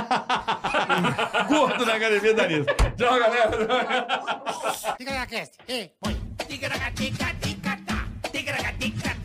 Speaker 9: *laughs* Gordo na academia da Nisa. Tchau, galera.
Speaker 2: Ticaracast, ei, põe. Ticaracatica, ticatá. Ticaracatica,